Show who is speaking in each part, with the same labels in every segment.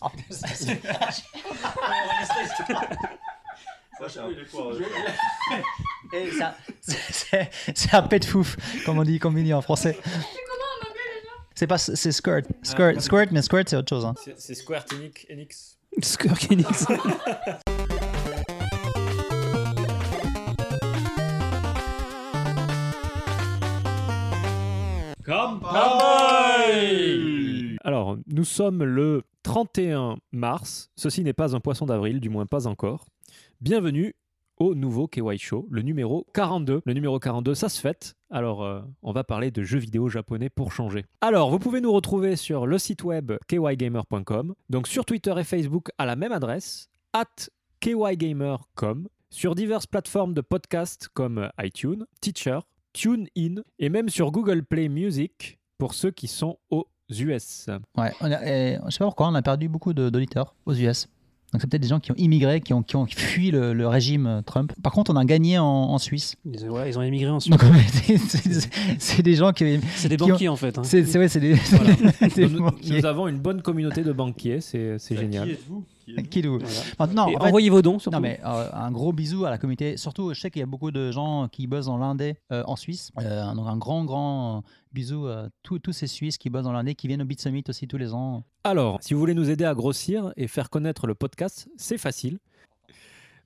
Speaker 1: En plus, c'est flash.
Speaker 2: Sacha, il est quoi euh,
Speaker 1: Et ça- C'est c'est un pet de fouf, comme on dit, comme on dit en français. C'est pas c'est squirt, squirt, squirt, mais squirt c'est autre chose. hein.
Speaker 3: C'est c'est Square Enix. Enix.
Speaker 4: Square Enix.
Speaker 3: Alors, nous sommes le 31 mars. Ceci n'est pas un poisson d'avril, du moins pas encore. Bienvenue au nouveau KY Show, le numéro 42. Le numéro 42, ça se fête. Alors, euh, on va parler de jeux vidéo japonais pour changer. Alors, vous pouvez nous retrouver sur le site web kygamer.com, donc sur Twitter et Facebook à la même adresse, at kygamer.com, sur diverses plateformes de podcasts comme euh, iTunes, Teacher, TuneIn et même sur Google Play Music pour ceux qui sont aux US.
Speaker 1: Ouais, on a- et je sais pas pourquoi on a perdu beaucoup de- d'auditeurs aux US. Donc c'est peut-être des gens qui ont immigré, qui ont, qui ont fui le, le régime euh, Trump. Par contre, on a gagné en, en Suisse.
Speaker 4: Ils, ouais, ils ont émigré en Suisse.
Speaker 1: Donc ouais, c'est- c'est c'est des gens qui...
Speaker 4: C'est des
Speaker 1: qui ont-
Speaker 4: banquiers en fait. hein.
Speaker 1: C'est c'est- ouais, c'est des...
Speaker 3: Voilà.
Speaker 1: des
Speaker 3: nous,
Speaker 1: gens
Speaker 3: nous
Speaker 1: qui-
Speaker 3: avons une bonne communauté de banquiers, c'est c'est génial.
Speaker 2: Bah, Qui êtes-vous Qui êtes-vous
Speaker 1: qui nous-
Speaker 4: Voilà.
Speaker 1: Maintenant,
Speaker 4: Et
Speaker 1: en fait-
Speaker 4: envoyez vos dons surtout.
Speaker 1: Non mais euh, un gros bisou à la communauté. Surtout, je sais qu'il y a beaucoup de gens qui bossent dans l'indé euh, en Suisse. Euh, donc un grand, grand euh, bisou à tous tous ces Suisses qui bossent dans l'indé, qui viennent au Beat Summit aussi tous les ans.
Speaker 3: Alors, si vous voulez nous aider à grossir et faire connaître le podcast, c'est facile.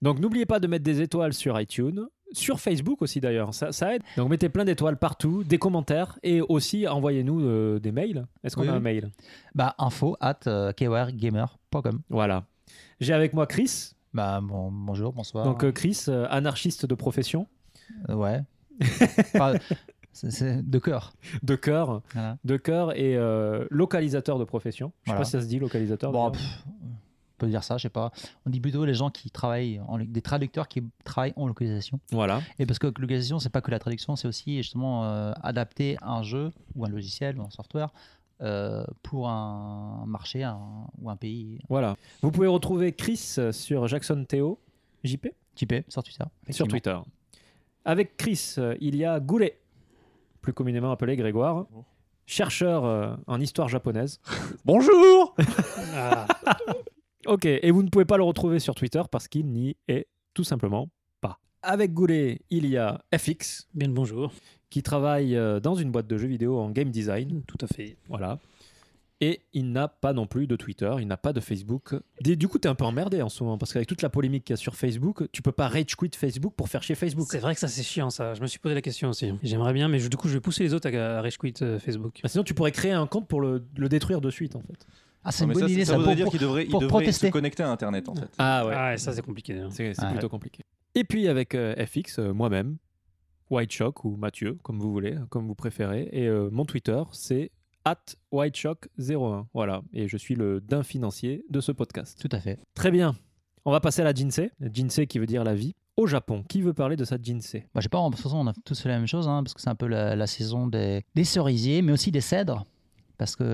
Speaker 3: Donc n'oubliez pas de mettre des étoiles sur iTunes, sur Facebook aussi d'ailleurs, ça, ça aide. Donc mettez plein d'étoiles partout, des commentaires et aussi envoyez-nous euh, des mails. Est-ce qu'on
Speaker 1: Oui,
Speaker 3: a un
Speaker 1: oui.
Speaker 3: mail
Speaker 1: Bah info at euh, kwrgamer.com.
Speaker 3: Voilà. J'ai avec moi Chris,
Speaker 1: Bah bon, bonjour, bonsoir.
Speaker 3: donc euh, Chris, euh, anarchiste de profession,
Speaker 1: Euh, ouais. Enfin, c'est- c'est de cœur.
Speaker 3: de cœur,
Speaker 1: Voilà.
Speaker 3: de cœur et euh, localisateur de profession. Je sais
Speaker 1: Voilà.
Speaker 3: pas si ça se dit localisateur.
Speaker 1: Bon,
Speaker 3: d'ailleurs.
Speaker 1: pff, on peut dire ça, je sais pas. On dit plutôt les gens qui travaillent, en, des traducteurs qui travaillent en localisation.
Speaker 3: Voilà.
Speaker 1: Et parce que localisation, c'est pas que la traduction, c'est aussi justement euh, adapter un jeu ou un logiciel ou un software euh, pour un marché un- ou un pays
Speaker 3: Voilà. Vous pouvez retrouver Chris euh, sur Jackson Théo, JP,
Speaker 1: typé sur Twitter.
Speaker 3: sur
Speaker 1: effectivement.
Speaker 3: Twitter. Avec Chris, euh, il y a Goulet, plus communément appelé Grégoire,
Speaker 2: Bonjour.
Speaker 3: chercheur euh, en histoire japonaise.
Speaker 4: Bonjour Ah,
Speaker 3: Ok, et vous ne pouvez pas le retrouver sur Twitter parce qu'il n'y est tout simplement pas. Avec Goulet, il y a FX,
Speaker 4: Bien le bonjour.
Speaker 3: qui travaille euh, dans une boîte de jeux vidéo en game design.
Speaker 4: Tout à fait.
Speaker 3: Voilà. Et il n'a pas non plus de Twitter, il n'a pas de Facebook. Des- Du coup, t'es un peu emmerdé en ce moment, parce qu'avec toute la polémique qu'il y a sur Facebook, tu peux pas rage quit Facebook pour faire chier Facebook.
Speaker 4: C'est vrai que ça c'est chiant ça. Je me suis posé la question aussi. J'aimerais bien, mais je- du coup je vais pousser les autres à, à rage quit, euh, Facebook.
Speaker 3: Bah, sinon, tu pourrais créer un compte pour le, le détruire de suite, en fait.
Speaker 1: Ah, c'est
Speaker 2: Non,
Speaker 1: une
Speaker 2: mais
Speaker 1: bonne
Speaker 2: ça,
Speaker 1: idée
Speaker 2: ça
Speaker 1: ça.
Speaker 2: voudrait
Speaker 1: pour-
Speaker 2: dire
Speaker 1: pour-
Speaker 2: qu'il devrait, il
Speaker 1: pour
Speaker 2: devrait se
Speaker 1: protester.
Speaker 2: connecter à Internet en fait.
Speaker 3: Ah
Speaker 4: Ah, et ça c'est compliqué. hein.
Speaker 3: C'est c'est
Speaker 1: Ouais.
Speaker 3: plutôt compliqué. Et puis avec euh, FX, euh, moi-même, White Shock ou Mathieu, comme vous voulez, comme vous préférez. Et euh, mon Twitter, c'est WhiteShock01. Voilà. Et je suis le din financier de ce podcast.
Speaker 1: Tout à fait.
Speaker 3: Très bien. On va passer à la jinsei. La Jinsei qui veut dire la vie. Au Japon, qui veut parler de sa jinsei
Speaker 1: Bah, je sais pas, en- de toute façon, on a tous fait la même chose, hein, parce que c'est un peu la, la saison des, des cerisiers, mais aussi des cèdres, parce qu'il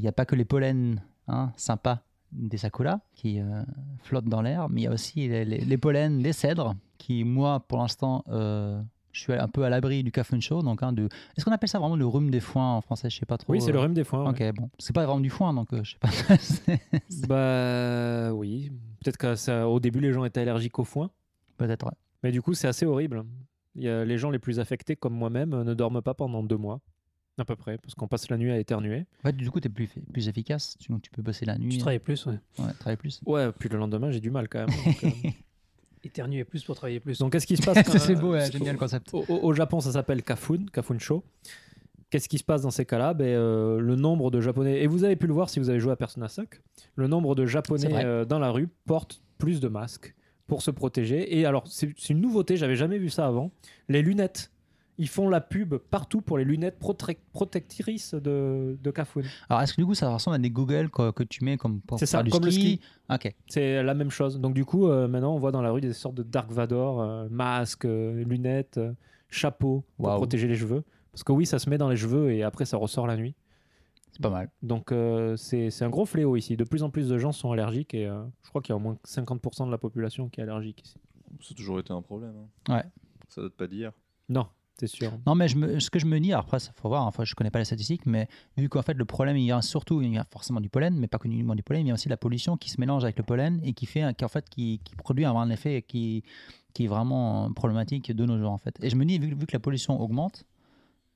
Speaker 1: n'y a pas que les pollens hein, sympas des sakuras qui euh, flottent dans l'air, mais il y a aussi les, les- les pollens des cèdres, qui, moi, pour l'instant, euh, je suis un peu à l'abri du cafuncho. Donc, hein, de... Est-ce qu'on appelle ça vraiment le rhume des foins en français Je sais pas trop.
Speaker 3: Oui, c'est le
Speaker 1: euh.
Speaker 3: rhume des foins. ouais.
Speaker 1: Ok, bon. C'est pas vraiment du foin, donc euh, je sais pas. C'est-
Speaker 3: Bah oui. Peut-être que ça, au début, les gens étaient allergiques au foin.
Speaker 1: Peut-être, ouais.
Speaker 3: Mais du coup, c'est assez horrible. Il y a les gens les plus affectés, comme moi-même, ne dorment pas pendant deux mois, à peu près, parce qu'on passe la nuit à éternuer.
Speaker 1: En fait, du coup, tu es plus, plus efficace, tu, donc tu peux bosser la nuit. hein.
Speaker 4: Tu travailles plus, ouais.
Speaker 1: ouais, travailler plus.
Speaker 3: Ouais, puis le lendemain, j'ai du mal quand même. Donc, euh,
Speaker 4: Éternuer plus pour travailler plus.
Speaker 3: donc, qu'est-ce qui se passe quand-
Speaker 1: c'est beau, ouais,
Speaker 3: euh,
Speaker 1: j'aime bien le concept.
Speaker 3: Au, au- au Japon, ça s'appelle kafun, kafuncho. Qu'est-ce qui se passe dans ces cas-là Ben, euh, Le nombre de Japonais, et vous avez pu le voir si vous avez joué à Persona 5, le nombre de
Speaker 1: C'est
Speaker 3: Japonais
Speaker 1: vrai.
Speaker 3: euh, dans la rue portent plus de masques pour se protéger. Et alors, c'est c'est une nouveauté, j'avais jamais vu ça avant, les lunettes. Ils font la pub partout pour les lunettes protrec- protectrices de, de Kafun.
Speaker 1: Alors, est-ce que du coup, ça ressemble à des goggles quoi, que tu mets comme pour
Speaker 3: C'est ça,
Speaker 1: faire du
Speaker 3: comme le ski.
Speaker 1: Ok.
Speaker 3: C'est la même chose. Donc du coup, euh, maintenant, on voit dans la rue des sortes de Dark Vador, euh, masques, euh, lunettes, euh, chapeaux pour
Speaker 1: Waouh.
Speaker 3: protéger les cheveux. Parce que oui, ça se met dans les cheveux et après, ça ressort la nuit.
Speaker 1: C'est pas mal.
Speaker 3: Donc euh, c'est c'est un gros fléau ici. De plus en plus de gens sont allergiques et euh, je crois qu'il y a au moins 50% de la population qui est allergique ici.
Speaker 2: Ça a toujours été un problème. hein.
Speaker 1: Ouais.
Speaker 2: Ça date pas d'hier.
Speaker 3: Non, c'est sûr.
Speaker 1: Non, mais je me- ce que je me dis, alors après, il faut voir, hein, enfin, je ne connais pas les statistiques, mais vu qu'en fait, le problème, il vient surtout, il vient forcément du pollen, mais pas que uniquement du pollen, il vient aussi de la pollution qui se mélange avec le pollen et qui fait, un- qui, en fait, qui, qui produit un, un effet qui, qui est vraiment problématique de nos jours, en fait. Et je me dis, vu, vu que la pollution augmente,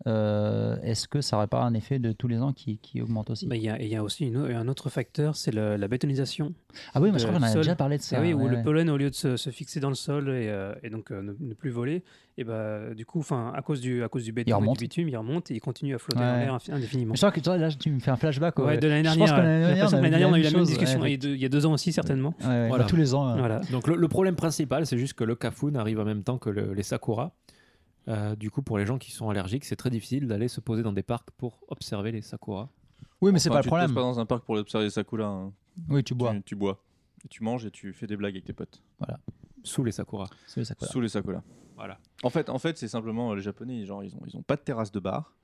Speaker 1: euh, est-ce que ça n'aurait pas un effet de tous les ans qui, qui augmente aussi
Speaker 4: Mais bah, il y a, il y a aussi une au- un autre facteur, c'est le- la bétonisation.
Speaker 1: Ah oui, mais je
Speaker 4: de-
Speaker 1: crois qu'on en
Speaker 4: du
Speaker 1: a
Speaker 4: sol.
Speaker 1: déjà
Speaker 3: Eh
Speaker 1: parlé de ça.
Speaker 4: Ah oui, où
Speaker 1: ouais,
Speaker 4: le
Speaker 1: ouais.
Speaker 4: pollen, au lieu de se, se fixer dans le sol et, euh, et donc euh, ne, ne plus voler, et ben du coup, enfin, à cause du à cause du béton, et
Speaker 1: remonte.
Speaker 4: du bitume, il remonte et il continue à flotter
Speaker 1: Ouais.
Speaker 4: dans l'air infi- indéfiniment.
Speaker 1: Mais je crois que toi, là, tu me fais un flashback.
Speaker 4: Ouais,
Speaker 1: ouais.
Speaker 4: de l'année
Speaker 1: Je pense
Speaker 4: dernière.
Speaker 1: que
Speaker 4: ouais. J'ai l'impression que l'année dernière, on a eu la même
Speaker 1: chose,
Speaker 4: discussion.
Speaker 1: ouais,
Speaker 4: et de- il y a deux ans aussi, certainement.
Speaker 1: Ouais, ouais, bah,
Speaker 3: Voilà.
Speaker 1: tous les ans. euh,
Speaker 4: Voilà.
Speaker 3: Donc le, le problème principal, c'est juste que le Kafun arrive en même temps que le- les Sakura. Euh, du coup, pour les gens qui sont allergiques, c'est très difficile d'aller se poser dans des parcs pour observer les Sakura.
Speaker 1: Oui, mais c'est
Speaker 2: Enfin,
Speaker 1: pas le
Speaker 2: Tu te
Speaker 1: problème.
Speaker 2: poses pas dans un parc pour observer Sakula. hein.
Speaker 1: Oui, tu bois.
Speaker 2: Tu, tu bois. Et tu manges et tu fais des blagues avec tes potes.
Speaker 3: Sous les Sakura.
Speaker 1: C'est le sac, voilà.
Speaker 2: Sous les Sakula.
Speaker 3: Voilà.
Speaker 2: En fait, en fait c'est simplement euh, les Japonais, genre, ils ont, ils ont pas de terrasse de bar.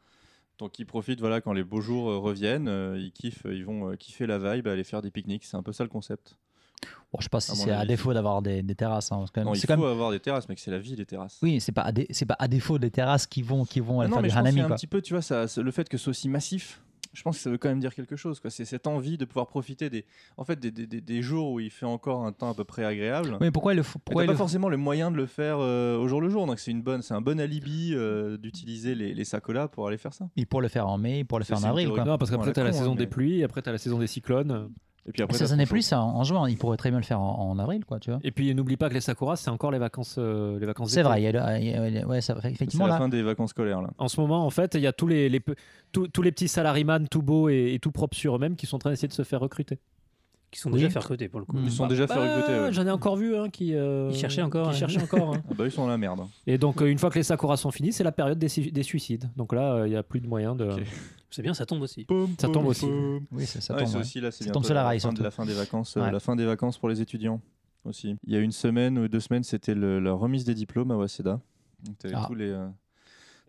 Speaker 2: Donc ils profitent, voilà, quand les beaux jours euh, reviennent, euh, ils kiffent, ils vont euh, kiffer la vibe, aller faire des pique-niques. C'est un peu ça le concept.
Speaker 1: Bon, je sais pas si
Speaker 2: À mon
Speaker 1: c'est à
Speaker 2: avis.
Speaker 1: défaut d'avoir des, des terrasses. hein, parce que
Speaker 2: Non, il
Speaker 1: c'est
Speaker 2: faut
Speaker 1: quand même...
Speaker 2: avoir des terrasses, mec, c'est la vie, les terrasses.
Speaker 1: Oui, c'est pas, à dé- c'est pas à défaut des terrasses qui vont, qui vont
Speaker 2: Ah
Speaker 1: aller
Speaker 2: non,
Speaker 1: faire
Speaker 2: mais
Speaker 1: du
Speaker 2: je pense qu'il
Speaker 1: hanami.
Speaker 2: y a un
Speaker 1: Quoi.
Speaker 2: petit peu, tu vois, ça, ça- le fait que ce soit aussi massif, je pense que ça veut quand même dire quelque chose. quoi. C'est cette envie de pouvoir profiter des, en fait, des, des- des- des jours où il fait encore un temps à peu près agréable.
Speaker 1: Oui, mais pourquoi il le faut
Speaker 2: Mais t'as
Speaker 1: pourquoi il
Speaker 2: pas
Speaker 1: le-
Speaker 2: forcément le moyen de le faire euh, au jour le jour, donc c'est une bonne, c'est un bon alibi euh, d'utiliser les, les sacolas pour aller faire ça.
Speaker 1: Et pour le faire en mai, pour le
Speaker 2: Ça,
Speaker 1: faire en
Speaker 2: c'est une
Speaker 1: avril.
Speaker 2: théorie.
Speaker 1: Quoi.
Speaker 3: Non, parce
Speaker 2: Ouais,
Speaker 3: qu'après,
Speaker 2: la
Speaker 3: t'as la
Speaker 2: con,
Speaker 3: saison
Speaker 2: hein,
Speaker 3: des
Speaker 2: mais-
Speaker 3: pluies, après, t'as la saison des cyclones.
Speaker 2: Et puis après,
Speaker 1: ça,
Speaker 2: t'as
Speaker 1: ça
Speaker 2: ton
Speaker 1: n'est
Speaker 2: chaud.
Speaker 1: plus ça, en juin. Il pourrait très bien le faire en, en avril, quoi, tu vois.
Speaker 3: Et puis, n'oublie pas que les Sakura, c'est encore les vacances, euh, les vacances
Speaker 1: C'est
Speaker 3: d'été.
Speaker 1: vrai, il y a, il y a- il y a- ouais, ça-
Speaker 2: C'est
Speaker 1: effectivement,
Speaker 2: la
Speaker 1: là.
Speaker 2: fin des vacances scolaires là.
Speaker 3: En ce moment, en fait, il y a tous les, les pe- tous, tous les petits salarimans tout beaux et, et tout propres sur eux-mêmes qui sont en train d'essayer de se faire recruter.
Speaker 4: Qui sont
Speaker 1: Oui.
Speaker 4: déjà fait recruter pour le coup.
Speaker 1: Mm.
Speaker 2: Ils sont
Speaker 3: Bah,
Speaker 2: déjà fait
Speaker 3: bah,
Speaker 2: recruter. ouais.
Speaker 3: J'en ai encore vu un qui, euh,
Speaker 4: Ils cherchaient encore,
Speaker 3: qui
Speaker 4: hein.
Speaker 3: cherchait encore, hein.
Speaker 2: Ah bah ils sont dans la merde.
Speaker 3: Et donc, euh, une fois que les Sakura sont finis, c'est la période des, si- des suicides. Donc là, euh, il n'y a plus de moyen de.
Speaker 2: Ok.
Speaker 4: C'est bien, ça tombe aussi.
Speaker 3: Ça tombe aussi.
Speaker 1: Oui, ça, ça
Speaker 2: Ouais,
Speaker 1: tombe,
Speaker 2: c'est
Speaker 1: ouais.
Speaker 2: aussi là,
Speaker 1: Ça
Speaker 2: c'est bientôt
Speaker 1: tombe sur la rail,
Speaker 2: fin de
Speaker 1: surtout.
Speaker 2: la fin des vacances, euh,
Speaker 1: Ouais.
Speaker 2: la fin des vacances pour les étudiants aussi. Il y a une semaine ou deux semaines, c'était le- la remise des diplômes à Waseda. Donc t'avais
Speaker 1: Ah.
Speaker 2: tous les euh,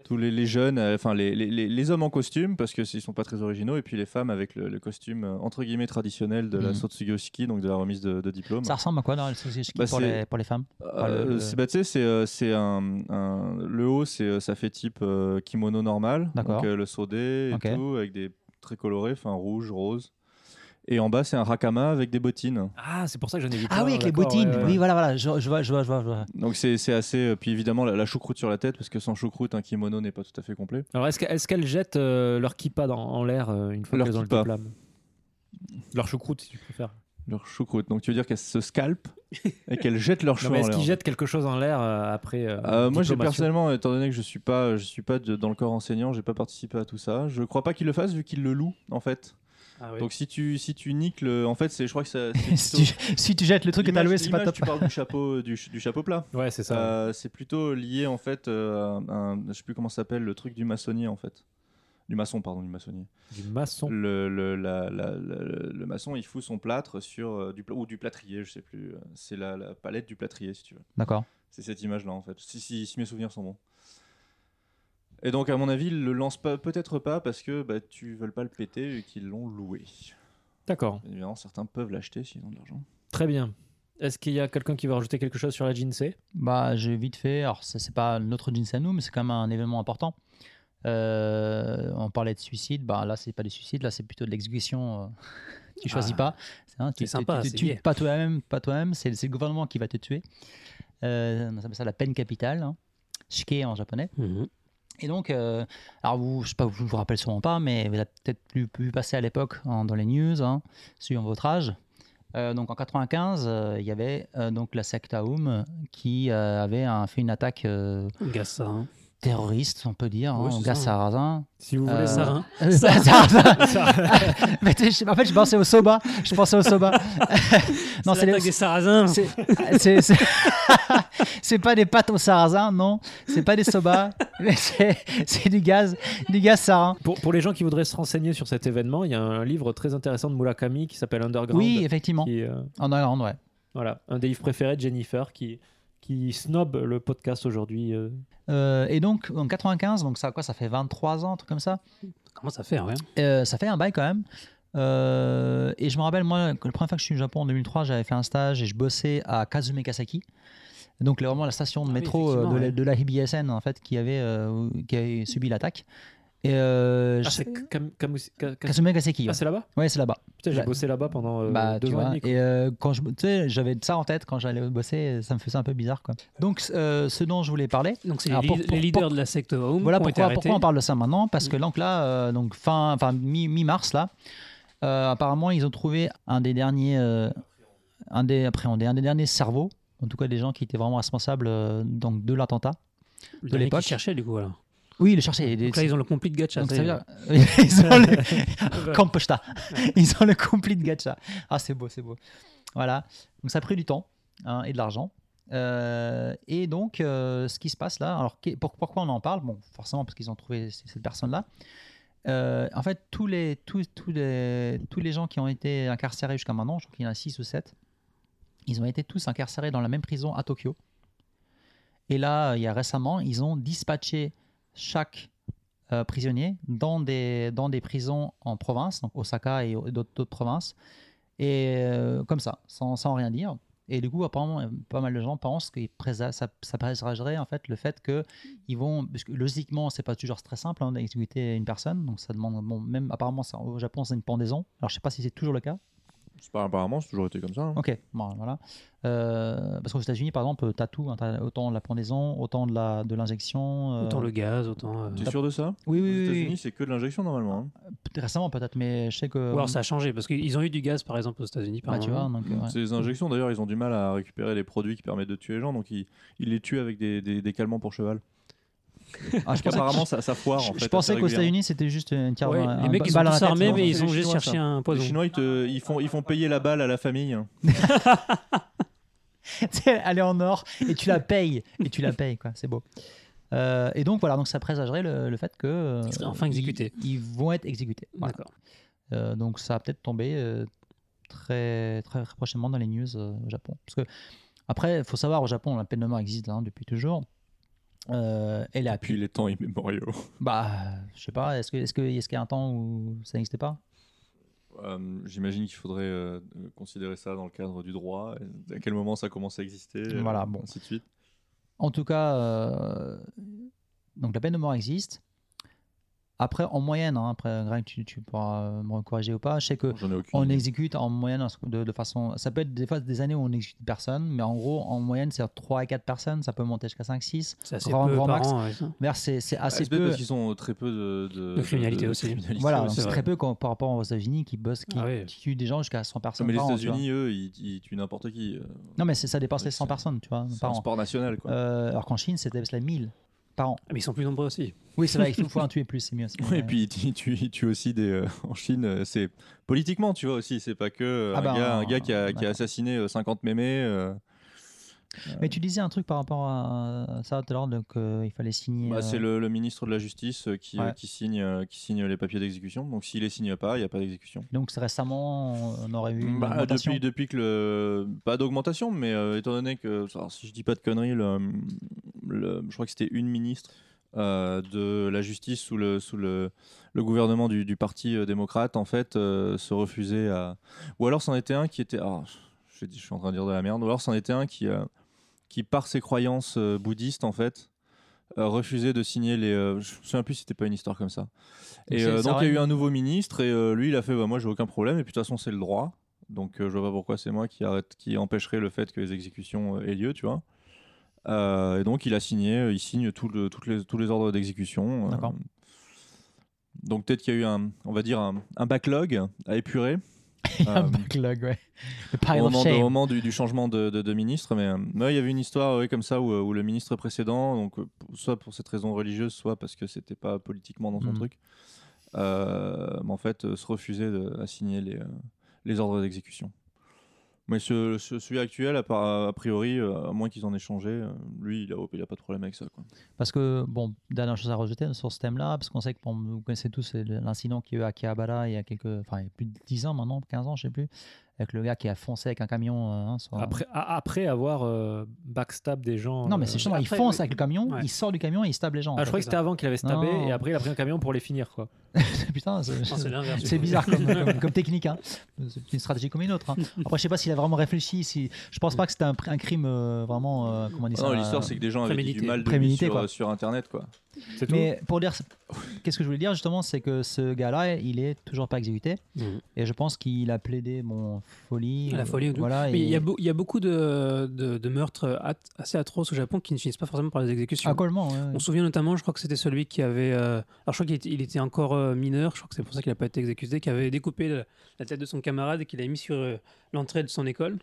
Speaker 2: tous les, les jeunes, euh, enfin les, les- les- les hommes en costume parce que s'ils sont pas très originaux et puis les femmes avec le, le costume euh, entre guillemets traditionnel de la
Speaker 1: Mhm.
Speaker 2: Sotsugoshiki, donc de la remise de, de diplôme.
Speaker 1: Ça ressemble à quoi dans le sausage
Speaker 2: Bah,
Speaker 1: pour,
Speaker 2: c'est-
Speaker 1: les, pour les femmes
Speaker 3: Ah,
Speaker 1: Enfin, le-
Speaker 2: Euh,
Speaker 1: le-
Speaker 2: c'est bah, tu sais, c'est euh, c'est un, un- le haut c'est euh, ça fait type euh, kimono normal
Speaker 1: D'accord.
Speaker 2: donc euh, le sodé et
Speaker 1: Ok.
Speaker 2: tout avec des très colorés enfin rouge rose et en bas c'est un hakama avec des bottines
Speaker 3: Ah, c'est pour ça que j'en ai vu.
Speaker 1: Ah oui, avec les bottines. Oui, voilà, voilà. Je, je vois, je vois, je vois. je vois.
Speaker 2: donc c'est c'est assez euh, puis évidemment la, la choucroute sur la tête parce que sans choucroute un kimono n'est pas tout à fait complet
Speaker 3: Alors, est-ce que- est-ce qu'elles jettent euh, leur kippa dans- en l'air euh, une fois
Speaker 2: Leur
Speaker 3: qu'elles ont le
Speaker 2: kippa.
Speaker 3: diplôme Leur choucroute, si tu préfères.
Speaker 2: leur choucroute donc tu veux dire qu'elles se scalpent et qu'elles jettent leur
Speaker 3: Non,
Speaker 2: cheveux
Speaker 3: mais
Speaker 2: en
Speaker 3: est-ce qu'ils
Speaker 2: l'air
Speaker 3: jettent quelque chose en l'air euh, après euh,
Speaker 2: Euh, moi, j'ai
Speaker 3: diplomation
Speaker 2: personnellement, étant donné que je suis pas, je suis pas de- dans le corps enseignant, j'ai pas participé à tout ça. Je crois pas qu'ils le fassent vu qu'ils le louent en fait.
Speaker 4: Ah oui.
Speaker 2: Donc si tu, si tu niques le, en fait, c'est, je crois que ça. c'est plutôt-
Speaker 1: si, tu, si tu jettes le truc que t'as
Speaker 2: L'image-
Speaker 1: loué, c'est pas
Speaker 2: l'image,
Speaker 1: top.
Speaker 2: Tu parles du chapeau, du, ch- du chapeau plat.
Speaker 3: Ouais, c'est ça.
Speaker 2: Euh, c'est plutôt lié en fait euh, à un, je sais plus comment ça s'appelle, le truc du maçonnier en fait. Du maçon, pardon, du maçonnier.
Speaker 3: Du maçon.
Speaker 2: Le, le, la- la- la- le maçon, il fout son plâtre sur euh, du pla- ou du plâtrier, je sais plus. Euh, C'est la, la palette du plâtrier, si tu veux.
Speaker 1: D'accord.
Speaker 2: C'est cette image-là en fait. Si, si, si mes souvenirs sont bons. Et donc, à mon avis, ils le lancent pas, peut-être pas, parce que bah, tu veulent pas le péter et qu'ils l'ont loué.
Speaker 3: D'accord.
Speaker 2: Bien Évidemment, certains peuvent l'acheter s'ils ont de l'argent.
Speaker 3: Très bien. Est-ce qu'il y a quelqu'un qui veut rajouter quelque chose sur la Jinsei
Speaker 1: Bah, j'ai vite fait. Alors, ça, c'est pas notre jeans à nous, mais c'est quand même un événement important. Euh, on parlait de suicide. Bah, là, c'est pas du suicide. Là, c'est plutôt de l'exécution. euh, tu choisis
Speaker 4: Ah.
Speaker 1: pas. C'est hein, tu-
Speaker 4: C'est
Speaker 1: tu-
Speaker 4: sympa,
Speaker 1: tu-
Speaker 4: c'est
Speaker 1: tu-
Speaker 4: gay.
Speaker 1: pas toi-même, pas toi-même. C'est c'est le gouvernement qui va te tuer. Euh, on appelle ça la peine capitale. hein. Shike en japonais.
Speaker 4: Mhm.
Speaker 1: Et donc, euh, alors vous, je sais pas, vous vous rappelez sûrement pas, mais vous avez peut-être pu, pu passer à l'époque hein, dans les news, hein, suivant votre âge. Euh, donc en 95, euh, il y avait euh, donc la secte Aum qui euh, avait un- fait une attaque euh,
Speaker 4: On gasse ça. hein.
Speaker 1: terroriste, on peut dire,
Speaker 4: Oui,
Speaker 1: hein,
Speaker 4: c'est
Speaker 1: au
Speaker 4: ça.
Speaker 1: gaz sarrasin.
Speaker 3: Si vous
Speaker 1: Euh,
Speaker 3: voulez,
Speaker 4: Sarah,
Speaker 3: Sarah.
Speaker 4: hein.
Speaker 1: Euh, sarrasin. Mais tu sais, en fait, je pensais au soba. Je pensais au soba. non,
Speaker 4: C'est
Speaker 1: c'est
Speaker 4: l'attaque
Speaker 1: les-
Speaker 4: des sarrasins.
Speaker 1: c'est- c'est- c'est- C'est pas des pâtes au sarrasin, non. C'est pas des soba. Mais c'est c'est du gaz, du gaz sarrasin.
Speaker 3: Pour, pour les gens qui voudraient se renseigner sur cet événement, il y a un livre très intéressant de Murakami qui s'appelle Underground.
Speaker 1: Oui, effectivement.
Speaker 3: qui, euh,
Speaker 1: En Irlande, ouais.
Speaker 3: Voilà, un des livres préférés de Jennifer qui, qui snob le podcast aujourd'hui. euh.
Speaker 1: Euh, et donc, en 95, donc ça, quoi, ça fait 23 ans, un truc comme ça.
Speaker 4: Comment ça fait, ouais
Speaker 1: Euh, ça fait un bail quand même. Euh, et je me rappelle, moi, que la première fois que je suis au Japon en 2003, j'avais fait un stage et je bossais à Kazumekasaki. Donc là, vraiment la station de
Speaker 4: Ah oui,
Speaker 1: métro euh,
Speaker 4: effectivement,
Speaker 1: de, la-
Speaker 4: ouais.
Speaker 1: de la HBSN en fait qui avait, euh, qui avait subi l'attaque. Et euh,
Speaker 3: Ah,
Speaker 1: je-
Speaker 3: c'est Kam- Kamus- Ka- Ka-
Speaker 1: Kasume Gaseki.
Speaker 3: Ah,
Speaker 1: ouais.
Speaker 3: c'est là-bas
Speaker 1: ouais, c'est là-bas.
Speaker 3: Putain, j'ai
Speaker 1: Bah-
Speaker 3: bossé là-bas pendant euh,
Speaker 1: bah,
Speaker 3: deux
Speaker 1: tu
Speaker 3: ans
Speaker 1: vois.
Speaker 3: et demi. quoi.
Speaker 1: Et euh, quand je, tu sais, j'avais ça en tête quand j'allais bosser, ça me faisait un peu bizarre quoi. Donc euh, ce dont je voulais parler,
Speaker 4: Donc c'est les,
Speaker 1: Alors, pour-
Speaker 4: lead-
Speaker 1: pour-
Speaker 4: les leaders de la secte Home.
Speaker 1: Voilà
Speaker 4: Mmh. qui ont été
Speaker 1: pourquoi, pourquoi on
Speaker 4: arrêtés.
Speaker 1: parle de ça maintenant, parce que donc là, euh, donc fin, enfin mi- mi-mars là, euh, apparemment ils ont trouvé un des derniers, euh, un des appréhendés, un des derniers cerveaux, en tout cas des gens qui étaient vraiment responsables euh, donc de l'attentat. de
Speaker 4: Le dernier qui
Speaker 1: l'époque.
Speaker 4: cherchait du coup voilà.
Speaker 1: Oui, ils le cherchaient.
Speaker 4: Donc là ils ont le complice de Gacha.
Speaker 1: Donc,
Speaker 4: ça
Speaker 1: ça
Speaker 4: y
Speaker 1: veut
Speaker 4: est.
Speaker 1: dire- ils ont le Kampochta. Ils ont le complete gacha. Ah, c'est beau, c'est beau. Voilà. Donc ça a pris du temps hein, et de l'argent. Euh, et donc, euh, ce qui se passe là, alors qu'est- pour- pourquoi on en parle Bon, forcément parce qu'ils ont trouvé c- cette personne-là. Euh, en fait, tous les, tous, tous les, tous les gens qui ont été incarcérés jusqu'à maintenant, je crois qu'il y en a 6 ou 7, ils ont été tous incarcérés dans la même prison à Tokyo. Et là, euh, il y a récemment, ils ont dispatché chaque euh, prisonniers dans des, dans des prisons en province, donc Osaka et au- d'autres d'autres provinces, et euh, comme ça, sans, sans rien dire. Et du coup, apparemment, euh, pas mal de gens pensent que ça, ça présagerait en fait le fait que ils vont, parce que logiquement, c'est pas toujours très simple hein, d'exécuter une personne, donc ça demande, bon, même apparemment, ça- au Japon, c'est une pendaison. Alors, je sais pas si c'est toujours le cas.
Speaker 2: C'est pas apparemment, c'est toujours été comme ça. hein.
Speaker 1: Ok, bon, voilà. Euh, parce qu'aux États-Unis, par exemple, t'as tout, hein, t'as autant de la pendaison, autant de la de l'injection. euh,
Speaker 4: Autant le gaz, autant. euh,
Speaker 2: T'es sûr de ça
Speaker 1: Oui,
Speaker 2: Aux
Speaker 1: oui, oui,
Speaker 2: États-Unis,
Speaker 1: oui.
Speaker 2: c'est que de l'injection normalement. hein.
Speaker 1: Récemment, peut-être, mais je sais que.
Speaker 4: Ou alors ça a changé parce qu'ils ont eu du gaz par exemple aux États-Unis. par
Speaker 1: Ah, tu vois,
Speaker 4: moment.
Speaker 1: donc, euh, ouais.
Speaker 2: Ces injections, d'ailleurs, ils ont du mal à récupérer les produits qui permettent de tuer les gens, donc ils, ils les tuent avec des, des- des calmants pour cheval.
Speaker 1: Ah, je pensais,
Speaker 2: Apparemment, ça, ça foire. en
Speaker 1: je-
Speaker 2: fait,
Speaker 1: je pensais
Speaker 2: assez
Speaker 1: qu'aux
Speaker 2: régulièrement.
Speaker 1: États-Unis c'était juste une tire
Speaker 4: Ouais,
Speaker 1: un-
Speaker 4: les
Speaker 1: un
Speaker 4: mecs ils sont
Speaker 1: balle à la
Speaker 4: tous
Speaker 1: tête,
Speaker 4: armés
Speaker 1: non
Speaker 4: mais ils
Speaker 2: C'est
Speaker 4: ont
Speaker 2: les
Speaker 4: juste
Speaker 2: Chinois,
Speaker 4: cherché
Speaker 2: ça.
Speaker 4: un
Speaker 2: Les
Speaker 4: poison.
Speaker 2: Chinois, ils, te- ils font, ils font payer la balle à la famille.
Speaker 1: Tu sais, elle est en or et tu la payes et tu la payes quoi c'est beau Euh, et donc voilà donc ça présagerait le, le fait que euh,
Speaker 4: Ils seraient enfin
Speaker 1: ils-
Speaker 4: exécutés.
Speaker 1: ils, vont être exécutés Voilà.
Speaker 4: D'accord.
Speaker 1: Euh, donc ça va peut-être tomber euh, très, très très prochainement dans les news euh, au Japon parce que après il faut savoir au Japon la peine de mort existe hein, depuis toujours Euh, elle est à
Speaker 2: Puis les temps immémoriaux.
Speaker 1: bah je sais pas est-ce que est-ce que est-ce qu'il y a un temps où ça n'existait pas
Speaker 2: Euh, J'imagine qu'il faudrait euh, euh, considérer ça dans le cadre du droit. et À quel moment ça commence à exister euh,
Speaker 1: Voilà, bon.
Speaker 2: Ainsi de suite.
Speaker 1: En tout cas, euh, donc la peine de mort existe. Après, en moyenne, hein, après, Greg, tu, tu pourras euh, me corriger ou pas, je sais que
Speaker 2: J'en ai aucune.
Speaker 1: on
Speaker 2: idée.
Speaker 1: exécute en moyenne de, de façon. Ça peut être des fois des années où on n'exécute personne, mais en gros, en moyenne, c'est 3 à 4 personnes, ça peut monter jusqu'à 5, 6.
Speaker 4: C'est assez
Speaker 1: Grand-
Speaker 4: peu
Speaker 1: grand
Speaker 4: par
Speaker 1: max.
Speaker 4: an, ouais, ça.
Speaker 1: Mais c'est c'est
Speaker 2: Ah,
Speaker 1: assez
Speaker 2: c'est peut-être
Speaker 1: peu.
Speaker 2: parce qu'ils ont très peu de, de,
Speaker 4: De criminalité aussi.
Speaker 2: criminalité
Speaker 1: Voilà, donc
Speaker 2: aussi.
Speaker 4: c'est
Speaker 1: c'est
Speaker 4: vrai.
Speaker 1: très peu quand- par rapport aux États-Unis qui bossent, qui,
Speaker 4: Ah oui.
Speaker 1: qui tuent des gens jusqu'à 100
Speaker 2: Non,
Speaker 1: personnes
Speaker 2: mais les
Speaker 1: par an. tu vois.
Speaker 2: États-Unis, eux, ils, ils tuent n'importe qui. euh,
Speaker 1: Non, mais c'est- ça dépasse les 100
Speaker 2: C'est-
Speaker 1: personnes, tu vois,
Speaker 2: C'est
Speaker 1: par
Speaker 2: un
Speaker 1: an.
Speaker 2: sport national, quoi.
Speaker 1: Euh, alors qu'en Chine, c'était c'était 1000 par an.
Speaker 4: Ah, Mais ils sont plus nombreux aussi.
Speaker 1: Oui, c'est vrai, il faut en tuer plus, c'est mieux. c'est-
Speaker 2: Ouais, Et puis tu, tu, tu aussi des euh, en Chine, euh, c'est politiquement, tu vois aussi, c'est pas que euh,
Speaker 1: Ah
Speaker 2: un,
Speaker 1: bah,
Speaker 2: gars, un gars qui a, qui a
Speaker 1: d'accord.
Speaker 2: assassiné euh, 50 mémés. euh,
Speaker 1: Mais tu disais un truc par rapport à ça tout à l'heure, donc euh, il fallait signer.
Speaker 2: bah,
Speaker 1: euh,
Speaker 2: c'est le, le ministre de la Justice euh, qui, euh,
Speaker 1: Ouais.
Speaker 2: qui signe euh, qui signe les papiers d'exécution. Donc s'il les signe pas, il n'y a pas d'exécution.
Speaker 1: Donc c'est récemment, on aurait eu une
Speaker 2: Bah,
Speaker 1: augmentation.
Speaker 2: depuis depuis que le pas d'augmentation, mais euh, étant donné que alors, si je dis pas de conneries, le- le- je crois que c'était une ministre euh, de la justice sous le sous le, le gouvernement du, du parti euh, démocrate en fait euh, se refusait à ou alors c'en était un qui était ah, alors, je, dis- je suis en train de dire de la merde ou alors c'en était un qui euh, qui par ses croyances euh, bouddhistes en fait euh, refusait de signer les euh, je me souviens plus si c'était pas une histoire comme ça et
Speaker 1: c'est-
Speaker 2: euh,
Speaker 1: ça
Speaker 2: donc il y a
Speaker 1: aurait-
Speaker 2: eu un nouveau ministre et euh, lui il a fait bah, moi j'ai aucun problème et puis de toute façon c'est le droit donc euh, je vois pas pourquoi c'est moi qui arrête qui empêcherait le fait que les exécutions euh, aient lieu tu vois euh, et donc il a signé, euh, il signe tout le- toutes les, tous les ordres d'exécution. euh,
Speaker 1: D'accord.
Speaker 2: donc peut-être qu'il y a eu un, on va dire un, un backlog à épurer
Speaker 1: un
Speaker 2: euh,
Speaker 1: backlog, ouais. Le pile
Speaker 2: au
Speaker 1: of
Speaker 2: moment, de- au
Speaker 1: shame.
Speaker 2: moment du, du changement de, de- de ministre. Mais euh, ouais, il y avait une histoire ouais, comme ça où, euh, où le ministre précédent, donc euh, p- soit pour cette raison religieuse, soit parce que c'était pas politiquement dans son
Speaker 1: Mhm.
Speaker 2: truc, euh, mais en fait euh, se refusait de- à signer les, euh, les ordres d'exécution. Mais ce, ce- celui actuel, à part- a priori, euh, à moins qu'ils en aient changé, euh, lui, il a, il a pas de problème avec ça. Quoi.
Speaker 1: Parce que, bon, dernière chose à rejeter sur ce thème-là, parce qu'on sait que bon, vous connaissez tous l'incident qu'il y a eu à Akihabara il y a quelques, enfin, il y a plus de 10 ans maintenant, 15 ans, je sais plus, avec le gars qui a foncé avec un camion. euh, hein, sur-
Speaker 3: Après, a- après avoir euh, backstab des gens.
Speaker 1: non, mais
Speaker 3: euh,
Speaker 1: c'est justement, il
Speaker 4: après,
Speaker 1: fonce
Speaker 4: oui.
Speaker 1: avec le camion,
Speaker 4: Ouais.
Speaker 1: il sort du camion et il stab les gens. en
Speaker 3: Ah, je
Speaker 1: fait.
Speaker 3: croyais que c'était avant qu'il avait stabé
Speaker 1: Non.
Speaker 3: et après il a pris un camion pour les finir quoi.
Speaker 1: Putain, c'est-
Speaker 4: Non, c'est l'inverse.
Speaker 1: C'est bizarre comme, comme- comme technique. hein. C'est une stratégie comme une autre. hein. Après, je sais pas s'il a vraiment réfléchi. Si... Je pense pas que c'était un, pr- un crime euh, vraiment. euh, comment on dit
Speaker 2: Ah
Speaker 1: ça
Speaker 2: non,
Speaker 1: euh,
Speaker 2: l'histoire, c'est que des gens avaient dit du
Speaker 4: prémédité.
Speaker 2: mal de lui
Speaker 1: Prémédité,
Speaker 2: sur,
Speaker 1: quoi.
Speaker 2: euh, sur Internet, quoi.
Speaker 3: C'est tout.
Speaker 1: Mais pour dire. Qu'est-ce que je voulais dire justement C'est que ce gars-là, il est toujours pas exécuté.
Speaker 4: Mhm.
Speaker 1: Et je pense qu'il a plaidé mon folie.
Speaker 4: La
Speaker 1: euh,
Speaker 4: folie, oui.
Speaker 1: Voilà.
Speaker 4: Mais
Speaker 1: et-
Speaker 4: il y, a beau- il y a beaucoup de, de- de meurtres at- assez atroces au Japon qui ne finissent pas forcément par les exécutions.
Speaker 1: Ah, complètement, ouais, ouais.
Speaker 4: On se souvient notamment, je crois que c'était celui qui avait. euh, alors, je crois qu'il était, il était encore euh, mineur, je crois que c'est pour ça qu'il n'a pas été exécuté, qui avait découpé la, la tête de son camarade et qu'il a mis sur euh, l'entrée de son école.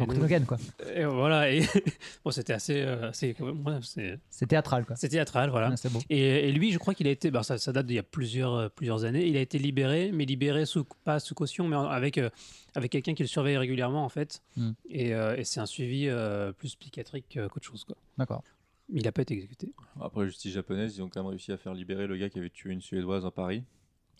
Speaker 4: Et
Speaker 1: Donc,
Speaker 4: donc-
Speaker 1: Logan, quoi.
Speaker 4: et voilà, et bon, c'était assez. euh, assez quand même, ouais, c'est
Speaker 1: C'est théâtral, quoi.
Speaker 4: c'est théâtral, voilà.
Speaker 1: Ouais, c'est beau.
Speaker 4: Et, et lui, je crois qu'il a été, bah, ça, ça date d'il y a plusieurs, euh, plusieurs années, il a été libéré, mais libéré sous, pas sous caution, mais en- avec, euh, avec quelqu'un qui le surveille régulièrement en fait.
Speaker 1: Mm.
Speaker 4: Et, euh, et c'est un suivi euh, plus psychiatrique euh, qu'autre chose. Quoi.
Speaker 1: D'accord.
Speaker 4: Mais il n'a pas été exécuté.
Speaker 2: Après, la justice japonaise, ils ont quand même réussi à faire libérer le gars qui avait tué une Suédoise à Paris.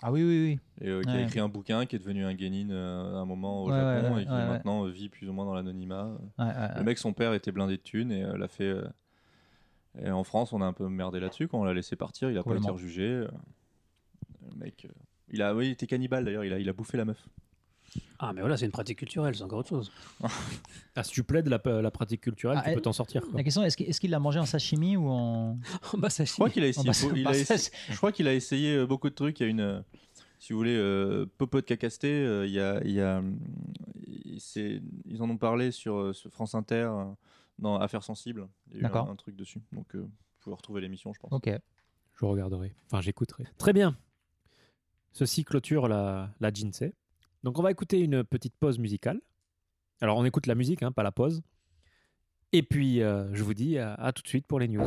Speaker 1: Ah oui, oui, oui.
Speaker 2: Et euh, qui a
Speaker 1: Ouais.
Speaker 2: écrit un bouquin qui est devenu un guénin euh, à un moment au
Speaker 1: Ouais,
Speaker 2: Japon
Speaker 1: ouais,
Speaker 2: et qui
Speaker 1: ouais, Ah. ouais.
Speaker 2: maintenant euh, vit plus ou moins dans l'anonymat.
Speaker 1: Ouais, ouais, ouais.
Speaker 2: Le mec, son père était blindé de thunes et euh, l'a fait. euh, Et en France, on a un peu merdé là-dessus quand on l'a laissé partir. Il a pas été
Speaker 1: Complètement.
Speaker 2: rejugé. euh, Le mec, euh, il a, oui, il était cannibale d'ailleurs. Il a, il a bouffé la meuf.
Speaker 4: Ah, mais voilà, c'est une pratique culturelle, c'est encore autre chose.
Speaker 3: Ah, si tu plaides la, la pratique culturelle,
Speaker 1: Ah,
Speaker 3: tu
Speaker 1: elle-
Speaker 3: peux t'en sortir. quoi.
Speaker 1: La question est-ce qu'il est-ce qu'il l'a mangé en sashimi ou en.
Speaker 4: bah, ça,
Speaker 2: Je crois qu'il a
Speaker 1: en
Speaker 2: essayé.
Speaker 1: bas-
Speaker 2: il
Speaker 1: en
Speaker 2: a
Speaker 1: bas-
Speaker 2: essayé- je crois qu'il a essayé euh, beaucoup de trucs. Il y a une, euh, si vous voulez, euh, Popo de Cacasté. euh, il y a, il y a, hum, il- c'est- ils en ont parlé sur, euh, sur France Inter euh, dans Affaires sensibles. Il y a eu
Speaker 1: D'accord.
Speaker 2: un, un truc dessus. Donc, euh, vous pouvez retrouver l'émission, je pense.
Speaker 1: Ok.
Speaker 3: Je regarderai. Enfin, j'écouterai. Très bien. Ceci clôture la, la Jinsei. Donc, on va écouter une petite pause musicale. Alors, on écoute la musique, hein, pas la pause. Et puis, euh, je vous dis à- à tout de suite pour les news.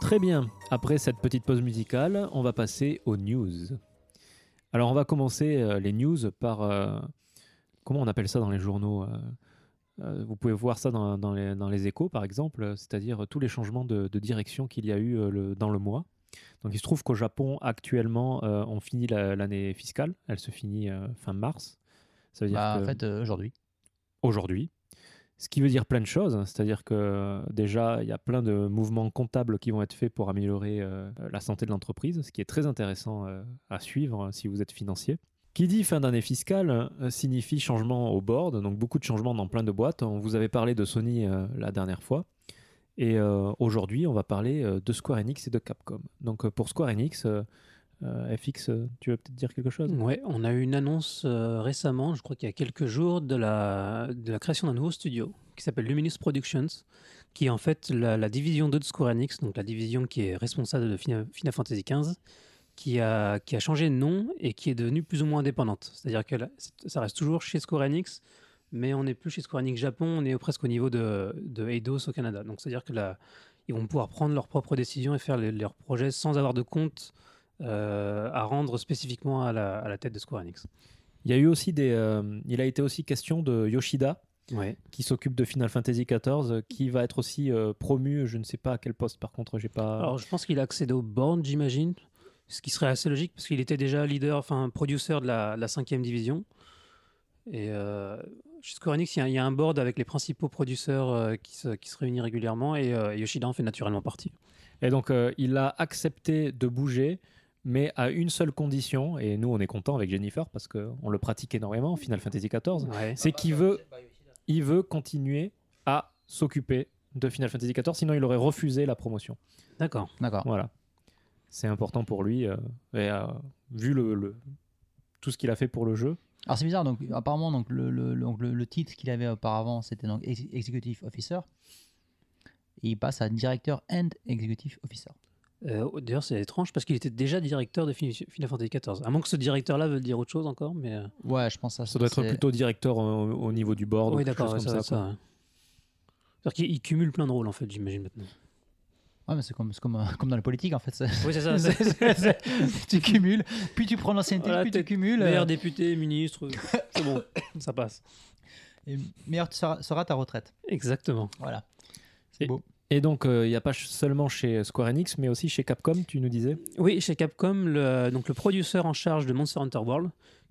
Speaker 3: Très bien. Après cette petite pause musicale, on va passer aux news. Alors, on va commencer euh, les news par. euh, comment on appelle ça dans les journaux euh, euh, Vous pouvez voir ça dans, dans les, dans les échos, par exemple, euh, c'est-à-dire euh, tous les changements de, de direction qu'il y a eu euh, le- dans le mois. Donc, il se trouve qu'au Japon, actuellement, euh, on finit la- l'année fiscale. Elle se finit euh, fin mars. Ça veut dire
Speaker 1: Bah,
Speaker 3: que
Speaker 1: En fait, euh, aujourd'hui.
Speaker 3: aujourd'hui. Ce qui veut dire plein de choses, hein. c'est-à-dire que euh, déjà, il y a plein de mouvements comptables qui vont être faits pour améliorer euh, la santé de l'entreprise, ce qui est très intéressant euh, à suivre euh, si vous êtes financier. Qui dit fin d'année fiscale euh, signifie changement au board, donc beaucoup de changements dans plein de boîtes. On vous avait parlé de Sony euh, la dernière fois. Et euh, aujourd'hui, on va parler euh, de Square Enix et de Capcom. Donc euh, pour Square Enix, euh, euh, FX, euh, tu veux peut-être dire quelque chose
Speaker 4: Ouais, on a eu une annonce euh, récemment, je crois qu'il y a quelques jours, de la, de la création d'un nouveau studio qui s'appelle Luminous Productions, qui est en fait la, la division 2 de Square Enix, donc la division qui est responsable de Fina- Final, Fantasy XV, qui a, qui a changé de nom et qui est devenue plus ou moins indépendante. C'est-à-dire que là, c'est- ça reste toujours chez Square Enix, mais on n'est plus chez Square Enix Japon, on est presque au niveau de, de Eidos au Canada. Donc c'est-à-dire que là, ils vont pouvoir prendre leurs propres décisions et faire les- leurs projets sans avoir de compte euh, à rendre spécifiquement à la, à la tête de Square Enix.
Speaker 3: Il y a eu aussi des, euh, il a été aussi question de Yoshida
Speaker 4: Ouais.
Speaker 3: qui s'occupe de Final Fantasy XIV, euh, qui va être aussi euh, promu, je ne sais pas à quel poste. Par contre, j'ai pas.
Speaker 4: Alors je pense qu'il a accédé aux bornes, j'imagine, ce qui serait assez logique parce qu'il était déjà leader, enfin producer de la, de la cinquième division. Et euh, chez Square Enix, il y a- il y, a un board avec les principaux producteurs euh, qui, se, qui se réunit régulièrement et euh, Yoshida en fait naturellement partie.
Speaker 3: Et donc, euh, il a accepté de bouger, mais à une seule condition. Et nous, on est content avec Jennifer parce qu'on le pratique énormément, Final Fantasy XIV.
Speaker 4: Ouais.
Speaker 3: C'est qu'il veut, il veut continuer à s'occuper de Final Fantasy XIV, sinon il aurait refusé la promotion.
Speaker 4: D'accord.
Speaker 1: D'accord.
Speaker 3: Voilà. C'est important pour lui. euh, et euh, vu le, le- tout ce qu'il a fait pour le jeu,
Speaker 1: Alors c'est bizarre, donc apparemment donc, le, le, le- donc, le- le titre qu'il avait auparavant c'était donc ex- Executive Officer. Et il passe à Directeur and Executive Officer.
Speaker 4: Euh, D'ailleurs, c'est étrange parce qu'il était déjà directeur de Fin- Final Fantasy XIV. À moins que ce directeur-là veuille dire autre chose encore, mais. euh,
Speaker 1: Ouais, je pense que ça.
Speaker 3: ça doit être
Speaker 1: c'est-
Speaker 3: plutôt directeur euh, au, au niveau du board.
Speaker 4: Oui,
Speaker 3: ou quelque
Speaker 4: d'accord, ouais,
Speaker 3: chose
Speaker 4: ça,
Speaker 3: comme
Speaker 4: va
Speaker 3: ça, quoi.
Speaker 4: ça. ouais. C'est-à-dire qu'il il cumule plein de rôles en fait, j'imagine maintenant.
Speaker 1: Ouais, mais c'est comme, c'est comme, euh, comme dans la politique en fait. c'est-
Speaker 4: Oui, c'est ça.
Speaker 1: c'est- c'est- c'est- tu cumules, puis tu prends l'ancienneté,
Speaker 4: Voilà,
Speaker 1: puis tu
Speaker 4: t'es
Speaker 1: cumules. euh,
Speaker 4: Meilleur député, ministre, c'est bon, ça passe.
Speaker 1: et meilleure tu seras- sera ta retraite.
Speaker 4: Exactement.
Speaker 1: Voilà. C'est beau.
Speaker 3: Et donc, euh, il n'y a pas ch- seulement chez Square Enix, mais aussi chez Capcom, tu nous disais.
Speaker 4: Oui, chez Capcom, le, donc le producteur en charge de Monster Hunter World,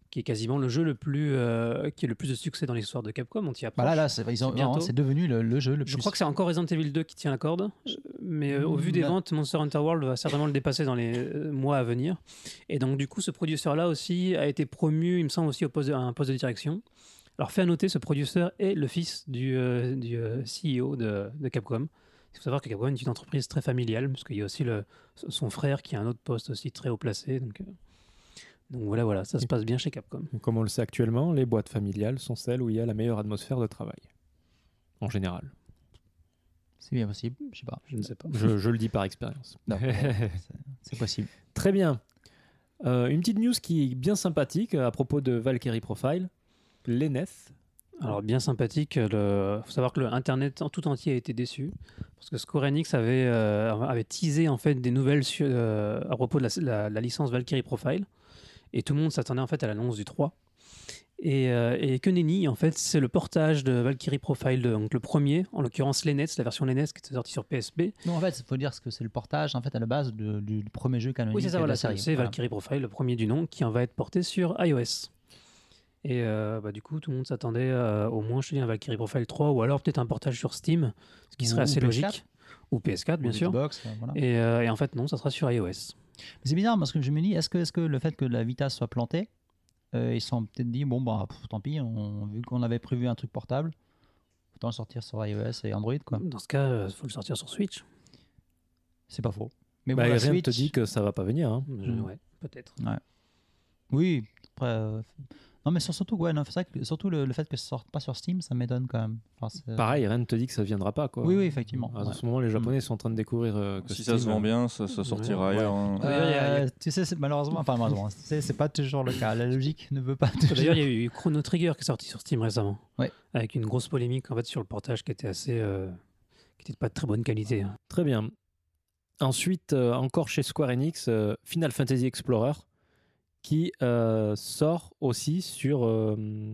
Speaker 4: qui est quasiment le jeu le plus, euh, qui est le plus de succès dans l'histoire de Capcom, on y approche.
Speaker 1: Bah là, là, c'est ils ont-
Speaker 4: C'est bientôt.
Speaker 1: non, c'est devenu le, le jeu le
Speaker 4: Je
Speaker 1: plus.
Speaker 4: crois que c'est encore Resident Evil 2 qui tient la corde, euh, mais euh, au vu des
Speaker 1: Là.
Speaker 4: ventes, Monster Hunter World va certainement le dépasser dans les euh, mois à venir. Et donc, du coup, ce producteur-là aussi a été promu, il me semble, aussi au poste de- à un poste de direction. Alors, fait à noter, ce producteur est le fils du, euh, du, euh, CEO de, de Capcom. Il faut savoir que Capcom est une entreprise très familiale, parce qu'il y a aussi le, son frère qui a un autre poste aussi très haut placé. Donc, euh, donc voilà, voilà, ça se passe bien chez Capcom.
Speaker 3: Comme on le sait actuellement, les boîtes familiales sont celles où il y a la meilleure atmosphère de travail. En général.
Speaker 1: C'est bien possible, je sais pas.
Speaker 4: Je ne sais pas.
Speaker 3: Je, je le dis par expérience.
Speaker 1: Non, c'est- c'est possible.
Speaker 3: Très bien. Euh, une petite news qui est bien sympathique à propos de Valkyrie Profile. L'ENEF.
Speaker 4: Alors bien sympathique, il faut savoir que le Internet en tout entier a été déçu, parce que Square Enix avait, euh, avait teasé en fait des nouvelles sur- euh, à propos de la, la- la licence Valkyrie Profile, et tout le monde s'attendait en fait à l'annonce du 3. Et, euh, et que nenni, en fait, c'est le portage de Valkyrie Profile, de- donc le premier, en l'occurrence l'ENES, la version l'ENES qui était sortie sur PSP.
Speaker 1: Non, en fait, il faut dire ce que c'est le portage en fait à la base de- du, du premier jeu canonique
Speaker 4: Oui, c'est ça,
Speaker 1: de
Speaker 4: voilà,
Speaker 1: la
Speaker 4: Eh ben, c'est
Speaker 1: série.
Speaker 4: c'est
Speaker 1: Voilà.
Speaker 4: Valkyrie Profile, le premier du nom, qui en va être porté sur iOS. Et euh, bah, du coup, tout le monde s'attendait euh, au moins, je te dis, un Valkyrie Profile 3 ou alors peut-être un portage sur Steam, ce qui serait
Speaker 1: Ou
Speaker 4: assez
Speaker 1: PS4.
Speaker 4: logique. Ou PS4, bien
Speaker 1: Ou
Speaker 4: sûr.
Speaker 1: Xbox, euh, voilà.
Speaker 4: Et, euh, et en fait, non, ça sera sur iOS.
Speaker 1: Mais C'est bizarre parce que je me dis, est-ce que, est que le fait que la Vita soit plantée, euh, ils se sont peut-être dit, bon, bah, pff, tant pis, on, vu qu'on avait prévu un truc portable, autant le sortir sur iOS et Android, quoi.
Speaker 4: Dans ce cas, il faut le sortir sur Switch.
Speaker 1: C'est pas faux. Mais
Speaker 3: Bah,
Speaker 1: bon, la
Speaker 3: rien ne
Speaker 1: Switch-
Speaker 3: te dit que ça va pas venir. hein.
Speaker 4: Je-
Speaker 1: Mm.
Speaker 4: Ouais, peut-être.
Speaker 1: Oui, après. euh, Non, mais sur- surtout, ouais, non, c'est vrai que surtout le, le fait que ça sorte pas sur Steam, ça m'étonne quand même. Enfin, c'est-
Speaker 3: Pareil, rien ne te dit que ça viendra pas. Quoi.
Speaker 1: Euh. Oui, oui, effectivement.
Speaker 3: En
Speaker 1: ouais.
Speaker 3: ce moment, les Japonais sont en train de découvrir euh, que
Speaker 2: Si ça se
Speaker 3: Steam,
Speaker 2: vend bien, ça, ça sortira
Speaker 4: Ouais.
Speaker 2: ailleurs. hein.
Speaker 4: D'ailleurs, il y a- il y a-
Speaker 1: Euh, tu sais, c'est- malheureusement, enfin, malheureusement, tu sais, c'est pas toujours le cas. La logique ne veut pas toujours.
Speaker 4: D'ailleurs, il y a eu Chrono Trigger qui est sorti sur Steam récemment.
Speaker 1: Ouais.
Speaker 4: Avec une grosse polémique en fait, sur le portage qui était assez. euh, qui était pas de très bonne qualité. hein.
Speaker 3: Très bien. Ensuite, euh, encore chez Square Enix, euh, Final Fantasy Explorer, qui euh, sort aussi sur, euh,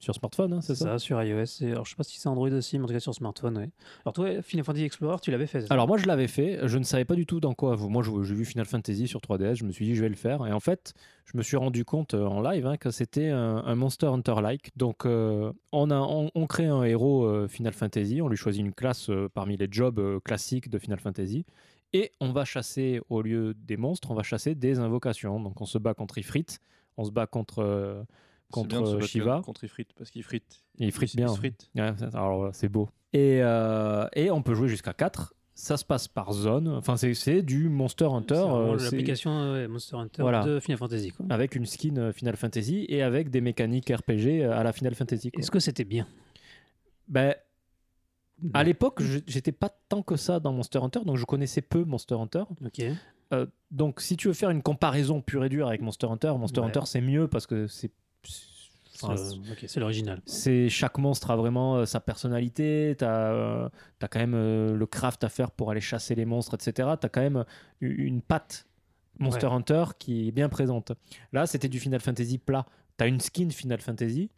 Speaker 3: sur smartphone, hein, c'est ça,
Speaker 4: sur iOS. Et, alors, je sais pas si c'est Android aussi, mais en tout cas sur smartphone, ouais. Alors, toi, Final Fantasy Explorer, tu l'avais fait. c'est ça
Speaker 3: Alors moi je l'avais fait, je ne savais pas du tout dans quoi. Moi je- j'ai vu Final Fantasy sur 3DS, je me suis dit je vais le faire. Et en fait, je me suis rendu compte euh, en live hein, que c'était un, un Monster Hunter-like. Donc euh, on, a, on, on crée un héros euh, Final Fantasy, on lui choisit une classe euh, parmi les jobs euh, classiques de Final Fantasy. Et on va chasser, au lieu des monstres, on va chasser des invocations. Donc on se bat contre Ifrit, on se bat contre... euh,
Speaker 2: C'est bien de se
Speaker 3: contre
Speaker 2: battre
Speaker 3: Shiva.
Speaker 2: Contre Ifrit, parce qu'Ifrit.
Speaker 3: Et il frite
Speaker 2: il-
Speaker 3: bien. hein.
Speaker 2: il se frite.
Speaker 3: Ouais, ça- alors voilà, c'est beau. Et, euh, et on peut jouer jusqu'à 4. Ça se passe par zone. Enfin, c'est- c'est du Monster Hunter.
Speaker 4: C'est vraiment
Speaker 3: euh, c'est-
Speaker 4: L'application euh, Monster Hunter
Speaker 3: Voilà.
Speaker 4: de Final Fantasy. quoi.
Speaker 3: Avec une skin euh, Final Fantasy et avec des mécaniques RPG euh, à la Final Fantasy. quoi.
Speaker 4: Est-ce que c'était bien
Speaker 3: Ben,
Speaker 4: Bah,
Speaker 3: à l'époque, je- j'étais pas tant que ça dans Monster Hunter, donc je connaissais peu Monster Hunter.
Speaker 4: Ok.
Speaker 3: Euh, donc, si tu veux faire une comparaison pure et dure avec Monster Hunter, Monster
Speaker 4: Ouais.
Speaker 3: Hunter c'est mieux parce que c'est
Speaker 4: C'est,
Speaker 3: Enfin,
Speaker 4: euh, ok, c'est l'original.
Speaker 3: c'est chaque monstre a vraiment euh, sa personnalité. T'as euh, t'as quand même euh, le craft à faire pour aller chasser les monstres, etc. T'as quand même u- une patte Monster Hunter qui est bien présente. Là, c'était du Final Fantasy plat. T'as une skin Final Fantasy,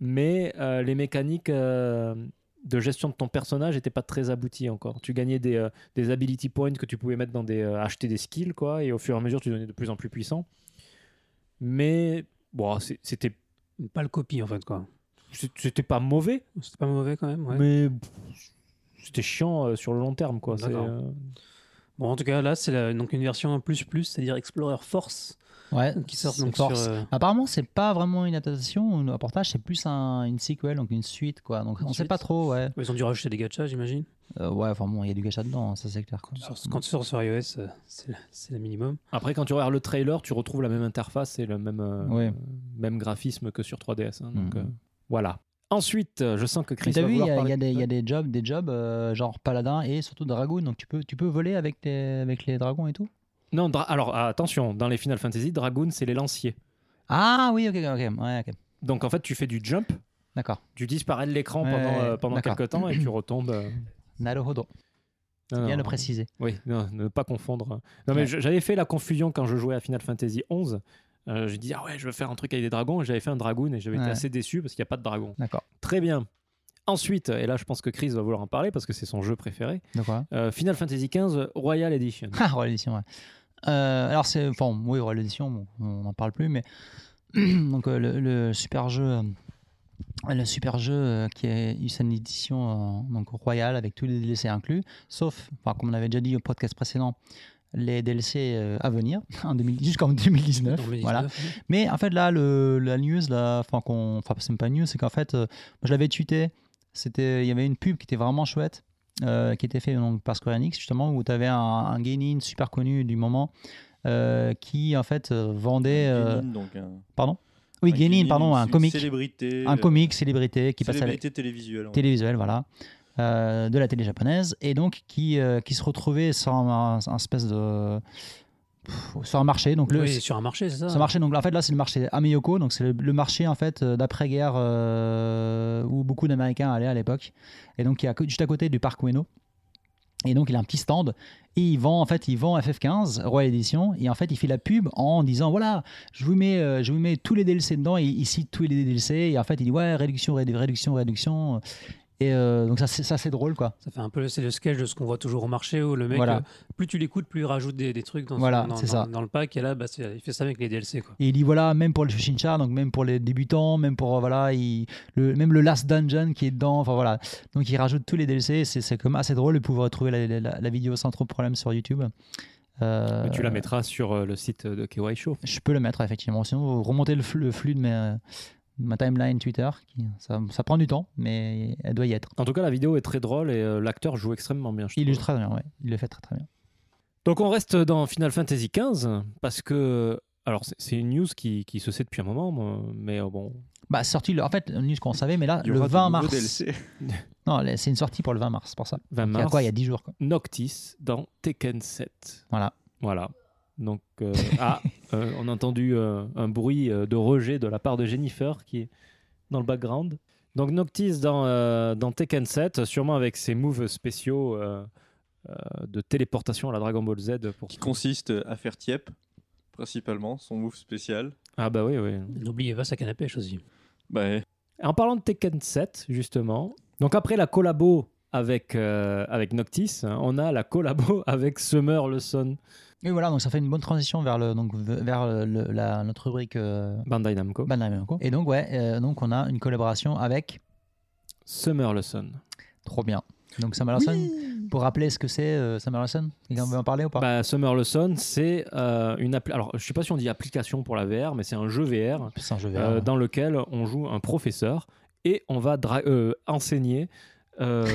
Speaker 3: mais euh, les mécaniques euh, de gestion de ton personnage n'étaient pas très abouties encore. Tu gagnais des, euh, des ability points que tu pouvais mettre dans des euh, acheter des skills quoi, et au fur et à mesure tu devenais de plus en plus puissant. Mais bon, c'est- c'était
Speaker 4: Pas le copie en fait quoi.
Speaker 3: c'était pas mauvais.
Speaker 4: C'était pas mauvais quand même. ouais.
Speaker 3: Mais pff, c'était chiant euh, sur le long terme, quoi. C'est,
Speaker 4: D'accord.
Speaker 3: euh,
Speaker 4: Bon, en tout cas là c'est la- donc une version plus plus, c'est-à-dire Explorer Force
Speaker 1: Ouais,
Speaker 4: qui sort
Speaker 1: c'est
Speaker 4: donc
Speaker 1: force.
Speaker 4: sur. euh,
Speaker 1: Apparemment, c'est pas vraiment une adaptation ou un reportage, c'est plus un- une sequel, donc une suite, quoi. Donc
Speaker 4: Une
Speaker 1: on sait
Speaker 4: suite.
Speaker 1: pas trop, ouais.
Speaker 4: Ils ont dû rajouter des gachas j'imagine.
Speaker 1: Euh, ouais, enfin bon, il y a du gâchis dedans, ça c'est clair. quoi.
Speaker 4: Sur- Quand tu sors sur iOS, euh, c'est le- c'est le minimum.
Speaker 3: Après, quand tu regardes le trailer, tu retrouves la même interface et le même, euh,
Speaker 1: Ouais.
Speaker 3: euh, même graphisme que sur 3DS. hein, donc,
Speaker 1: Mhm.
Speaker 3: euh, voilà. Ensuite, euh, je sens que Chris
Speaker 1: Mais T'as
Speaker 3: va
Speaker 1: vu, il y,
Speaker 3: vouloir
Speaker 1: a- il
Speaker 3: parler.
Speaker 1: y a des- il y a des jobs, des jobs euh, genre paladin et surtout dragoon, donc tu peux, tu peux voler avec les, avec les dragons et tout.
Speaker 3: Non, dra- alors ah, attention, dans les Final Fantasy, Dragoon, c'est les lanciers.
Speaker 1: Ah oui, ok, ok, ouais, ok,
Speaker 3: Donc en fait, tu fais du jump,
Speaker 1: d'accord.
Speaker 3: tu disparais de l'écran
Speaker 1: Ouais,
Speaker 3: pendant, euh,
Speaker 1: ouais,
Speaker 3: pendant
Speaker 1: d'accord.
Speaker 3: quelques temps et tu retombes. euh,
Speaker 1: Naruhodo,
Speaker 3: non,
Speaker 1: bien
Speaker 3: non.
Speaker 1: le préciser.
Speaker 3: Oui, non, ne pas confondre. Non, mais
Speaker 1: Ouais.
Speaker 3: je- j'avais fait la confusion quand je jouais à Final Fantasy XI. Euh, je dis ah ouais, je veux faire un truc avec des dragons. et J'avais fait un dragoon et j'avais été
Speaker 1: Ouais.
Speaker 3: assez déçu parce qu'il n'y a pas de dragon.
Speaker 1: D'accord.
Speaker 3: Très bien. Ensuite, et là je pense que Chris va vouloir en parler parce que c'est son jeu préféré,
Speaker 1: Donc voilà.
Speaker 3: euh, Final Fantasy XV Royal Edition.
Speaker 1: Ah, Royal Edition, ouais. Euh, alors, c'est. Enfin, oui, Royal Edition, bon, on n'en parle plus, mais. Donc, euh, le, le super jeu. euh, Le super jeu euh, qui est eu une édition euh, donc royale avec tous les DLC inclus, sauf, enfin, comme on avait déjà dit au podcast précédent, les DLC euh, à venir, en 2000 jusqu'en 2019.
Speaker 4: En 2019,
Speaker 1: Voilà. Mais en fait, là, le, la news, là, enfin, qu'on, enfin, c'est même pas une news, c'est qu'en fait, euh, moi, je l'avais tweeté. C'était, il y avait une pub qui était vraiment chouette, euh, qui était faite donc, par Square Enix, justement, où tu avais un, un genin super connu du moment, euh, qui en fait euh, vendait. euh,
Speaker 2: Guénine, donc, un-
Speaker 1: pardon Oui,
Speaker 2: un
Speaker 1: genin,
Speaker 2: Guénine,
Speaker 1: pardon,
Speaker 2: une-
Speaker 1: un
Speaker 2: une
Speaker 1: comique.
Speaker 2: Célébrité.
Speaker 1: Un
Speaker 2: euh,
Speaker 1: comique, célébrité, qui passe à la
Speaker 2: Célébrité télévisuelle. hein. ouais.
Speaker 1: télévisuelle, voilà. euh, de la télé japonaise et donc qui, euh, qui se retrouvait sans un, un espèce de pff, sur un marché donc le,
Speaker 4: Oui, sur un marché, c'est ça hein.
Speaker 1: ce marché, donc là, en fait, là, c'est le marché Ameyoko, donc c'est le, le marché en fait euh, d'après-guerre euh, où beaucoup d'Américains allaient à l'époque, et donc il est à co- juste à côté du parc Ueno. Et donc il a un petit stand et il vend en fait il vend FF15 Royal Edition et en fait il fait la pub en disant voilà je vous mets euh, je vous mets tous les DLC dedans et il cite tous les DLC et en fait il dit ouais réduction rédu- réduction réduction et euh, donc ça c'est ça c'est drôle quoi
Speaker 4: Ça fait un peu, c'est le sketch de ce qu'on voit toujours au marché où le mec,
Speaker 1: Voilà.
Speaker 4: euh, plus tu l'écoutes, plus il rajoute des, des trucs dans, son-
Speaker 1: Voilà,
Speaker 4: dans,
Speaker 1: c'est
Speaker 4: dans-
Speaker 1: ça.
Speaker 4: dans le pack. Et là, bah, c'est- il fait ça avec les DLC. Quoi.
Speaker 1: Et il dit voilà, même pour le Shushincha, donc même pour les débutants, même pour euh, voilà, il- le, même le Last Dungeon qui est dedans, enfin voilà. Donc il rajoute tous les DLC, c'est c'est comme assez drôle de pouvoir retrouver la, la- la- la vidéo sans trop de problème sur YouTube. Euh,
Speaker 3: Mais tu la mettras sur euh, le site de KY Show.
Speaker 1: Je peux le mettre effectivement, sinon vous remontez le, flux- le flux de mes- ma timeline Twitter, qui, ça, ça prend du temps, mais elle doit y être.
Speaker 3: En tout cas, la vidéo est très drôle et euh, l'acteur joue extrêmement bien.
Speaker 1: Il
Speaker 3: je trouve.
Speaker 1: illustre très bien, ouais. il le fait très très bien.
Speaker 3: Donc on reste dans Final Fantasy XV parce que alors c'est- c'est une news qui, qui se sait depuis un moment, moi, mais euh, bon,
Speaker 1: Bah sorti, le- en fait, news qu'on savait, mais là,
Speaker 2: Il y
Speaker 1: le
Speaker 2: aura de
Speaker 1: 20
Speaker 2: nouveaux
Speaker 1: mars.
Speaker 2: DLC.
Speaker 1: Non, là, c'est une sortie pour le 20 mars, c'est pour ça.
Speaker 3: 20
Speaker 1: Il y a
Speaker 3: mars,
Speaker 1: quoi Il y a 10 jours, quoi.
Speaker 3: Noctis dans Tekken 7.
Speaker 1: Voilà.
Speaker 3: Voilà. Donc euh, ah, euh, on a entendu euh, un bruit euh, de rejet de la part de Jennifer qui est dans le background. Donc Noctis dans, euh, dans Tekken 7, sûrement avec ses moves spéciaux euh, euh, de téléportation à la Dragon Ball Z pour
Speaker 2: Qui consiste à faire Tiep, principalement, son move spécial.
Speaker 3: Ah bah oui oui.
Speaker 4: N'oubliez pas sa canne à pêche aussi.
Speaker 2: Bah,
Speaker 3: En parlant de Tekken 7, justement, donc après la collabo avec, euh, avec Noctis, hein, on a la collabo avec Summer Le Son,
Speaker 1: Et voilà, donc ça fait une bonne transition vers, le, donc, v- vers le- le- la, notre rubrique euh,
Speaker 3: Bandai Namco.
Speaker 1: Bandai Namco. Et donc, ouais, euh, donc on a une collaboration avec.
Speaker 3: Summer Le Son.
Speaker 1: Ah, Trop bien. Donc, Sam Larson, Pour rappeler ce que c'est euh, Summer Lesson Quelqu'un veut en parler ou pas
Speaker 3: Bah, Summer Lesson, c'est euh, une appli- alors je sais pas si on dit application pour la VR, mais c'est un jeu VR
Speaker 1: C'est un jeu
Speaker 3: euh,
Speaker 1: VR.
Speaker 3: dans lequel on joue un professeur et on va dra- euh, enseigner euh,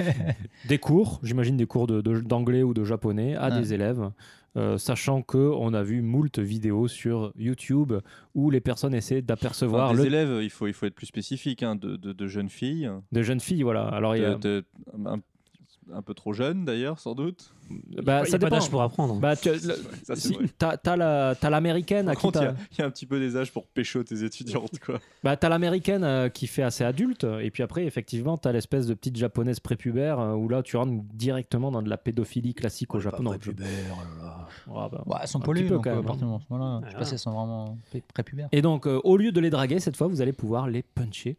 Speaker 3: des cours, j'imagine des cours de- de- d'anglais ou de japonais à
Speaker 1: Ouais.
Speaker 3: des élèves, euh, sachant que on a vu moult vidéos sur YouTube où les personnes essaient d'apercevoir
Speaker 2: Enfin, des
Speaker 3: le
Speaker 2: élèves, il faut, il faut être plus spécifique, hein, de, de- de jeunes filles,
Speaker 3: de jeunes filles, voilà. Alors il y a-
Speaker 2: de- de- un, un peu trop jeunes d'ailleurs, sans doute.
Speaker 3: bah,
Speaker 4: Il y
Speaker 3: ça
Speaker 4: a pas
Speaker 3: dépend.
Speaker 4: d'âge pour apprendre.
Speaker 3: Bah, tu- le-
Speaker 2: Ça, c'est
Speaker 3: si,
Speaker 2: vrai.
Speaker 3: t'as t'as la- t'as l'américaine à
Speaker 2: Par
Speaker 3: qui
Speaker 2: contre, il y
Speaker 3: t'as-
Speaker 2: a- il y, a un petit peu des âges pour pécho tes étudiantes, quoi.
Speaker 3: Bah, t'as l'américaine euh, qui fait assez adulte, euh, et puis après, effectivement, t'as l'espèce de petite japonaise prépubère euh, où là, tu rentres directement dans de la pédophilie classique au Japon. Non, je- Ah, bah.
Speaker 1: Ouais, elles sont
Speaker 3: Un
Speaker 1: pollues,
Speaker 3: petit peu,
Speaker 1: donc
Speaker 3: quand
Speaker 1: euh, à
Speaker 3: même,
Speaker 1: partir du moment- voilà, Je
Speaker 4: Ah.
Speaker 1: sais pas si elles sont vraiment pré- prépubères.
Speaker 3: Et donc, euh, au lieu de les draguer, cette fois, vous allez pouvoir les puncher.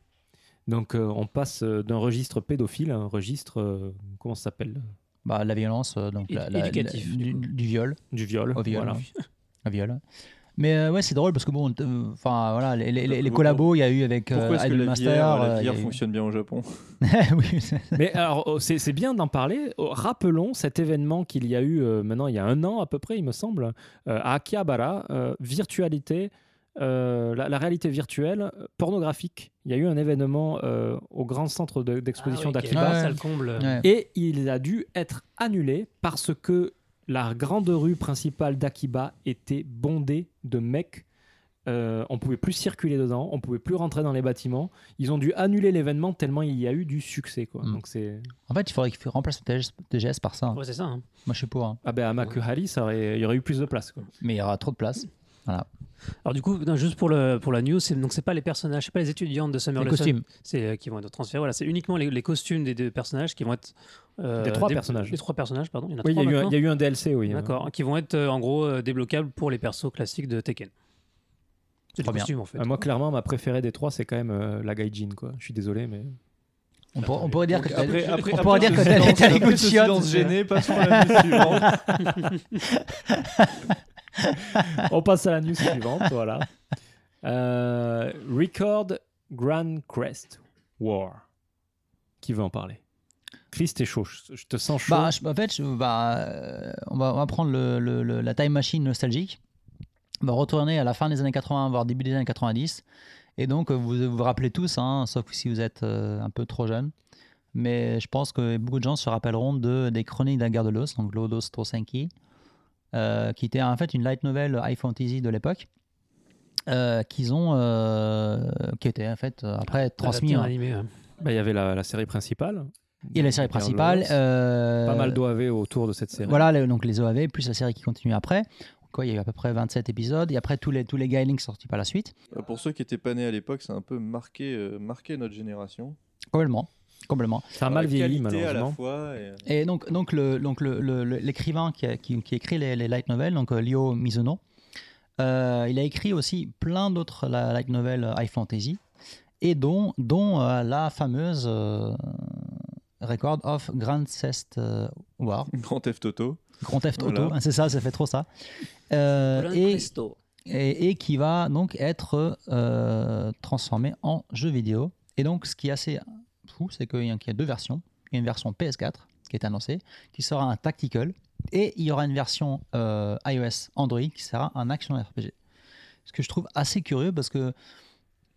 Speaker 3: Donc, euh, on passe euh, d'un registre pédophile à un registre, euh, comment ça s'appelle
Speaker 1: Bah, la violence, euh, donc
Speaker 4: Édu-
Speaker 1: la- la- la-
Speaker 4: éducatif, du
Speaker 1: du,
Speaker 4: coup.
Speaker 1: du viol.
Speaker 3: Du viol.
Speaker 1: Au Oh, viol.
Speaker 3: voilà.
Speaker 1: Un viol. Mais euh, ouais, c'est drôle parce que bon, t- euh, enfin voilà, les, les, les- les collabos, il y a eu avec euh,
Speaker 2: Pourquoi est-ce que
Speaker 1: Idol
Speaker 2: la VR,
Speaker 1: Master.
Speaker 2: la
Speaker 1: euh, il y a
Speaker 2: VR
Speaker 1: eu-
Speaker 2: fonctionne bien au Japon
Speaker 1: oui, c'est-
Speaker 3: Mais alors, oh, c'est c'est bien d'en parler. Oh, Rappelons cet événement qu'il y a eu euh, maintenant, il y a un an à peu près, il me semble, euh, à Akihabara, euh, virtualité, euh, la, la réalité virtuelle euh, pornographique. Il y a eu un événement euh, au grand centre de- d'exposition
Speaker 4: Ah oui, ok.
Speaker 3: d'Akiba.
Speaker 1: Ouais.
Speaker 4: Ça le comble.
Speaker 3: Euh,
Speaker 1: ouais.
Speaker 3: Et il a dû être annulé parce que la grande rue principale d'Akiba était bondée de mecs. Euh, on pouvait plus circuler dedans, on pouvait plus rentrer dans les bâtiments. Ils ont dû annuler l'événement tellement il y a eu du succès. Quoi.
Speaker 1: Mm.
Speaker 3: Donc c'est
Speaker 1: En fait, il faudrait qu'ils remplacent le TGS TGS par ça.
Speaker 4: Ouais, c'est ça. hein.
Speaker 1: Moi, je suis pour. hein.
Speaker 3: Ah ben à Makuhari, ça aurait- il y aurait eu plus de place. quoi.
Speaker 1: Mais il y aura trop de place.
Speaker 4: Alors du coup, non, juste pour, le, pour la news, c'est donc c'est pas les personnages, c'est pas les étudiantes de Summer
Speaker 1: Les
Speaker 4: Lesson
Speaker 1: costumes.
Speaker 4: c'est euh, qui vont être transférés. Voilà, c'est uniquement les, les costumes des deux personnages qui vont être euh,
Speaker 3: Des trois
Speaker 4: dé-
Speaker 3: personnages.
Speaker 4: Des trois personnages, pardon. Il y en a
Speaker 3: Oui, il
Speaker 4: trois
Speaker 3: y, a eu un-
Speaker 4: maintenant.
Speaker 3: il y a eu un DLC, oui.
Speaker 4: D'accord, qui vont être euh, en gros euh, débloquables pour les persos classiques de Tekken. C'est du
Speaker 1: Trop bien.
Speaker 4: costume en fait.
Speaker 3: Euh, moi, clairement, ma préférée des trois, c'est quand même euh, la Gaijin. Quoi. Je suis désolé, mais.
Speaker 1: On, pour- on pourrait dire que.
Speaker 2: Après- après-
Speaker 1: on pourrait
Speaker 2: après
Speaker 1: dire que
Speaker 2: ce
Speaker 1: t'as-
Speaker 2: silence-
Speaker 1: t'as les
Speaker 2: après
Speaker 1: goûts de
Speaker 2: ce
Speaker 3: hein.
Speaker 1: chiottes. euh.
Speaker 2: silence gêné, passons à la news suivante.
Speaker 3: On passe à la news suivante, voilà. Euh, Record Grand Crest War. Qui veut en parler Chris, t'es chaud. Je, je te sens chaud.
Speaker 1: Bah, je- en fait, je- bah, euh, on, va, on va prendre le- le- le- la time machine nostalgique. On va retourner à la fin des années 80, voire début des années 90. Et donc, euh, vous vous, vous rappelez tous, hein, sauf si vous êtes euh, un peu trop jeune. Mais je pense que beaucoup de gens se rappelleront de, des chroniques de la guerre de l'os, donc l'Odos Tosenki, euh, qui était en fait une light novel high fantasy de l'époque, euh, qu'ils ont, euh, qui était en fait euh,
Speaker 3: Ah,
Speaker 1: après transmis.
Speaker 4: Adapté en
Speaker 1: hein.
Speaker 4: animé, ouais.
Speaker 3: Bah, il y avait la, la série principale.
Speaker 1: Et la série
Speaker 3: Carlos,
Speaker 1: principale. euh,
Speaker 3: Pas mal d'OAV autour de cette série.
Speaker 1: Voilà, le- donc les OAV, plus la série qui continue après. Quoi, il y a eu à peu près 27 épisodes, et après tous les, tous les Guy Links sortis par la suite.
Speaker 2: Euh, Pour ceux qui n'étaient pas nés à l'époque, ça a un peu marqué, euh, marqué notre génération.
Speaker 1: Complètement. Complètement.
Speaker 3: Ça a mal
Speaker 2: La
Speaker 3: vieilli,
Speaker 2: Euh, qualité à la
Speaker 3: malheureusement.
Speaker 2: fois. et- euh,
Speaker 1: Et donc, donc le- donc le- le- le- l'écrivain qui, a- qui, qui écrit les, les light novels, donc euh, Lio Mizuno, euh, il a écrit aussi plein d'autres la- light novels euh, high fantasy, et dont, dont euh, la fameuse euh, Record of Grand Theft euh, War,
Speaker 2: Grand Theft Auto.
Speaker 1: Grand Theft Auto,
Speaker 2: Voilà.
Speaker 1: hein, c'est ça, ça fait trop ça. Euh,
Speaker 4: Plein de
Speaker 1: et,
Speaker 4: cristaux.
Speaker 1: et, et qui va donc être euh, transformé en jeu vidéo. Et donc, ce qui est assez fou, c'est qu'il y, a- qu'il y a deux versions. Il y a une version PS4 qui est annoncée, qui sera un tactical, et il y aura une version euh, iOS Android qui sera un action RPG. Ce que je trouve assez curieux parce que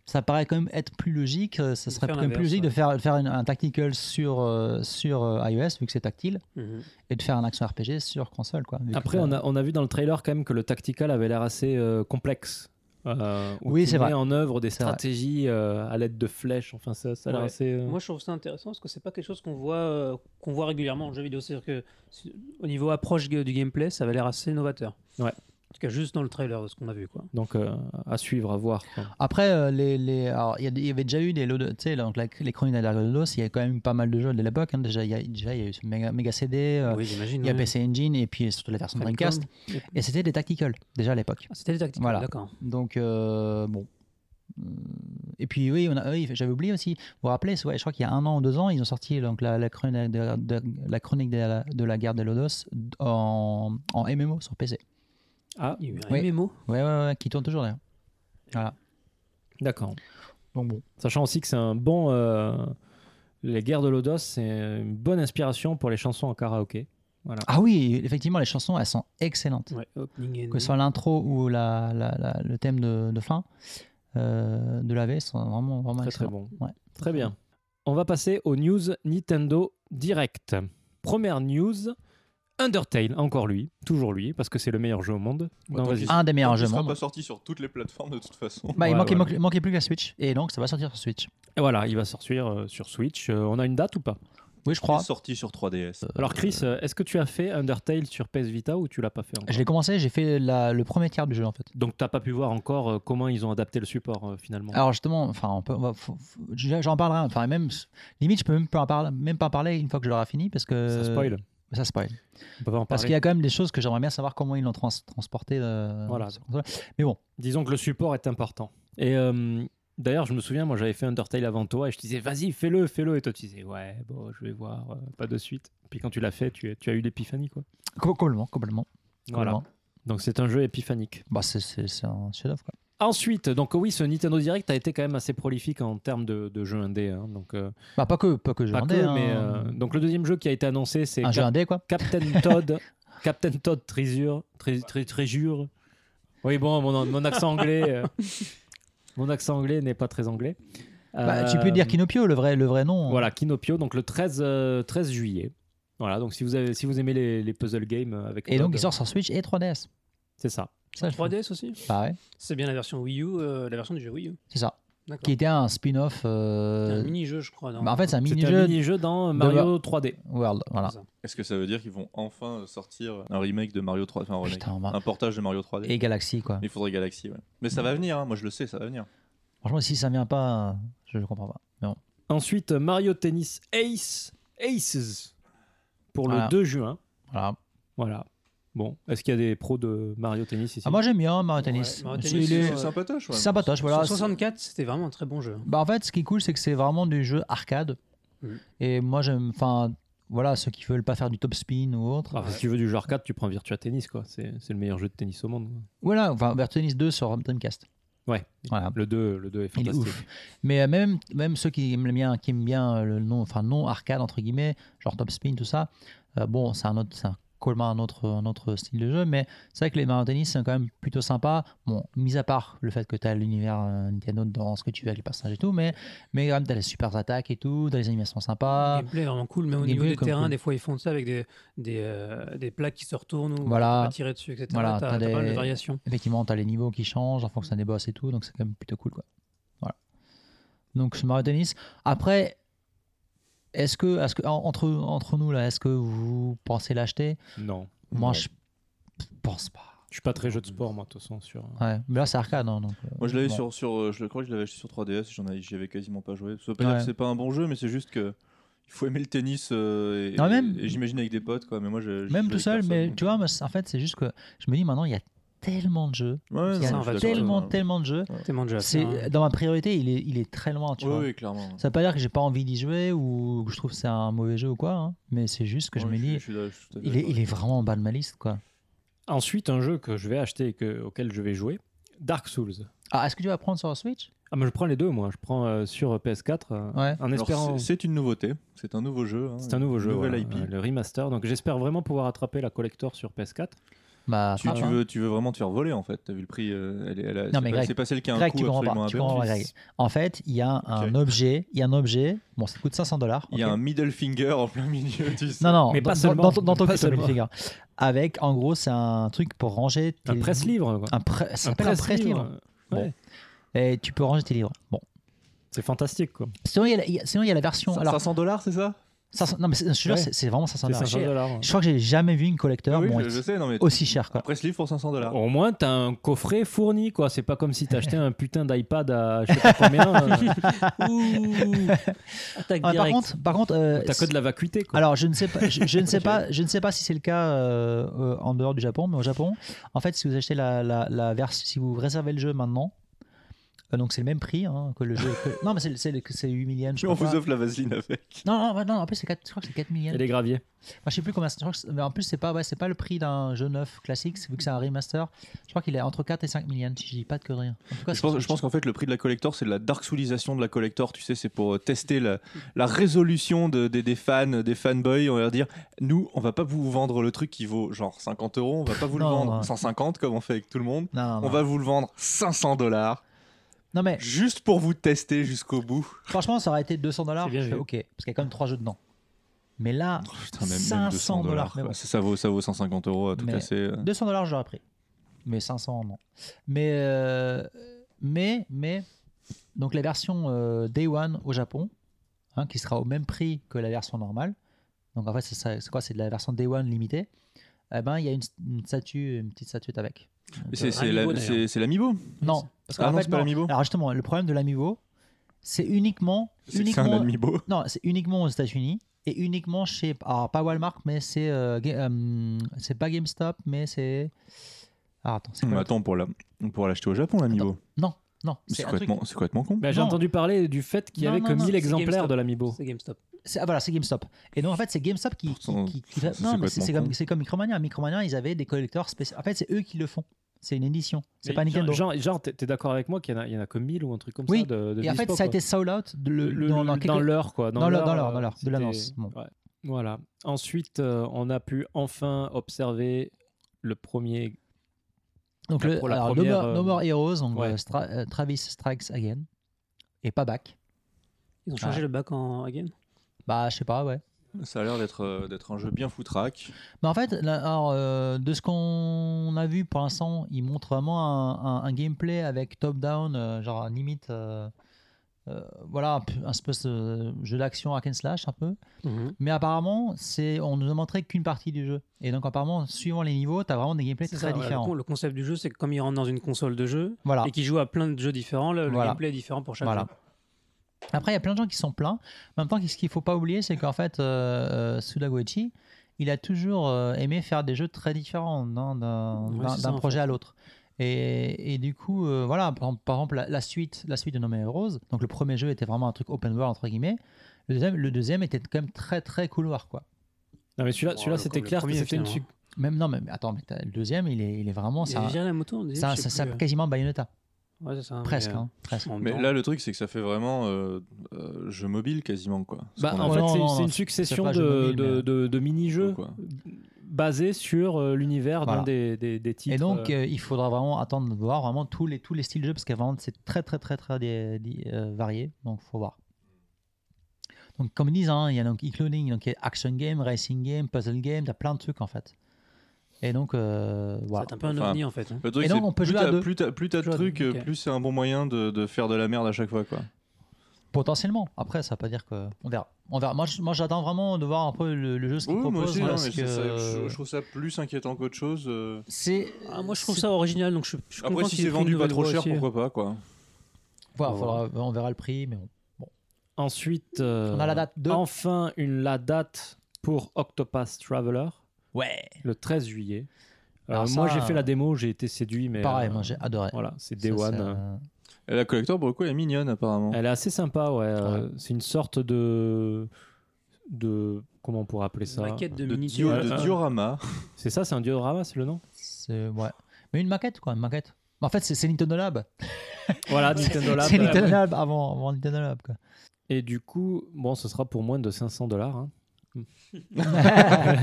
Speaker 1: ça paraît quand même être plus logique. euh, Ça
Speaker 4: De
Speaker 1: serait
Speaker 4: faire
Speaker 1: quand même plus
Speaker 4: l'inverse,
Speaker 1: logique de
Speaker 4: ouais.
Speaker 1: faire, faire une- un tactical sur, euh, sur euh, iOS vu que c'est tactile,
Speaker 4: Mhm.
Speaker 1: et de faire un action RPG sur console. Quoi, vu que
Speaker 3: Après,
Speaker 1: t'as-
Speaker 3: on a, on a vu dans le trailer quand même que le tactical avait l'air assez euh, complexe. Euh, où
Speaker 1: Oui,
Speaker 3: tu
Speaker 1: c'est
Speaker 3: mets
Speaker 1: vrai.
Speaker 3: en œuvre des
Speaker 1: vrai.
Speaker 3: stratégies euh, à l'aide de flèches. Enfin, ça, ça a l'air
Speaker 4: Ouais.
Speaker 3: assez. euh,
Speaker 4: Moi, je trouve ça intéressant parce que c'est pas quelque chose qu'on voit, euh, qu'on voit régulièrement en jeu vidéo. C'est-à-dire que si- au niveau approche gu- du gameplay, ça avait l'air assez novateur.
Speaker 3: Ouais.
Speaker 4: En tout cas, juste dans le trailer de ce qu'on a vu. Quoi.
Speaker 3: Donc, euh, à suivre, à voir. quoi.
Speaker 1: Après, euh, les, les- alors, il y, a des- il y avait déjà eu des lots de. Tu sais, donc, la- les chroniques d'Alargodos, il y a quand même pas mal de jeux de l'époque. hein. Déjà, il y a, déjà, il y a eu ce méga, méga CD, euh,
Speaker 4: oui, j'imagine.
Speaker 1: il y a
Speaker 4: ouais.
Speaker 1: PC Engine, et puis surtout la version
Speaker 4: Famicom.
Speaker 1: Dreamcast. Et c'était des tacticals, déjà à l'époque.
Speaker 4: Ah, C'était des tactiques.
Speaker 1: Voilà.
Speaker 4: D'accord.
Speaker 1: Donc, euh, bon. Euh, Et puis, oui, on a- oui, j'avais oublié aussi. Vous vous rappelez, c'est- ouais, je crois qu'il y a un an ou deux ans, ils ont sorti donc, la, la chronique, de, de- la chronique de la, de la guerre des Lodos en, en MMO sur PC.
Speaker 3: Ah,
Speaker 4: Il y a eu un
Speaker 1: Ouais.
Speaker 4: MMO.
Speaker 1: Ouais, ouais, ouais, qui tourne toujours d'ailleurs. Voilà.
Speaker 3: d'accord.
Speaker 1: Donc, bon.
Speaker 3: Sachant aussi que c'est un bon. euh, Les Guerres de l'Odos, c'est une bonne inspiration pour les chansons en karaoké. Voilà.
Speaker 1: Ah oui, effectivement, les chansons, elles sont excellentes.
Speaker 4: Ouais, opening
Speaker 1: Que ce soit l'intro ou la, la- la- le thème de, de fin euh, de la V, elles sont vraiment, vraiment
Speaker 3: Très très
Speaker 1: excellentes.
Speaker 3: bon.
Speaker 1: Ouais.
Speaker 3: Très bien. On va passer aux news Nintendo Direct. Première news, Undertale, encore lui, toujours lui, parce que c'est le meilleur jeu au monde. Non,
Speaker 2: tant
Speaker 3: vas-y.
Speaker 2: pis.
Speaker 1: Un des meilleurs
Speaker 2: Il
Speaker 1: jeux au
Speaker 2: sera
Speaker 1: monde.
Speaker 2: pas sorti sur toutes les plateformes de toute façon.
Speaker 1: Bah, il
Speaker 3: Ouais,
Speaker 1: manquait,
Speaker 3: ouais.
Speaker 1: manquait- manquait plus que la Switch. Et donc, ça va sortir sur Switch.
Speaker 3: Et voilà, il va sortir euh, sur Switch. Euh, on a une date ou pas
Speaker 1: Oui, je
Speaker 2: Il est
Speaker 1: crois.
Speaker 2: sorti sur 3DS.
Speaker 3: Alors Chris, euh, est-ce que tu as fait Undertale sur PS Vita ou tu l'as pas fait encore
Speaker 1: Je l'ai commencé, j'ai fait la- le premier tiers du jeu en fait.
Speaker 3: Donc t'as pas pu voir encore euh, comment ils ont adapté le support euh, finalement.
Speaker 1: Alors justement, enfin, on peut- on va- faut- faut- j'en parlerai. Enfin, même limite, je peux même pas en parler, même pas en parler une fois que je l'aurai fini parce que
Speaker 3: Ça spoil.
Speaker 1: Ça spoil.
Speaker 3: On peut pas en
Speaker 1: euh, Parce
Speaker 3: parler.
Speaker 1: qu'il y a quand même des choses que j'aimerais bien savoir comment ils l'ont trans- transporté. euh,
Speaker 3: Voilà.
Speaker 1: sur console. Mais bon,
Speaker 3: Disons que le support est important. Et euh, d'ailleurs, je me souviens, moi j'avais fait Undertale avant toi et je te disais vas-y, fais-le, fais-le. Et toi tu disais ouais, bon, je vais voir, euh, pas de suite. Puis quand tu l'as fait, tu, tu as eu l'épiphanie quoi.
Speaker 1: co- complètement, complètement.
Speaker 3: Voilà.
Speaker 1: complètement.
Speaker 3: Donc c'est un jeu épiphanique.
Speaker 1: Bah, c'est- c'est c'est un chef-d'œuvre. quoi.
Speaker 3: Ensuite, donc oui, ce Nintendo Direct a été quand même assez prolifique en termes de, de jeux indés. hein. Donc euh,
Speaker 1: Bah, pas que, pas que je
Speaker 3: pas
Speaker 1: vendais,
Speaker 3: que,
Speaker 1: hein. Ah,
Speaker 3: mais euh, donc le deuxième jeu qui a été annoncé, c'est
Speaker 1: un jeu
Speaker 3: Cap-
Speaker 1: indé quoi.
Speaker 3: Captain Todd, Captain Todd Treasure, Tre- Tre- Treasure. Oui, bon, mon, mon accent anglais, euh, mon accent anglais n'est pas très anglais.
Speaker 1: Bah, tu
Speaker 3: Euh,
Speaker 1: peux dire Kinopio, le vrai, le vrai nom.
Speaker 3: Voilà, Kinopio, donc le 13, euh, 13 juillet. Voilà, donc si vous, avez, si vous aimez les, les puzzle games euh, avec
Speaker 1: Et donc
Speaker 3: Todd,
Speaker 1: il sort sur Switch et 3DS.
Speaker 3: c'est ça.
Speaker 1: Ça, je-
Speaker 4: 3DS aussi
Speaker 1: Bah ouais,
Speaker 4: C'est bien la version Wii U, euh, la version du jeu Wii U.
Speaker 1: c'est ça.
Speaker 4: D'accord.
Speaker 1: Qui était un spin-off. euh,
Speaker 4: C'est un mini-jeu, je crois. non
Speaker 1: bah, en fait, c'est un
Speaker 3: C'était
Speaker 1: mini-jeu
Speaker 3: un mini-jeu dans Mario 3D.
Speaker 1: World. Voilà.
Speaker 2: Est-ce que ça veut dire qu'ils vont enfin sortir un remake de Mario 3 enfin, un, remake.
Speaker 1: Putain, bah,
Speaker 2: un portage de Mario 3D.
Speaker 1: Et Galaxy, quoi.
Speaker 2: Il faudrait Galaxy, ouais. Mais ça va venir, hein, moi je le sais, ça va venir.
Speaker 1: Franchement, si ça vient pas, euh, je ne comprends pas. Mais bon.
Speaker 3: Ensuite, Mario Tennis Ace, Aces, pour le
Speaker 1: Voilà.
Speaker 3: 2 juin.
Speaker 1: Voilà.
Speaker 3: Voilà. Bon, est-ce qu'il y a des pros de Mario Tennis ici
Speaker 1: Ah, moi, j'aime bien Mario Tennis.
Speaker 4: Ouais, Mario
Speaker 1: C'est-
Speaker 4: Tennis,
Speaker 1: il est-
Speaker 4: euh,
Speaker 2: C'est sympatoche, ouais.
Speaker 1: sympatoche, voilà.
Speaker 4: Sur 64, c'était vraiment un très bon jeu.
Speaker 1: Bah, en fait, ce qui est cool, c'est que c'est vraiment du jeu arcade.
Speaker 3: Mm.
Speaker 4: Mhm.
Speaker 1: Et moi, j'aime. Enfin, voilà, ceux qui veulent pas faire du top spin ou autre.
Speaker 3: Ah, Si tu veux du jeu arcade, tu prends Virtua Tennis, quoi. C'est c'est le meilleur jeu de tennis au monde. quoi.
Speaker 1: Voilà, enfin, Mario Tennis 2 sur Dreamcast.
Speaker 3: Ouais.
Speaker 1: Voilà.
Speaker 3: Le 2, le 2 est
Speaker 1: Il est
Speaker 3: fantastique.
Speaker 1: ouf. Mais euh, même, même ceux qui aiment bien, qui aiment bien euh, le non, enfin, non arcade, entre guillemets, genre top spin, tout ça, euh, bon, c'est un autre. c'est un- complètement un autre, un autre style de jeu, mais c'est vrai que les Mario Tennis c'est quand même plutôt sympa. Bon, mis à part le fait que tu as l'univers euh, Nintendo dans ce que tu veux avec les personnages et tout, mais, mais quand même, tu as les super attaques et tout, tu as les animations sympas.
Speaker 4: Le gameplay est vraiment cool, mais au
Speaker 1: le
Speaker 4: niveau
Speaker 1: gameplay
Speaker 4: des
Speaker 1: est Ah. comme
Speaker 4: terrains,
Speaker 1: cool.
Speaker 4: des fois ils font ça avec des, des, euh, des plaques qui se retournent ou
Speaker 1: Voilà.
Speaker 4: on peut tirer dessus, etc.
Speaker 1: Voilà,
Speaker 4: t'as
Speaker 1: t'as
Speaker 4: t'as
Speaker 1: des-
Speaker 4: pas mal de variations.
Speaker 1: effectivement, tu as les niveaux qui changent en fonction des boss et tout, donc c'est quand même plutôt cool. Quoi. Voilà. Donc, ce Mario Tennis. Après, est-ce que, est que en- entre, entre nous, là, est-ce que vous pensez l'acheter
Speaker 3: Non.
Speaker 1: Moi,
Speaker 2: Non.
Speaker 1: je pense pas.
Speaker 3: Je suis pas très jeu de sport, moi, de toute façon. Sur... euh.
Speaker 1: Ouais, mais là, c'est arcade. hein, donc, euh,
Speaker 2: Moi je l'avais
Speaker 1: bon.
Speaker 2: sur, sur euh, je le crois que je l'avais acheté sur 3DS, j'en avais, j'y avais quasiment pas joué. Ça veut pas dire
Speaker 1: Ouais.
Speaker 2: que c'est pas un bon jeu, mais c'est juste que il faut aimer le tennis euh, et,
Speaker 1: Non, même-
Speaker 2: et j'imagine avec des potes quoi. Mais moi je, je
Speaker 1: Même
Speaker 2: joue
Speaker 1: tout
Speaker 2: avec
Speaker 1: seul,
Speaker 2: personne,
Speaker 1: mais
Speaker 2: donc-
Speaker 1: tu vois, moi, c'est- en fait, c'est juste que je me dis maintenant, il y a tellement de jeux. il
Speaker 2: Ouais, non,
Speaker 1: y
Speaker 4: ça,
Speaker 1: a
Speaker 2: je
Speaker 4: on
Speaker 2: suis
Speaker 4: va
Speaker 2: d'accord.
Speaker 1: tellement, tellement de jeux.
Speaker 4: Tellement de jeux à
Speaker 1: C'est,
Speaker 4: faire, hein.
Speaker 1: Dans ma priorité, il est, il est très loin, tu
Speaker 2: Oui,
Speaker 1: vois.
Speaker 2: oui, clairement.
Speaker 1: Ça veut pas dire que j'ai pas envie d'y jouer ou que je trouve que c'est un mauvais jeu ou quoi, hein, mais c'est juste que je
Speaker 2: Ouais,
Speaker 1: me dis,
Speaker 2: suis- suis là, je suis tout à fait
Speaker 1: il est,
Speaker 2: d'accord.
Speaker 1: il est vraiment en bas de ma liste, quoi.
Speaker 3: Ensuite, un jeu que je vais acheter et que- auquel je vais jouer, Dark Souls.
Speaker 1: Ah, est-ce que tu vas prendre sur Switch
Speaker 3: Ah, mais je prends les deux, moi. Je prends euh, sur PS4, euh,
Speaker 1: Ouais.
Speaker 3: en
Speaker 2: Alors,
Speaker 3: espérant...
Speaker 2: c'est- C'est une nouveauté, c'est un nouveau jeu. hein.
Speaker 3: C'est un nouveau jeu,
Speaker 2: Nouvelle
Speaker 3: voilà,
Speaker 2: IP.
Speaker 3: euh, le remaster. Donc j'espère vraiment pouvoir attraper la collector sur PS4.
Speaker 1: Bah,
Speaker 2: Tu,
Speaker 1: frappe,
Speaker 2: tu
Speaker 1: hein.
Speaker 2: veux, tu veux vraiment te faire voler en fait. T'as vu le prix euh, elle, est- elle a, c'est
Speaker 1: mais
Speaker 2: pas-
Speaker 1: Greg-
Speaker 2: c'est passé le cas un
Speaker 1: Greg, tu
Speaker 2: coup
Speaker 1: comprends
Speaker 2: absolument
Speaker 1: pas. Tu
Speaker 2: aberrant.
Speaker 1: comprends pas, Greg. En fait, il y a un
Speaker 2: Ok.
Speaker 1: objet, il y a un objet. Bon, ça coûte 500 dollars.
Speaker 2: Il y a un middle finger en plein milieu. Tu sais.
Speaker 1: Non, non,
Speaker 3: Mais
Speaker 1: dans,
Speaker 3: pas
Speaker 1: dans-
Speaker 3: seulement.
Speaker 1: dans ton- dans ton
Speaker 3: Pas
Speaker 1: cul, t'as mis le
Speaker 3: seulement.
Speaker 1: finger. Avec, en gros, c'est un truc pour ranger tes
Speaker 3: Un presse-livre, quoi.
Speaker 1: Un pre- Ah, ça s'appelle un presse-livre.
Speaker 3: Ouais.
Speaker 1: Et tu peux ranger tes livres. Bon.
Speaker 3: C'est fantastique, quoi.
Speaker 1: Sinon, il y a la, il y a- sinon, il y a la version. Alors,
Speaker 2: 500 dollars, c'est ça
Speaker 1: 500 non, mais c'est- je te jure,
Speaker 3: Ouais.
Speaker 1: c'est- c'est vraiment 500
Speaker 3: C'est
Speaker 1: dollars.
Speaker 3: 500
Speaker 1: Je
Speaker 3: dollars. ouais.
Speaker 1: je crois que j'ai jamais vu une collector
Speaker 2: Ah Oui,
Speaker 1: bon,
Speaker 2: je, je sais, non mais.
Speaker 1: aussi chère, quoi. Oh,
Speaker 2: Après ce livre pour 500 dollars.
Speaker 3: Au moins, t'as un coffret fourni, quoi. C'est pas comme si t'achetais un putain d'iPad à je sais pas combien. euh,
Speaker 4: Ouh
Speaker 1: hein.
Speaker 4: Attaque
Speaker 1: Ah, par
Speaker 4: directe.
Speaker 1: contre, par contre euh,
Speaker 3: T'as que de la vacuité, quoi.
Speaker 1: Alors, je ne sais pas, je, je ne sais
Speaker 3: Ok.
Speaker 1: pas, je ne sais pas si c'est le cas euh, euh, en dehors du Japon, mais au Japon, en fait, si vous achetez la, la, la vers- si vous réservez le jeu maintenant, Euh, donc c'est le même prix hein, que le jeu. que- Non, mais c'est- c'est c'est 8 000 yens. je
Speaker 2: Puis
Speaker 1: crois
Speaker 2: on vous
Speaker 1: pas.
Speaker 2: offre la vaseline avec.
Speaker 1: Non, non, bah, non, en plus, c'est quatre- je crois que c'est 4 000 yens.
Speaker 3: Et les graviers.
Speaker 1: Moi, je sais plus combien. c'est- je crois que c'est- Mais en plus, c'est pas, ouais, c'est pas le prix d'un jeu neuf classique, c'est- vu que c'est un remaster. Je crois qu'il est entre 4 et 5 000 yens, si je dis pas de conneries. En tout cas,
Speaker 2: Je pense, je pense qu'en fait, le prix de la collector, c'est de la dark soulisation de la collector. Tu sais, c'est pour euh, tester la, la résolution de- des- des fans, des fanboys. On va leur dire, nous, on va pas vous vendre le truc qui vaut genre 50 euros. On va pas vous le
Speaker 1: Non,
Speaker 2: vendre
Speaker 1: ouais.
Speaker 2: 150 comme on fait avec tout le monde.
Speaker 1: Non, non,
Speaker 2: On
Speaker 1: non.
Speaker 2: va vous le vendre 500 dollars
Speaker 1: Non, mais
Speaker 2: juste pour vous tester jusqu'au bout.
Speaker 1: franchement, ça aurait été 200 dollars.
Speaker 4: C'est bien
Speaker 1: je fais
Speaker 4: vu.
Speaker 1: OK, parce qu'il y a quand même 3 jeux dedans. Mais là,
Speaker 2: Oh, putain,
Speaker 1: 500
Speaker 2: 200
Speaker 1: dollars, mais
Speaker 2: quoi.
Speaker 1: bon.
Speaker 2: ça, ça vaut, ça vaut 150 euros à tout euh,
Speaker 1: Mais-
Speaker 2: casser.
Speaker 1: 200 dollars, j'aurais pris. Mais 500, non. Mais, euh, mais, mais, donc la version euh, Day One au Japon, hein, qui sera au même prix que la version normale. Donc en fait, c'est ça- c'est quoi C'est de la version Day One limitée. Eh ben, il y a une, une statue, une petite statuette avec.
Speaker 2: Mais C'est c'est
Speaker 4: Amiibo,
Speaker 2: la-
Speaker 4: d'ailleurs.
Speaker 2: c'est- c'est l'amiibo.
Speaker 1: Non, parce
Speaker 2: Ah
Speaker 1: qu'en
Speaker 2: non,
Speaker 1: fait,
Speaker 2: c'est pas l'amiibo.
Speaker 1: Alors justement, le problème de l'amiibo, c'est uniquement,
Speaker 2: C'est que c'est un
Speaker 1: uniquement,
Speaker 2: amiibo.
Speaker 1: non, c'est uniquement aux États-Unis et uniquement chez, alors pas Walmart, mais c'est, euh, Ga- euh, c'est pas GameStop, mais c'est, ah, attends, c'est quoi
Speaker 2: Mais
Speaker 1: le-
Speaker 2: Bah, attends, pour la- pour l'acheter au Japon, l'amiibo.
Speaker 1: Non,
Speaker 2: C'est
Speaker 1: c'est un truc.
Speaker 2: complètement, c'est complètement con.
Speaker 3: Bah, J'ai
Speaker 1: Non.
Speaker 3: entendu parler du fait qu'il y
Speaker 1: Non,
Speaker 3: avait
Speaker 1: non,
Speaker 3: que
Speaker 1: non,
Speaker 3: 1000
Speaker 1: c'est
Speaker 3: exemplaires
Speaker 4: GameStop.
Speaker 3: de l'amiibo.
Speaker 4: C'est GameStop.
Speaker 1: c'est- ah, voilà, c'est GameStop. Et donc en fait, c'est GameStop qui, qui-
Speaker 2: Pourtant,
Speaker 1: qui- qui
Speaker 2: ça,
Speaker 1: fait-
Speaker 2: c'est
Speaker 1: non, mais c'est c'est
Speaker 2: complètement
Speaker 1: comme c'est comme Micromania. Micromania, ils avaient des collecteurs spéciaux. En fait, c'est eux qui le font. C'est une édition. C'est
Speaker 3: Mais
Speaker 1: pas Nintendo.
Speaker 3: Genre, genre t'es t'es d'accord avec moi qu'il y, en a- il y en a que 1000 ou un truc comme
Speaker 1: Oui.
Speaker 3: ça de, de
Speaker 1: et en fait,
Speaker 3: bespoke,
Speaker 1: ça a
Speaker 3: quoi.
Speaker 1: été sold out de-
Speaker 3: Le- le-
Speaker 1: dans, dans
Speaker 3: le-
Speaker 1: quelques-
Speaker 3: dans l'heure quoi.
Speaker 1: dans l'heure,
Speaker 3: l'heure,
Speaker 1: dans l'heure,
Speaker 3: euh,
Speaker 1: dans l'heure, de
Speaker 3: c'était-
Speaker 1: l'annonce. Bon.
Speaker 3: ouais. Voilà. Ensuite, euh, on a pu enfin observer le premier.
Speaker 1: Donc, le,
Speaker 3: pour la
Speaker 1: alors,
Speaker 3: première,
Speaker 1: no, more,
Speaker 3: euh,
Speaker 1: No More Heroes, donc,
Speaker 3: ouais.
Speaker 1: euh, Stra- euh, Travis Strikes Again. Et pas Back.
Speaker 4: Ils ont changé
Speaker 1: Ouais.
Speaker 4: le bac en again.
Speaker 1: Bah, je sais pas, ouais.
Speaker 2: Ça a l'air d'être euh, d'être un jeu bien foutraque.
Speaker 1: Mais en fait, là, alors, euh, de ce qu'on a vu pour l'instant, il montre vraiment un, un- un gameplay avec top-down, euh, genre limite, euh, euh, voilà, un peu- un espèce de jeu d'action hack and slash un peu. Mais apparemment, c'est, on nous a montré qu'une partie du jeu. Et donc apparemment, suivant les niveaux, tu as vraiment des gameplays
Speaker 4: C'est
Speaker 1: très
Speaker 4: ça, voilà, le
Speaker 1: différents.
Speaker 4: con- Le concept du jeu, c'est que comme ils rentrent dans une console de jeu
Speaker 1: Voilà.
Speaker 4: et qu'ils jouent à plein de jeux différents, le, le
Speaker 1: Ah. Voilà.
Speaker 4: gameplay est différent pour chaque
Speaker 1: Voilà.
Speaker 4: jeu.
Speaker 1: Après, il y a plein de gens qui sont pleins. En même temps, ce qu'il faut pas oublier, c'est qu'en fait, euh, euh, Suda Goichi, il a toujours euh, aimé faire des jeux très différents hein, d'un
Speaker 4: Ouais,
Speaker 1: d'un-
Speaker 4: c'est ça,
Speaker 1: d'un
Speaker 4: en
Speaker 1: projet à l'autre. Et, et du coup, euh, voilà, par, exemple- par exemple, la, la suite, la suite de No More Heroes, donc le premier jeu était vraiment un truc open world, entre guillemets. Le deuxième, le deuxième était quand même très, très couloir, quoi.
Speaker 3: Non mais celui-là,
Speaker 4: Oh,
Speaker 3: celui-là
Speaker 4: le-
Speaker 3: c'était
Speaker 4: comme le
Speaker 3: clair que
Speaker 4: premier, hein.
Speaker 3: c'était une.
Speaker 4: finalement.
Speaker 3: suc-
Speaker 1: Même, non, mais mais attends, mais t'as- le deuxième, il est, il est vraiment.
Speaker 4: Il
Speaker 1: C'est un-
Speaker 4: avait viré la moto, on disait,
Speaker 1: c'est un-
Speaker 4: je sais
Speaker 1: ça- ça-
Speaker 4: plus, euh.
Speaker 1: quasiment Bayonetta.
Speaker 4: Ouais, c'est ça, mais,
Speaker 1: Presque,
Speaker 4: euh,
Speaker 1: hein, presque.
Speaker 4: en même
Speaker 2: Mais
Speaker 4: temps,
Speaker 2: là, le truc, c'est que ça fait vraiment euh, euh, jeu mobile quasiment quoi. Ce
Speaker 3: Bah,
Speaker 2: qu'on a
Speaker 3: en
Speaker 1: Ouais,
Speaker 3: fait,
Speaker 1: non,
Speaker 3: c'est-
Speaker 1: non,
Speaker 3: c'est
Speaker 1: non,
Speaker 3: une
Speaker 1: c'est-
Speaker 3: succession
Speaker 1: c'est pas jeu
Speaker 3: de,
Speaker 1: mobile,
Speaker 3: de,
Speaker 1: mais-
Speaker 3: de- de mini-jeux
Speaker 2: Quoi.
Speaker 3: basés sur euh, l'univers
Speaker 1: Voilà.
Speaker 3: d'un des, des, des titres.
Speaker 1: Et donc,
Speaker 3: euh,
Speaker 1: euh, il faudra vraiment attendre de voir vraiment tous les, tous les styles de jeu parce que vraiment, c'est très, très, très, très dé- dé- euh, varié. Donc, faut voir. Donc, comme ils disent, hein, il y a donc e-cloning, donc il y a action game, racing game, puzzle game, t'as plein de trucs en fait. Et donc, euh, voilà.
Speaker 4: C'est un peu un
Speaker 2: Enfin,
Speaker 4: ovni en fait. hein.
Speaker 2: Le truc,
Speaker 1: Et donc,
Speaker 2: c'est
Speaker 1: on peut
Speaker 2: plus
Speaker 1: jouer à
Speaker 2: t'as-
Speaker 1: deux.
Speaker 2: Plus t'as plus t'as de
Speaker 4: Jouer à deux,
Speaker 2: trucs, euh,
Speaker 4: ok.
Speaker 2: plus c'est un bon moyen de, de faire de la merde à chaque fois quoi.
Speaker 1: Potentiellement. Après, ça veut pas dire que. On verra. On verra. Moi, je- moi, j'attends vraiment de voir un peu le, le jeu ce qu'il
Speaker 2: Oui, moi
Speaker 1: propose.
Speaker 2: aussi,
Speaker 1: parce
Speaker 2: non, mais c'est
Speaker 1: que-
Speaker 2: ça, je, je trouve ça plus inquiétant qu'autre chose. euh.
Speaker 1: C'est.
Speaker 4: Ah, moi je trouve ça original donc je, je suis
Speaker 2: Après,
Speaker 4: content
Speaker 2: si
Speaker 4: qu'il ait
Speaker 2: c'est
Speaker 4: pris
Speaker 2: vendu
Speaker 4: une
Speaker 2: pas
Speaker 4: nouvelle
Speaker 2: trop
Speaker 4: voie
Speaker 2: cher,
Speaker 4: aussi.
Speaker 2: pourquoi pas quoi.
Speaker 1: Voilà,
Speaker 4: On
Speaker 1: faudra- on verra le prix, mais bon.
Speaker 3: ensuite, euh,
Speaker 1: On a la date
Speaker 4: ah,
Speaker 1: de.
Speaker 3: enfin une la date pour Octopath Traveler,
Speaker 1: Ouais.
Speaker 3: le 13 juillet. Euh,
Speaker 1: Alors ça,
Speaker 3: moi, j'ai fait
Speaker 1: euh,
Speaker 3: la démo, j'ai été séduit, mais
Speaker 1: Pareil,
Speaker 3: euh,
Speaker 1: moi, j'ai adoré.
Speaker 3: Voilà, c'est Day
Speaker 1: Ça,
Speaker 3: One.
Speaker 1: ça-
Speaker 2: hein.
Speaker 3: euh,
Speaker 2: Et la collector, pour le coup, elle est mignonne apparemment.
Speaker 3: Elle est assez sympa, ouais. Euh, C'est une sorte de. de. Comment on pourrait appeler ça
Speaker 4: Maquette de
Speaker 2: De,
Speaker 4: mini
Speaker 2: dio- de
Speaker 3: euh,
Speaker 2: diorama.
Speaker 3: C'est ça, c'est un diorama, c'est le nom
Speaker 1: C'est ouais. Mais une maquette quoi, une maquette. En fait, c'est c'est Nintendo Lab.
Speaker 3: Voilà, Nintendo Lab.
Speaker 1: C'est Nintendo Lab avant, avant Nintendo Lab quoi.
Speaker 3: Et du coup, bon, ce sera pour moins de 500 dollars. hein.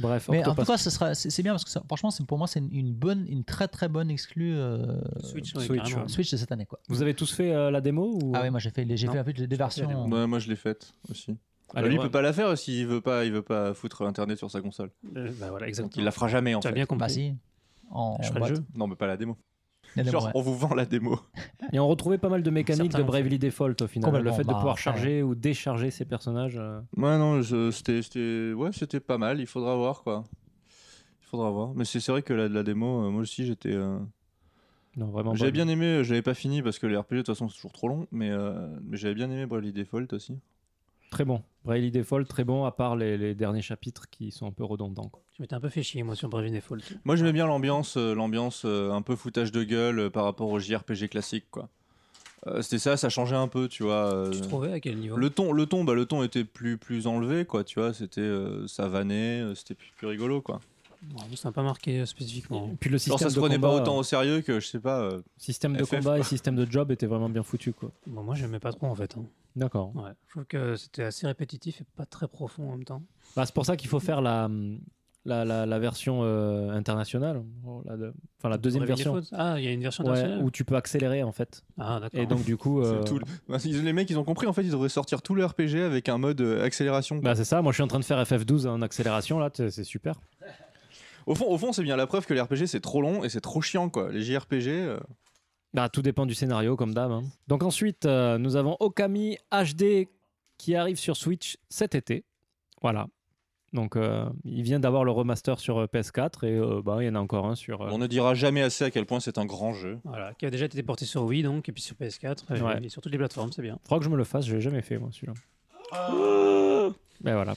Speaker 3: Bref,
Speaker 1: Mais en tout
Speaker 3: Octopath-
Speaker 1: cas, ce sera c'est c'est bien parce que ça- franchement, c'est pour moi c'est une, une bonne, une très très bonne exclue euh,
Speaker 4: Switch,
Speaker 3: Switch,
Speaker 4: Switch
Speaker 3: ouais.
Speaker 1: Switch de cette année quoi.
Speaker 3: vous avez tous fait euh, la démo ou...
Speaker 1: Ah oui, moi j'ai fait les- j'ai
Speaker 4: Non,
Speaker 1: fait un peu les deux
Speaker 4: pas
Speaker 1: versions.
Speaker 2: Ouais, moi, je l'ai faite aussi.
Speaker 4: Bah,
Speaker 3: Allez,
Speaker 2: Ah, Bah, lui, il
Speaker 3: ouais.
Speaker 2: peut pas la faire s'il veut pas, il veut pas foutre Internet sur sa console.
Speaker 4: Bah voilà,
Speaker 2: Donc, il
Speaker 4: exactement.
Speaker 2: la fera jamais en
Speaker 4: Tu as
Speaker 2: fait.
Speaker 4: bien
Speaker 1: Bah
Speaker 4: compris.
Speaker 1: si. En, en
Speaker 4: Je ferai le
Speaker 1: boîte.
Speaker 4: jeu.
Speaker 2: Non, mais pas la démo.
Speaker 1: Il y en a,
Speaker 2: Genre,
Speaker 1: ouais.
Speaker 2: on vous vend la démo.
Speaker 3: Et on retrouvait pas mal de mécaniques de
Speaker 4: Certains l'ont
Speaker 3: Bravely Default au final. Le
Speaker 1: Complètement,
Speaker 3: fait de
Speaker 1: bah,
Speaker 3: pouvoir
Speaker 1: ouais.
Speaker 3: charger ou décharger ses personnages. euh.
Speaker 2: Ouais, non, je- c'était, c'était- ouais, c'était pas mal. Il faudra voir, quoi. Il faudra voir. Mais c'est, c'est vrai que la, la démo, euh, moi aussi, j'étais. euh,
Speaker 3: Non, vraiment.
Speaker 2: J'avais
Speaker 3: bonne.
Speaker 2: bien aimé, euh, je l'avais pas fini parce que les RPG, de toute façon, c'est toujours trop long. Mais, euh, mais j'avais bien aimé Bravely Default aussi.
Speaker 3: Très bon. Bravely Default, très bon, à part les, les derniers chapitres qui sont un peu redondants. quoi.
Speaker 4: Je m'étais un peu fait chier, moi, sur Bravely Default.
Speaker 2: Moi j'aimais bien l'ambiance, euh, l'ambiance euh, un peu foutage de gueule euh, par rapport au JRPG classique quoi. Euh, c'était ça, ça changeait un peu, tu vois. euh,
Speaker 4: Tu trouvais à quel niveau
Speaker 2: le ton, le ton, bah, le ton était plus plus enlevé quoi, tu vois. C'était euh, ça vannait, euh, c'était plus, plus rigolo quoi.
Speaker 4: Bon, Ça n'a pas marqué euh, spécifiquement.
Speaker 3: Et Puis le système
Speaker 2: Genre ça
Speaker 3: de
Speaker 2: se prenait
Speaker 3: combat,
Speaker 2: pas autant au sérieux que je sais pas. euh,
Speaker 3: Système de
Speaker 2: FF,
Speaker 3: combat et système de job était vraiment bien foutu, quoi.
Speaker 4: Bon, moi, j'aimais pas trop, en fait. hein.
Speaker 3: D'accord.
Speaker 4: Ouais. Je trouve que c'était assez répétitif et pas très profond en même temps.
Speaker 3: Bah, c'est pour ça qu'il faut faire la, hum, la, la, la version euh, internationale, Oh, la de- enfin la deuxième
Speaker 4: Bravely
Speaker 3: version,
Speaker 4: Default Ah, il y a une version
Speaker 3: Ouais,
Speaker 4: internationale
Speaker 3: où tu peux accélérer en fait.
Speaker 4: Ah, d'accord.
Speaker 3: Et donc du coup, euh,
Speaker 2: c'est tout le- Ils- Les mecs ils ont compris en fait, ils devraient sortir tout leur RPG avec un mode euh, accélération. quoi.
Speaker 3: bah, c'est ça. Moi, je suis en train de faire FF12 en accélération là, c'est c'est super.
Speaker 2: Au fond, au fond c'est bien la preuve que les RPG c'est trop long et c'est trop chiant quoi. Les JRPG. euh,
Speaker 3: Bah, tout dépend du scénario, comme d'hab. hein. Donc ensuite, euh, nous avons Okami HD qui arrive sur Switch cet été. Voilà. Donc, euh, il vient d'avoir le remaster sur euh, PS4 et euh, bah, il y en a encore un sur. euh,
Speaker 2: On ne dira jamais assez à quel point c'est un grand jeu.
Speaker 4: Voilà, qui a déjà été porté sur Wii, donc, et puis sur PS4, et,
Speaker 3: Ouais.
Speaker 4: et sur toutes les plateformes, c'est bien.
Speaker 3: Faudra que je me le fasse, je l'ai jamais fait moi celui-là. Ben voilà.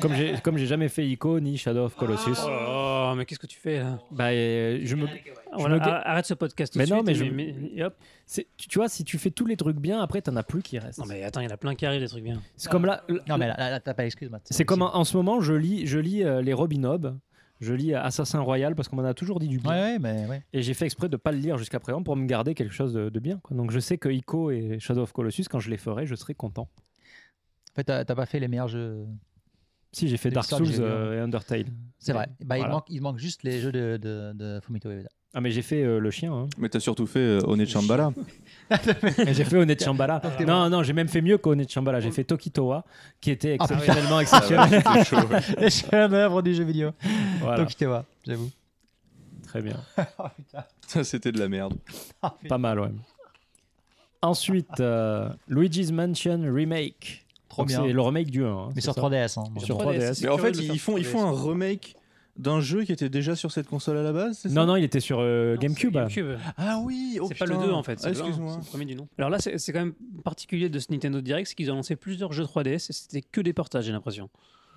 Speaker 3: Comme j'ai comme j'ai jamais fait Ico ni Shadow of Colossus,
Speaker 4: Oh là là, mais qu'est-ce que tu fais là
Speaker 3: bah euh, je me
Speaker 4: Voilà,
Speaker 3: me ga-
Speaker 4: ar- Arrête ce podcast tout
Speaker 3: Mais
Speaker 4: de
Speaker 3: non,
Speaker 4: suite,
Speaker 3: mais je-
Speaker 4: et- et hop.
Speaker 3: c'est- tu, tu vois si tu fais tous les trucs bien après t'en as plus qui restent.
Speaker 4: Non, mais attends, il y en a plein qui arrivent des trucs bien.
Speaker 3: C'est comme là
Speaker 1: Non, mais là, là, là, t'as pas l'excuse. Matt.
Speaker 3: c'est comme
Speaker 1: possible.
Speaker 3: en, en ce moment je lis je lis euh, les Robin Hood, je lis euh, Assassin Royal parce qu'on m'en a toujours dit du bien
Speaker 1: Ouais, ouais, mais ouais.
Speaker 3: et j'ai fait exprès de pas le lire jusqu'à présent pour me garder quelque chose de, de bien quoi. Donc je sais que Ico et Shadow of Colossus quand je les ferai, je serai content.
Speaker 1: En fait, t'as t'as pas fait les meilleurs jeux.
Speaker 3: Si j'ai fait
Speaker 1: Des
Speaker 3: Dark
Speaker 1: sortes que
Speaker 3: Souls
Speaker 1: j'ai lues,
Speaker 3: euh, et Undertale.
Speaker 1: C'est vrai. Bah, il,
Speaker 3: Voilà.
Speaker 1: manque, il manque juste les jeux de, de, de Fumito Ueda.
Speaker 3: Ah mais j'ai fait euh, le chien hein.
Speaker 2: Mais t'as surtout fait euh, Onechambala.
Speaker 3: Mais j'ai fait Honnête Shambhala.
Speaker 1: Donc, t'es
Speaker 3: Non, non, j'ai même fait mieux qu'Honnête Shambhala. J'ai fait Tokitoa, qui était
Speaker 1: Ah, putain.
Speaker 3: exceptionnellement
Speaker 2: Ah ouais,
Speaker 3: exceptionnel.
Speaker 2: c'était chaud, ouais.
Speaker 1: Les chefs-d'œuvre du jeu vidéo.
Speaker 3: Voilà.
Speaker 1: Donc, je te vois, j'avoue.
Speaker 3: Très bien.
Speaker 1: Oh, putain.
Speaker 2: Ça, c'était de la merde.
Speaker 1: Oh, putain.
Speaker 3: Pas mal, ouais. Ensuite, euh, Luigi's Mansion Remake.
Speaker 1: Trop
Speaker 3: Donc,
Speaker 1: bien.
Speaker 3: C'est le remake du 1. hein,
Speaker 1: Mais
Speaker 3: c'est
Speaker 1: sur
Speaker 3: ça
Speaker 1: 3DS. hein.
Speaker 3: Sur
Speaker 1: Bon.
Speaker 3: 3DS.
Speaker 2: Mais en fait, ils font, ils font un remake d'un jeu qui était déjà sur cette console à la base c'est ça
Speaker 3: Non, non, il était sur euh,
Speaker 4: Non,
Speaker 3: GameCube.
Speaker 4: c'est GameCube.
Speaker 2: Ah oui oh
Speaker 4: c'est pas le
Speaker 2: putain.
Speaker 4: 2 en fait, c'est
Speaker 2: Ah,
Speaker 4: le un,
Speaker 2: Excuse-moi.
Speaker 4: c'est le premier du nom. Alors là, c'est c'est quand même particulier de ce Nintendo Direct, c'est qu'ils ont lancé plusieurs jeux 3DS et c'était que des portages, j'ai l'impression.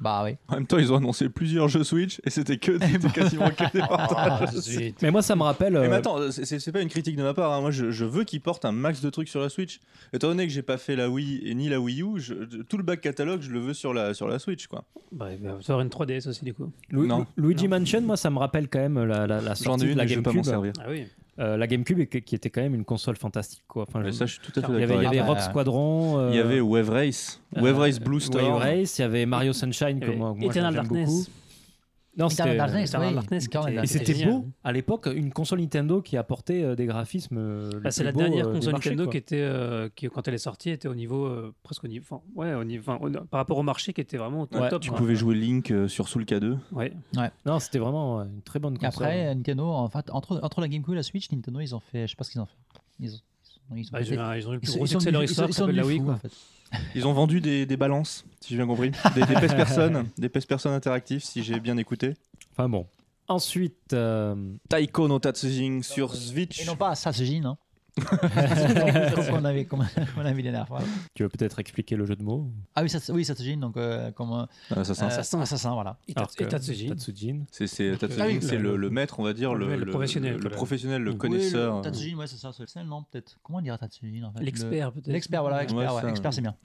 Speaker 1: Bah oui.
Speaker 2: En même temps, ils ont annoncé plusieurs jeux Switch et c'était que des, quasiment que des
Speaker 4: Ah,
Speaker 2: portages.
Speaker 4: zut.
Speaker 3: Mais moi, ça me rappelle.
Speaker 2: Mais
Speaker 3: euh,
Speaker 2: attends, c'est- c'est c'est pas une critique de ma part. hein. Moi, je, je veux qu'ils portent un max de trucs sur la Switch. Étant donné que j'ai pas fait la Wii et ni la Wii U, je- je- tout le bac catalogue, je le veux sur la, sur la Switch, quoi.
Speaker 4: Bah, il va falloir une 3DS aussi du coup.
Speaker 3: Lu-
Speaker 2: Non.
Speaker 3: Lu- Luigi Mansion, moi, ça me rappelle quand même euh, la, la, la sortie de la GameCube.
Speaker 4: Ah oui.
Speaker 3: Euh, la GameCube et- qui était quand même une console fantastique. Quoi. Enfin, je-
Speaker 2: Mais ça, je suis tout à fait
Speaker 3: il y avait,
Speaker 2: d'accord.
Speaker 3: il y
Speaker 2: avec
Speaker 3: avait
Speaker 1: Ah,
Speaker 3: Rock
Speaker 1: bah,
Speaker 3: Squadron.
Speaker 2: toi. Il y
Speaker 3: euh,
Speaker 2: avait Wave Race, Wave
Speaker 3: euh,
Speaker 2: Race Blue Storm.
Speaker 3: Wave Race, il y avait Mario Sunshine,
Speaker 4: Il y
Speaker 3: que
Speaker 4: avait
Speaker 3: moi, moi,
Speaker 4: Eternal
Speaker 3: j'aime
Speaker 4: Darkness.
Speaker 3: beaucoup. Non,
Speaker 1: Eternal
Speaker 3: c'était-
Speaker 1: Darkness,
Speaker 4: Eternal
Speaker 1: oui.
Speaker 4: Darkness qui
Speaker 1: Eternal
Speaker 4: était-
Speaker 3: Et
Speaker 1: Darkness.
Speaker 3: c'était
Speaker 4: génial.
Speaker 3: beau à l'époque, une console Nintendo qui apportait euh, des graphismes. euh, les
Speaker 4: Bah, c'est
Speaker 3: plus
Speaker 4: la
Speaker 3: beaux,
Speaker 4: dernière
Speaker 3: euh, du
Speaker 4: console
Speaker 3: marché,
Speaker 4: Nintendo
Speaker 3: quoi.
Speaker 4: qui était, euh, qui, quand elle est sortie, était au niveau euh, presque au niveau, enfin, ouais, au niveau, enfin, au- par rapport au marché qui était vraiment au top.
Speaker 3: Ouais,
Speaker 4: top,
Speaker 2: Tu
Speaker 4: quoi.
Speaker 2: pouvais jouer Link euh, sur Soul K2.
Speaker 4: Ouais.
Speaker 3: Non, c'était vraiment euh, une très bonne
Speaker 1: Et
Speaker 3: console.
Speaker 1: Après, euh, Nintendo, en fait, entre, entre la GameCube et la Switch, Nintendo, ils ont fait. Je sais pas ce qu'ils ont fait. Ils ont. Ils ont, ils ont
Speaker 4: Bah,
Speaker 1: fait-
Speaker 4: ils, ont, ils ont eu le
Speaker 1: ils
Speaker 4: plus
Speaker 1: sont-
Speaker 4: gros
Speaker 1: ils sont
Speaker 4: succès de leur
Speaker 1: devenus-
Speaker 4: histoire,
Speaker 1: ils
Speaker 4: ça
Speaker 1: sont
Speaker 4: s'appelle la
Speaker 1: devenus fous,
Speaker 4: Wii. quoi.
Speaker 1: en fait.
Speaker 2: Ils ont vendu des, des balances, si j'ai bien compris. Des, des pèse personnes, des pèse personnes interactifs, si j'ai bien écouté.
Speaker 3: Enfin bon. Ensuite, euh,
Speaker 2: Taiko no Tatsujin sur Switch.
Speaker 1: Et non pas Assassin. Hein. Comme on avait, comme on avait la dernière fois.
Speaker 3: tu veux peut-être expliquer le jeu de mots
Speaker 1: Ah oui, ça, oui, Assassin, donc euh, comme euh,
Speaker 2: Ah, ça, c'est un-
Speaker 1: assassin, assassin, voilà.
Speaker 4: Et
Speaker 3: Alors que-
Speaker 4: Tats- et Tatsujin.
Speaker 3: Tatsujin.
Speaker 2: c'est- c'est- Tatsujin,
Speaker 1: Ah oui,
Speaker 2: c'est
Speaker 4: le-
Speaker 2: le, le maître, on va dire,
Speaker 4: le-
Speaker 2: le,
Speaker 4: le professionnel,
Speaker 2: le,
Speaker 4: quoi, là.
Speaker 2: professionnel, le
Speaker 3: Oui,
Speaker 2: connaisseur.
Speaker 1: Oui, le Tatsujin, ouais, c'est ça, c'est le seul, non Peut-être. Comment on dira Tatsujin en fait Le-
Speaker 4: L'expert peut-être.
Speaker 1: L'expert, voilà, Ah expert,
Speaker 2: Ouais,
Speaker 1: ouais,
Speaker 2: ça,
Speaker 1: expert
Speaker 2: ouais.
Speaker 1: c'est bien.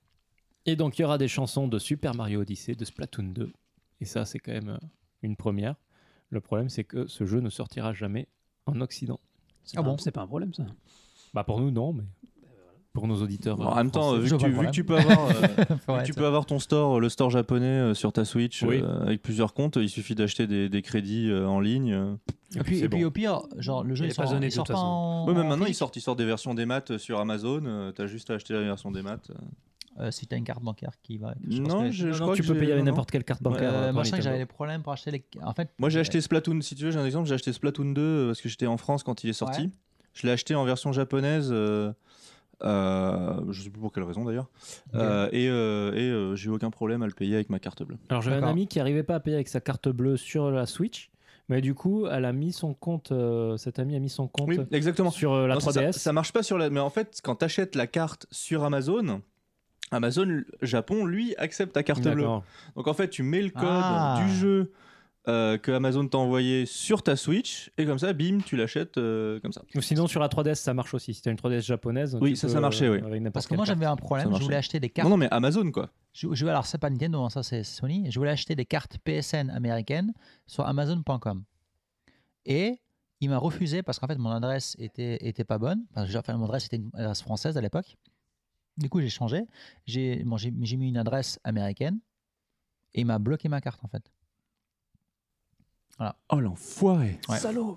Speaker 3: Et donc, il y aura des chansons de Super Mario Odyssey, de Splatoon 2. Et ça, c'est quand même euh, une première. Le problème, c'est que ce jeu ne sortira jamais en Occident.
Speaker 4: C'est
Speaker 1: Ah
Speaker 4: pas-
Speaker 1: bon
Speaker 4: C'est pas un problème ça.
Speaker 3: Bah, pour nous, non, mais pour nos auditeurs.
Speaker 2: Bon,
Speaker 3: euh,
Speaker 2: en même temps,
Speaker 3: français.
Speaker 2: euh, vu
Speaker 1: je
Speaker 2: que, tu,
Speaker 1: vois le
Speaker 2: vu que tu peux avoir, euh, vu que
Speaker 1: Ouais,
Speaker 2: tu
Speaker 1: ça-
Speaker 2: peux avoir ton store, le store japonais euh, sur ta Switch
Speaker 3: Oui.
Speaker 2: euh, avec plusieurs comptes, il suffit d'acheter des, des crédits euh, en ligne. euh.
Speaker 1: Et puis,
Speaker 3: c'est
Speaker 1: et puis
Speaker 3: bon.
Speaker 1: au pire, genre le jeu
Speaker 4: Il
Speaker 1: il
Speaker 4: est pas
Speaker 1: sort,
Speaker 4: zoné,
Speaker 1: il
Speaker 4: de
Speaker 1: sort
Speaker 4: toute
Speaker 1: pas
Speaker 4: façon.
Speaker 1: en.
Speaker 2: Ouais, mais
Speaker 1: en
Speaker 2: maintenant ils
Speaker 1: physique.
Speaker 2: sortent, ils sortent des versions des maths euh, sur Amazon. euh, T'as juste à acheter la version des maths. euh.
Speaker 1: Euh, si t'as une carte bancaire qui va.
Speaker 2: Non,
Speaker 1: que-
Speaker 2: je-
Speaker 3: Non, non,
Speaker 2: crois
Speaker 3: tu
Speaker 2: que
Speaker 3: peux
Speaker 2: j'ai-
Speaker 3: payer avec
Speaker 2: non, non.
Speaker 3: n'importe quelle carte bancaire.
Speaker 1: Euh,
Speaker 3: euh,
Speaker 1: moi,
Speaker 3: par
Speaker 1: je sais que
Speaker 3: Nintendo.
Speaker 1: j'avais des problèmes pour acheter les. En fait,
Speaker 2: Moi j'ai
Speaker 1: euh,
Speaker 2: acheté Splatoon, si tu veux, j'ai un exemple, j'ai acheté Splatoon 2 euh, parce que j'étais en France quand il est sorti.
Speaker 1: Ouais.
Speaker 2: Je l'ai acheté en version japonaise, euh, euh, je sais plus pour quelle raison d'ailleurs. Euh, et euh, et, euh, j'ai eu aucun problème à le payer avec ma carte bleue.
Speaker 3: Alors j'avais un
Speaker 1: D'accord.
Speaker 3: ami qui n'arrivait pas à payer avec sa carte bleue sur la Switch, mais du coup, elle a mis son compte, euh, cette amie a mis son compte
Speaker 2: Oui, exactement.
Speaker 3: sur euh, la
Speaker 2: Non, c'est
Speaker 3: 3DS.
Speaker 2: Ça, ça marche pas sur la. Mais en fait, quand t'achètes la carte sur Amazon, Amazon Japon, lui, accepte ta carte bleue.
Speaker 3: D'accord.
Speaker 2: Donc en fait, tu mets le code
Speaker 1: Ah.
Speaker 2: du jeu euh, que Amazon t'a envoyé sur ta Switch et comme ça, bim, tu l'achètes euh, comme ça.
Speaker 3: Ou sinon, sur la 3DS, ça marche aussi. Si t'as une 3DS japonaise.
Speaker 2: Oui,
Speaker 3: tu
Speaker 2: ça,
Speaker 3: peux,
Speaker 2: ça marchait,
Speaker 3: euh,
Speaker 2: oui.
Speaker 3: avec n'importe
Speaker 1: Parce que
Speaker 3: quelle
Speaker 1: moi
Speaker 3: carte.
Speaker 1: j'avais un problème,
Speaker 2: Ça
Speaker 1: je voulais
Speaker 2: marchait.
Speaker 1: acheter des cartes.
Speaker 2: Non, non, mais Amazon quoi.
Speaker 1: Je, je- alors c'est pas Nintendo, hein, ça c'est Sony. Je voulais acheter des cartes PSN américaines sur Amazon.com. Et il m'a refusé parce qu'en fait mon adresse était, était pas bonne. Enfin, j'ai- enfin, mon adresse était une adresse française à l'époque. Du coup j'ai changé. J'ai bon, j'ai- j'ai mis une adresse américaine. Et il m'a bloqué ma carte en fait.
Speaker 2: Oh l'enfoiré
Speaker 1: Ouais.
Speaker 4: Salaud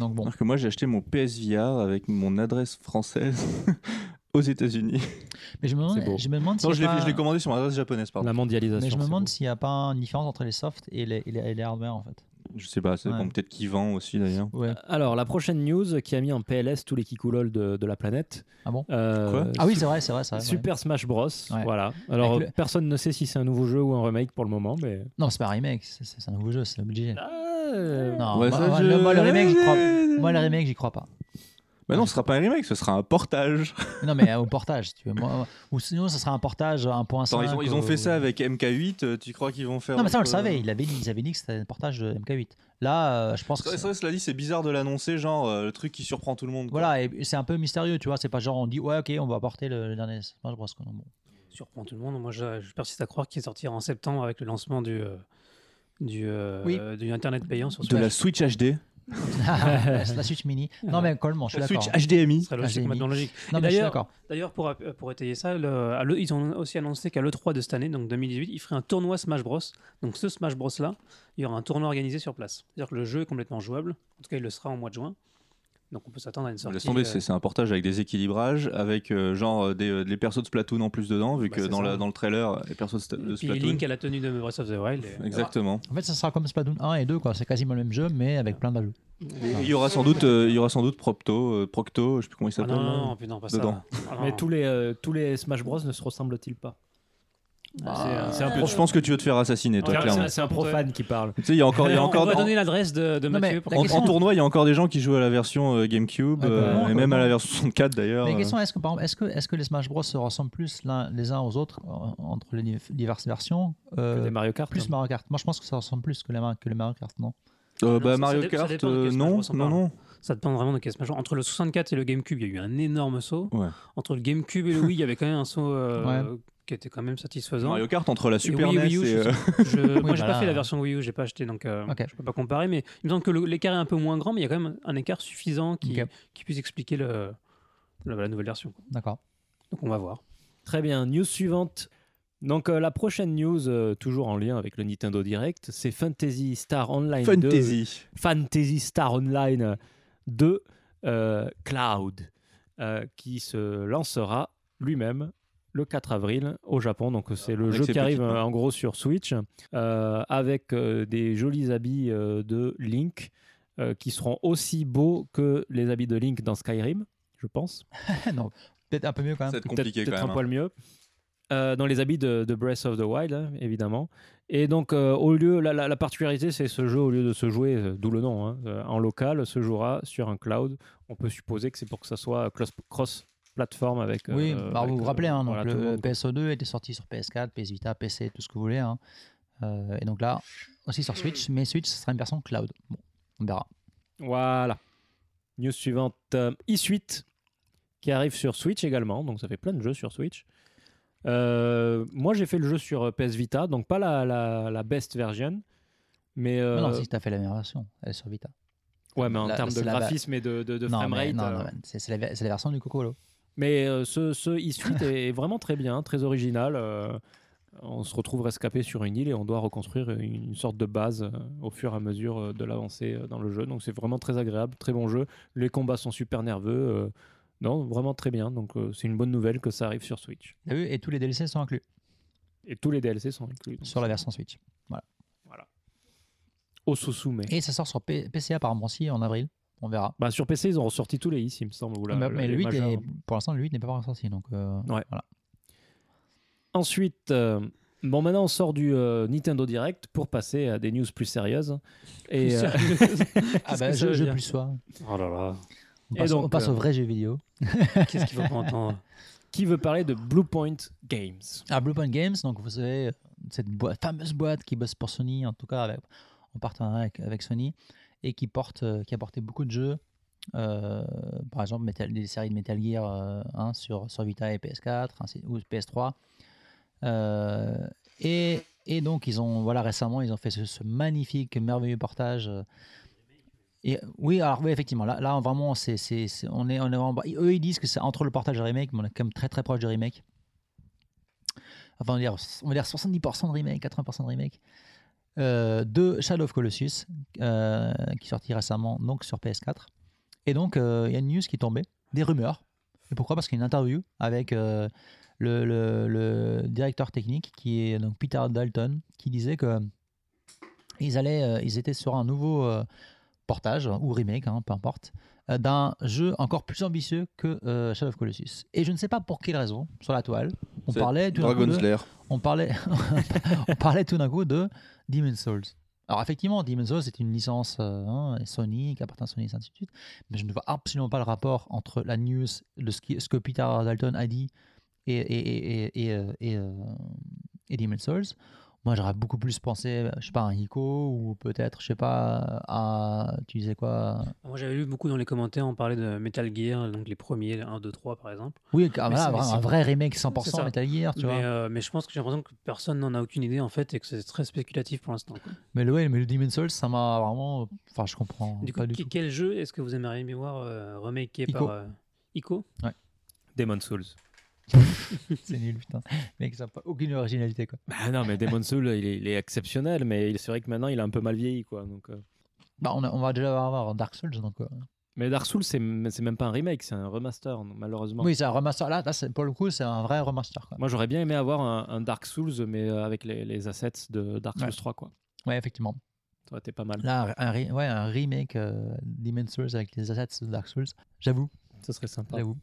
Speaker 1: Donc bon.
Speaker 2: Alors que moi, j'ai acheté mon PSVR avec mon adresse française aux États-Unis.
Speaker 1: Mais je me demande,
Speaker 3: C'est beau.
Speaker 1: je me demande
Speaker 2: Non,
Speaker 1: s'il
Speaker 2: je
Speaker 1: y
Speaker 2: l'ai
Speaker 1: a pas-
Speaker 2: je l'ai commandé sur mon adresse japonaise, pardon.
Speaker 3: La mondialisation.
Speaker 1: mais je me
Speaker 3: c'est
Speaker 1: demande
Speaker 3: beau.
Speaker 1: s'il n'y a pas une différence entre les softs et les, et les, et les hardware en fait.
Speaker 2: Je sais pas, c'est
Speaker 1: Ouais.
Speaker 2: bon, peut-être qui vend aussi d'ailleurs.
Speaker 1: Ouais.
Speaker 3: Alors, la prochaine news qui a mis en PLS tous les kikoulols de, de la planète.
Speaker 1: Ah bon
Speaker 3: Euh,
Speaker 2: Quoi
Speaker 1: Ah oui c'est vrai, c'est vrai, c'est vrai.
Speaker 3: Super Smash Bros.
Speaker 1: Ouais.
Speaker 3: Voilà. Alors,
Speaker 1: Avec le-
Speaker 3: personne ne sait si c'est un nouveau jeu ou un remake pour le moment, mais.
Speaker 1: Non, c'est pas un remake, c'est c'est un nouveau jeu, c'est obligé.
Speaker 3: Ah,
Speaker 1: Non, moi,
Speaker 2: Ouais, ça,
Speaker 1: moi,
Speaker 2: je-
Speaker 1: le, moi, le remake, j'y crois. Moi, le remake, j'y crois pas.
Speaker 2: Bah non, ce sera pas un remake, ce sera un portage.
Speaker 1: Non, mais euh, au portage, si tu veux. Moi, ou sinon, ça sera un portage 1.5.
Speaker 2: Attends, ils, ont, ils ont
Speaker 1: ou-
Speaker 2: fait ça avec MK8, euh, tu crois qu'ils vont faire. euh,
Speaker 1: Non, mais ça, on le
Speaker 2: autre-
Speaker 1: savait. Ils avaient, ils avaient dit que c'était un portage de MK8. Là, euh, je pense que.
Speaker 2: C'est
Speaker 1: c'est-
Speaker 2: vrai, cela dit, c'est bizarre de l'annoncer, genre euh, le truc qui surprend tout le monde. quoi.
Speaker 1: Voilà, et c'est un peu mystérieux, tu vois. C'est pas genre on dit, ouais, ok, on va porter le, le dernier Smash Bros. quoi. Donc, bon.
Speaker 4: Surprend tout le monde. Moi, je, je persiste à croire qu'il sortira en septembre avec le lancement du. euh, du, euh,
Speaker 1: Oui.
Speaker 4: du internet payant sur
Speaker 2: De la
Speaker 4: Switch.
Speaker 2: Switch HD.
Speaker 1: C'est la Switch Mini. Non, mais Coleman, je suis
Speaker 2: La
Speaker 1: d'accord.
Speaker 2: Switch HDMI.
Speaker 4: Ce serait
Speaker 1: Ah, j'ai
Speaker 4: logique,
Speaker 1: mis.
Speaker 4: maintenant logique.
Speaker 1: Non,
Speaker 4: Et
Speaker 1: mais je suis
Speaker 4: d'ailleurs-
Speaker 1: d'accord.
Speaker 4: D'ailleurs, pour, euh, pour étayer ça, le- à l'E- ils ont aussi annoncé qu'à l'E3 de cette année, donc 2018, ils feraient un tournoi Smash Bros. Donc ce Smash Bros là, il y aura un tournoi organisé sur place. C'est-à-dire que le jeu est complètement jouable. En tout cas, il le sera en mois de juin. Donc on peut s'attendre à une sortie.
Speaker 2: Laisse tomber,
Speaker 4: euh,
Speaker 2: c'est c'est un portage avec des équilibrages, avec euh, genre euh, des, euh, les persos de Splatoon en plus dedans, vu
Speaker 4: Bah,
Speaker 2: que
Speaker 4: c'est
Speaker 2: dans,
Speaker 4: ça.
Speaker 2: la- dans le trailer, euh, les persos de, Sta- de
Speaker 4: et puis
Speaker 2: Splatoon.
Speaker 4: Link à la tenue de Breath of the Wild. et-
Speaker 2: Exactement.
Speaker 1: En fait, ça sera comme Splatoon 1 et 2, quoi. C'est quasiment le même jeu, mais avec plein d'ajouts.
Speaker 2: Et Il y aura sans doute, euh, il y aura sans doute Propto, euh, Procto, je sais plus comment il
Speaker 4: Ah
Speaker 2: s'appelle.
Speaker 4: non, non, non, puis non, pas
Speaker 2: Dedans.
Speaker 4: ça. Ah non,
Speaker 3: Mais
Speaker 4: non.
Speaker 3: tous les, euh, tous les Smash Bros ne se ressemblent-ils pas
Speaker 2: Ah,
Speaker 3: c'est un- c'est un
Speaker 2: que- Je pense que tu veux te faire assassiner, toi,
Speaker 4: Ouais,
Speaker 2: clairement.
Speaker 4: Ah, c'est
Speaker 3: C'est un profane qui parle.
Speaker 2: Tu sais, il y a encore, il y a
Speaker 4: on,
Speaker 2: encore.
Speaker 4: va
Speaker 2: en-
Speaker 4: donner l'adresse de, de
Speaker 1: Non, mais
Speaker 4: Mathieu. pour-
Speaker 1: la
Speaker 2: En, en
Speaker 1: question-
Speaker 2: tournoi, il y a encore des gens qui jouent à la version euh, GameCube
Speaker 4: Ah
Speaker 1: Ouais,
Speaker 4: bah,
Speaker 2: euh,
Speaker 1: comment,
Speaker 2: et même
Speaker 1: comment
Speaker 2: à la version 64 d'ailleurs.
Speaker 1: Mais la
Speaker 2: euh.
Speaker 1: question est-ce que par exemple, est-ce que est-ce que les Smash Bros se ressemblent plus l'un- les uns aux autres en- entre les div- diverses versions euh,
Speaker 3: Que des Mario Kart. hein.
Speaker 1: Plus Mario Kart. Moi, je pense que ça ressemble plus que les, Mar- que les Mario Kart, non
Speaker 2: Euh,
Speaker 4: Non,
Speaker 2: bah,
Speaker 4: ça-
Speaker 2: Mario
Speaker 4: ça dé- ça
Speaker 2: Kart,
Speaker 4: dépend de
Speaker 2: euh,
Speaker 4: quel
Speaker 2: non,
Speaker 4: Smash Bros on
Speaker 2: non, non.
Speaker 4: Ça dépend vraiment de quel Smash Bros. Entre le 64 et le GameCube, il y a eu un énorme saut.
Speaker 2: Ouais.
Speaker 4: Entre le GameCube et le Wii, il y avait quand même un saut euh, qui était quand même satisfaisant.
Speaker 2: Mario Kart entre la
Speaker 4: Et
Speaker 2: Super
Speaker 4: Wii,
Speaker 2: NES
Speaker 4: Wii U,
Speaker 2: et.
Speaker 4: je
Speaker 2: euh,
Speaker 4: Je- moi, j'ai
Speaker 1: bah
Speaker 4: pas
Speaker 1: là,
Speaker 4: fait la
Speaker 1: euh,
Speaker 4: version Wii U, j'ai pas acheté, donc euh,
Speaker 1: Ok.
Speaker 4: je peux pas comparer. Mais il me semble que le- l'écart est un peu moins grand, mais il y a quand même un écart suffisant qui,
Speaker 1: Ok.
Speaker 4: qui puisse expliquer le, le- la nouvelle version. quoi.
Speaker 1: D'accord.
Speaker 4: Donc on va voir.
Speaker 3: Très bien, news suivante. Donc euh, la prochaine news, euh, toujours en lien avec le Nintendo Direct, c'est Fantasy Star Online 2.
Speaker 2: Fantasy.
Speaker 3: Fantasy Star Online 2 euh, Cloud, euh, qui se lancera lui-même le 4 avril au Japon. Donc c'est le
Speaker 2: Avec
Speaker 3: jeu
Speaker 2: ses
Speaker 3: qui arrive
Speaker 2: petites mains.
Speaker 3: euh, en gros sur Switch, euh, avec euh, des jolis habits euh, de Link, euh, qui seront aussi beaux que les habits de Link dans Skyrim, je pense.
Speaker 1: non, peut-être un peu mieux quand même.
Speaker 2: C'est compliqué quand
Speaker 3: Peut-être- peut-être un
Speaker 2: même. hein.
Speaker 3: poil mieux. Euh, dans les habits de, de Breath of the Wild, hein, évidemment. Et donc, euh, au lieu, la, la- la particularité, c'est ce jeu, au lieu de se jouer, euh, d'où le nom, hein, euh, en local, se jouera sur un cloud. On peut supposer que c'est pour que ça soit cross-platform avec. euh,
Speaker 1: Oui, bah,
Speaker 3: avec,
Speaker 1: vous vous
Speaker 3: euh,
Speaker 1: rappelez, hein, donc
Speaker 3: voilà, tout le
Speaker 1: le,
Speaker 3: monde, quoi.
Speaker 1: PSO2 était sorti sur PS4, PS Vita, PC, tout ce que vous voulez. hein. Euh, et donc là, aussi sur Switch, mais Switch, ce sera une version cloud. Bon, on verra.
Speaker 3: Voilà. News suivante euh, i8 qui arrive sur Switch également. Donc ça fait plein de jeux sur Switch. Euh, moi j'ai fait le jeu sur euh, PS Vita, donc pas la, la, la best version. Mais euh,
Speaker 1: Non, non, si tu as fait la meilleure version, elle est sur Vita.
Speaker 3: ouais, mais en
Speaker 1: la-
Speaker 3: termes de
Speaker 1: c'est la-
Speaker 3: graphisme et de, de, de
Speaker 1: non,
Speaker 3: framerate.
Speaker 1: mais, non,
Speaker 3: euh,
Speaker 1: non, mais c'est c'est la, c'est la version du Cocolo.
Speaker 3: Mais euh, ce, ce i8 est est vraiment très bien, très original. euh, on se retrouve rescapé sur une île et on doit reconstruire une une sorte de base euh, au fur et à mesure euh, de l'avancée euh, dans le jeu. Donc c'est vraiment très agréable, très bon jeu. Les combats sont super nerveux. euh, non, vraiment très bien. Donc euh, c'est une bonne nouvelle que ça arrive sur Switch.
Speaker 1: T'as vu Et tous les DLC sont inclus
Speaker 3: Et tous les DLC sont inclus. Donc,
Speaker 1: sur la version Switch.
Speaker 3: Au sous-soumet.
Speaker 1: Et ça sort sur P- PC apparemment aussi en avril. On verra.
Speaker 3: Bah, sur PC, ils ont ressorti tous les is, il me semble. ou la-
Speaker 1: mais
Speaker 3: la-
Speaker 1: Ah bah, mais
Speaker 3: les
Speaker 1: le 8 est-
Speaker 3: majeurs.
Speaker 1: pour l'instant, le 8 n'est pas encore sorti. Donc, euh,
Speaker 3: Ouais.
Speaker 1: voilà.
Speaker 3: Ensuite, euh, bon, maintenant on sort du euh, Nintendo Direct pour passer à des news plus sérieuses. Et,
Speaker 4: Plus
Speaker 3: euh,
Speaker 4: sérieux.
Speaker 1: Ah
Speaker 4: Qu'est-ce que
Speaker 1: bah,
Speaker 4: ça
Speaker 1: je,
Speaker 4: veut
Speaker 1: je
Speaker 4: dire
Speaker 1: plus sois.
Speaker 4: oh là là,
Speaker 1: On
Speaker 3: Et
Speaker 1: passe,
Speaker 3: donc,
Speaker 1: on passe
Speaker 3: euh,
Speaker 1: au vrai jeu vidéo.
Speaker 4: qu'est-ce qu'il faut pas entendre
Speaker 3: Qui veut parler de Bluepoint Games
Speaker 1: À Ah, Bluepoint Games, donc vous savez, euh, cette boîte- fameuse boîte qui bosse pour Sony, en tout cas avec- en partenariat avec, avec Sony, et qui, porte, euh, qui a porté beaucoup de jeux, euh, par exemple Metal- des séries de Metal Gear euh, hein, sur, sur Vita et PS4 ainsi- ou PS3. Euh, et, et donc, ils ont, voilà, récemment, ils ont fait ce, ce magnifique, merveilleux portage. euh, et, oui, alors oui, effectivement, là, là vraiment, c'est, c'est, c'est- on est, on est vraiment- eux, ils disent que c'est entre le portage et le remake, mais on est quand même très très proche du remake. Enfin, on va dire, on va dire 70% de remake, 80% de remake. Euh, de Shadow of Colossus, euh, qui sortit récemment donc sur PS4. Et donc, euh, il y a une news qui est tombée, des rumeurs. Et pourquoi Parce qu'il y a une interview avec euh, le, le- le directeur technique, qui est donc Peter Dalton, qui disait que euh, ils, allaient, euh, ils étaient sur un nouveau euh, portage, ou remake, hein, peu importe, euh, d'un jeu encore plus ambitieux que euh, Shadow of Colossus. Et je ne sais pas pour quelle raison, sur la toile, on
Speaker 2: C'est
Speaker 1: parlait tout d'un coup
Speaker 2: Dragon
Speaker 1: de-
Speaker 2: Slayer.
Speaker 1: on parlait, on parlait tout d'un coup de Demon's Souls. Alors effectivement, Demon's Souls c'est une licence euh, hein, Sony qui appartient à Sony et ainsi de suite, mais je ne vois absolument pas le rapport entre la news, le, ce, qui- ce que Peter Dalton a dit et, et, et, et, et, euh, et, euh, et Demon's Souls. Moi, j'aurais beaucoup plus pensé, euh, je sais pas, à un Ico ou peut-être, je sais pas, à tu disais quoi
Speaker 4: Moi, j'avais lu beaucoup dans les commentaires, on parlait de Metal Gear, donc les premiers, 1, 2, 3 par exemple.
Speaker 1: Oui, ah,
Speaker 4: Mais
Speaker 1: voilà,
Speaker 4: c'est-
Speaker 1: un,
Speaker 4: c'est-
Speaker 1: vrai remake
Speaker 4: c'est ça.
Speaker 1: 100% Metal Gear, tu
Speaker 4: Mais,
Speaker 1: vois.
Speaker 4: euh, mais je pense que j'ai l'impression que personne n'en a aucune idée en fait et que c'est très spéculatif pour l'instant. quoi.
Speaker 1: Mais le, ouais, mais le Demon's Souls, ça m'a vraiment, enfin, je comprends
Speaker 4: Du coup,
Speaker 1: pas du
Speaker 4: qui-
Speaker 1: tout.
Speaker 4: quel jeu est-ce que vous aimeriez bien voir euh, remaké
Speaker 1: Ico.
Speaker 4: par euh, Ico
Speaker 3: Demon Souls.
Speaker 1: C'est nul, putain. Mec, ça n'a pas aucune originalité, quoi.
Speaker 3: Bah non, mais Demon Souls, il est, il est exceptionnel, mais il- c'est vrai que maintenant, il a un peu mal vieilli, quoi. Donc, euh.
Speaker 1: Bah, on, a- on va déjà avoir Dark Souls, donc. euh.
Speaker 3: Mais Dark Souls, c'est c'est même pas un remake, c'est un remaster, donc, malheureusement.
Speaker 1: Oui, c'est un remaster. Là, là c'est- pour le coup, c'est un vrai remaster, quoi.
Speaker 3: Moi, j'aurais bien aimé avoir un, un Dark Souls, mais euh, avec les, les assets de Dark Souls
Speaker 1: Ouais.
Speaker 3: 3, quoi.
Speaker 1: Ouais, effectivement.
Speaker 3: Ça aurait été pas mal.
Speaker 1: Là, un, re- ouais, un remake euh, Demon's Souls avec les assets de Dark Souls. J'avoue,
Speaker 3: Ce serait sympa.
Speaker 1: j'avoue.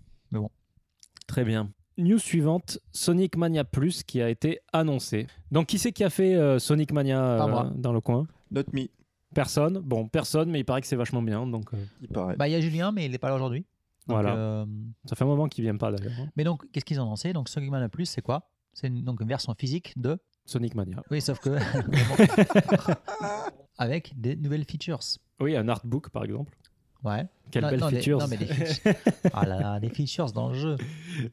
Speaker 3: Très bien. News suivante, Sonic Mania Plus qui a été annoncé. Donc qui c'est qui a fait euh, Sonic Mania euh,
Speaker 1: Pas moi.
Speaker 3: dans le coin
Speaker 2: Not me,
Speaker 3: Personne. Bon, personne, mais il paraît que c'est vachement bien. Donc euh,
Speaker 2: il paraît.
Speaker 1: Bah, il y a Julien, mais il n'est pas là aujourd'hui. Donc,
Speaker 3: voilà.
Speaker 1: euh,
Speaker 3: Ça fait un moment qu'il vient pas d'ailleurs. hein.
Speaker 1: Mais donc, qu'est-ce qu'ils ont lancé Donc, Sonic Mania Plus, c'est quoi C'est une, donc une version physique de.
Speaker 3: Sonic Mania.
Speaker 1: Oui, sauf que. avec des nouvelles features.
Speaker 3: Oui, un artbook par exemple.
Speaker 1: Ouais.
Speaker 3: Quelle
Speaker 1: Non,
Speaker 3: belle
Speaker 1: non, des-
Speaker 3: feature.
Speaker 1: non, mais des features. Ah là là, des features dans le jeu.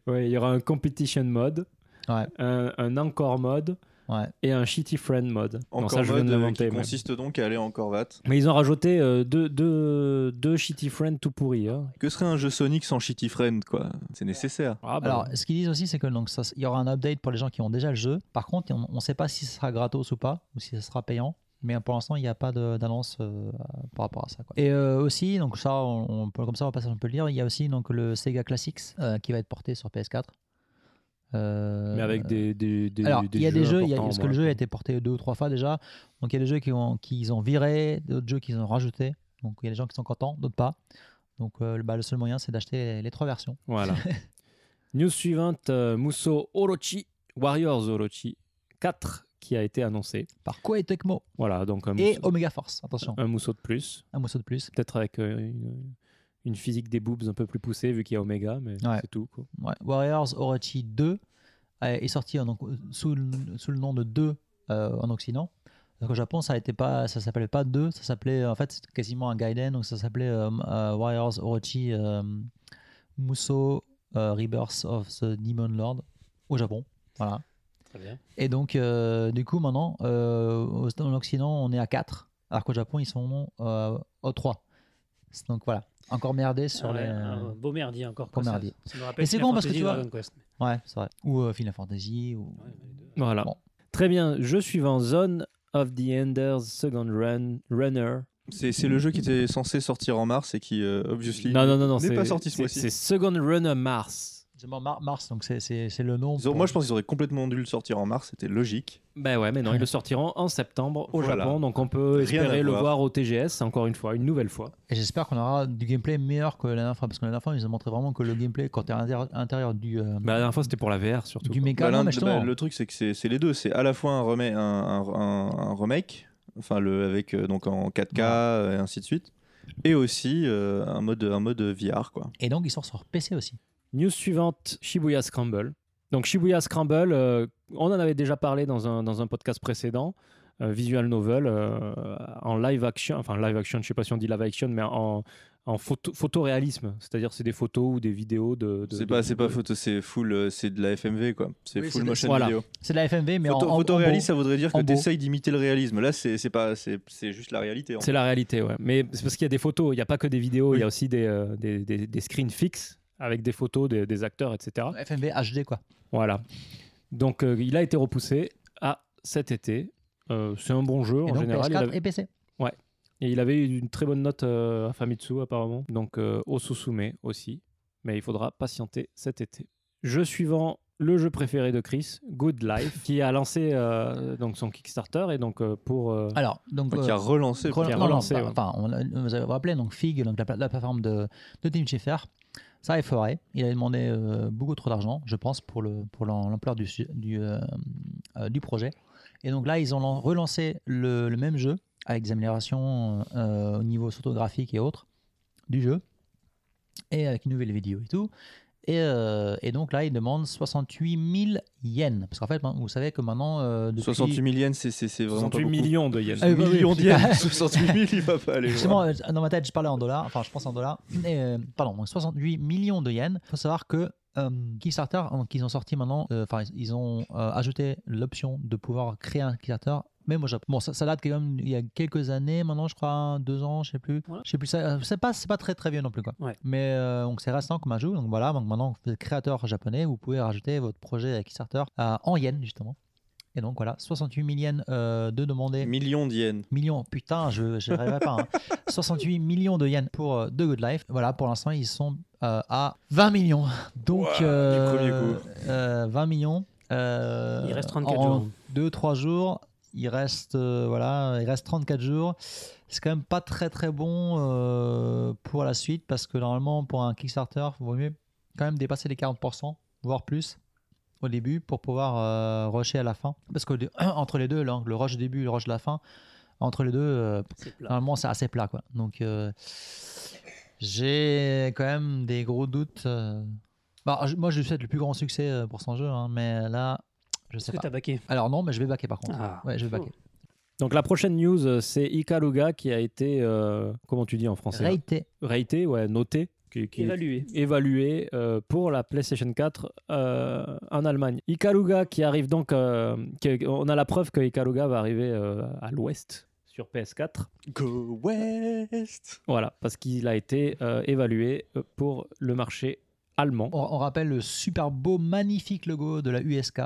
Speaker 3: Ouais, il y aura un competition mode,
Speaker 1: Ouais.
Speaker 3: un, un encore mode
Speaker 1: Ouais.
Speaker 3: et un shitty friend mode. Non,
Speaker 2: Encore
Speaker 3: ça, je viens
Speaker 2: mode
Speaker 3: de
Speaker 2: euh,
Speaker 3: l'inventer,
Speaker 2: qui
Speaker 3: mais...
Speaker 2: consiste donc à aller en Corvette.
Speaker 3: mais ils ont rajouté euh, deux, deux, deux shitty friends tout pourris. hein.
Speaker 2: Que serait un jeu Sonic sans Shitty Friend, quoi C'est nécessaire.
Speaker 3: Ah, bah,
Speaker 1: Alors, ce qu'ils disent aussi, c'est que donc, ça- il y aura un update pour les gens qui ont déjà le jeu. Par contre, on ne sait pas si ce sera gratos ou pas, ou si ce sera payant. Mais pour l'instant, il n'y a pas de- d'annonce euh, par rapport à ça. quoi. Et euh, aussi, donc ça, on, on peut- comme ça, on passe, on peut le lire. Il y a aussi donc le Sega Classics euh, qui va être porté sur PS4. Euh,
Speaker 3: mais avec des, des, des-
Speaker 1: alors,
Speaker 3: des
Speaker 1: il y a des jeux, il y a-
Speaker 3: importants,
Speaker 1: parce que le
Speaker 3: moi.
Speaker 1: jeu a été porté deux ou trois fois déjà. Donc, il y a des jeux qui ont, qu'ils ont viré, d'autres jeux qu'ils ont rajoutés. Donc, il y a des gens qui sont contents, d'autres pas. Donc, euh, bah, le seul moyen, c'est d'acheter les- les trois versions.
Speaker 3: Voilà. News suivante, euh, Muso Orochi, Warriors Orochi 4 qui a été annoncé.
Speaker 1: Par Koei Tecmo.
Speaker 3: Voilà, donc un,
Speaker 1: et
Speaker 3: Muso,
Speaker 1: Omega Force. Attention,
Speaker 3: un Muso de plus,
Speaker 1: un morceau de plus.
Speaker 3: peut-être avec euh, une, une physique des boobs un peu plus poussée vu qu'il y a Omega, mais
Speaker 1: Ouais.
Speaker 3: c'est tout. quoi.
Speaker 1: Ouais. Warriors Orochi 2 euh, est sorti euh, donc, sous, le, sous le nom de 2 euh, en Occident. Donc au Japon, ça était pas, ça s'appelait pas 2, ça s'appelait euh, en fait c'était quasiment un Gaiden, donc ça s'appelait euh, euh, Warriors Orochi euh, Muso euh, Rebirth of the Demon Lord au Japon. Voilà.
Speaker 4: Très bien.
Speaker 1: Et donc, euh, du coup, maintenant, euh, au- dans l'Occident, on est à 4, alors qu'au Japon, ils sont euh, au 3. Donc voilà, encore merdé sur
Speaker 4: Ah ouais,
Speaker 1: les.
Speaker 4: un beau merdier encore.
Speaker 1: beau
Speaker 4: quoi, ça-
Speaker 1: merdier.
Speaker 4: ça me rappelle
Speaker 1: Et Euh, c'est
Speaker 4: Final
Speaker 1: con parce que
Speaker 4: Fantasy
Speaker 1: tu vois-
Speaker 4: Dragon Quest.
Speaker 1: Ouais, c'est vrai. Ou euh, Final Fantasy. Ou...
Speaker 4: Ouais, mais les deux.
Speaker 3: Voilà.
Speaker 1: Bon.
Speaker 3: Très bien, jeu suivant, Zone of the Enders Second Run, Runner.
Speaker 2: C'est c'est le jeu qui était censé sortir en mars et qui, euh, obviously,
Speaker 3: Non, non, non, non,
Speaker 2: n'est
Speaker 3: c'est-
Speaker 2: pas sorti ce
Speaker 3: c'est-
Speaker 2: mois-ci.
Speaker 3: C'est Second Runner Mars.
Speaker 1: Justement, Mar- Mars, donc c'est- c'est c'est le nom.
Speaker 2: Ils ont-
Speaker 1: pour-
Speaker 2: Moi, je pense qu'ils auraient complètement dû le sortir en mars, c'était logique.
Speaker 3: Ben ouais, mais non, ils le sortiront en septembre au
Speaker 2: Voilà.
Speaker 3: Japon, donc on peut
Speaker 2: Rien
Speaker 3: espérer
Speaker 2: à
Speaker 3: le
Speaker 2: voir.
Speaker 3: voir au TGS, encore une fois, une nouvelle fois.
Speaker 1: Et j'espère qu'on aura du gameplay meilleur que la dernière fois, parce que la dernière fois, ils ont montré vraiment que le gameplay, quand tu es à l'intérieur- à l'intérieur du, euh,
Speaker 3: Bah, la dernière fois, c'était pour la VR surtout.
Speaker 1: du
Speaker 3: quoi.
Speaker 1: méca,
Speaker 2: Bah,
Speaker 1: non, mais
Speaker 2: l'un- bah,
Speaker 1: justement,
Speaker 2: le truc, c'est que c'est c'est les deux. C'est à la fois un, remake, un, un- un- un remake, enfin le avec euh, donc en 4K et ainsi de suite, et aussi euh, un mode un mode VR quoi.
Speaker 1: Et donc, ils sortent sur PC aussi.
Speaker 3: News suivante, Shibuya Scramble. Donc Shibuya Scramble, euh, on en avait déjà parlé dans un, dans un podcast précédent, euh, visual novel, euh, en live action, enfin live action, je sais pas si on dit live action, mais en, en photo, photoréalisme, c'est-à-dire c'est des photos ou des vidéos de... de-
Speaker 2: C'est
Speaker 3: de-
Speaker 2: pas, c'est pas
Speaker 3: de-
Speaker 2: photo, c'est full, euh, c'est de la FMV quoi. C'est
Speaker 1: Oui,
Speaker 2: full
Speaker 1: c'est de-
Speaker 2: motion
Speaker 3: voilà.
Speaker 2: vidéo.
Speaker 1: C'est de la FMV, mais en-
Speaker 2: Photo,
Speaker 1: en, en
Speaker 2: photoréaliste,
Speaker 1: beau.
Speaker 2: ça voudrait dire que
Speaker 1: en beau.
Speaker 2: t'essayes d'imiter le réalisme. Là, c'est c'est pas, c'est c'est juste la réalité. en
Speaker 3: C'est la réalité, ouais. Mais c'est parce qu'il y a des photos, il n'y a pas que des vidéos, il
Speaker 2: Oui.
Speaker 3: y a aussi des, euh, des, des, des screens fixes avec des photos des, des acteurs, etc.
Speaker 1: FMV HD, quoi.
Speaker 3: Voilà. Donc euh, il a été repoussé à cet été. Euh, c'est un bon jeu
Speaker 1: Et
Speaker 3: en
Speaker 1: donc
Speaker 3: général. Il
Speaker 1: PS4
Speaker 3: avait,
Speaker 1: et PC.
Speaker 3: et il avait eu une très bonne note euh, à Famitsu apparemment. Donc euh, au Susume aussi. Mais il faudra patienter cet été. Jeu suivant, le jeu préféré de Chris, Good Life, qui a lancé euh, donc son Kickstarter et donc euh, pour euh,
Speaker 2: Ah,
Speaker 1: Alors, donc.
Speaker 2: Enfin, qui a
Speaker 1: euh,
Speaker 2: relancé.
Speaker 1: Cro-
Speaker 3: qui a
Speaker 1: non, non,
Speaker 3: relancé,
Speaker 1: pas-
Speaker 3: ouais.
Speaker 1: enfin, on l'a- vous avez rappelé, donc Fig, donc la, pla- la plateforme de, de Tim Schafer, ça est forêt. Il avait demandé euh, beaucoup trop d'argent, je pense, pour le pour l'am- l'ampleur du su- du, euh, euh, du projet. Et donc là, ils ont lan- relancé le, le même jeu avec des améliorations euh, au niveau photographique et autres du jeu, et avec une nouvelle vidéo et tout. Et, euh, et donc là, ils demandent 68 000 yens. Parce qu'en fait, vous savez que maintenant, euh, depuis...
Speaker 2: 68 000 yens, c'est- c'est c'est vraiment pas
Speaker 3: 68
Speaker 2: beaucoup.
Speaker 3: millions de yens.
Speaker 1: Ah oui, bah oui,
Speaker 2: Millions
Speaker 1: putain.
Speaker 2: d'yens, 68 000, il va pas aller. voir.
Speaker 1: Justement, euh, dans ma tête, je parlais en dollars, enfin je pense en dollars. Et, euh, pardon, donc 68 millions de yens. Il faut savoir que euh, Kickstarter, euh, qu'ils ont sorti maintenant, euh, enfin ils ils ont euh, ajouté l'option de pouvoir créer un Kickstarter. Même au Japon. Bon, ça, ça date quand même il y a quelques années maintenant, je crois, hein, deux ans, je sais plus.
Speaker 4: Voilà.
Speaker 1: Je sais plus, ça- euh, c'est pas, c'est pas très très vieux non plus quoi.
Speaker 4: Ouais.
Speaker 1: Mais euh, donc c'est récent comme ajout. Donc voilà, donc maintenant vous êtes créateur japonais, vous pouvez rajouter votre projet à Kickstarter euh, en yens justement. Et donc voilà, 68 000 yens euh, de demander
Speaker 2: Millions d'yens.
Speaker 1: millions, putain, je je rêvais pas. hein. 68 millions de yens pour euh, The Good Life. Voilà, pour l'instant, ils sont euh, à 20 millions. Donc,
Speaker 2: Ouah, du
Speaker 1: euh,
Speaker 2: premier coup.
Speaker 1: euh, 20 millions. euh,
Speaker 4: Il reste 34
Speaker 1: en
Speaker 4: jours.
Speaker 1: 2-3 jours. Il reste, euh, voilà, il reste 34 jours. C'est quand même pas très très bon euh, pour la suite parce que normalement, pour un Kickstarter, il vaut mieux quand même dépasser les 40%, voire plus au début pour pouvoir euh, rusher à la fin. Parce que entre les deux, là, le rush au début et le rush de la fin, entre les deux, euh,
Speaker 4: C'est plat.
Speaker 1: normalement c'est assez plat. Quoi. Donc euh, j'ai quand même des gros doutes. euh. Bah, je- moi je lui souhaite le plus grand succès euh, pour son jeu, hein, mais là, je sais
Speaker 4: Est-ce que
Speaker 1: pas.
Speaker 4: t'as baqué
Speaker 1: Alors non, mais je vais backer par contre.
Speaker 4: Ah.
Speaker 1: Ouais, je vais backer.
Speaker 3: Donc la prochaine news, euh, c'est Ikaruga qui a été, euh, comment tu dis en français là
Speaker 1: Raté.
Speaker 3: Raté, ouais, noté, qui, qui-
Speaker 4: Évalué.
Speaker 3: évalué euh, pour la PlayStation 4 euh, en Allemagne. Ikaruga qui arrive donc, euh, qui- on a la preuve que Ikaruga va arriver euh, à l'ouest sur PS4.
Speaker 2: Go West
Speaker 3: Voilà, parce qu'il a été euh, évalué euh, pour le marché allemand.
Speaker 1: On, on rappelle le super beau, magnifique logo de la USK.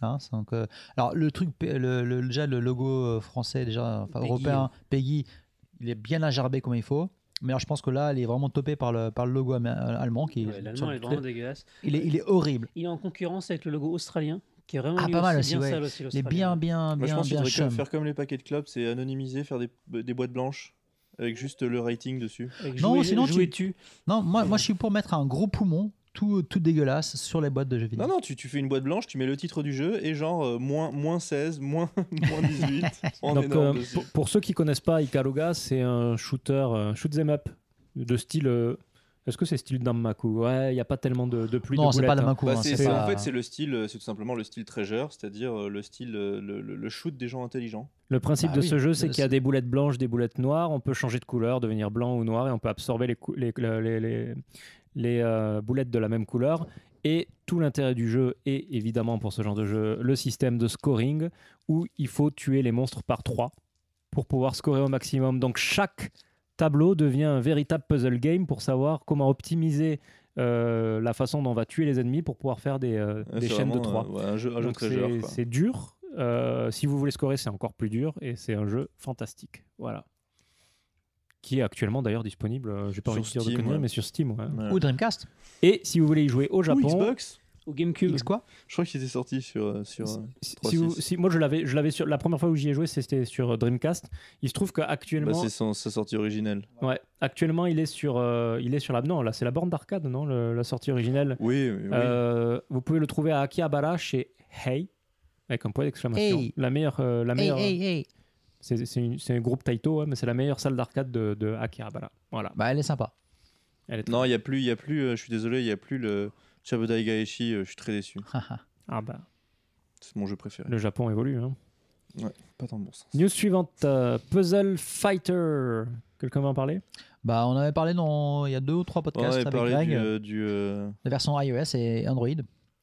Speaker 1: Hein, c'est donc, euh, alors le truc, P- le, le- déjà le logo euh, français, déjà enfin,
Speaker 4: Peggy, hein.
Speaker 1: européen, Peggy, il est bien agerbé comme il faut. Mais alors, je pense que là, il est vraiment topé par le, par le logo ama- allemand qui
Speaker 4: Ouais, L'allemand
Speaker 1: sur-
Speaker 4: est vraiment dégueulasse.
Speaker 1: il est, il est horrible.
Speaker 4: Il est en concurrence avec le logo australien, qui est vraiment
Speaker 1: Ah,
Speaker 4: lui
Speaker 1: pas mal aussi,
Speaker 4: bien
Speaker 1: ouais.
Speaker 4: sale aussi,
Speaker 1: Il est bien,
Speaker 4: l'Australien.
Speaker 1: bien,
Speaker 2: Moi, je
Speaker 1: bien,
Speaker 2: pense qu'il
Speaker 1: bien
Speaker 2: faudrait
Speaker 1: chum.
Speaker 2: faire comme les paquets de club, c'est anonymiser, faire des, euh, des boîtes blanches avec juste le rating dessus.
Speaker 4: Avec
Speaker 1: Non,
Speaker 4: jouer-
Speaker 1: sinon tu-
Speaker 4: jouer tu.
Speaker 1: Non, moi, moi, je suis pour mettre un gros poumon tout, tout dégueulasse sur les boîtes de jeux vidéo.
Speaker 2: Non, non, tu, tu fais une boîte blanche, tu mets le titre du jeu et genre euh, moins, moins 16, moins, moins 18. en
Speaker 3: Donc,
Speaker 2: énorme
Speaker 3: euh,
Speaker 2: dessus.
Speaker 3: pour, pour ceux qui connaissent pas Ikaruga, c'est un shooter, un shoot 'em up de style. euh, Est-ce que c'est style Danmaku Ouais, il n'y a pas tellement de, de pluie.
Speaker 1: Non,
Speaker 3: de
Speaker 1: c'est pas
Speaker 3: boulettes,
Speaker 1: la
Speaker 3: hein.
Speaker 1: main courte.
Speaker 2: Bah,
Speaker 1: hein,
Speaker 2: c'est-
Speaker 1: c'est
Speaker 2: c'est-
Speaker 1: pas-
Speaker 2: En fait, c'est le style, euh, c'est tout simplement le style treasure, c'est-à-dire euh, le style, euh, le, le- le shoot des gens intelligents.
Speaker 3: Le principe
Speaker 1: Bah
Speaker 3: de
Speaker 1: oui,
Speaker 3: ce jeu, c'est
Speaker 1: le-
Speaker 3: qu'il y a des boulettes blanches, des boulettes noires. On peut changer de couleur, devenir blanc ou noir, et on peut absorber les, cou- les, les, les- les- les, euh, boulettes de la même couleur. Et tout l'intérêt du jeu est évidemment pour ce genre de jeu le système de scoring où il faut tuer les monstres par trois pour pouvoir scorer au maximum. Donc chaque tableau devient un véritable puzzle game pour savoir comment optimiser euh, la façon dont on va tuer les ennemis pour pouvoir faire des, euh,
Speaker 2: Ouais,
Speaker 3: des
Speaker 2: c'est
Speaker 3: chaînes de
Speaker 2: vraiment,
Speaker 3: trois.
Speaker 2: euh, ouais, un jeu, un jeu
Speaker 3: Donc,
Speaker 2: treasure.
Speaker 3: c'est-
Speaker 2: quoi.
Speaker 3: C'est dur. Euh, si vous voulez scorer, c'est encore plus dur et c'est un jeu fantastique. Voilà. Qui est actuellement d'ailleurs disponible, euh, j'ai pas
Speaker 2: Sur
Speaker 3: envie de dire de
Speaker 2: Steam,
Speaker 3: conneries,
Speaker 2: ouais.
Speaker 3: mais sur Steam. ouais.
Speaker 2: Ouais.
Speaker 1: Ou Dreamcast,
Speaker 3: Et si vous voulez y jouer au
Speaker 2: Ou
Speaker 3: Japon,
Speaker 2: Xbox
Speaker 4: Au GameCube.
Speaker 1: X quoi
Speaker 2: Je crois qu'il était sorti sur. euh, sur euh,
Speaker 3: si- si
Speaker 2: 3.6.
Speaker 3: vous- si- moi je l'avais, je l'avais sur la première fois où j'y ai joué, c'était sur euh, Dreamcast. Il se trouve
Speaker 2: bah,
Speaker 3: qu'actuellement,
Speaker 2: c'est son- sa sortie originelle.
Speaker 3: ouais, actuellement il est sur, euh, il est sur la, non là c'est la borne d'arcade, non, le- la sortie originelle.
Speaker 2: Oui, oui, oui.
Speaker 3: Euh, vous pouvez le trouver à Akihabara chez Hey avec un point d'exclamation.
Speaker 1: Hey.
Speaker 3: La meilleure, euh, la
Speaker 1: Hey,
Speaker 3: meilleure.
Speaker 2: hein.
Speaker 1: hey, hey.
Speaker 3: hein, C'est c'est une- c'est un groupe Taito, ouais, mais c'est la meilleure salle d'arcade de, de Akihabara. Voilà.
Speaker 1: Bah, elle est sympa.
Speaker 3: Elle est très-
Speaker 2: Non, il n'y a plus, il y a plus euh, je suis désolé, il n'y a plus le Chabudai Gaeshi, euh, je suis très déçu.
Speaker 3: Ah bah,
Speaker 2: C'est mon jeu préféré.
Speaker 3: le Japon évolue. hein.
Speaker 2: Pas dans le bon sens.
Speaker 3: News suivante euh, Puzzle Fighter. Quelqu'un va en parler
Speaker 1: Bah, on en avait parlé dans il y a deux ou trois
Speaker 2: On
Speaker 1: podcasts
Speaker 2: avait
Speaker 1: avec
Speaker 2: parlé
Speaker 1: Greg,
Speaker 2: du,
Speaker 1: euh,
Speaker 2: euh, du, euh,
Speaker 1: la version iOS et Android.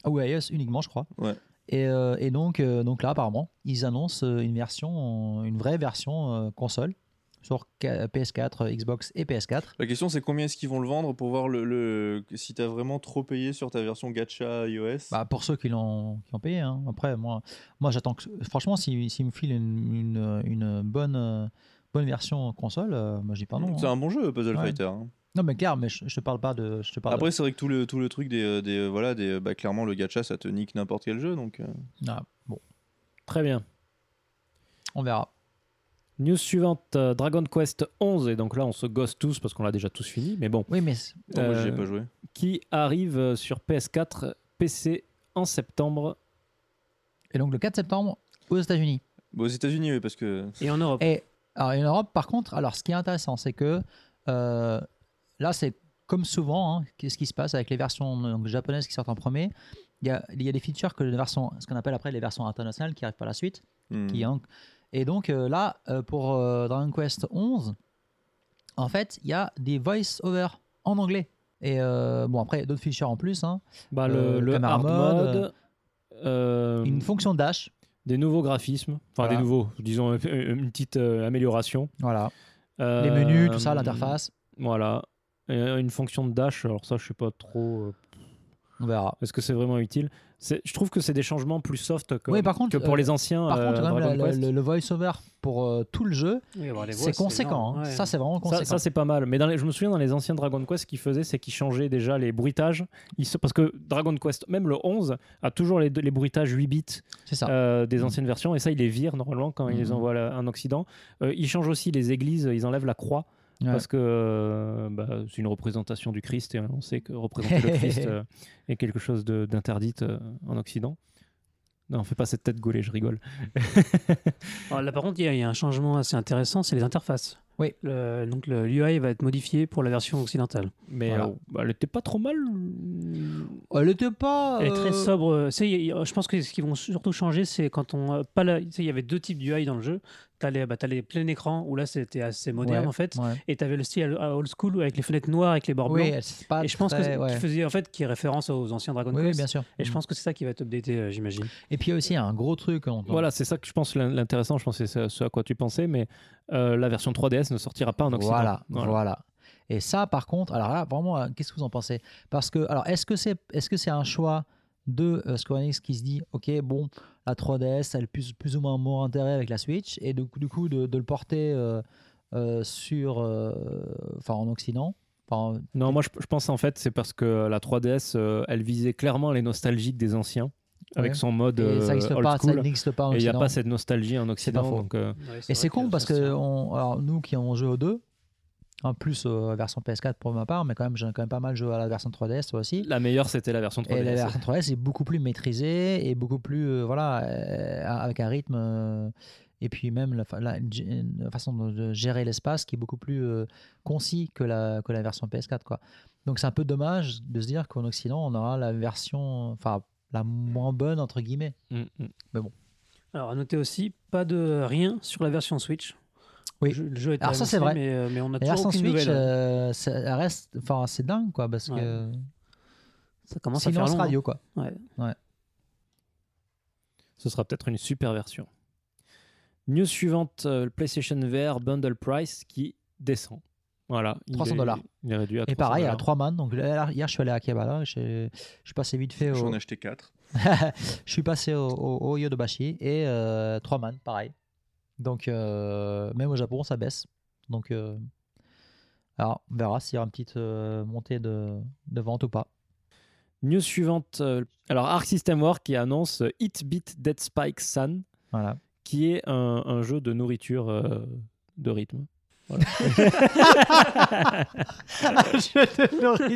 Speaker 1: Ah, ou iOS uniquement, je crois.
Speaker 2: Ouais.
Speaker 1: Et, euh, et donc, euh, donc là, apparemment, ils annoncent euh, une version, une vraie version euh, console sur K- PS4, euh, Xbox et PS4.
Speaker 2: La question c'est combien est-ce qu'ils vont le vendre pour voir le, le- si t'as vraiment trop payé sur ta version gacha iOS.
Speaker 1: Bah, pour ceux qui l'ont qui ont payé. hein. Après, moi, moi j'attends que. Franchement, s'ils s'ils me filent une, une- une bonne, euh, bonne version console, euh, moi, je dis pas non.
Speaker 2: c'est
Speaker 1: hein.
Speaker 2: un bon jeu Puzzle
Speaker 1: Ouais.
Speaker 2: Fighter. hein.
Speaker 1: Non, mais clair, mais je, je te parle pas de. Je te parle
Speaker 2: Après c'est vrai que tout le tout le truc des, euh, des euh, voilà des euh, bah clairement le gacha ça te nique n'importe quel jeu donc euh,
Speaker 1: Ah, bon,
Speaker 3: Très bien.
Speaker 1: on verra.
Speaker 3: News suivante, euh, Dragon Quest 11, et donc là on se gosse tous parce qu'on l'a déjà tous fini, mais bon,
Speaker 1: Oui, mais c'est-
Speaker 2: non, moi j'y ai
Speaker 3: Euh,
Speaker 2: pas joué.
Speaker 3: qui arrive euh, sur PS4, PC en septembre.
Speaker 1: et donc le 4 septembre aux États-Unis.
Speaker 2: Bon, Bah, aux États-Unis oui, parce que
Speaker 4: Et en Europe.
Speaker 1: Et alors, en Europe, par contre, alors ce qui est intéressant, c'est que euh, là, c'est comme souvent, hein, qu'est-ce qui se passe avec les versions donc, japonaises qui sortent en premier il y, a, il y a des features que les versions, ce qu'on appelle après les versions internationales qui arrivent par la suite.
Speaker 4: Mm.
Speaker 2: hmm,
Speaker 1: qui hein, est en- Et donc euh, là, euh, pour euh, Dragon Quest 11, en fait, il y a des voice-over en anglais. Et euh, bon, après, d'autres features en plus. hein.
Speaker 3: Bah, le,
Speaker 1: Euh,
Speaker 3: le
Speaker 1: caméra
Speaker 3: hard
Speaker 1: mode,
Speaker 3: mode, euh,
Speaker 1: Une fonction dash.
Speaker 3: des nouveaux graphismes, enfin
Speaker 1: Voilà.
Speaker 3: des nouveaux, disons euh, une petite euh, amélioration.
Speaker 1: Voilà. Les
Speaker 3: Euh,
Speaker 1: menus, tout ça, l'interface.
Speaker 3: Voilà. Et, euh, une fonction de dash, alors ça je sais pas trop, euh,
Speaker 1: On verra.
Speaker 3: est-ce que c'est vraiment utile C'est- Je trouve que c'est des changements plus soft que,
Speaker 1: Oui, par contre,
Speaker 3: que pour
Speaker 1: euh,
Speaker 3: les anciens
Speaker 1: Par
Speaker 3: euh,
Speaker 1: contre, quand même,
Speaker 3: Dragon
Speaker 1: le-
Speaker 3: Quest.
Speaker 1: le, le voice-over pour euh, tout le jeu,
Speaker 4: Oui, avoir les voix,
Speaker 1: c'est conséquent.
Speaker 4: énorme.
Speaker 1: hein.
Speaker 4: Ouais.
Speaker 1: Ça, c'est vraiment
Speaker 3: Ça,
Speaker 1: conséquent.
Speaker 3: ça, c'est pas mal. Mais dans les- je me souviens dans les anciens Dragon Quest, ce qu'ils faisaient, c'est qu'ils changeaient déjà les bruitages. Ils se- parce que Dragon Quest, même le 11, a toujours les, les bruitages 8 bits
Speaker 1: c'est ça.
Speaker 3: euh, des anciennes versions. Et ça, ils les virent normalement quand ils les
Speaker 1: Mhm.
Speaker 3: envoient à- en Occident. Euh, ils changent aussi les églises, ils enlèvent la croix.
Speaker 1: Ouais.
Speaker 3: Parce que euh, bah, c'est une représentation du Christ et on sait que représenter le Christ euh, est quelque chose de- d'interdit euh, en Occident. Non, fais pas cette tête gaulée, je rigole.
Speaker 4: Alors là, par contre, il y, a- il y a un changement assez intéressant, c'est les interfaces.
Speaker 1: Oui.
Speaker 4: Le- donc le l'UI va être modifié pour la version occidentale.
Speaker 3: Mais
Speaker 1: Voilà.
Speaker 3: euh, bah, elle était pas trop mal.
Speaker 1: Elle était pas.
Speaker 4: Elle est très
Speaker 1: euh,
Speaker 4: sobre. C'est- il y a- je pense que ce qu'ils vont surtout changer, c'est quand on euh, pas la- tu sais, il y avait deux types d'UI dans le jeu. T'as les, bah, t'as les plein écran où là c'était assez moderne
Speaker 1: Ouais,
Speaker 4: en fait,
Speaker 1: ouais.
Speaker 4: et t'avais le style à- à old school avec les fenêtres noires avec les bords
Speaker 1: Oui,
Speaker 4: blancs.
Speaker 1: elle- c'est pas
Speaker 4: Et je pense que
Speaker 1: très-
Speaker 4: c'est-
Speaker 1: ouais.
Speaker 4: qui faisait en fait qui est référence aux anciens Dragon
Speaker 1: Oui, oui,
Speaker 4: Quest.
Speaker 1: bien sûr.
Speaker 4: Et je pense que c'est ça qui va être updaté, euh, j'imagine.
Speaker 1: Et puis il y a aussi un gros truc. on-
Speaker 3: Voilà, c'est ça que je pense l'in- l'intéressant. Je pense que c'est ce- ce à quoi tu pensais, mais euh, la version 3DS ne sortira pas en Occident.
Speaker 1: Voilà, voilà, Et ça, par contre, alors là, vraiment, euh, qu'est-ce que vous en pensez Parce que, alors, est-ce que c'est est -ce c'est un choix de euh, Square Enix qui se dit, ok, bon, la 3DS, elle a plus, plus ou moins moins intérêt avec la Switch, et du coup, du coup de, de le porter euh, euh, sur, euh, enfin, en Occident Enfin,
Speaker 3: Non, moi je, je pense en fait c'est parce que la 3DS, euh, elle visait clairement les nostalgiques des anciens avec
Speaker 1: Ouais.
Speaker 3: son mode
Speaker 1: et ça
Speaker 3: euh,
Speaker 1: n'existe
Speaker 3: old
Speaker 1: pas, ça
Speaker 3: school.
Speaker 1: n'existe pas en
Speaker 3: et il n'y a
Speaker 1: Occident.
Speaker 3: pas cette nostalgie en Occident.
Speaker 1: faux.
Speaker 3: donc, euh,
Speaker 1: Et c'est con parce que on, alors, nous qui avons joué aux deux, en plus euh, version PS4 pour ma part, mais quand même j'ai quand même pas mal joué à la version 3DS toi aussi.
Speaker 3: la meilleure c'était la version 3DS.
Speaker 1: Et la version 3DS est beaucoup plus maîtrisée et beaucoup plus, euh, voilà, euh, avec un rythme. euh, et puis même la, fa- la- la façon de, de gérer l'espace qui est beaucoup plus euh, concis que la, que la version PS4. Quoi. Donc c'est un peu dommage de se dire qu'en Occident, on aura la version, enfin, la moins bonne, entre guillemets.
Speaker 3: Mm, mm.
Speaker 4: Alors à noter aussi, pas de rien sur la version Switch.
Speaker 1: Oui.
Speaker 4: Le jeu- le jeu est
Speaker 1: Alors ça,
Speaker 4: annoncé,
Speaker 1: c'est vrai.
Speaker 4: Mais, euh, mais on a
Speaker 1: Et
Speaker 4: toujours
Speaker 1: sans
Speaker 4: aucune
Speaker 1: Switch,
Speaker 4: nouvelle. hein.
Speaker 1: euh, ça elle reste, enfin, c'est dingue, quoi, parce
Speaker 4: Ouais.
Speaker 1: que
Speaker 4: ça commence à faire
Speaker 1: silence
Speaker 4: long. hein.
Speaker 1: radio, quoi.
Speaker 3: Ce sera peut-être une super version. News suivante, euh, le PlayStation VR Bundle Price qui descend. Voilà, il
Speaker 1: 300
Speaker 3: est-
Speaker 1: dollars.
Speaker 3: Il est réduit à 300
Speaker 1: Et pareil, il y a
Speaker 3: dollars.
Speaker 1: 3 man. Donc là, hier, je suis allé à Akebala, je, je suis passé vite fait au,
Speaker 2: j'en ai acheté 4.
Speaker 1: je suis passé au, au, au Yodobashi et euh, trois man, pareil. Donc, euh, même au Japon, ça baisse. Donc, euh, alors, on verra s'il y aura une petite euh, montée de, de vente ou pas.
Speaker 3: News suivante. euh, alors, Arc System War qui annonce euh, It Beat Dead Spike Sun,
Speaker 1: Voilà.
Speaker 3: qui est un, un jeu de nourriture euh, de rythme.
Speaker 1: Je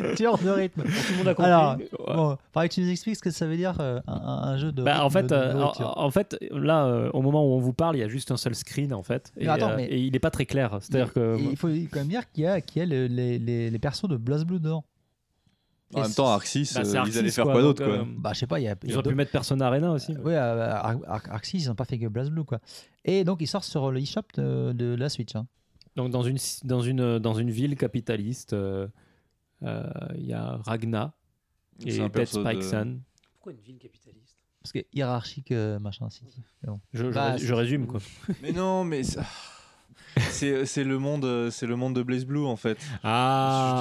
Speaker 1: nourriture de rythme.
Speaker 4: Tout le monde a compris.
Speaker 1: Alors,
Speaker 3: Ouais.
Speaker 1: bon, faudrait que tu nous expliques ce que ça veut dire euh, un, un- un jeu de.
Speaker 3: Bah, en
Speaker 1: de-
Speaker 3: fait,
Speaker 1: de
Speaker 3: euh,
Speaker 1: nourriture.
Speaker 3: en, en fait, là, euh, au moment où on vous parle, il y a juste un seul screen en fait,
Speaker 1: Mais
Speaker 3: et,
Speaker 1: attends,
Speaker 3: euh,
Speaker 1: mais-
Speaker 3: et il n'est pas très clair. C'est-à-dire que bah,
Speaker 1: Et il faut quand même dire qu'il y a, qu'il y a le- les, les- les persos de BlazBlue dedans.
Speaker 2: En
Speaker 1: Et
Speaker 2: même
Speaker 1: c'est-
Speaker 2: temps, Arxis,
Speaker 3: Bah,
Speaker 2: euh,
Speaker 3: c'est
Speaker 2: ils
Speaker 3: Arxis,
Speaker 2: allaient faire quoi d'autre
Speaker 3: donc,
Speaker 2: quoi
Speaker 3: euh,
Speaker 1: Bah, je sais pas, il y a. il y a
Speaker 3: Ils auraient pu
Speaker 1: d'autres-
Speaker 3: mettre Persona Arena aussi.
Speaker 1: Oui, euh, Ar- Ar- Arxis, ils n'ont pas fait que BlazBlue quoi. Et donc, ils sortent sur le eShop de, de la Switch. hein.
Speaker 3: Donc dans une dans une euh, dans une ville capitaliste, euh, euh, il y a Ragna et
Speaker 2: C'est un
Speaker 3: Dead
Speaker 2: perso de-
Speaker 3: Spike Sun.
Speaker 4: Pourquoi une ville capitaliste
Speaker 1: Parce que hiérarchique, euh, machin, City.
Speaker 3: Je, je
Speaker 1: Bah,
Speaker 3: rés- je résume quoi.
Speaker 2: Mais non, mais ça- c'est c'est le monde, euh, c'est le monde de Blaze Blue en fait. Je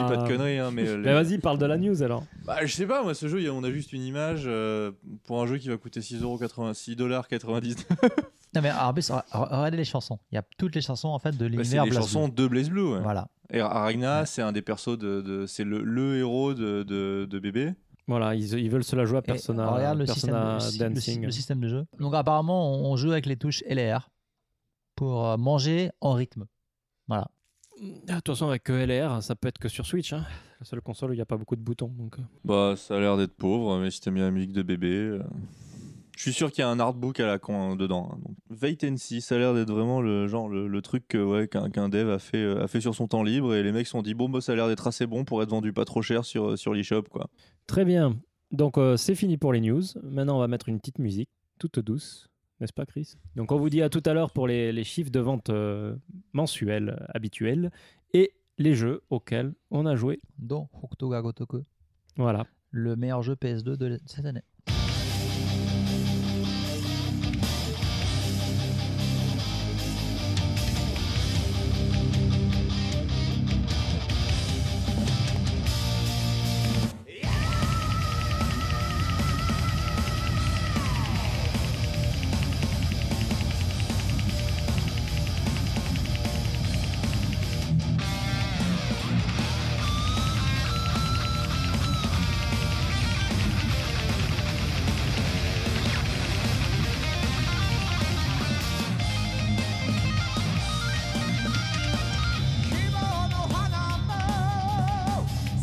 Speaker 2: dis pas de conneries, hein, mais euh, les-
Speaker 3: Bah, vas-y, parle de la news alors.
Speaker 2: Bah, je sais pas, moi, ce jeu, il y a- on a juste une image euh, pour un jeu qui va coûter 6,99$.
Speaker 1: Non, mais en plus, re- re- regardez les chansons. Il y a toutes les chansons en fait de
Speaker 2: Bah, c'est
Speaker 1: l'univers
Speaker 2: les
Speaker 1: BlazBlue.
Speaker 2: chansons de Blaze Blue. ouais.
Speaker 1: Voilà.
Speaker 2: Et Aragna, c'est un des persos de. de- c'est le, le héros de, de, de bébé.
Speaker 3: Voilà, ils, ils veulent se la jouer à
Speaker 1: Et
Speaker 3: Persona,
Speaker 1: regarde le
Speaker 3: Persona
Speaker 1: système, le sy- le sy-
Speaker 3: Dancing.
Speaker 1: Le, système de jeu. Donc apparemment, on, on joue avec les touches LR pour euh, manger en rythme.
Speaker 3: Ah, De toute façon, avec ELR, ça peut être que sur Switch. Hein. La seule console où il n'y a pas beaucoup de boutons. Donc... euh.
Speaker 2: Bah, ça a l'air d'être pauvre, hein, mais si t'aimes bien la musique de bébé. euh, Je suis sûr qu'il y a un artbook à la con hein, dedans. hein. Donc, Wait and See, ça a l'air d'être vraiment le genre le, le truc que, ouais, qu'un qu'un dev a fait, euh, a fait sur son temps libre et les mecs se sont dit bon bah, ça a l'air d'être assez bon pour être vendu pas trop cher sur, euh, sur l'eShop quoi.
Speaker 3: Très bien. Donc, euh, c'est fini pour les news. Maintenant, on va mettre une petite musique, toute douce. N'est-ce pas, Chris Donc, on vous dit à tout à l'heure pour les, les chiffres de vente euh, mensuels euh, habituels et les jeux auxquels on a joué.
Speaker 1: Dont Hokuto ga Gotoku,
Speaker 3: Voilà.
Speaker 1: le meilleur jeu PS2 de l- cette année.
Speaker 5: 「希望の花も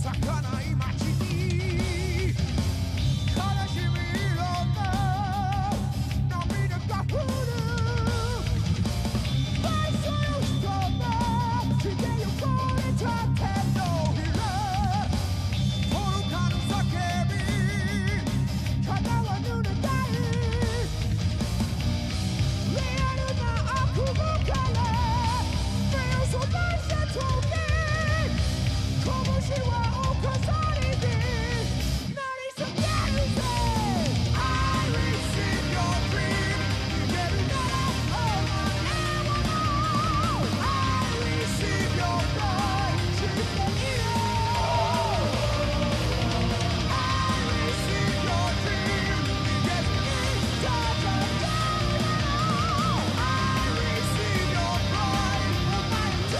Speaker 5: 咲かない街に」「悲しみ色の涙が降る」「愛する人も血で汚れちゃってのひら」「愚かの叫び叶わぬ願い」「リアルな悪夢から目を覚ました時」「拳はお飾りになり下げるぜ」「I receive your dream」「逃げるなら Oh my God I receive your light」「信じよう」「I receive your dream」「逃げるなら I receive your pride for my soul.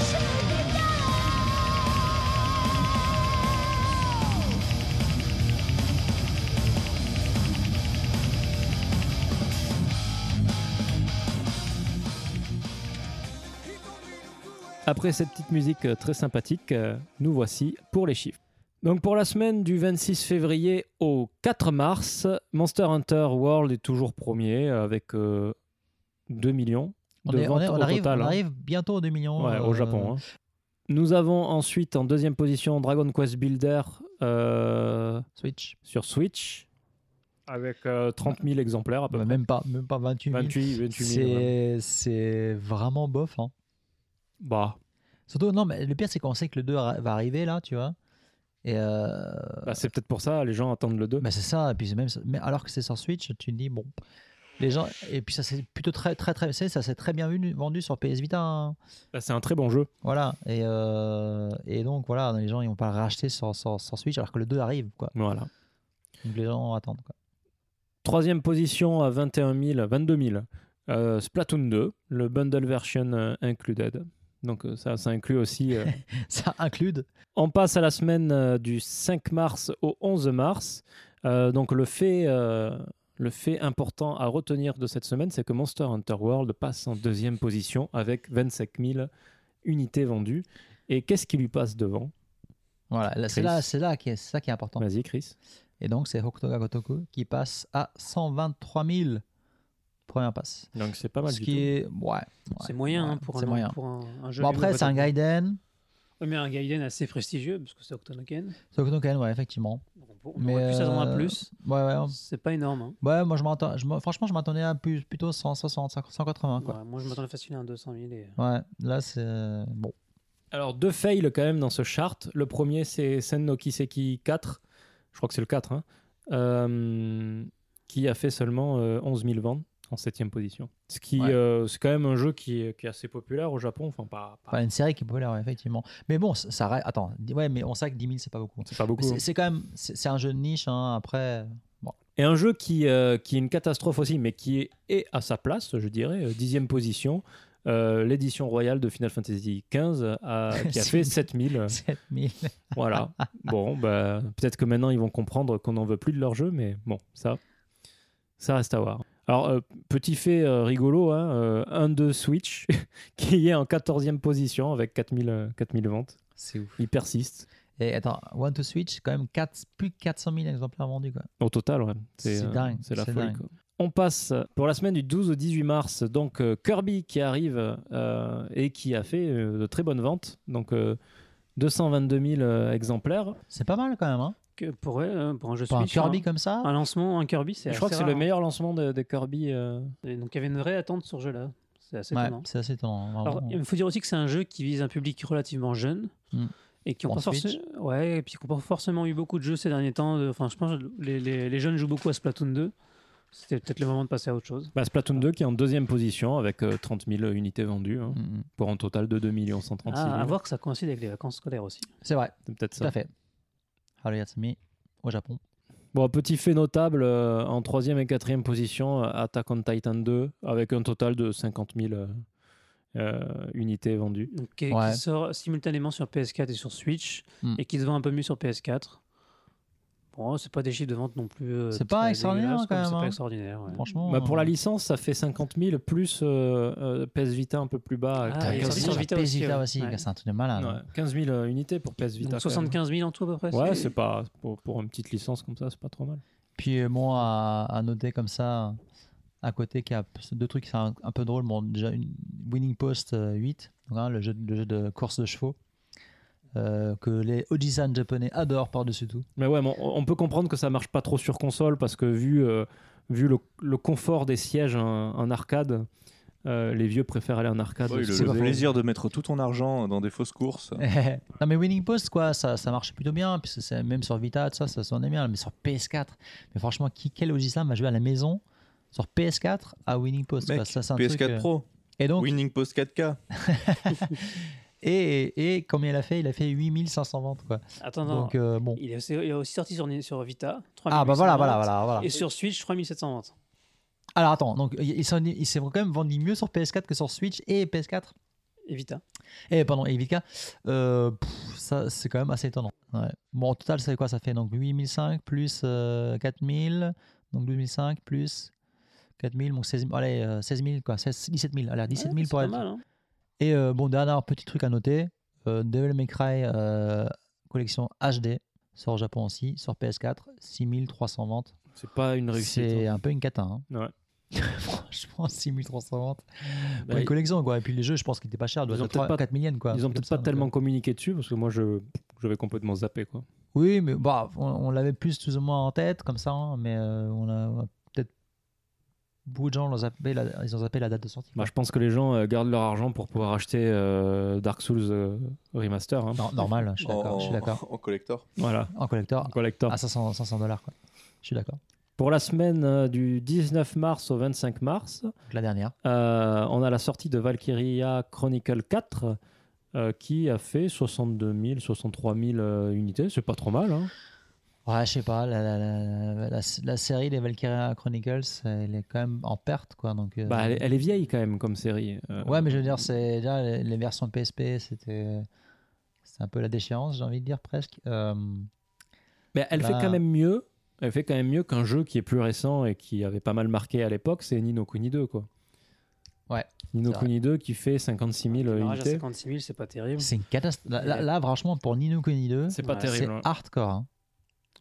Speaker 5: Shake it down.
Speaker 3: Après cette petite musique euh, très sympathique, euh, nous voici pour les chiffres. Donc pour la semaine du 26 février au 4 mars, Monster Hunter World est toujours premier avec euh, 2 millions
Speaker 1: On,
Speaker 3: de
Speaker 1: est- on
Speaker 3: ventes
Speaker 1: est- on
Speaker 3: au
Speaker 1: arrive,
Speaker 3: total.
Speaker 1: on
Speaker 3: hein.
Speaker 1: arrive bientôt aux 2 millions.
Speaker 3: Ouais, au
Speaker 1: euh,
Speaker 3: Japon. hein. Nous avons ensuite en deuxième position Dragon Quest Builder euh,
Speaker 1: Switch.
Speaker 3: sur Switch avec euh, 30 000 exemplaires à peu
Speaker 1: Bah,
Speaker 3: près.
Speaker 1: même pas, même pas 28 000.
Speaker 3: 28, 28 000. ouais.
Speaker 1: C'est- C'est vraiment bof. hein.
Speaker 3: Bah,
Speaker 1: Surtout, non, mais le pire, c'est qu'on sait que le 2 arri- va arriver là, tu vois. Et euh,
Speaker 3: bah, c'est peut-être pour ça les gens attendent le 2.
Speaker 1: bah, c'est ça. Et puis, c'est même, mais alors que c'est sur Switch, tu te dis, bon, les gens. Et puis, ça s'est plutôt très, très, très. c'est- Ça s'est très bien vu- vendu sur PS Vita. hein.
Speaker 3: Bah, c'est un très bon jeu.
Speaker 1: Voilà. Et, euh, et donc, voilà, les gens, ils vont pas le racheter sur, sur, sur Switch alors que le 2 arrive, quoi.
Speaker 3: Voilà.
Speaker 1: Donc, les gens attendent, quoi.
Speaker 3: Troisième position à 21 000, 22 000. euh, Splatoon 2, le bundle version euh, included. Donc euh, ça, ça inclut aussi. euh,
Speaker 1: Ça include.
Speaker 3: On passe à la semaine euh, du 5 mars au 11 mars. Euh, donc le fait, euh, Le fait important à retenir de cette semaine, c'est que Monster Hunter World passe en deuxième position avec 25 000 unités vendues. Et qu'est-ce qui lui passe devant
Speaker 1: Voilà, là, c'est
Speaker 3: Chris.
Speaker 1: là, c'est là qui est, c'est ça qui est important.
Speaker 3: Vas-y, Chris.
Speaker 1: Et donc, c'est Hokutoga Gotoku qui passe à 123 000 première passe.
Speaker 3: Donc c'est pas mal
Speaker 1: Ce
Speaker 3: du
Speaker 1: qui
Speaker 3: tout.
Speaker 1: est. Ouais. ouais,
Speaker 4: C'est moyen
Speaker 1: ouais,
Speaker 4: hein, pour,
Speaker 1: c'est
Speaker 4: un,
Speaker 1: moyen.
Speaker 4: pour un, un jeu.
Speaker 1: Bon, après, c'est un Gaiden.
Speaker 4: Ouais, Mais un Gaiden assez prestigieux, parce que c'est Octonoken.
Speaker 1: C'est Hokuto Gaiden, ouais, effectivement.
Speaker 4: Donc, On, peut- on
Speaker 1: Mais,
Speaker 4: aurait pu s'attendre à
Speaker 1: euh,
Speaker 4: plus.
Speaker 1: Ouais, ouais. on-
Speaker 4: C'est pas énorme. hein.
Speaker 1: Ouais, moi, je m'attends. je m'en- Franchement, je m'attendais à plus, plutôt 160, 180, quoi.
Speaker 4: Ouais, moi, je m'attendais facile à un 200 000. Et... euh,
Speaker 1: Ouais, là, c'est. Bon.
Speaker 3: Alors, deux fails quand même dans ce chart. Le premier, c'est Sen no Kiseki 4. Je crois que c'est le 4. hein, euh, qui a fait seulement euh, 11 000 ventes en 7 position. Ce qui,
Speaker 1: Ouais.
Speaker 3: euh, c'est quand même un jeu qui, est- qui est assez populaire au Japon. Enfin, pas, pas-
Speaker 1: Enfin, une série qui est populaire, ouais, effectivement. Mais bon, ça ça reste. Attends, dis- ouais, mais on sait que 10 000, c'est pas beaucoup.
Speaker 3: c'est pas
Speaker 1: Mais
Speaker 3: beaucoup.
Speaker 1: c'est- C'est quand même. C'est c'est un jeu de niche, hein, après.
Speaker 3: Et un jeu qui, euh, qui est une catastrophe aussi, mais qui est, est à sa place, je dirais, euh, dixième position. euh, L'édition royale de Final Fantasy XV a- qui a
Speaker 1: C'est-
Speaker 3: fait euh, 7000.
Speaker 1: 7 000.
Speaker 3: Voilà. Bon, bah, peut-être que maintenant ils vont comprendre qu'on n'en veut plus de leur jeu, mais bon, ça, ça reste à voir. Alors, euh, petit fait euh, rigolo, hein, euh, un de Switch qui est en 14e position avec 4000, euh, 4000 ventes.
Speaker 1: C'est ouf.
Speaker 3: Il persiste.
Speaker 1: Et attends, One to Switch, quand même quatre- plus de 400 000 exemplaires vendus, quoi.
Speaker 3: Au total, ouais.
Speaker 1: C'est
Speaker 3: euh,
Speaker 1: dingue,
Speaker 3: C'est la
Speaker 1: c'est
Speaker 3: folie.
Speaker 1: dingue.
Speaker 3: quoi. On passe pour la semaine du 12 au 18 mars. Donc euh, Kirby qui arrive euh, et qui a fait euh, de très bonnes ventes. Donc euh, 222 000 euh, exemplaires.
Speaker 1: C'est pas mal, quand même, hein.
Speaker 4: Que pour, euh, pour un jeu
Speaker 1: Pour un
Speaker 4: Switch,
Speaker 1: Kirby
Speaker 4: un,
Speaker 1: comme ça.
Speaker 4: un lancement, un Kirby, c'est
Speaker 3: Je crois que
Speaker 4: assez
Speaker 3: c'est
Speaker 4: rare,
Speaker 3: le meilleur lancement de, de Kirby. euh,
Speaker 4: hein. Et donc, il y avait une vraie attente sur ce jeu-là. C'est assez
Speaker 1: Ouais,
Speaker 4: étonnant.
Speaker 1: c'est assez étonnant. vraiment.
Speaker 4: Alors, il faut dire aussi que c'est un jeu qui vise un public relativement jeune
Speaker 1: Hmm.
Speaker 4: et qui ont
Speaker 1: En
Speaker 4: pas
Speaker 1: Switch.
Speaker 4: forcément, ouais, et puis qui ont pas forcément eu beaucoup de jeux ces derniers temps. de- Enfin, je pense que les, les- les jeunes jouent beaucoup à Splatoon 2. C'était peut-être le moment de passer à autre chose.
Speaker 3: Bah, Splatoon 2 qui est en deuxième position avec euh, 30 000 unités vendues hein,
Speaker 4: euh,
Speaker 1: Mm, mm.
Speaker 3: pour un total de 2 136 000.
Speaker 4: Ah, à voir que ça coïncide avec les vacances scolaires aussi.
Speaker 1: C'est vrai,
Speaker 3: C'est peut-être
Speaker 1: tout à
Speaker 3: ça.
Speaker 1: fait. Haru Yatsumi au Japon.
Speaker 3: Bon, petit fait notable, euh, en troisième et quatrième position, euh, Attack on Titan 2 avec un total de 50 000 euh, euh, unités vendues.
Speaker 4: Donc, qui, qui
Speaker 1: Ouais.
Speaker 4: sort simultanément sur PS4 et sur Switch
Speaker 1: Hmm.
Speaker 4: et qui se vend un peu mieux sur PS4. Bon, c'est pas des chiffres de vente non plus. euh,
Speaker 1: C'est pas
Speaker 4: très
Speaker 1: extraordinaire,
Speaker 4: dégueulasses,
Speaker 1: quand
Speaker 4: comme
Speaker 1: même,
Speaker 4: C'est
Speaker 1: hein.
Speaker 4: pas extraordinaire. ouais.
Speaker 1: Franchement.
Speaker 3: Bah, pour la
Speaker 1: euh,
Speaker 3: licence, ça fait 50 000 plus euh, euh, PS Vita un peu plus bas. euh,
Speaker 4: Ah,
Speaker 1: t'as
Speaker 4: il est
Speaker 3: 15
Speaker 4: sorti
Speaker 3: 000.
Speaker 4: sur Vita
Speaker 1: PS
Speaker 4: aussi,
Speaker 1: Vita
Speaker 4: ouais.
Speaker 1: aussi,
Speaker 4: Ouais.
Speaker 1: c'est un truc de malade. hein.
Speaker 3: Ouais, 15 000 euh, unités pour PS Vita.
Speaker 4: Donc,
Speaker 3: quand même.
Speaker 4: 75 000 en tout à peu près.
Speaker 3: Ouais,
Speaker 4: c'est-
Speaker 3: c'est pas pour, pour une petite licence comme ça, c'est pas trop mal.
Speaker 1: Puis euh, bon, à, à noter comme ça, à côté, qu'il y a deux trucs qui sont un, un peu drôles. Bon, déjà, une Winning Post euh, 8, donc, hein, le, jeu, de- le jeu de course de chevaux, euh, que les Ojisan japonais adorent par-dessus tout.
Speaker 3: Mais ouais, mais on, on peut comprendre que ça marche pas trop sur console parce que vu, euh, vu le, le confort des sièges en, en arcade, euh, les vieux préfèrent aller en arcade.
Speaker 1: Ah,
Speaker 2: Ouais, le,
Speaker 3: C'est
Speaker 2: le
Speaker 3: pas faux.
Speaker 2: plaisir de mettre tout ton argent dans des fausses courses.
Speaker 1: Eh, non mais Winning Post quoi, ça, ça marche plutôt bien, puis c'est- c'est- même sur Vita tout ça, ça s'en est bien, mais sur PS4, mais franchement qui quel Ojisan va jouer à la maison sur PS4 à Winning Post
Speaker 2: Mec,
Speaker 1: quoi, ça, c'est un
Speaker 2: PS4
Speaker 1: truc, euh,
Speaker 2: Pro,
Speaker 1: Et donc Ah,
Speaker 2: Winning Post 4K.
Speaker 1: et, et combien il a fait Il a fait 8500 ventes quoi.
Speaker 4: Attends, attends.
Speaker 1: Donc euh, bon.
Speaker 4: Il est aussi, il est aussi sorti sur, sur Vita.
Speaker 1: Ah bah voilà voilà
Speaker 4: 3800 ventes,
Speaker 1: voilà voilà.
Speaker 4: Et sur Switch, 3720.
Speaker 1: Alors attends, donc ils ils sont ils s'est quand même vendu mieux sur PS4 que sur Switch et PS4
Speaker 4: Et Vita.
Speaker 1: et pardon et Vita. Euh, pff, ça c'est quand même assez étonnant. Ouais. Bon en total c'est quoi ça fait donc 8005 plus euh, 4000 donc 2005 plus 4000 donc 16 000, allez euh, 16 000 quoi 16, 17 000 allez 17 000
Speaker 4: Ouais,
Speaker 1: pour
Speaker 4: c'est
Speaker 1: être.
Speaker 4: pas mal, hein.
Speaker 1: Et euh, bon dernier petit truc à noter, euh, Devil May Cry euh, collection HD sort au Japon aussi sur PS4 6300 ventes.
Speaker 3: C'est pas une réussite.
Speaker 1: C'est
Speaker 3: hein.
Speaker 1: un peu une cata. hein.
Speaker 3: Ouais.
Speaker 1: Franchement, 6300 ventes. Pour
Speaker 3: Bah,
Speaker 1: une collection, quoi. Et puis les jeux, je pense qu'ils étaient pas chers.
Speaker 3: Ils
Speaker 1: Ils
Speaker 3: ont
Speaker 1: ont
Speaker 3: peut-être pas-
Speaker 1: 4 millions, quoi.
Speaker 3: ils ont
Speaker 1: Comme
Speaker 3: peut-être
Speaker 1: ça,
Speaker 3: pas
Speaker 1: donc,
Speaker 3: tellement
Speaker 1: euh,
Speaker 3: communiqué dessus parce que moi je j'avais complètement zappé quoi.
Speaker 1: Oui, mais bah, on, on l'avait plus, plus ou moins en tête, comme ça. hein, mais euh, on a, on a peut-être. Beaucoup de gens l'ont zappé la- ils ont zappé la date de sortie.
Speaker 3: Bah, je pense que les gens euh, gardent leur argent pour pouvoir acheter euh, Dark Souls euh, remaster. hein.
Speaker 1: Non, normal, je suis d'accord.
Speaker 3: Oh.
Speaker 1: je suis d'accord.
Speaker 2: en collector.
Speaker 3: Voilà,
Speaker 1: En collector,
Speaker 3: collector.
Speaker 1: à 500 500 dollars, quoi. Je suis d'accord.
Speaker 3: Pour la semaine euh, du 19 mars au 25 mars,
Speaker 1: Donc, La dernière.
Speaker 3: Euh, on a la sortie de Valkyria Chronicle 4 euh, qui a fait 62 000, 63 000 euh, unités. C'est pas trop mal. hein.
Speaker 1: Ouais, je sais pas. La, la, la, la- la- la série des Valkyria Chronicles, elle est quand même en perte, quoi. Donc, euh,
Speaker 3: Bah, elle, est- elle est vieille quand même comme série. Euh,
Speaker 1: Ouais, mais je veux dire, c'est déjà les, les versions PSP, c'était c'est un peu la déchéance, j'ai envie de dire presque. Euh,
Speaker 3: mais elle fait
Speaker 1: là-
Speaker 3: quand même mieux elle fait quand même mieux qu'un jeu qui est plus récent et qui avait pas mal marqué à l'époque, c'est Nino Kuni 2, quoi.
Speaker 1: Ouais,
Speaker 3: Nino
Speaker 1: c'est vrai.
Speaker 3: Kuni 2 qui fait 56 000
Speaker 4: Démarrage à
Speaker 3: unités.
Speaker 4: 56 000, c'est pas terrible.
Speaker 1: C'est une catastrophe. Là, là- là, franchement, pour Nino Kuni 2,
Speaker 3: C'est pas
Speaker 4: Ouais,
Speaker 1: c'est
Speaker 3: terrible. hein.
Speaker 1: hardcore. hein.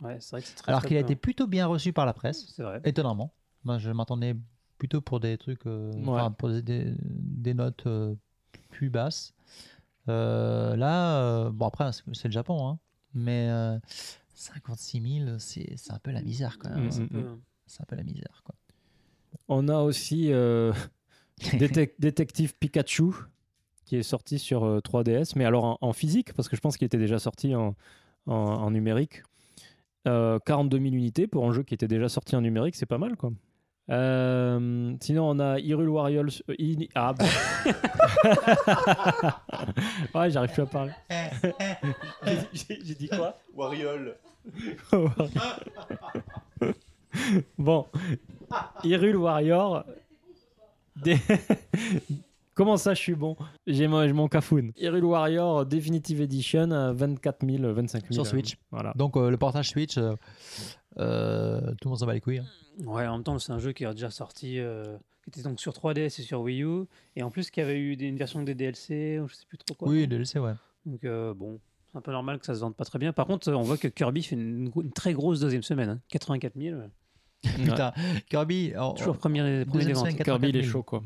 Speaker 4: Ouais, c'est vrai que c'est très,
Speaker 1: Alors
Speaker 4: très
Speaker 1: qu'il a
Speaker 4: peu. hein.
Speaker 1: été plutôt bien reçu par la presse,
Speaker 4: C'est vrai.
Speaker 1: étonnamment. Moi, je m'attendais plutôt pour des trucs, euh, enfin, pour des, des- des notes euh, plus basses. Euh, là, euh, bon, après, c'est c'est le Japon, hein, mais euh, 56 000, c'est c'est un peu la misère quand même.
Speaker 3: Mm.
Speaker 1: hein.
Speaker 4: C'est un peu-
Speaker 1: C'est un peu la misère. Quoi.
Speaker 3: On a aussi euh, Détec- Détective Pikachu qui est sorti sur euh, 3DS, mais alors en, en physique, parce que je pense qu'il était déjà sorti en, en- en numérique. Euh, 42 000 unités pour un jeu qui était déjà sorti en numérique, c'est pas mal quoi. Euh, sinon, on a Hyrule Warriors. euh, In- ah, bon. ouais, j'arrive plus à parler. J'ai j'ai dit quoi
Speaker 2: Wariol.
Speaker 3: bon, Hyrule Warrior. Dé- Comment ça, je suis bon J'ai mon, j'ai mon cafoun. Hyrule Warrior Definitive Edition, à 24 000, euh, 25 000.
Speaker 1: Sur
Speaker 3: euh,
Speaker 1: Switch.
Speaker 3: Voilà.
Speaker 1: Donc, euh, le portage Switch, euh, euh, tout le monde s'en bat les couilles. hein.
Speaker 4: Ouais, en même temps, c'est un jeu qui est déjà sorti, euh, qui était donc sur 3DS et sur Wii U, et en plus qui avait eu des- une version des DLC, ou je sais plus trop quoi.
Speaker 1: Oui, DLC, ouais.
Speaker 4: Donc euh, bon, c'est un peu normal que ça se vende pas très bien. Par contre, euh, on voit que Kirby fait une, gro- une très grosse deuxième semaine, hein. 84 000. euh,
Speaker 1: Putain, Kirby, oh, en-
Speaker 4: Toujours premier, premier des
Speaker 1: deuxième
Speaker 4: ventes.
Speaker 1: semaine,
Speaker 3: Kirby, il est
Speaker 1: 84 000.
Speaker 3: chaud, quoi.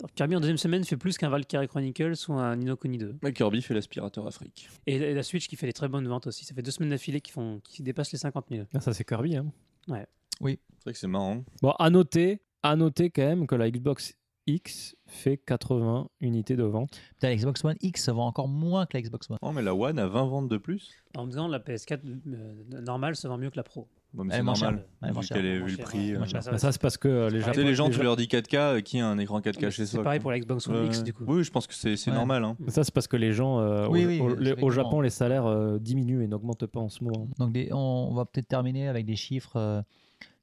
Speaker 4: Alors, Kirby en deuxième semaine fait plus qu'un Valkyrie Chronicles ou un Nino Kuni 2.
Speaker 2: Kirby fait l'aspirateur Afrique.
Speaker 4: Et la, la Switch qui fait des très bonnes ventes aussi. Ça fait deux semaines d'affilée qui, font- qui dépassent les 50 000.
Speaker 3: Ah, ça, c'est Kirby. hein.
Speaker 2: C'est vrai que c'est marrant.
Speaker 3: Bon, à noter, à noter quand même que la Xbox X fait 80 unités de vente.
Speaker 1: Putain, la Xbox One X vend encore moins que la Xbox One.
Speaker 2: Non, mais la One a 20 ventes de plus.
Speaker 4: En disant, la PS4 euh, normale se vend mieux que la Pro.
Speaker 2: Bon, mais
Speaker 1: Elle est
Speaker 2: c'est
Speaker 1: moins
Speaker 2: normal.
Speaker 1: Elle est moins
Speaker 2: vu
Speaker 1: chère,
Speaker 2: qu'elle est-
Speaker 4: moins
Speaker 2: vu le
Speaker 4: chère,
Speaker 2: prix.
Speaker 4: ouais,
Speaker 2: euh,
Speaker 4: moins chère.
Speaker 3: Bah, ça, c'est parce que euh, les
Speaker 4: C'est
Speaker 2: Tu
Speaker 4: pareil.
Speaker 3: Japonais.
Speaker 2: sais, les gens,
Speaker 3: les
Speaker 2: tu leur dis 4K, euh, qui a un écran 4K chez
Speaker 4: C'est
Speaker 2: soi
Speaker 4: pareil
Speaker 2: quoi.
Speaker 4: pour la Xbox One
Speaker 2: Ouais,
Speaker 4: X
Speaker 2: ouais.
Speaker 4: du coup.
Speaker 2: Oui, je pense que c'est c'est
Speaker 1: Ouais.
Speaker 2: normal. hein.
Speaker 3: Ja- Ça, c'est parce que les gens euh,
Speaker 1: Oui,
Speaker 3: au,
Speaker 1: oui,
Speaker 3: au-
Speaker 1: oui,
Speaker 3: les- au
Speaker 1: effectivement.
Speaker 3: Japon, les salaires euh, diminuent et n'augmentent pas en ce moment.
Speaker 1: Donc des- on, on va peut-être terminer avec des chiffres euh,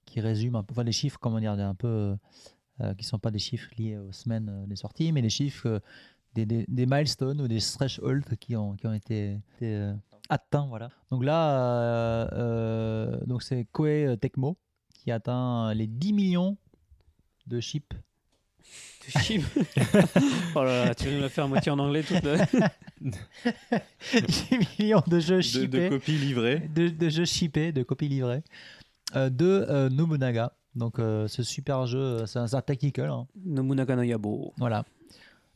Speaker 1: qui résument un peu, enfin des chiffres, comment dire, un peu, euh, euh, qui ne sont pas des chiffres liés aux semaines euh, des sorties, mais des chiffres euh, des, des- des milestones ou des thresholds qui ont, qui ont été, été, euh, atteints. Voilà. Donc là, euh, euh, donc c'est Koei Tecmo qui atteint les 10 millions de chips.
Speaker 4: Chim. oh là là, tu viens de me la faire à moitié en anglais toute la...
Speaker 1: 10 millions de jeux
Speaker 2: De,
Speaker 1: chippés.
Speaker 2: de copies livrées.
Speaker 1: de, de jeux shippés, de copies livrées, euh, de euh, Nobunaga. Donc euh, ce super jeu, euh, c'est un, c'est un tactical. hein.
Speaker 4: Nobunaga no Yabo.
Speaker 1: Voilà.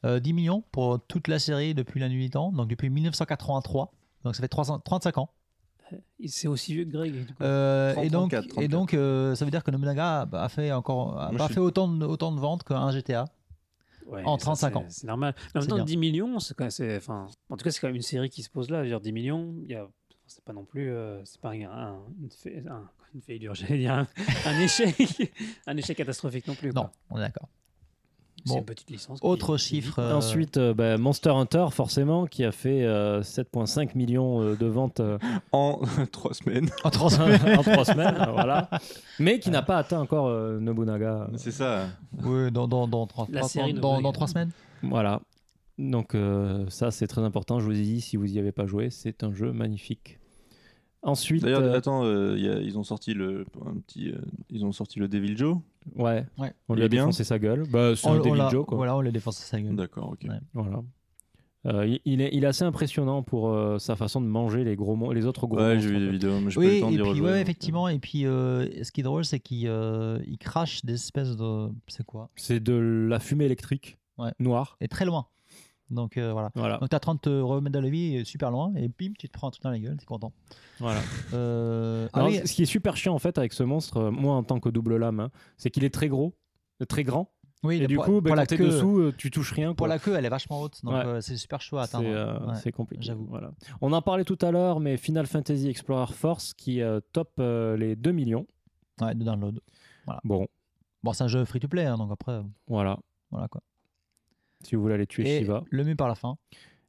Speaker 1: Euh, 10 millions pour toute la série depuis la nuit des temps, donc depuis 1983. Donc ça fait 300 35 ans.
Speaker 4: Il- C'est aussi vieux que Greg. du coup.
Speaker 1: Euh,
Speaker 2: 30,
Speaker 1: et donc,
Speaker 2: 34,
Speaker 1: Et donc euh, ça veut dire que Nobunaga a- a fait encore a
Speaker 2: Moi,
Speaker 1: pas
Speaker 2: je suis-
Speaker 1: fait autant de, autant de ventes qu'un GTA.
Speaker 4: Ouais,
Speaker 1: en
Speaker 4: ça,
Speaker 1: 35
Speaker 4: c'est-
Speaker 1: ans.
Speaker 4: C'est normal. Mais en
Speaker 1: C'est
Speaker 4: même temps,
Speaker 1: bien.
Speaker 4: 10 millions, c'est quand même- c'est- enfin, en tout cas, c'est quand même une série qui se pose là. Je veux dire, 10 millions, il y a. C'est pas non plus, euh, c'est pas un, un- une, fa- un- une failure, j'allais dire un, un échec, un échec catastrophique non plus.
Speaker 1: Non,
Speaker 4: quoi.
Speaker 1: on est d'accord.
Speaker 4: c'est
Speaker 1: bon.
Speaker 4: une petite licence. qui-
Speaker 1: Autre
Speaker 4: qui
Speaker 1: chiffre.
Speaker 4: vit.
Speaker 1: euh,
Speaker 3: Ensuite, euh, bah, Monster Hunter, forcément, qui a fait euh, 7,5 millions euh, de ventes euh,
Speaker 2: En 3 semaines.
Speaker 1: euh, en trans-
Speaker 3: en trois semaines, euh, voilà. mais qui n'a pas atteint encore euh, Nobunaga. euh,
Speaker 2: Ah, C'est ça.
Speaker 1: Oui, dans, dans, dans, dans-
Speaker 4: La
Speaker 1: dans-
Speaker 4: série
Speaker 1: dans-
Speaker 4: Nobunaga.
Speaker 1: dans trois semaines.
Speaker 3: Voilà. Donc, euh, ça, c'est très important. Je vous ai dit, si vous n'y avez pas joué, c'est un jeu magnifique. Ensuite,
Speaker 2: D'ailleurs,
Speaker 3: euh,
Speaker 2: attends, euh, y a- ils ont sorti le un petit, euh, ils ont sorti le Devil Joe.
Speaker 3: ouais,
Speaker 1: Ouais.
Speaker 3: on
Speaker 2: Il
Speaker 3: lui
Speaker 2: est
Speaker 3: a
Speaker 2: bien.
Speaker 3: défoncé sa gueule. Bah, c'est un
Speaker 1: on, on
Speaker 3: David
Speaker 1: l'a-
Speaker 3: Joe, quoi.
Speaker 1: Voilà, on l'a défoncé sa gueule.
Speaker 2: D'accord, ok.
Speaker 1: Ouais.
Speaker 3: Voilà. Euh, il- il, est, il est assez impressionnant pour euh, sa façon de manger les, gros mon- les autres gros
Speaker 2: Ouais,
Speaker 3: monstres,
Speaker 2: j'ai vu des vidéos, mais j'ai pas eu
Speaker 1: Oui,
Speaker 2: le temps
Speaker 1: et
Speaker 2: d'y
Speaker 1: puis,
Speaker 2: rejouer.
Speaker 1: ouais,
Speaker 2: donc,
Speaker 1: effectivement. Et puis, euh, ce qui est drôle, c'est qu'il euh, il crache des espèces de. C'est quoi
Speaker 3: C'est de la fumée électrique
Speaker 1: Ouais.
Speaker 3: noire.
Speaker 1: Et très loin. Donc, euh, voilà.
Speaker 3: Voilà.
Speaker 1: Donc, t'es en train de te remettre dans la vie, et super loin, et bim, tu te prends un truc dans la gueule, t'es content.
Speaker 3: voilà.
Speaker 1: Euh, ah
Speaker 3: Alors,
Speaker 1: oui,
Speaker 3: c- Ce qui est super chiant en fait avec ce monstre, euh, moi en tant que double lame, hein, c'est qu'il est très gros, euh, très grand.
Speaker 1: oui,
Speaker 3: Et,
Speaker 1: mais
Speaker 3: du
Speaker 1: pour,
Speaker 3: coup, ben,
Speaker 1: pour la
Speaker 3: quand t'es
Speaker 1: queue,
Speaker 3: dessous, euh, tu touches rien.
Speaker 1: pour
Speaker 3: quoi.
Speaker 1: la queue, elle est vachement haute. Donc,
Speaker 3: Ouais.
Speaker 1: euh, c'est super chaud à
Speaker 3: c'est
Speaker 1: atteindre.
Speaker 3: euh,
Speaker 1: Ouais.
Speaker 3: c'est compliqué.
Speaker 1: j'avoue.
Speaker 3: Voilà. On en parlait tout à l'heure, mais Final Fantasy Explorer Force qui euh, top euh, les 2 millions.
Speaker 1: Ouais, de download.
Speaker 3: Bon,
Speaker 1: Bon, c'est un jeu free to play, hein, donc après, euh,
Speaker 3: voilà.
Speaker 1: voilà quoi.
Speaker 3: Si vous voulez aller tuer
Speaker 1: et
Speaker 3: Shiva.
Speaker 1: le mieux par la fin.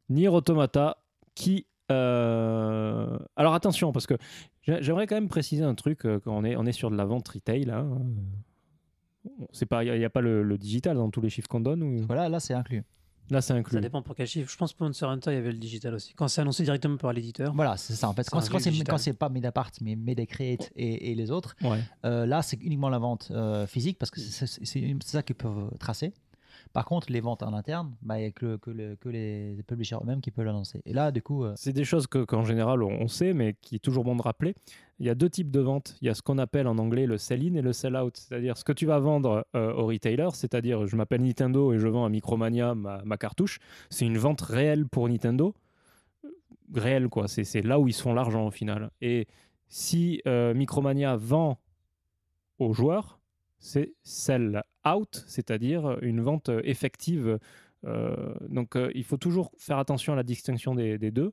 Speaker 3: Nier Automata qui. euh, Alors attention, parce que j'a- j'aimerais quand même préciser un truc euh, quand on est, on est sur de la vente retail. hein, euh, c'est pas- Il n'y a, il y a pas le, le digital dans tous les chiffres qu'on donne. ou-
Speaker 1: Voilà, là, c'est inclus.
Speaker 3: Là, c'est
Speaker 4: Ça
Speaker 3: inclus.
Speaker 4: dépend pour quel chiffre. Je pense pour Monster Hunter, il y avait le digital aussi. Quand c'est annoncé directement par l'éditeur,
Speaker 1: Voilà, c'est ça en fait.
Speaker 4: C'est
Speaker 1: Quand
Speaker 4: un
Speaker 1: c'est-
Speaker 4: jeu
Speaker 1: quand c'est
Speaker 4: digital.
Speaker 1: quand c'est pas Medapart, mais Medacreate et, et les autres,
Speaker 3: Ouais.
Speaker 1: euh, là c'est uniquement la vente euh, physique parce que c'est c'est- c'est ça qu'ils peuvent tracer. Par contre, les ventes en interne, bah, il n'y a que, le- que le- que les publishers eux-mêmes qui peuvent l'annoncer. Et là, du coup, euh,
Speaker 3: C'est des choses que- qu'en général on on sait, mais qui est toujours bon de rappeler. Il y a deux types de ventes. Il y a ce qu'on appelle en anglais le sell-in et le sell-out. C'est-à-dire ce que tu vas vendre euh, au retailer, c'est-à-dire je m'appelle Nintendo et je vends à Micromania ma, ma cartouche. C'est une vente réelle pour Nintendo. Euh, Réelle, quoi. C'est c'est là où ils se font l'argent au final. Et si euh, Micromania vend aux joueurs, c'est sell-out, c'est-à-dire une vente effective. Euh, donc euh, il faut toujours faire attention à la distinction des- des deux.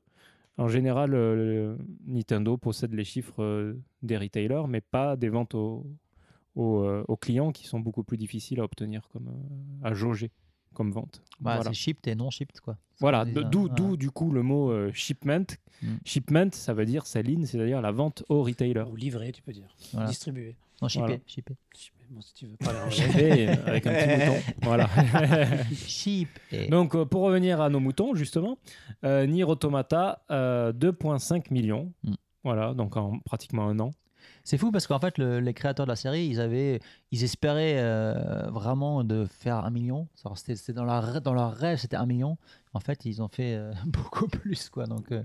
Speaker 3: En général, euh, Nintendo possède les chiffres euh, des retailers, mais pas des ventes aux, aux, euh, aux clients qui sont beaucoup plus difficiles à obtenir, comme, euh, à jauger comme vente.
Speaker 1: bah,
Speaker 3: voilà,
Speaker 1: c'est shipped et non shipped. Quoi.
Speaker 3: Voilà,
Speaker 1: des-
Speaker 3: de- d'où
Speaker 1: voilà.
Speaker 3: d'où, du coup le mot euh, shipment.
Speaker 1: Mm.
Speaker 3: Shipment, ça veut dire sa ligne, c'est-à-dire la vente au retailer.
Speaker 4: ou livré, tu peux dire.
Speaker 1: Voilà.
Speaker 4: Distribué.
Speaker 1: Non, shippé.
Speaker 3: Voilà.
Speaker 1: shippé.
Speaker 4: Bon, si tu veux parler en anglais.
Speaker 3: Et, euh, avec un petit bouton. Voilà.
Speaker 1: Shippé.
Speaker 3: Donc, euh, pour revenir à nos moutons, justement, euh, Nier Automata, euh, 2,5 millions.
Speaker 1: Mm.
Speaker 3: Voilà, donc en pratiquement un an.
Speaker 1: C'est fou parce qu'en fait, le- les créateurs de la série, ils, avaient, ils espéraient euh, vraiment de faire un million. Alors, C'était c'était dans, leur, rê- dans leur rêve, c'était un million. En fait, ils ont fait euh, beaucoup plus. Quoi. Donc euh,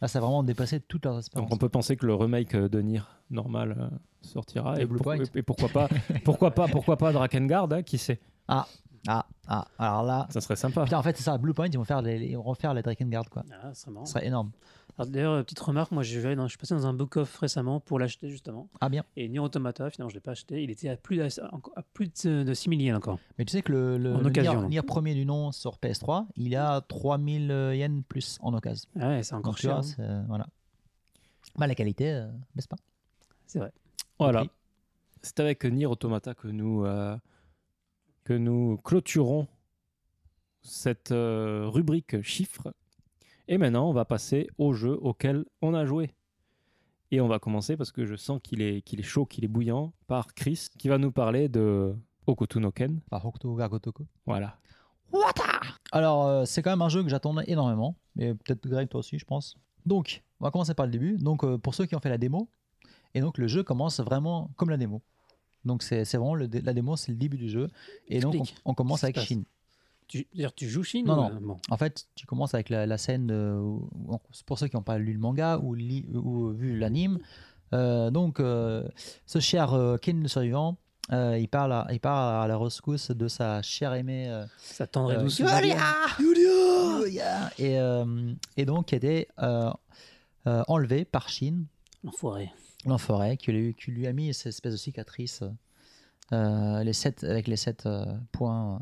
Speaker 1: là, ça a vraiment dépassé toutes leurs espérances.
Speaker 3: Donc on peut penser que le remake euh, de Nier normal euh, sortira
Speaker 1: Et
Speaker 3: et,
Speaker 1: Blue
Speaker 3: pour-
Speaker 1: Point.
Speaker 3: et pourquoi pas pourquoi pas pourquoi pas Drakengard hein, qui sait
Speaker 1: Ah, ah, alors là.
Speaker 3: ça serait sympa
Speaker 1: Ah, Putain, en fait, c'est ça. Bluepoint, ils vont faire les, ils vont refaire les Drakengard. Quoi.
Speaker 4: Ah, c'est marrant.
Speaker 1: Ce serait énorme.
Speaker 4: Alors, D'ailleurs, euh, petite remarque, moi je, vais dans- je suis passé dans un book-off récemment pour l'acheter justement.
Speaker 1: Ah, bien.
Speaker 4: Et Nier Automata, finalement, je ne l'ai pas acheté. Il était à plus, d'à- encore- à plus de, de 6 000 yens encore.
Speaker 1: Mais tu sais que le, le,
Speaker 4: En
Speaker 1: le
Speaker 4: occasion.
Speaker 1: Nier- Nier premier du nom sur PS3, il a 3000 euh, yens plus en occasion.
Speaker 4: Ah Ouais, c'est
Speaker 1: Donc,
Speaker 4: encore
Speaker 1: tu
Speaker 4: cher.
Speaker 1: vois,
Speaker 4: hein.
Speaker 1: c'est- euh, voilà. Bah, la qualité, euh, baisse pas.
Speaker 4: hein. C'est vrai.
Speaker 3: voilà
Speaker 1: Ok.
Speaker 3: c'est avec Nier Automata que nous euh, que nous clôturons cette euh, rubrique chiffres et maintenant on va passer au jeu auquel on a joué et on va commencer parce que je sens qu'il est qu'il est chaud qu'il est bouillant par Chris qui va nous parler de Hokuto no Ken
Speaker 1: Par Hokuto Gargotoko.
Speaker 3: voilà
Speaker 1: Alors, euh, c'est quand même un jeu que j'attendais énormément. Mais peut-être Greg, toi aussi, je pense. Donc, on va commencer par le début. Donc, euh, pour ceux qui ont fait la démo, et donc le jeu commence vraiment comme la démo. Donc, c'est c'est vraiment le dé- la démo, c'est le début du jeu. Et donc, on,
Speaker 4: Explique.
Speaker 1: on commence
Speaker 4: Qu'est-ce
Speaker 1: avec
Speaker 4: qui se
Speaker 1: Shin.
Speaker 4: Tu, d'ailleurs, tu joues Chine
Speaker 1: Non,
Speaker 4: ou, euh, bon.
Speaker 1: En fait, tu commences avec la, la scène, euh, où- où- pour ceux qui n'ont pas lu le manga ou, li- ou vu l'anime. Euh, donc, euh, ce cher euh, Ken le survivant, euh, il, part à, il part à la rescousse de sa chère aimée euh,
Speaker 4: Ça tendrait
Speaker 1: euh,
Speaker 4: doucement.
Speaker 1: Yulia et, euh, et donc, elle est euh, euh, enlevée par Shin,
Speaker 4: L'enfoiré.
Speaker 1: l'enfoiré, qui, lui- qui lui a mis cette espèce de cicatrice euh, les sept, avec les sept euh, points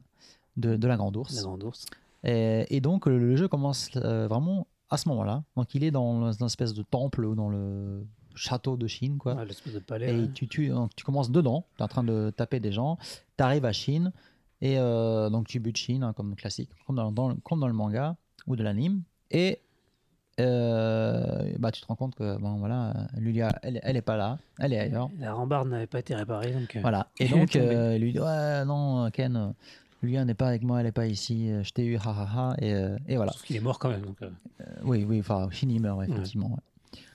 Speaker 1: de, de la grande ours.
Speaker 4: La grande ours.
Speaker 1: Et, et donc, le, le jeu commence euh, vraiment à ce moment-là. Donc, il est dans une espèce de temple ou dans le château de Chine, quoi.
Speaker 4: Ouais, L'espèce de palais. euh.
Speaker 1: et
Speaker 4: ouais.
Speaker 1: tu, tu, donc, tu commences dedans, tu es en train de taper des gens, tu arrives à Chine, et euh, donc tu butes Chine, hein, comme classique, comme dans, dans le- comme dans le manga ou de l'anime. Et euh, bah, tu te rends compte que, bon, voilà, euh, Lulia, elle, elle est pas là, elle est ailleurs.
Speaker 4: La rambarde n'avait pas été réparée. Donc, euh,
Speaker 1: Voilà. Et
Speaker 4: Elle
Speaker 1: donc,
Speaker 4: est tombée.
Speaker 1: euh, il lui dit Ouais, non, Ken, euh, Lulia n'est pas avec moi, elle n'est pas ici, euh, je t'ai eu, ha ha ha. Et, euh, et voilà.
Speaker 4: Sauf qu'il est mort quand même. Donc, euh,
Speaker 1: Oui, oui, enfin, Shin il meurt, ouais,
Speaker 4: Ouais.
Speaker 1: effectivement. ouais.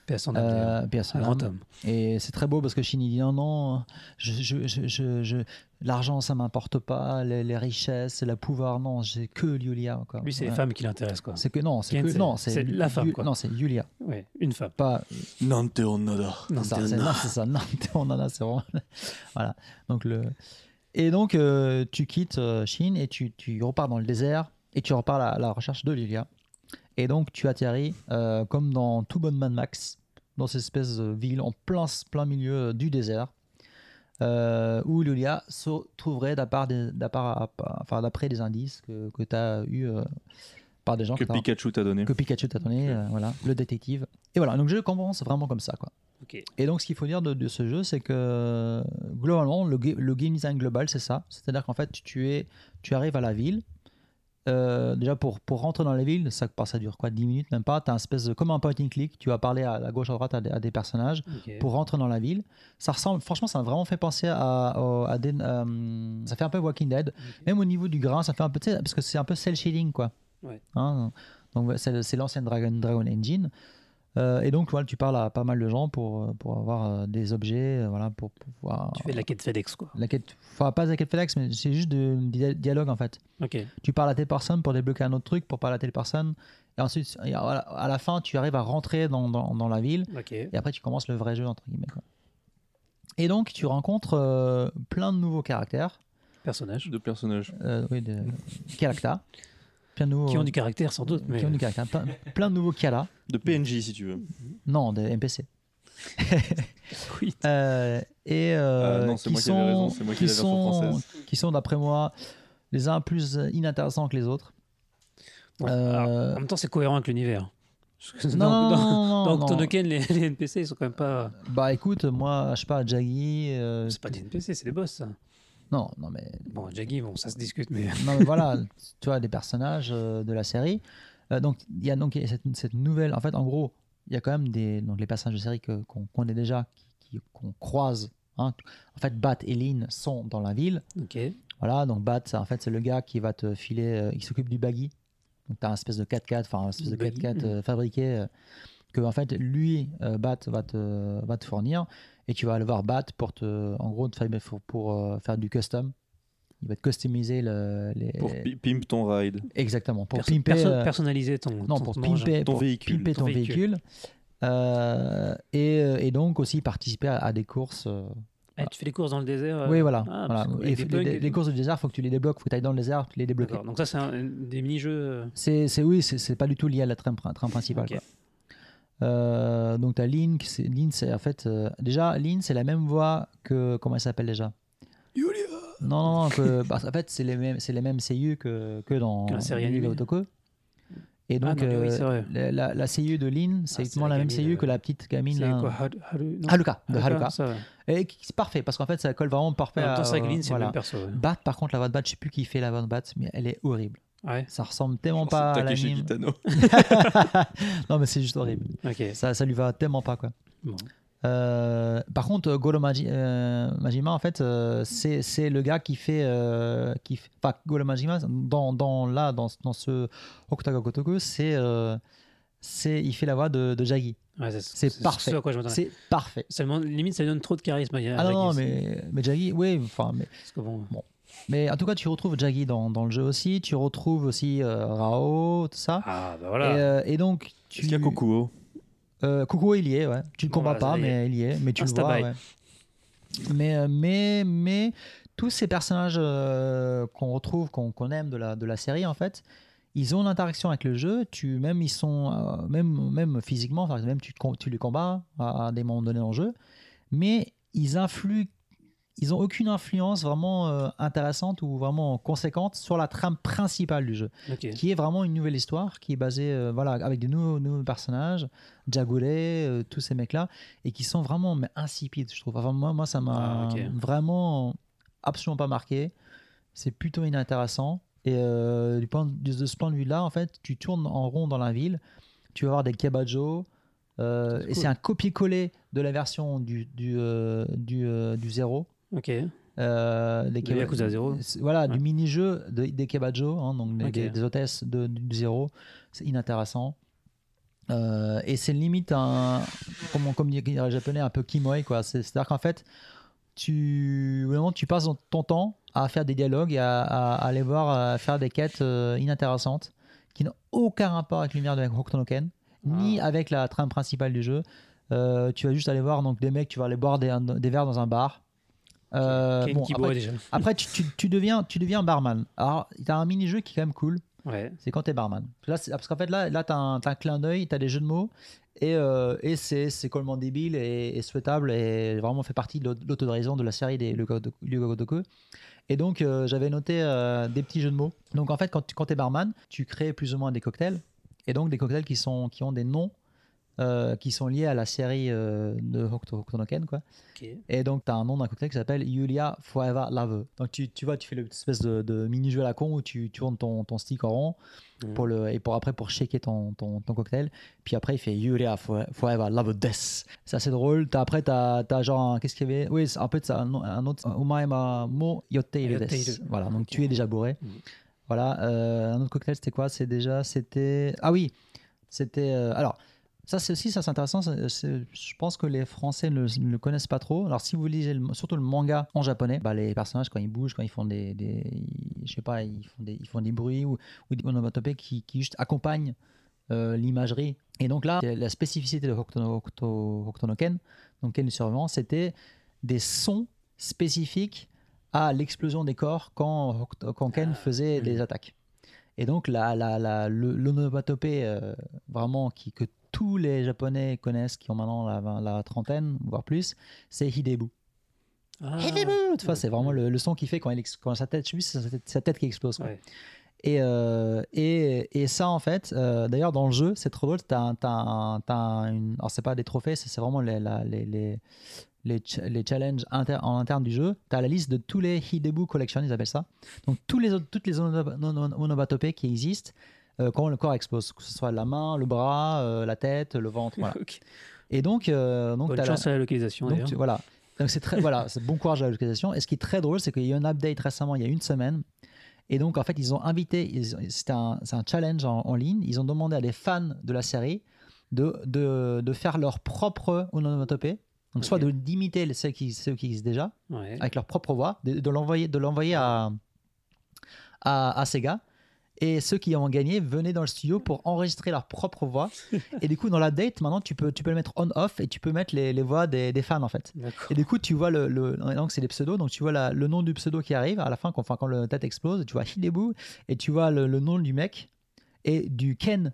Speaker 4: paix à son âme, d'ailleurs.
Speaker 1: Euh, puis à son
Speaker 4: hein. un
Speaker 1: âme.
Speaker 4: grand homme.
Speaker 1: Et c'est très beau parce que Shin il dit non, non, je, je- je- je- je- l'argent ça m'importe pas, les, les richesses, la pouvoir, non, j'ai que Yulia. Quoi.
Speaker 4: Lui, c'est
Speaker 1: euh, Ouais.
Speaker 4: les femmes qui l'intéressent. quoi.
Speaker 1: C'est que non, c'est
Speaker 4: Ken,
Speaker 1: que
Speaker 4: c'est-
Speaker 1: non, c'est
Speaker 4: c'est la femme, quoi.
Speaker 1: Non, c'est Yulia,
Speaker 4: Ouais, une femme.
Speaker 1: pas
Speaker 2: Nante onoda.
Speaker 4: Non,
Speaker 1: ça,
Speaker 4: c'est un
Speaker 1: c'est non, c'est ça. Non, t'es- on en a, c'est vraiment. voilà. Donc le et donc euh, tu quittes euh, Chine et tu, tu repars dans le désert et tu repars à la recherche de Lilia. Et donc tu atterris euh, comme dans tout bon Man Max dans cette espèce de ville en plein plein milieu euh, du désert. euh, où Lilia se trouverait d'après des, d'appart- enfin, d'après des indices que, que tu as eu euh, par des gens
Speaker 2: Que
Speaker 1: que, t'as-
Speaker 2: Pikachu t'a donné.
Speaker 1: que Pikachu t'a donné, euh, voilà, le détective. Et voilà, donc je commence vraiment comme ça. Quoi.
Speaker 4: Ok.
Speaker 1: Et donc, ce qu'il faut dire de, de ce jeu, c'est que globalement, le, ga- le game design global, c'est ça. C'est-à-dire qu'en fait, tu, es, tu arrives à la ville, euh, déjà pour, pour rentrer dans la ville, ça, ça dure quoi 10 minutes, même pas. Tu as un espèce de, comme un point and click, tu vas parler à, à gauche, à droite à des- à des personnages
Speaker 4: Ok.
Speaker 1: pour rentrer dans la ville. Ça ressemble, franchement, ça m'a vraiment fait penser à, au- à des- euh, ça fait un peu Walking Dead. Même au niveau du grain, ça fait un peu, tu sais, parce que c'est un peu cel shading, quoi.
Speaker 4: Ouais.
Speaker 1: Hein, donc ouais, c'est c'est l'ancienne Dragon, Dragon Engine. Euh, et donc, voilà, tu parles à pas mal de gens pour, euh, pour avoir euh, des objets, euh, voilà, pour pouvoir.
Speaker 4: Tu fais de la quête FedEx, quoi.
Speaker 1: La quête, enfin, pas la quête FedEx, mais c'est juste du dia- dialogue en fait.
Speaker 4: Ok.
Speaker 1: Tu parles à telle personne pour débloquer un autre truc, pour parler à telle personne. Et ensuite, et à la- à la fin, tu arrives à rentrer dans- dans, dans la ville.
Speaker 4: Ok.
Speaker 1: Et après, tu commences le vrai jeu, entre guillemets. quoi. Et donc, tu rencontres euh, plein de nouveaux caractères,
Speaker 4: Personnages.
Speaker 2: de personnages.
Speaker 1: euh, oui, de Kalakta. Plein de nouveaux,
Speaker 4: Qui ont du caractère, sans doute. Mais...
Speaker 1: qui ont du caractère. Plein, plein de nouveaux Kala.
Speaker 2: De PNJ, si tu veux.
Speaker 1: Non, des NPC.
Speaker 4: Oui.
Speaker 1: Euh, et euh,
Speaker 2: Ah non, c'est
Speaker 1: qui
Speaker 2: moi qui
Speaker 1: sont,
Speaker 2: avais raison, c'est moi qui ai
Speaker 1: qui
Speaker 2: la version
Speaker 1: sont,
Speaker 2: française.
Speaker 1: qui sont, d'après moi, les uns plus inintéressants que les autres.
Speaker 4: Bon,
Speaker 1: Euh,
Speaker 4: alors, en même temps, c'est cohérent avec l'univers. Parce que
Speaker 1: Non,
Speaker 4: dans-
Speaker 1: non,
Speaker 4: dans-
Speaker 1: non, non,
Speaker 4: dans
Speaker 1: Oh non.
Speaker 4: Octonoken, les, les NPC, ils sont quand même pas.
Speaker 1: Bah écoute, moi, je sais pas, Jaggy. euh,
Speaker 4: C'est pas des NPC, c'est des boss, ça.
Speaker 1: Non, non, mais
Speaker 4: Bon, Jaggy, bon, ça se discute, mais.
Speaker 1: Non, mais voilà, tu vois, des personnages euh, de la série. Euh, donc, il y a donc cette, cette nouvelle. En fait, en gros, il y a quand même des, donc, les personnages de série que- qu'on connaît déjà, qui- qui- qu'on croise. hein. En fait, Bat et Lynn sont dans la ville.
Speaker 4: Ok.
Speaker 1: Voilà, donc Bat, ça, en fait, c'est le gars qui va te filer. euh, il s'occupe du baggy. Donc, tu as un espèce de 4x4, enfin, un espèce de
Speaker 4: Le baggy,
Speaker 1: 4x4 euh, fabriqué. euh, que, en fait, lui, euh, Bat, va te, va te fournir. Et tu vas aller voir Bat pour, te, en gros, te faire, pour, pour, euh, faire du custom. Il va te customiser le, les,
Speaker 2: Pour pi- pimp ton ride.
Speaker 1: Exactement, pour
Speaker 4: Perso-
Speaker 1: pimper,
Speaker 4: perso-
Speaker 1: euh,
Speaker 4: personnaliser ton.
Speaker 1: non,
Speaker 4: ton-
Speaker 1: pour
Speaker 4: ton engin.
Speaker 1: pimper,
Speaker 2: Ton
Speaker 1: pour
Speaker 2: véhicule.
Speaker 1: pimper
Speaker 4: Ton
Speaker 1: ton
Speaker 4: véhicule.
Speaker 1: véhicule. Euh, et, et donc aussi participer à, à des courses. euh,
Speaker 4: Ah, tu fais des courses dans le désert. euh,
Speaker 1: oui, voilà.
Speaker 4: ah,
Speaker 1: voilà.
Speaker 4: parce que-
Speaker 1: Et
Speaker 4: avec des
Speaker 1: les,
Speaker 4: bugs et
Speaker 1: les
Speaker 4: tout.
Speaker 1: courses du désert, faut que tu les débloques, faut que tu ailles dans le désert, les débloquer.
Speaker 4: D'accord. Donc, ça, c'est un- un- des mini-jeux. euh,
Speaker 1: C'est c'est- oui, c'est c'est pas du tout lié à la train, train principale.
Speaker 4: Ok.
Speaker 1: quoi. Euh, donc t'as Lynn, qui c'est- Lynn c'est en fait euh, déjà Lynn c'est la même voix que comment elle s'appelle déjà Non non non que, bah, en fait c'est les mêmes c'est les mêmes CU que que dans
Speaker 4: Que la série
Speaker 1: Lily
Speaker 4: animée.
Speaker 1: Otoko. Et
Speaker 4: Ah,
Speaker 1: donc
Speaker 4: non, mais oui,
Speaker 1: euh,
Speaker 4: c'est vrai.
Speaker 1: la, la, la CU de Lynn c'est
Speaker 4: c'est
Speaker 1: exactement la,
Speaker 4: la
Speaker 1: même
Speaker 4: gamine,
Speaker 1: CU
Speaker 4: euh,
Speaker 1: que la petite gamine
Speaker 4: C'est
Speaker 1: là.
Speaker 4: quoi Haru- Haru- non,
Speaker 1: Haruka de
Speaker 4: Haruka,
Speaker 1: hein. Haruka.
Speaker 4: ça va.
Speaker 1: Et qui- c'est parfait parce qu'en fait ça colle vraiment parfait.
Speaker 4: En même temps,
Speaker 1: à-
Speaker 4: c'est avec Lynn, c'est le
Speaker 1: voilà.
Speaker 4: même perso. ouais.
Speaker 1: Bat par contre la voix de Bat je sais plus qui fait la voix de Bat mais elle est horrible.
Speaker 4: Ouais,
Speaker 1: Ça ressemble tellement
Speaker 2: Genre,
Speaker 1: pas
Speaker 2: c'est
Speaker 1: à
Speaker 2: Takeshi
Speaker 1: l'anime.
Speaker 2: Kitano.
Speaker 1: non mais c'est juste horrible.
Speaker 4: ok.
Speaker 1: Ça, ça lui va tellement pas quoi.
Speaker 4: Mm. Bon.
Speaker 1: Euh, par contre, euh, Goro Maji- euh, Majima, en fait, euh, c'est c'est le gars qui fait. euh, qui fait- enfin, Goro Majima, dans, dans, là, dans, dans ce Okuta Gotoku, c'est. euh, c'est- il fait la voix de, de Jagi.
Speaker 4: Ouais, c'est
Speaker 1: C'est
Speaker 4: c'est
Speaker 1: parfait.
Speaker 4: ce à quoi je m'attendais.
Speaker 1: C'est parfait.
Speaker 4: Seulement, limite, ça donne trop de charisme. à
Speaker 1: Ah non, non,
Speaker 4: Jackie,
Speaker 1: mais, mais Jagi, oui, enfin, mais,
Speaker 4: Parce que bon,
Speaker 1: mais en tout cas, tu retrouves Jagi dans, dans le jeu aussi, tu retrouves aussi euh, Rao, tout ça.
Speaker 4: Ah, bah
Speaker 1: Et,
Speaker 4: voilà.
Speaker 1: euh, et donc, tu.
Speaker 2: Est-ce qu'il y a Kokuo
Speaker 1: Euh, Coucou, il y est, ouais. Tu le
Speaker 4: Bon,
Speaker 1: combats
Speaker 4: bah,
Speaker 1: pas,
Speaker 4: ça y est.
Speaker 1: mais il y est. Mais tu le
Speaker 4: Insta
Speaker 1: vois,
Speaker 4: bye.
Speaker 1: ouais. Mais, euh, mais, mais tous ces personnages euh, qu'on retrouve, qu'on qu'on aime de la, de la série, en fait, ils ont l'interaction avec le jeu. Tu, même, ils sont, euh, même, même physiquement, enfin, même tu, te com- tu les combats à, à des moments donnés dans le jeu. Mais ils influent. Ils ont aucune influence vraiment euh, intéressante ou vraiment conséquente sur la trame principale du jeu
Speaker 4: Ok.
Speaker 1: qui est vraiment une nouvelle histoire qui est basée euh, voilà avec des nouveaux, nouveaux personnages Jagure euh, tous ces mecs là et qui sont vraiment mais, insipides je trouve enfin, moi moi ça m'a
Speaker 4: Ah, ok.
Speaker 1: vraiment absolument pas marqué c'est plutôt inintéressant et euh, du point de, de ce point de vue là en fait tu tournes en rond dans la ville tu vas voir des kebajo euh,
Speaker 4: C'est
Speaker 1: et c'est
Speaker 4: cool.
Speaker 1: un copier-coller de la version du du euh, du, euh, du zéro
Speaker 4: Ok.
Speaker 1: euh, les
Speaker 4: De
Speaker 1: Keba-
Speaker 4: Yakuza Zero.
Speaker 1: c'est- Voilà,
Speaker 4: Ouais.
Speaker 1: du mini-jeu de- des Kebajo, hein, donc des,
Speaker 4: Ok.
Speaker 1: des- des hôtesses de, du zéro. C'est inintéressant. Euh, et c'est limite un, comme, on- comme dirait les japonais, un peu kimoi. quoi. C'est- C'est-à-dire qu'en fait, tu, vraiment, tu passes ton- ton temps à faire des dialogues et à, à- à aller voir à faire des quêtes euh, inintéressantes qui n'ont aucun rapport avec l'univers de Hokuto no Ken, ni
Speaker 4: Ah.
Speaker 1: avec la trame principale du jeu. Euh, tu vas juste aller voir donc, des mecs, tu vas aller boire des, des verres dans un bar. Euh,
Speaker 4: Ken
Speaker 1: bon,
Speaker 4: qui
Speaker 1: après,
Speaker 4: boit déjà.
Speaker 1: après, tu, tu- tu deviens, tu deviens barman. Alors, t'as un mini-jeu qui est quand même cool.
Speaker 4: Ouais.
Speaker 1: C'est quand t'es barman. Là, c'est- parce qu'en fait, là, là t'as un, t'as un clin d'œil, t'as des jeux de mots. Et, euh, et c'est c'est complètement débile et, et souhaitable. Et vraiment fait partie de l'aut- l'autodérision de la série des Godoku. Et donc, euh, j'avais noté euh, des petits jeux de mots. Donc, en fait, quand, tu- quand t'es barman, tu crées plus ou moins des cocktails. Et donc, des cocktails qui, sont, qui ont des noms euh, qui sont liés à la série euh, de Hokuto Hokuto no Ken, quoi.
Speaker 4: Ok.
Speaker 1: Et donc, tu as un nom d'un cocktail qui s'appelle Yulia Forever Love. Donc, tu, tu vois, tu fais l'espèce de, de mini-jeu à la con où tu tournes ton, ton stick en rond
Speaker 4: Mhm.
Speaker 1: pour le, et pour après pour shaker ton, ton, ton cocktail. Puis après, il fait Yulia Fore- Forever Love Death. C'est assez drôle. T'as- après, tu as, genre, un- qu'est-ce qu'il y avait Oui, c'est un peu de ça, un, un autre. un Umaema mo yotteiru
Speaker 4: Yotteiru.
Speaker 1: desu. Voilà, donc
Speaker 4: Ok.
Speaker 1: tu es déjà bourré.
Speaker 4: Mhm.
Speaker 1: Voilà, euh, un autre cocktail, c'était quoi C'est déjà, c'était. Ah oui, c'était. euh, alors. Ça, c'est aussi, ça, c'est intéressant. c'est- c'est- je pense que les Français ne ne le connaissent pas trop. Alors, si vous lisez le- surtout le manga en japonais, bah, les personnages, quand ils bougent, quand ils font des, des- ils- je sais pas, ils font des, ils font des bruits ou, ou des onomatopées qui, qui juste accompagnent euh, l'imagerie. Et donc là, la spécificité de Hokuto no- Hokuto- Hokuto no Ken, donc Ken du survivant, c'était des sons spécifiques à l'explosion des corps quand, Hokuto- quand Ken faisait
Speaker 4: hmm.
Speaker 1: des attaques. Et donc, la, la, la- le- l'onomatopée euh, vraiment qui, que tous les Japonais connaissent, qui ont maintenant la, vingt- la trentaine, voire plus, c'est Hidebu.
Speaker 4: Ah,
Speaker 1: Hidebu Tu vois, c'est vraiment
Speaker 4: ouais.
Speaker 1: le, le son qu'il fait quand, il ex- quand sa tête, je sais plus, c'est sa tête, sa tête qui explose. quoi.
Speaker 4: Ouais.
Speaker 1: Et, euh, et, et ça, en fait, euh, d'ailleurs, dans le jeu, c'est trop drôle. T'as, un- t'as, un- t'as un- une... Alors, c'est pas des trophées, c'est c'est vraiment les, la- les, les, les, ch- les challenges inter- en interne du jeu. T'as la liste de tous les Hidebu Collection, ils appellent ça. Donc, tous les, autres- toutes les ono- ono- onomatopées qui existent euh, quand le corps explose, que ce soit la main, le bras, euh, la tête, le ventre. Voilà.
Speaker 4: Ok.
Speaker 1: Et donc, euh, donc
Speaker 4: Bonne
Speaker 1: t'as la-
Speaker 4: chance à la localisation
Speaker 1: donc,
Speaker 4: d'ailleurs.
Speaker 1: tu- voilà. Donc c'est très voilà, c'est bon courage à la localisation. Et ce qui est très drôle, c'est qu'il y a eu un update récemment, il y a une semaine. Et donc en fait, ils ont invité, ils ont- c'était un, c'est un challenge en, en ligne. Ils ont demandé à des fans de la série de, de, de faire leur propre onomatopée. Donc soit
Speaker 4: Ok.
Speaker 1: de d'imiter les- ceux qui, ceux qui existent déjà
Speaker 4: Ouais.
Speaker 1: avec leur propre voix, de, de l'envoyer de l'envoyer à, à à Sega. Et ceux qui ont gagné venaient dans le studio pour enregistrer leur propre voix. Et du coup, dans l'update, maintenant, tu peux, tu peux le mettre on-off et tu peux mettre les, les voix des, des fans, en fait.
Speaker 4: D'accord.
Speaker 1: Et du coup, tu vois le. le donc, c'est des pseudos. Donc, tu vois la- le nom du pseudo qui arrive à la fin, quand, enfin, quand le tête explose. Tu vois Hidebu et tu vois le, le nom du mec et du Ken.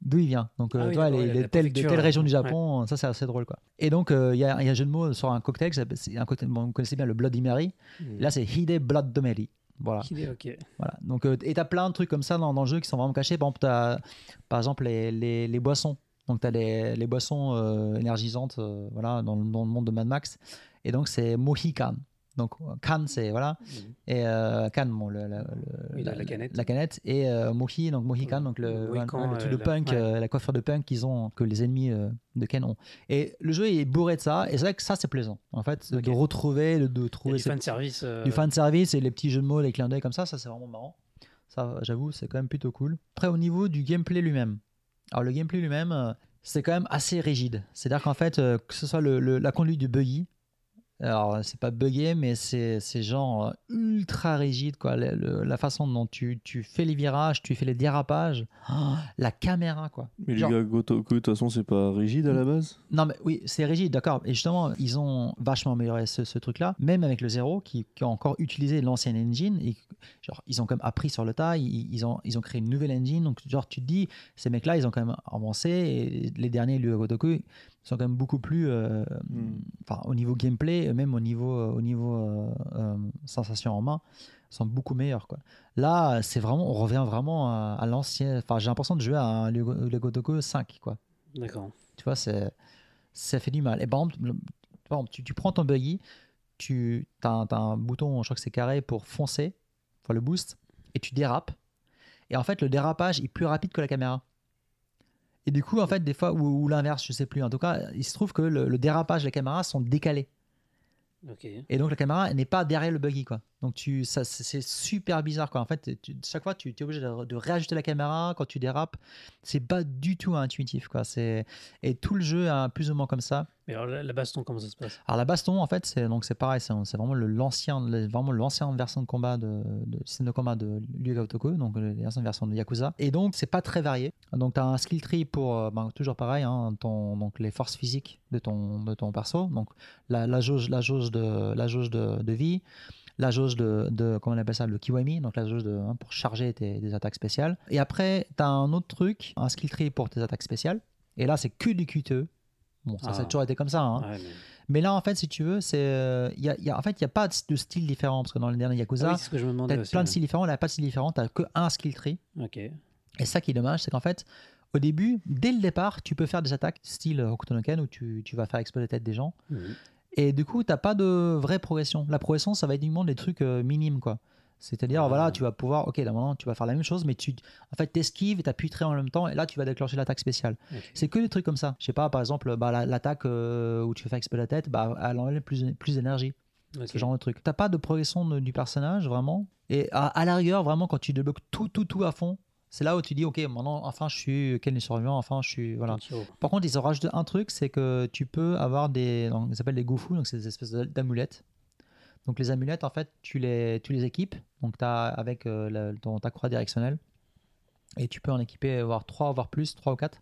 Speaker 1: D'où il vient. Donc,
Speaker 4: Ah
Speaker 1: euh,
Speaker 4: oui,
Speaker 1: toi,
Speaker 4: d'accord,
Speaker 1: les-
Speaker 4: ouais,
Speaker 1: les
Speaker 4: la
Speaker 1: telles- de
Speaker 4: préfecture,
Speaker 1: telle
Speaker 4: là.
Speaker 1: région du Japon, euh, ça, c'est assez drôle. quoi. Et donc, euh, il y, a il y a un jeu de mots sur un cocktail. qui s'appelle- c'est un cocktail bon, vous connaissez bien le Bloody Mary.
Speaker 4: Hmm.
Speaker 1: Là, c'est Hide Blood de Mary. Voilà.
Speaker 4: Idée, ok.
Speaker 1: Voilà. Donc, euh, et t'as plein de trucs comme ça dans, dans le jeu qui sont vraiment cachés. Par exemple, t'as- par exemple les, les- les boissons. Donc, tu as les, les boissons euh, énergisantes euh, voilà, dans, le- dans le monde de Mad Max. Et donc, c'est Mohican. Donc, euh, can, c'est. Voilà. Et euh, can, bon, le- le- le-
Speaker 4: Mhm. Oui, la- la canette.
Speaker 1: La canette. Et euh, Mohi, donc Mohican, donc le,
Speaker 4: Oui,
Speaker 1: ouais,
Speaker 4: quand,
Speaker 1: le truc
Speaker 4: euh,
Speaker 1: de
Speaker 4: la-
Speaker 1: punk,
Speaker 4: ouais.
Speaker 1: euh, la coiffure de punk qu'ils ont, que les ennemis euh, de Ken ont. Et le jeu est bourré de ça. Et c'est vrai que ça, c'est plaisant. En fait,
Speaker 4: Ok.
Speaker 1: de retrouver, de, de
Speaker 4: Il y a
Speaker 1: trouver
Speaker 4: du
Speaker 1: ces
Speaker 4: fan service. euh,
Speaker 1: du fan service et les petits jeux de mots, les clins d'œil comme ça, ça c'est vraiment marrant. Ça, j'avoue, c'est quand même plutôt cool. Après, au niveau du gameplay lui-même. Alors, le gameplay lui-même, euh, c'est quand même assez rigide. C'est-à-dire qu'en fait, euh, que ce soit le- le- la conduite du buggy, alors c'est pas buggé, mais c'est, c'est genre euh, ultra rigide, quoi. Le- le- la façon dont tu, tu fais les virages, tu fais les dérapages, Ah, la caméra, quoi.
Speaker 2: Mais les
Speaker 1: Genre- Hmm.
Speaker 2: gars, Gotoku, de toute façon, c'est pas rigide à la base
Speaker 1: non, mais oui, c'est rigide, d'accord. Et justement, ils ont vachement amélioré ce, ce truc-là, même avec le zéro, qui, qui a encore utilisé l'ancienne engine. Et, genre, ils ont quand même appris sur le tas, ils, ils ont, ils ont créé une nouvelle engine. Donc, genre, tu te dis, ces mecs-là, ils ont quand même avancé. Et les derniers, le Gotoku, sont quand même beaucoup plus. euh,
Speaker 2: Hmm.
Speaker 1: Enfin, au niveau gameplay, même au niveau, euh, au niveau euh, euh, sensation en main, sont beaucoup meilleurs, quoi. Là, c'est vraiment, on revient vraiment à, à l'ancien. Enfin, j'ai l'impression de jouer à un Lego Lego Gotoku 5, quoi.
Speaker 4: D'accord.
Speaker 1: Tu vois, c'est, ça fait du mal. Et par exemple, le- par exemple, tu, tu prends ton buggy, tu as un, t'as un bouton, je crois que c'est carré, pour foncer, pour le boost, et tu dérapes. Et en fait, le dérapage est plus rapide que la caméra. Et du coup, en fait, des fois, ou, ou l'inverse, je sais plus. En tout cas, il se trouve que le, le dérapage et la caméra sont décalés.
Speaker 4: Ok.
Speaker 1: Et donc, la caméra elle n'est pas derrière le buggy, quoi. Donc, tu, ça, c'est c'est super bizarre, quoi. En fait, tu- chaque fois, tu es obligé de, de réajuster la caméra quand tu dérapes. C'est pas du tout intuitif, quoi. C'est, et tout le jeu a plus ou moins comme ça.
Speaker 4: Mais alors la, la baston, comment ça se passe
Speaker 1: Alors la baston, en fait, c'est donc c'est pareil, c'est c'est vraiment le l'ancien, le- vraiment l'ancien version de combat de, de système de combat de Ryuga Otoko, donc le- l'ancienne version de Yakuza. Et donc c'est pas très varié. Donc tu as un skill tree pour euh, ben, toujours pareil, hein, ton, donc les forces physiques de ton de ton perso, donc la, la jauge la jauge de la jauge de, de vie. La jauge de, de- comment on appelle ça, le kiwami, donc la jauge de, hein, pour charger tes, des attaques spéciales. Et après, tu as un autre truc, un skill tree pour tes attaques spéciales. Et là, c'est que du QTE. Bon, ça, ça a
Speaker 4: Ah.
Speaker 1: toujours été comme ça. Hein.
Speaker 4: Ouais, mais-
Speaker 1: Mais là, en fait, si tu veux, c'est, euh, y a- y a- en fait, il n'y a pas de de style différent. Parce que dans le dernier
Speaker 4: Ah
Speaker 1: Yakuza,
Speaker 4: oui, c'est ce que je me demandais
Speaker 1: t'as
Speaker 4: aussi.
Speaker 1: plein de
Speaker 4: ouais.
Speaker 1: styles différents. Là, pas de style différent. T'as que un skill tree.
Speaker 4: Ok.
Speaker 1: Et ça qui est dommage, c'est qu'en fait, au début, dès le départ, tu peux faire des attaques style Hokutonoken où tu, tu vas faire exploser la tête des gens.
Speaker 4: Mhm.
Speaker 1: Et du coup, t'as pas de vraie progression. La progression, ça va être uniquement des trucs euh, minimes, quoi. C'est-à-dire,
Speaker 4: Ah.
Speaker 1: voilà, tu vas pouvoir, ok, là maintenant, tu vas faire la même chose, mais tu, en fait, t'esquives et t'appuies très en même temps, et là, tu vas déclencher l'attaque spéciale.
Speaker 4: Ok.
Speaker 1: C'est que des trucs comme ça. Je sais pas, par exemple, bah, la- l'attaque euh, où tu fais faire exploser la tête, bah, elle enlève plus, plus d'énergie
Speaker 4: Ok.
Speaker 1: ce genre de truc. T'as pas de progression de- du personnage vraiment. Et à, à la rigueur, vraiment, quand tu débloques tout, tout, tout à fond, c'est là où tu dis, ok, maintenant, enfin, je suis quel survivant, enfin, je suis. Voilà.
Speaker 4: Tantiro.
Speaker 1: Par contre, ils ont rajouté un truc, c'est que tu peux avoir des. donc, Ils s'appellent les goufous, donc c'est des espèces d'a- d'amulettes. Donc les amulettes, en fait, tu les, tu les équipes. Donc tu as avec euh, la- ton, ta croix directionnelle. Et tu peux en équiper, voire 3, voire plus, 3 ou 4.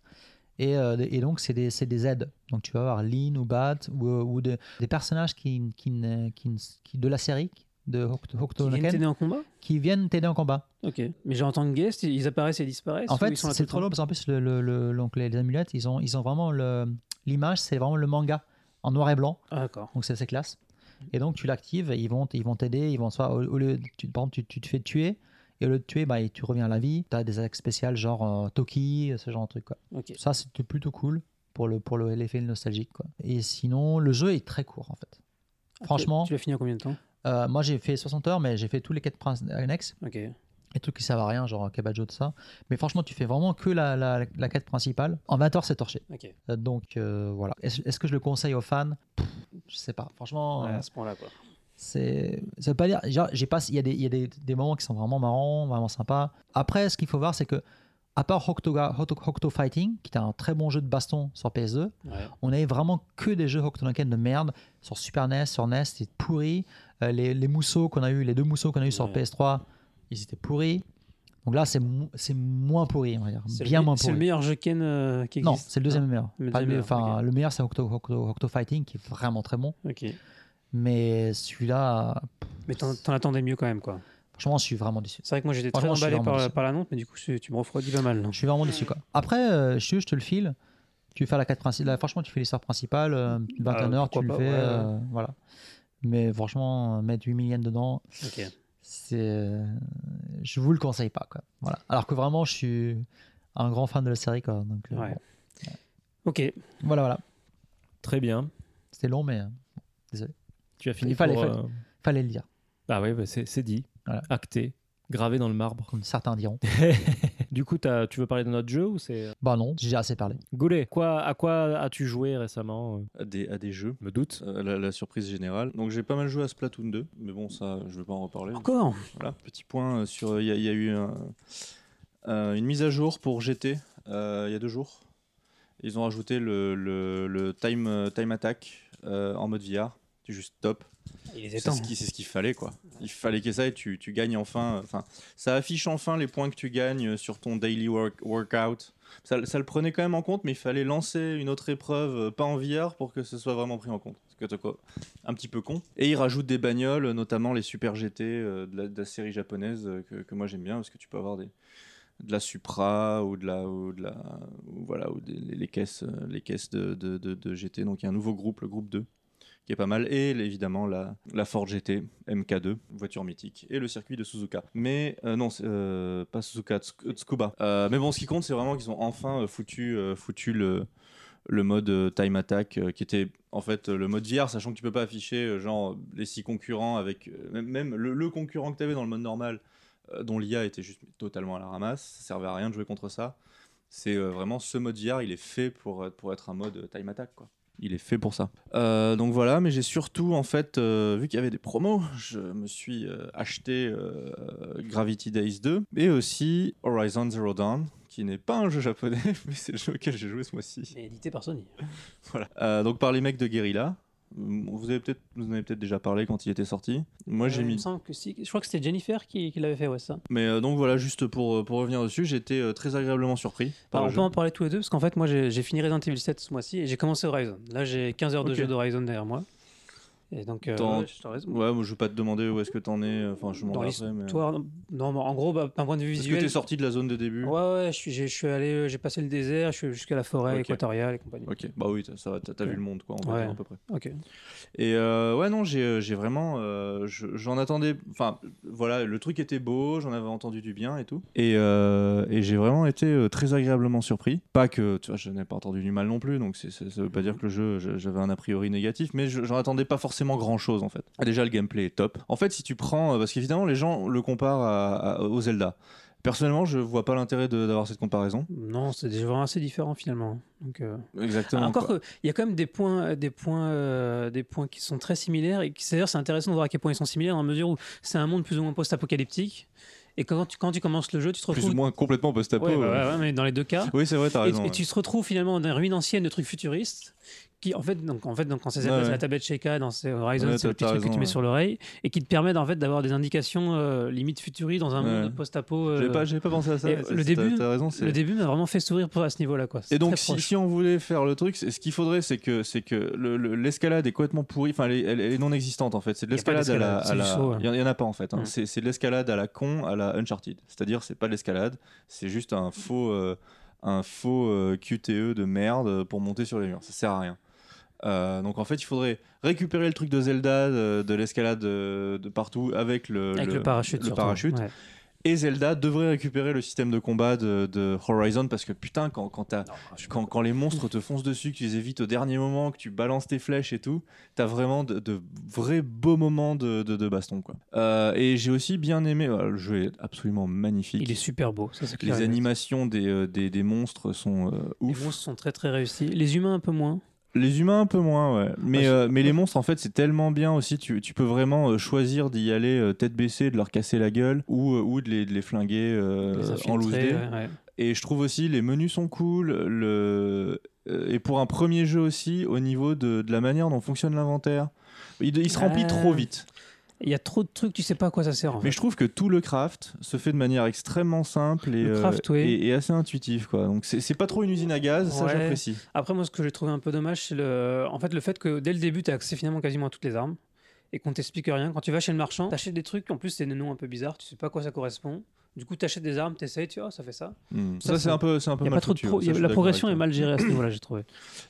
Speaker 1: Et, euh, et donc, c'est des, c'est des aides. Donc, tu vas avoir Lin ou Bat ou, euh, ou de- des personnages qui, qui, ne- qui, ne- qui- de la série de Hokuto- Hokuto
Speaker 4: Qui
Speaker 1: no
Speaker 4: viennent
Speaker 1: Ken,
Speaker 4: t'aider en combat
Speaker 1: qui viennent t'aider en combat.
Speaker 4: Ok. Mais j'ai entendu guest, ils apparaissent et disparaissent.
Speaker 1: En
Speaker 4: ou
Speaker 1: fait,
Speaker 4: ils sont là
Speaker 1: c'est
Speaker 4: tout
Speaker 1: trop
Speaker 4: le
Speaker 1: long
Speaker 4: temps
Speaker 1: parce qu'en plus, le, le- le- donc les, les amulettes, ils ont, ils ont vraiment le- l'image, c'est vraiment le manga en noir et blanc,
Speaker 4: Ah, d'accord.
Speaker 1: donc c'est assez classe. Et donc, tu l'actives, et ils vont ils vont t'aider, ils vont soit au, au lieu, tu, par exemple, tu, tu te fais tuer, et au lieu de tuer, bah, tu reviens à la vie. Tu as des attaques spéciales genre euh, Toki, ce genre de truc. Quoi.
Speaker 4: Ok.
Speaker 1: Ça, c'était plutôt cool pour l'effet le, pour le, l'effet nostalgique. Quoi. Et sinon, le jeu est très court en fait. Franchement,
Speaker 4: Ah, Tu l'as fini en combien de temps
Speaker 1: euh, moi j'ai fait 60 heures, mais j'ai fait tous les quêtes princ- annexes
Speaker 4: Ok.
Speaker 1: des trucs qui servent à rien, genre Kabajo, tout ça. Mais franchement, tu fais vraiment que la, la, la quête principale. En 20 heures, c'est torché.
Speaker 4: Ok.
Speaker 1: Euh, Donc euh, voilà. Est-ce est-ce que je le conseille aux fans Pff, Je sais pas. Franchement,
Speaker 4: Ouais,
Speaker 1: euh,
Speaker 4: à ce point-là, quoi.
Speaker 1: c'est. Ça veut pas dire. genre, j'ai pas. Il y a, des, il y a des, des moments qui sont vraiment marrants, vraiment sympas. Après, ce qu'il faut voir, c'est que. À part Hokutoga, Hokuto, Hokuto Fighting, qui est un très bon jeu de baston sur PS2,
Speaker 4: Ouais.
Speaker 1: on avait vraiment que des jeux Hokutonoken de merde sur Super NES, sur NES, c'était pourri. Euh, les, les mousseaux qu'on a eu, les deux mousseaux qu'on a eu sur
Speaker 4: Ouais.
Speaker 1: PS3, ils étaient pourris. Donc là, c'est mo- c'est moins pourri, on va dire.
Speaker 4: C'est le
Speaker 1: Bien
Speaker 4: me-
Speaker 1: moins
Speaker 4: C'est
Speaker 1: pourri.
Speaker 4: le meilleur jeu Ken euh, qui
Speaker 1: non,
Speaker 4: existe.
Speaker 1: c'est le deuxième meilleur.
Speaker 4: Le
Speaker 1: Pas
Speaker 4: deuxième
Speaker 1: le-
Speaker 4: meilleur,
Speaker 1: enfin,
Speaker 4: ok.
Speaker 1: le meilleur, c'est Hokuto, Hokuto- Hokuto Fighting, qui est vraiment très bon.
Speaker 4: Ah, Ok.
Speaker 1: Mais celui-là,
Speaker 4: Mais t'en t'en attendais mieux quand même, quoi.
Speaker 1: franchement, je suis vraiment déçu.
Speaker 4: C'est vrai que moi j'étais très
Speaker 1: Franchement, je suis
Speaker 4: emballé
Speaker 1: vraiment
Speaker 4: par,
Speaker 1: déçu.
Speaker 4: par l'annonce, mais du coup tu tu me refroidis pas mal. non
Speaker 1: Je suis vraiment déçu. Quoi. Après, euh, je, te- je te le file. Tu fais la quête principale. Franchement, tu fais l'histoire principale. euh, 21
Speaker 4: Ah,
Speaker 1: heures, tu
Speaker 4: pourquoi
Speaker 1: le
Speaker 4: pas,
Speaker 1: fais.
Speaker 4: ouais, ouais.
Speaker 1: euh, voilà. Mais franchement, mettre 8 millions dedans,
Speaker 4: Ok.
Speaker 1: c'est euh, je vous le conseille pas quoi voilà alors que vraiment je suis un grand fan de la série quoi donc euh,
Speaker 4: Ouais.
Speaker 1: bon.
Speaker 4: Ok.
Speaker 1: voilà voilà
Speaker 3: Très bien.
Speaker 1: c'était long mais euh,
Speaker 3: Tu as fini
Speaker 1: Il fallait-
Speaker 3: pour,
Speaker 1: fallait.
Speaker 3: euh,
Speaker 1: fallait le dire
Speaker 3: Ah ouais, bah, c'est c'est dit.
Speaker 1: Voilà.
Speaker 3: Acté. Gravé dans le marbre.
Speaker 1: comme certains diront
Speaker 3: du coup, t'as- tu veux parler de notre jeu ou c'est... euh,
Speaker 1: bah non j'ai déjà assez parlé
Speaker 3: Goulet, quoi, à quoi as-tu joué récemment euh
Speaker 2: à des, à des jeux.
Speaker 3: Je me doute.
Speaker 2: Euh, la, la surprise générale. Donc j'ai pas mal joué à Splatoon 2, mais bon ça je vais pas en reparler.
Speaker 4: Encore
Speaker 2: Voilà. Petit point euh, sur, il y, a- il y a eu un- euh, une mise à jour pour GT euh, il y a deux jours. Ils ont rajouté le, le- le time, euh, time attack euh, en mode VR. C'est juste top.
Speaker 4: Il les
Speaker 2: C'est ce qui- c'est ce qu'il fallait quoi. Il fallait que ça et tu, tu gagnes enfin. euh, Enfin, ça affiche enfin les points que tu gagnes euh, sur ton daily work- workout. Ça, ça le prenait quand même en compte, mais il fallait lancer une autre épreuve, euh, pas en VR, pour que ce soit vraiment pris en compte. Parce que t'as quoi Un petit peu con. Et ils rajoutent des bagnoles, euh, notamment les Super GT euh, de, la, de la série japonaise euh, que, que moi j'aime bien, parce que tu peux avoir des de la Supra ou de la ou de la ou voilà ou des, les, les caisses euh, les caisses de, de, de- de GT. Donc il y a un nouveau groupe, le groupe 2 qui est pas mal, et évidemment la, la Ford GT MK2, voiture mythique, et le circuit de Suzuka. Mais euh, non, c'est, euh, pas Suzuka, Tsu- Tsukuba. Euh, mais bon, ce qui compte, c'est vraiment qu'ils ont enfin euh, foutu, euh, foutu le, le mode euh, Time Attack, euh, qui était en fait euh, le mode VR, sachant que tu peux pas afficher euh, genre les six concurrents avec euh, même- même le, le concurrent que tu avais dans le mode normal, euh, dont l'IA était juste totalement à la ramasse, ça servait à rien de jouer contre ça. C'est euh, vraiment ce mode VR, il est fait pour, euh, pour être un mode euh, Time Attack, quoi. Il est fait pour ça. Euh, donc voilà, mais j'ai surtout, en fait, euh, vu qu'il y avait des promos, je me suis euh, acheté euh, Gravity Days 2 et aussi Horizon Zero Dawn, qui n'est pas un jeu japonais, mais c'est le jeu auquel j'ai joué ce mois-ci.
Speaker 4: C'est édité par Sony.
Speaker 2: Voilà. Euh, donc par les mecs de Guerrilla. Mm, Vous avez peut-être, vous en avez peut-être déjà parlé quand il était sorti. Moi j'ai
Speaker 4: Euh, il me
Speaker 2: mis.
Speaker 4: semble que si- Je crois que c'était Jennifer qui, qui l'avait fait, ouais, ça.
Speaker 2: Mais euh, donc voilà, juste pour, pour revenir dessus, j'étais euh, très agréablement surpris. Par
Speaker 4: Alors,
Speaker 2: le
Speaker 4: on
Speaker 2: jeu.
Speaker 4: peut en parler tous les deux, parce qu'en fait, moi j'ai j'ai fini Resident Evil 7 ce mois-ci et j'ai commencé Horizon. Là, j'ai 15 heures de
Speaker 2: Ok.
Speaker 4: jeu d'Horizon derrière moi. Et donc, euh,
Speaker 2: Dans-
Speaker 4: ouais, je te raison.
Speaker 2: Ouais, moi je vais pas te demander où est-ce que t'en es. euh, Enfin, je m'en
Speaker 4: Dans
Speaker 2: passerai, mais. euh,
Speaker 4: Toi, non, mais en gros, bah, d'un point de vue
Speaker 2: Est-ce que
Speaker 4: visuel.
Speaker 2: t'es sorti de la zone de début
Speaker 4: Ouais, ouais, je suis, j'ai- je suis allé, j'ai passé le désert, je suis jusqu'à la forêt
Speaker 2: Ok.
Speaker 4: équatoriale et compagnie.
Speaker 2: Ok, bah oui, t'as- ça va, t'as t'as
Speaker 4: Ouais.
Speaker 2: vu le monde quoi, on va
Speaker 4: Ouais.
Speaker 2: dire à peu près.
Speaker 4: Ok.
Speaker 2: Et euh, ouais, non, j'ai euh, j'ai vraiment. euh, je- j'en attendais. Enfin, voilà, le truc était beau, j'en avais entendu du bien et tout. Et, euh, et j'ai vraiment été euh, très agréablement surpris. Pas que, tu vois, je n'ai pas entendu du mal non plus, donc c'est- c'est- ça veut pas dire que le jeu, je- j'avais un a priori négatif, mais je- j'en attendais pas forcément grand chose en fait. Ah, Déjà, le gameplay est top. En fait, si tu prends. euh, Parce qu'évidemment, les gens le comparent à- à- au Zelda. Personnellement, je vois pas l'intérêt de- d'avoir cette comparaison.
Speaker 4: Non, c'est déjà vraiment assez différent finalement. Donc, euh,
Speaker 2: Exactement.
Speaker 4: encore
Speaker 2: quoi.
Speaker 4: que, il y a quand même des points, des points, euh, des points qui sont très similaires et qui, c'est-à-dire, c'est intéressant de voir à quel point ils sont similaires dans la mesure où c'est un monde plus ou moins post-apocalyptique. Et quand tu, quand tu commences le jeu, tu te
Speaker 2: Plus ou
Speaker 4: retrouves.
Speaker 2: moins complètement post-apo.
Speaker 4: Ouais, bah
Speaker 2: ouais.
Speaker 4: ouais, ouais, mais dans les deux cas.
Speaker 2: Oui, c'est vrai, t'as
Speaker 4: Et,
Speaker 2: raison.
Speaker 4: et
Speaker 2: ouais.
Speaker 4: tu te retrouves finalement dans une ruine ancienne de trucs futuristes qui en fait donc en fait donc quand c'est Zelda,
Speaker 2: Ouais,
Speaker 4: c'est
Speaker 2: ouais.
Speaker 4: la tablette Sheikah dans ces Horizon
Speaker 2: Ouais,
Speaker 4: c'est
Speaker 2: t'as-
Speaker 4: le petit
Speaker 2: t'as
Speaker 4: truc que
Speaker 2: raison,
Speaker 4: tu mets
Speaker 2: ouais.
Speaker 4: sur l'oreille et qui te permettent en fait d'avoir des indications euh, limite futuristes dans un
Speaker 2: Ouais.
Speaker 4: monde post-apo euh,
Speaker 2: J'avais pas, j'avais pas pensé à ça.
Speaker 4: et
Speaker 2: mais
Speaker 4: le
Speaker 2: c'est- t'as-
Speaker 4: début-
Speaker 2: t'as raison. c'est-
Speaker 4: le début m'a vraiment fait sourire pour à ce niveau là quoi C'est
Speaker 2: Et donc,
Speaker 4: très
Speaker 2: si,
Speaker 4: proche.
Speaker 2: si on voulait faire le truc, c'est- ce qu'il faudrait, c'est que c'est que le- le- l'escalade est complètement pourrie. Enfin, elle, est- elle- elle est non existante en fait. C'est de
Speaker 4: Y a pas
Speaker 2: l'escalade à la.
Speaker 4: d'escalade, c'est
Speaker 2: à
Speaker 4: du
Speaker 2: la-
Speaker 4: saut, ouais.
Speaker 2: Il y en- il y en a pas en fait. hein.
Speaker 4: Mm.
Speaker 2: C'est c'est de l'escalade à la con, à la Uncharted. C'est-à-dire, c'est pas de l'escalade. C'est juste un faux, euh, un faux euh, QTE de merde pour monter sur les murs. Ça sert à rien. Euh, donc en fait, il faudrait récupérer le truc de Zelda, de, de l'escalade euh, de partout avec euh, le,
Speaker 4: avec le, parachute
Speaker 2: le
Speaker 4: surtout.
Speaker 2: parachute.
Speaker 4: Ouais.
Speaker 2: Et Zelda devrait récupérer le système de combat de, de Horizon parce que putain, quand, quand, t'as- quand, quand les monstres te foncent dessus, que tu les évites au dernier moment, que tu balances tes flèches et tout, t'as vraiment de, de vrais beaux moments de, de, de baston. Quoi. Euh, et j'ai aussi bien aimé, euh, le jeu est absolument magnifique.
Speaker 4: il est super beau ça, c'est clair
Speaker 2: les
Speaker 4: et net.
Speaker 2: animations des, euh, des, des monstres sont euh,
Speaker 4: les
Speaker 2: ouf.
Speaker 4: monstres sont très très réussis les humains un peu moins
Speaker 2: Les humains un peu moins, ouais. Mais,
Speaker 4: Ah, Ouais,
Speaker 2: euh, mais les monstres, en fait, c'est tellement bien aussi. Tu, tu peux vraiment euh, choisir d'y aller euh, tête baissée, de leur casser la gueule ou, euh, ou de, les, de les flinguer euh,
Speaker 4: les
Speaker 2: en
Speaker 4: infiltrés,
Speaker 2: loose day.
Speaker 4: ouais, ouais.
Speaker 2: Et je trouve aussi les menus sont cool. Le... euh, Et pour un premier jeu aussi, au niveau de, de la manière dont fonctionne l'inventaire, il, il se remplit
Speaker 4: Ah.
Speaker 2: trop vite.
Speaker 4: il y a trop de trucs tu sais pas à quoi ça sert en
Speaker 2: Mais
Speaker 4: fait.
Speaker 2: je trouve que tout le craft se fait de manière extrêmement simple et,
Speaker 4: Le
Speaker 2: euh,
Speaker 4: craft, ouais.
Speaker 2: et, et assez intuitif. Quoi. Donc c'est c'est pas trop une usine à gaz, ça
Speaker 4: Ouais.
Speaker 2: j'apprécie.
Speaker 4: Après, moi, ce que j'ai trouvé un peu dommage, c'est le... en fait, le fait que dès le début, tu as accès finalement quasiment à toutes les armes et qu'on t'explique rien. Quand tu vas chez le marchand, t'achètes des trucs, en plus, c'est des noms un peu bizarres, tu sais pas à quoi ça correspond. Du coup, t'achètes des armes, t'essayes, tu vois, ça fait ça.
Speaker 2: Hmm.
Speaker 4: Ça,
Speaker 2: Ça, c'est
Speaker 4: ça-
Speaker 2: un peu, c'est un peu
Speaker 4: Il y a
Speaker 2: mal
Speaker 4: pas trop de
Speaker 2: foutu,
Speaker 4: pro-
Speaker 2: ça,
Speaker 4: y a-
Speaker 2: je suis
Speaker 4: La
Speaker 2: d'accord
Speaker 4: progression
Speaker 2: avec
Speaker 4: est
Speaker 2: toi.
Speaker 4: mal gérée à ce niveau-là, j'ai trouvé.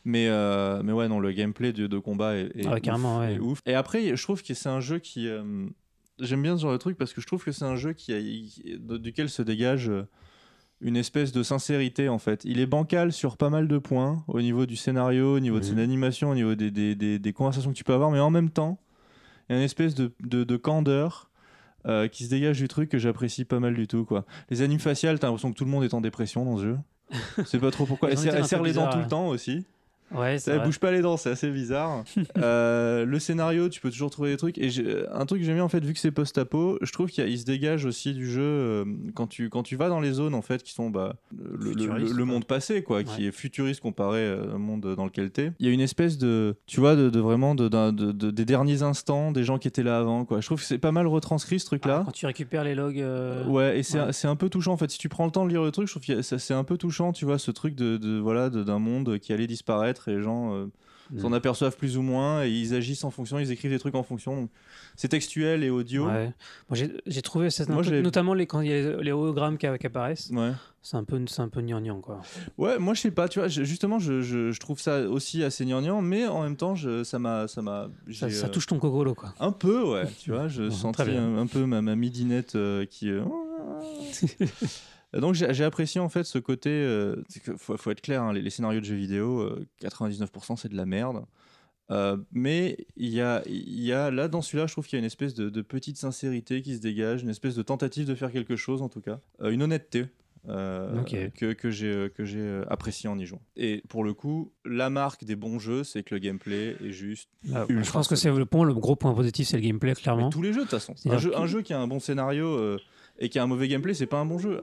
Speaker 2: Mais, euh, mais ouais, non, le gameplay de, de combat est, est
Speaker 4: Ah ouais, carrément,
Speaker 2: ouf,
Speaker 4: ouais.
Speaker 2: est ouf. Et après, je trouve que c'est un jeu qui. euh, J'aime bien ce genre de truc parce que je trouve que c'est un jeu qui a- qui- de- duquel se dégage euh, une espèce de sincérité en fait. Il est bancal sur pas mal de points, au niveau du scénario, au niveau de
Speaker 3: Mhm.
Speaker 2: ses animations, au niveau des, des- des- des conversations que tu peux avoir, mais en même temps, il y a une espèce de, de- de candeur. euh, qui se dégage du truc que j'apprécie pas mal du tout quoi. Les animes faciales, t'as l'impression que tout le monde est en dépression dans ce jeu. C'est pas trop pourquoi.
Speaker 4: Ils
Speaker 2: Elle
Speaker 4: ont
Speaker 2: serre-
Speaker 4: été un
Speaker 2: elle
Speaker 4: peu
Speaker 2: serre les dents
Speaker 4: bizarres,
Speaker 2: tout le
Speaker 4: ouais.
Speaker 2: temps aussi.
Speaker 4: Ouais,
Speaker 2: Ça
Speaker 4: c'est vrai.
Speaker 2: bouge pas les dents, c'est assez bizarre. Euh, le scénario, tu peux toujours trouver des trucs. Et j'ai- un truc que j'aime bien en fait, vu que c'est post-apo, je trouve qu'il y a- il se dégage aussi du jeu euh, quand tu quand tu vas dans les zones en fait qui sont bah, le, le-
Speaker 4: Futuriste,
Speaker 2: le
Speaker 4: quoi.
Speaker 2: monde passé quoi, qui
Speaker 4: Ouais.
Speaker 2: est futuriste comparé euh, au monde dans lequel t'es. Il y a une espèce de tu vois de, de vraiment de, d'un- de- de- des derniers instants des gens qui étaient là avant quoi. Je trouve que c'est pas mal retranscrit ce truc là.
Speaker 4: Ah, quand tu récupères les logs. euh,
Speaker 2: Ouais, et c'est
Speaker 4: ouais.
Speaker 2: c'est un peu touchant en fait. Si tu prends le temps de lire le truc, je trouve que ça- c'est un peu touchant, tu vois, ce truc de, de- voilà de- d'un monde qui allait disparaître et les gens euh,
Speaker 3: Mm.
Speaker 2: s'en aperçoivent plus ou moins et ils agissent en fonction, ils écrivent des trucs en fonction. Donc, C'est textuel et audio. Ouais.
Speaker 4: ouais. Moi, j'ai- j'ai trouvé, ça, c'est un
Speaker 2: Moi,
Speaker 4: truc-
Speaker 2: j'ai-
Speaker 4: notamment les, quand il y a les, les hologrammes qui, qui apparaissent,
Speaker 2: Ouais.
Speaker 4: c'est un peu, c'est un peu gnangnan, quoi.
Speaker 2: moi je sais pas, tu vois, je- justement, je, je- je trouve ça aussi assez gnangnan, mais en même temps, je- ça m'a. Ça, m'a
Speaker 4: Ça,
Speaker 2: j'ai,
Speaker 4: ça
Speaker 2: euh,
Speaker 4: touche ton cocolo, quoi.
Speaker 2: Un peu, ouais, tu vois, je
Speaker 4: Bon,
Speaker 2: sentais
Speaker 4: très bien.
Speaker 2: un, un peu ma, ma midinette euh, qui. euh, Donc j'ai j'ai apprécié en fait ce côté. euh, c'est que faut, faut être clair, hein, les, les scénarios de jeux vidéo, euh, 99% c'est de la merde. Euh, mais il y a, il y a, là dans celui-là, je trouve qu'il y a une espèce de, de petite sincérité qui se dégage, une espèce de tentative de faire quelque chose en tout cas, Euh, une honnêteté. euh,
Speaker 4: Ok.
Speaker 2: que, que j'ai euh, que j'ai euh, apprécié en y jouant et pour le coup la marque des bons jeux c'est que le gameplay est juste ultra
Speaker 4: je pense que
Speaker 2: solide.
Speaker 4: c'est le point, le gros point positif, c'est le gameplay,
Speaker 2: Mais
Speaker 4: clairement.
Speaker 2: tous les jeux, de toute façon. Un
Speaker 4: C'est-à-dire
Speaker 2: jeu,
Speaker 4: que-
Speaker 2: un jeu qui a un bon scénario euh, et qui a un mauvais gameplay, c'est pas un bon jeu.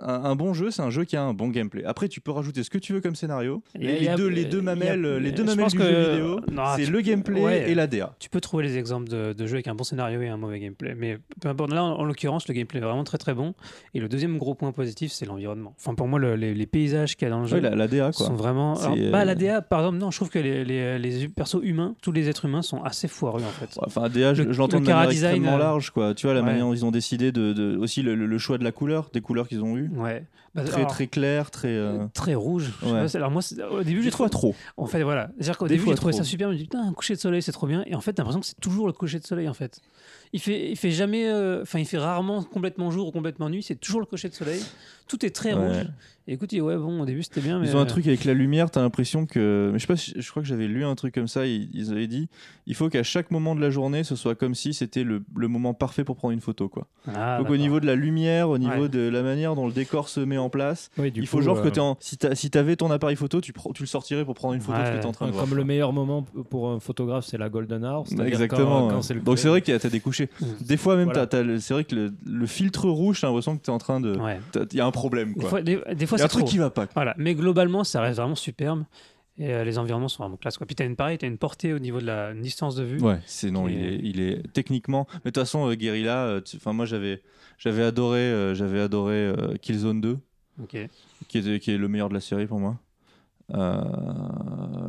Speaker 2: Un, un- un bon jeu, c'est un jeu qui a un bon gameplay. Après, tu peux rajouter ce que tu veux comme scénario.
Speaker 4: Il y a-
Speaker 2: Les,
Speaker 4: il y a- euh,
Speaker 2: deux, les deux
Speaker 4: il y a-
Speaker 2: mamelles, les deux
Speaker 4: je
Speaker 2: mamelles
Speaker 4: pense
Speaker 2: du
Speaker 4: que-
Speaker 2: jeu vidéo,
Speaker 4: non,
Speaker 2: c'est
Speaker 4: tu-
Speaker 2: le gameplay
Speaker 4: ouais.
Speaker 2: et la DA.
Speaker 4: Tu peux trouver les exemples de, de jeux avec un bon scénario et un mauvais gameplay, mais peu importe. Là, en, en l'occurrence, le gameplay est vraiment très très bon. Et le deuxième gros point positif, c'est l'environnement. Enfin, pour moi, le- les, les paysages qu'il y a dans le jeu
Speaker 2: Ouais, la, la DA, quoi.
Speaker 4: sont vraiment.
Speaker 2: C'est,
Speaker 4: Alors,
Speaker 2: euh,
Speaker 4: bah, la DA, par exemple, non, je trouve que les, les- les persos humains, tous les êtres humains sont assez foireux en fait.
Speaker 2: Enfin, DA, je,
Speaker 4: Le-
Speaker 2: je l'entends
Speaker 4: le
Speaker 2: de manière
Speaker 4: chara-design,
Speaker 2: extrêmement
Speaker 4: euh,
Speaker 2: large, quoi. Tu vois, la
Speaker 4: ouais.
Speaker 2: manière dont ils ont décidé de. de- aussi le, le- le choix de la couleur, des couleurs qu'ils ont eues.
Speaker 4: Ouais. Bah,
Speaker 2: Très,
Speaker 4: alors,
Speaker 2: très clair, très. euh,
Speaker 4: très rouge. je sais
Speaker 2: ouais.
Speaker 4: pas, c'est- alors moi, c'est- au début,
Speaker 2: Des
Speaker 4: j'ai
Speaker 2: fois
Speaker 4: trouvé.
Speaker 2: trop.
Speaker 4: En fait, voilà. C'est-à-dire qu'au
Speaker 2: Des
Speaker 4: début,
Speaker 2: fois
Speaker 4: j'ai trouvé
Speaker 2: trop.
Speaker 4: ça super. Je me dis, putain, un coucher de soleil, c'est trop bien. Et en fait, t'as l'impression que c'est toujours le coucher de soleil, en fait. Il fait, il fait jamais. euh, Enfin, il fait rarement complètement jour ou complètement nuit. C'est toujours le coucher de soleil. Tout est très
Speaker 2: Ouais.
Speaker 4: rouge. Et écoute, il dit, ouais, bon, au début, c'était bien. Mais
Speaker 2: Ils ont un
Speaker 4: euh,
Speaker 2: truc avec la lumière, t'as l'impression que. mais Je sais pas, si- je crois que j'avais lu un truc comme ça, ils, ils avaient dit il faut qu'à chaque moment de la journée, ce soit comme si c'était le, le moment parfait pour prendre une photo. quoi.
Speaker 4: ah,
Speaker 2: Donc
Speaker 4: d'accord.
Speaker 2: au niveau de la lumière, au niveau
Speaker 4: Ouais.
Speaker 2: de la manière dont le décor se met en place,
Speaker 3: Ouais, du
Speaker 2: il faut
Speaker 3: coup,
Speaker 2: genre que
Speaker 3: euh,
Speaker 2: t'es en- si t'as- si t'avais ton appareil photo, tu, prends- tu le sortirais pour prendre une photo de ce
Speaker 4: Ouais.
Speaker 2: que t'es en train de voir.
Speaker 6: Comme le meilleur moment p- pour un photographe, c'est la Golden Hour. c'est-à-dire
Speaker 2: Exactement.
Speaker 6: quand- quand
Speaker 2: ouais.
Speaker 6: c'est le
Speaker 2: Donc
Speaker 6: coucher.
Speaker 2: c'est vrai qu'il y a t'as des couchers.
Speaker 4: Mm.
Speaker 2: Des fois même,
Speaker 6: Voilà.
Speaker 2: t'as- t'as le- c'est vrai que le, le filtre rouge, t'as l'impression que t'es en train de.
Speaker 4: Ouais.
Speaker 2: t'as- Il y a un problème
Speaker 4: Des
Speaker 2: quoi.
Speaker 4: fois, des, des fois
Speaker 2: Il y a
Speaker 4: c'est
Speaker 2: un truc
Speaker 4: trop.
Speaker 2: qui va pas. quoi.
Speaker 4: Voilà. Mais globalement, ça reste vraiment superbe. Et euh, les environnements sont vraiment classe. Quoi. Puis t'as une pareil, t'as une portée au niveau de la une distance de vue.
Speaker 2: Ouais, c'est non,
Speaker 4: qui
Speaker 2: il
Speaker 4: est-
Speaker 2: est, il est techniquement. Mais de toute façon, euh, Guerrilla, euh, tu- enfin moi j'avais, j'avais adoré, euh, j'avais adoré euh, Killzone 2,
Speaker 4: Ok.
Speaker 2: qui est, qui est le meilleur de la série pour moi. Euh,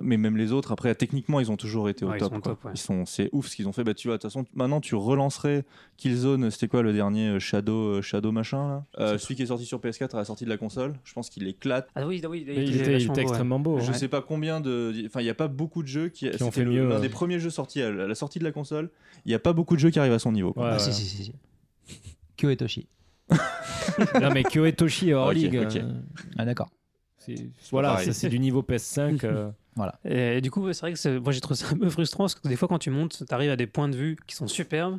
Speaker 2: mais même les autres, après techniquement ils ont toujours été au
Speaker 4: Ouais, ils
Speaker 2: top.
Speaker 4: sont au
Speaker 2: quoi.
Speaker 4: top, ouais.
Speaker 2: Ils sont, c'est ouf ce qu'ils ont fait. Bah tu vois, de toute façon, maintenant tu relancerais Killzone. C'était quoi le dernier euh, Shadow, euh, Shadow machin là Euh, Celui qui est sorti sur PS4 à la sortie de la console. Je pense qu'il éclate.
Speaker 4: Ah oui, ah oui,
Speaker 6: Mais Il
Speaker 4: est
Speaker 6: était, il
Speaker 4: vachement
Speaker 6: était
Speaker 4: beau, ouais.
Speaker 6: extrêmement beau.
Speaker 2: Je
Speaker 6: hein.
Speaker 2: sais pas combien de. Enfin, il n'y a pas beaucoup de jeux qui,
Speaker 6: ont
Speaker 2: c'était
Speaker 6: fait
Speaker 2: le-
Speaker 6: mieux,
Speaker 2: L'un
Speaker 6: euh.
Speaker 2: des premiers jeux sortis à la à la sortie de la console. Il n'y a pas beaucoup de jeux qui arrivent à son niveau.
Speaker 6: Ouais,
Speaker 1: Ah,
Speaker 6: ouais.
Speaker 1: si, si, si, si. Kyo et Toshi.
Speaker 6: Non, mais Kyoetoshi hors
Speaker 2: Ok,
Speaker 6: ligue.
Speaker 2: ok.
Speaker 6: euh,
Speaker 1: Ah, d'accord.
Speaker 6: c'est- Voilà,
Speaker 2: pareil.
Speaker 6: ça, c'est du niveau PS5. euh,
Speaker 4: Et, du coup, ouais, c'est vrai que c'est- moi j'ai trouvé ça un peu frustrant parce que des fois, quand tu montes, tu arrives à des points de vue qui sont superbes.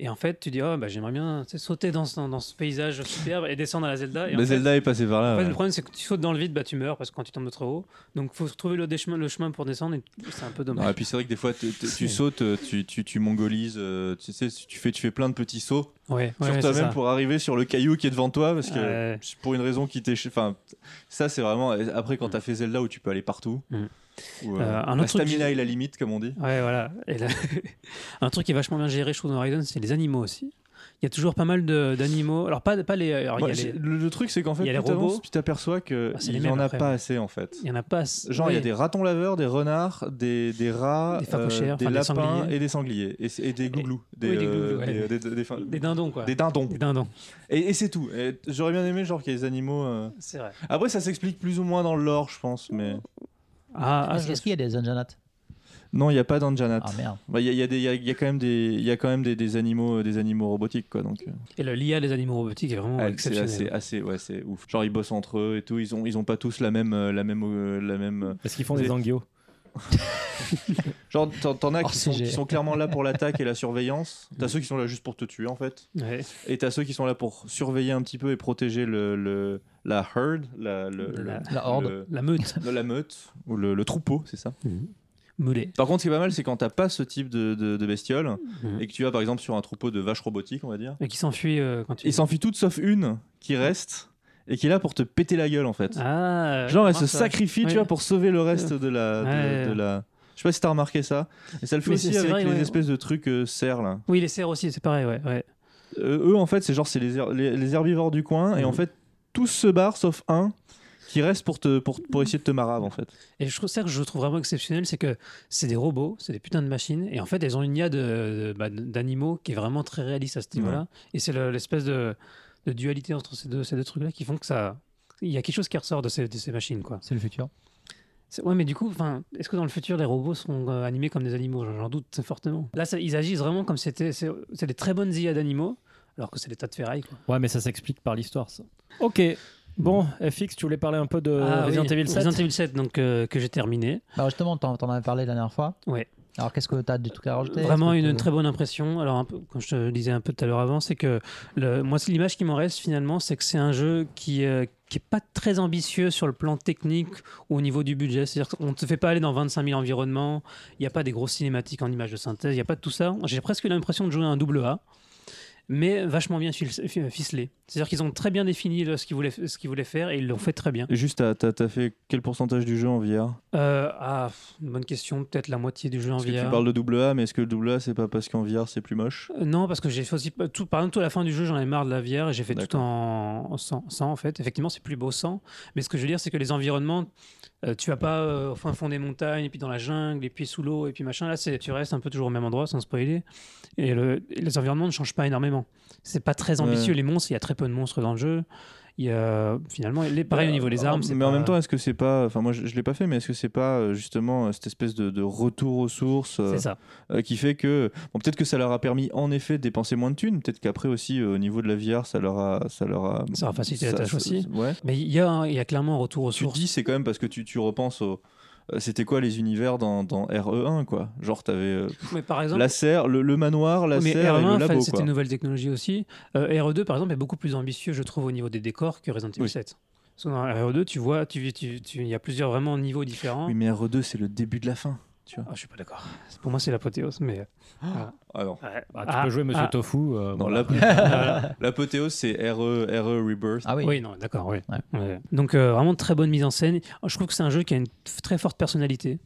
Speaker 4: Et en fait, tu dis, oh, bah, j'aimerais bien tu sais, sauter dans ce, dans ce paysage superbe et descendre à la Zelda. Et
Speaker 2: La
Speaker 4: en fait-
Speaker 2: Zelda est passée par là.
Speaker 4: en fait,
Speaker 2: ouais.
Speaker 4: Le problème, c'est que tu sautes dans le vide, bah, tu meurs parce que quand tu tombes de trop haut. Donc, faut trouver le, des chemins- le chemin pour descendre et c'est un peu
Speaker 2: Ah, et
Speaker 4: dommage.
Speaker 2: puis c'est vrai que des fois t- t- tu sautes, euh, tu, tu, tu mongolises, euh, tu sais, tu fais, tu fais plein de petits sauts
Speaker 4: Ouais, ouais,
Speaker 2: sur
Speaker 4: ouais, c'est
Speaker 2: toi-même
Speaker 4: ça.
Speaker 2: pour arriver sur le caillou qui est devant toi parce que
Speaker 4: Ouais.
Speaker 2: pour une raison qui t'échappe. Enfin, ça c'est vraiment. Après quand t'as fait Zelda où tu peux aller partout,
Speaker 4: Mm.
Speaker 2: où, euh,
Speaker 4: Euh, un
Speaker 2: la
Speaker 4: autre truc-
Speaker 2: stamina est la limite comme on dit.
Speaker 4: Ouais, voilà. Et là, un truc qui est vachement bien géré, je trouve, dans Horizon, c'est les animaux aussi. Il y a toujours pas mal de- d'animaux. Alors, pas, pas les. alors, il
Speaker 2: Ouais,
Speaker 4: y a
Speaker 2: c'est-
Speaker 4: les-
Speaker 2: le, le truc c'est qu'en fait,
Speaker 4: il y a
Speaker 2: plus
Speaker 4: les
Speaker 2: t'avances,
Speaker 4: robots.
Speaker 2: plus t'aperçois que
Speaker 4: Ah, c'est les
Speaker 2: il n'y
Speaker 4: mêmes
Speaker 2: en a
Speaker 4: après,
Speaker 2: pas
Speaker 4: mais-
Speaker 2: assez en fait.
Speaker 4: il y en a pas. assez.
Speaker 2: Genre, il y a
Speaker 4: Oui.
Speaker 2: des ratons laveurs, des renards, des, des rats, euh,
Speaker 4: Des phacochères,
Speaker 2: des
Speaker 4: enfin, des
Speaker 2: lapins
Speaker 4: sangliers.
Speaker 2: et des sangliers. Et, c'est- et des glouglous. Des,
Speaker 4: oui, des glouglous,
Speaker 2: euh,
Speaker 4: ouais.
Speaker 2: des- des- des- des fin-
Speaker 4: Des dindons, quoi.
Speaker 2: des dindons.
Speaker 4: Des dindons.
Speaker 2: Et, et c'est tout. Et J'aurais bien aimé genre qu'il y ait des animaux. euh.
Speaker 4: C'est vrai.
Speaker 2: Après, ça s'explique plus ou moins dans le lore, je pense. Mais
Speaker 4: Ah, ah,
Speaker 1: Est-ce
Speaker 4: je-
Speaker 1: est-ce qu'il y a des Anjanat
Speaker 2: non, il n'y a pas d'Anjanat.
Speaker 1: Ah merde.
Speaker 2: Bah, Il y, a- il y a des- il y a- il y a quand même des, il y a quand même des, des animaux, euh, des animaux robotiques quoi. Donc euh,
Speaker 4: Et le- l'IA des animaux robotiques est vraiment
Speaker 2: elle- c'est
Speaker 4: exceptionnelle.
Speaker 2: assez, assez, ouais, c'est ouf. Genre ils bossent entre eux et tout. Ils ont, ils ont pas tous la même, euh, la même, euh, la même. euh,
Speaker 6: Parce qu'ils font
Speaker 2: Vous
Speaker 6: des
Speaker 2: êtes-
Speaker 6: angios.
Speaker 2: Genre, t'en t'en as
Speaker 1: Hors
Speaker 2: qui sont,
Speaker 1: sujet.
Speaker 2: qui sont clairement là pour l'attaque et la surveillance. T'as ceux qui sont là juste pour te tuer, en fait.
Speaker 4: Ouais.
Speaker 2: Et t'as ceux qui sont là pour surveiller un petit peu et protéger le, le- la herd, la, le-
Speaker 4: La-
Speaker 2: le-
Speaker 1: la horde.
Speaker 2: le-
Speaker 4: La meute.
Speaker 2: le- la meute, ou le, le troupeau, c'est ça.
Speaker 4: Meulet.
Speaker 2: Par contre, ce qui est pas mal, c'est quand t'as pas ce type de, de, de bestiole
Speaker 4: Mhm.
Speaker 2: et que tu vas, par exemple, sur un troupeau de vaches robotiques, on va dire.
Speaker 4: Et qui s'enfuit euh, quand tu.
Speaker 2: Ils s'enfuient toutes sauf une qui reste et qui est là pour te péter la gueule, en fait.
Speaker 4: Ah,
Speaker 2: Genre, elle
Speaker 4: comment
Speaker 2: se
Speaker 4: ça
Speaker 2: sacrifie,
Speaker 4: Ouais. Euh,
Speaker 2: tu vois, pour sauver le reste de la. de-
Speaker 4: Ouais.
Speaker 2: de la... Je sais pas si t'as remarqué ça. Et ça le fait
Speaker 4: Mais c'est-
Speaker 2: aussi
Speaker 4: c'est
Speaker 2: avec
Speaker 4: vrai,
Speaker 2: les
Speaker 4: ouais.
Speaker 2: espèces de trucs euh, cerfs, là.
Speaker 4: Oui, les cerfs aussi, c'est pareil, ouais. ouais.
Speaker 2: Euh, eux en fait c'est genre c'est les, her- les- les herbivores du coin et en
Speaker 4: Mhm.
Speaker 2: fait tous se barrent sauf un qui reste pour te pour, pour essayer de te marave en fait
Speaker 4: Et je trouve ça que je trouve vraiment exceptionnel, c'est que c'est des robots, c'est des putains de machines, et en fait, elles ont une IA de- de- bah, d'animaux qui est vraiment très réaliste à ce niveau-là.
Speaker 2: Mm.
Speaker 4: Et c'est le- l'espèce de, de dualité entre ces deux, ces deux trucs-là qui font que ça. Il y a quelque chose qui ressort de ces, de ces machines, quoi.
Speaker 1: C'est le futur.
Speaker 4: C'est- Ouais, mais du coup, enfin, est-ce que dans le futur, les robots seront euh, animés comme des animaux J'en j'en doute fortement. Là, ça- ils agissent vraiment comme c'était. C'est c'est des très bonnes IA d'animaux, alors que c'est des tas de ferraille, quoi.
Speaker 6: Ouais, mais ça s'explique par l'histoire, ça. Ok. Bon, FX, tu voulais parler un peu de
Speaker 4: Ah,
Speaker 6: Euh, Resident
Speaker 4: oui.
Speaker 6: Evil 7
Speaker 4: Resident Evil 7, donc, euh, que j'ai terminé.
Speaker 1: Alors Bah, justement, t'en en avais parlé la dernière fois.
Speaker 4: Ouais.
Speaker 1: Alors qu'est-ce que t'as du tout à rajouter
Speaker 4: Vraiment
Speaker 1: Est-ce que
Speaker 4: une,
Speaker 1: tu-
Speaker 4: très bonne impression. Alors, un peu, comme je te le disais un peu tout à l'heure avant, c'est que le, moi, c'est l'image qui m'en reste finalement, c'est que c'est un jeu qui euh, qui est pas très ambitieux sur le plan technique ou au niveau du budget. C'est-à-dire qu'on ne te fait pas aller dans 25 000 environnements, il n'y a pas des grosses cinématiques en images de synthèse, il n'y a pas de tout ça. J'ai presque l'impression de jouer à un double A. mais vachement bien fil- fi- ficelé. C'est-à-dire qu'ils ont très bien défini là, ce qu'ils voulaient, ce qu'ils voulaient faire et ils l'ont fait très bien.
Speaker 2: Et juste, t'as- t'as t'as fait quel pourcentage du jeu en VR
Speaker 4: Euh, ah, pff, bonne question, peut-être la moitié du jeu en
Speaker 2: Parce que tu
Speaker 4: VR.
Speaker 2: parles de double A, mais est-ce que le double A, c'est pas parce qu'en VR, c'est plus moche
Speaker 4: Euh, Non, parce que j'ai fait aussi pas- tout. Par exemple, tout à la fin du jeu, j'en ai marre de la VR et j'ai fait tout
Speaker 2: D'accord.
Speaker 4: en, en sans, sans, en fait. Effectivement, c'est plus beau sans. Mais ce que je veux dire, c'est que les environnements, euh, tu vas pas euh, au fin fond des montagnes, et puis dans la jungle, et puis sous l'eau, et puis machin. Là, c'est tu restes un peu toujours au même endroit, sans spoiler. Et le- et les environnements ne changent pas énormément. C'est pas très ambitieux.
Speaker 2: Ouais.
Speaker 4: Les monstres, il y a très peu de monstres dans le jeu. Il y a finalement les, pareil au niveau des
Speaker 2: Euh,
Speaker 4: armes.
Speaker 2: en-
Speaker 4: c'est
Speaker 2: Mais en
Speaker 4: pas-
Speaker 2: même temps, est-ce que c'est pas. Enfin, moi, je, je l'ai pas fait, mais est-ce que c'est pas euh, justement euh, cette espèce de, de retour aux sources euh,
Speaker 4: c'est ça.
Speaker 2: euh, qui fait que. Bon, peut-être que ça leur a permis en effet de dépenser moins de thunes. Peut-être qu'après aussi, euh, au niveau de la VR, ça leur a. Ça leur a,
Speaker 4: Ça aura facilité la
Speaker 2: ça-
Speaker 4: tâche
Speaker 2: ça-
Speaker 4: aussi.
Speaker 2: Ouais.
Speaker 4: Mais il y a, un- il y a clairement un retour aux
Speaker 2: Tu te
Speaker 4: sources.
Speaker 2: dis, c'est quand même parce que tu, tu repenses au. euh, C'était quoi les univers dans, dans RE1 quoi Genre t'avais euh,
Speaker 4: Mais par exemple,
Speaker 2: la serre, le, le manoir, la
Speaker 4: Oui, mais
Speaker 2: serre et le
Speaker 4: R1,
Speaker 2: labo.
Speaker 4: fallait- c'était
Speaker 2: quoi.
Speaker 4: une nouvelle technologie aussi. Euh, RE2, par exemple, est beaucoup plus ambitieux, je trouve, au niveau des décors que Resident Evil
Speaker 2: Oui.
Speaker 4: 7. Parce que dans RE2, tu vois, tu, tu- tu- il y a plusieurs vraiment niveaux différents.
Speaker 2: Oui mais RE2 c'est le début de la fin.
Speaker 4: Ah, je suis pas d'accord. C'est- Pour moi, c'est l'apothéose. Mais euh,
Speaker 2: Alors
Speaker 3: Bah, tu
Speaker 4: Ah,
Speaker 3: peux jouer Monsieur
Speaker 4: ah.
Speaker 3: Tofu. euh,
Speaker 2: non,
Speaker 3: voilà.
Speaker 2: l'ap- l'apothéose c'est RE, RE E Rebirth.
Speaker 1: Ah oui.
Speaker 4: oui. non, d'accord, oui.
Speaker 1: Ouais.
Speaker 4: Ouais. Donc, euh, vraiment très bonne mise en scène. Je trouve que c'est un jeu qui a une f- très forte personnalité.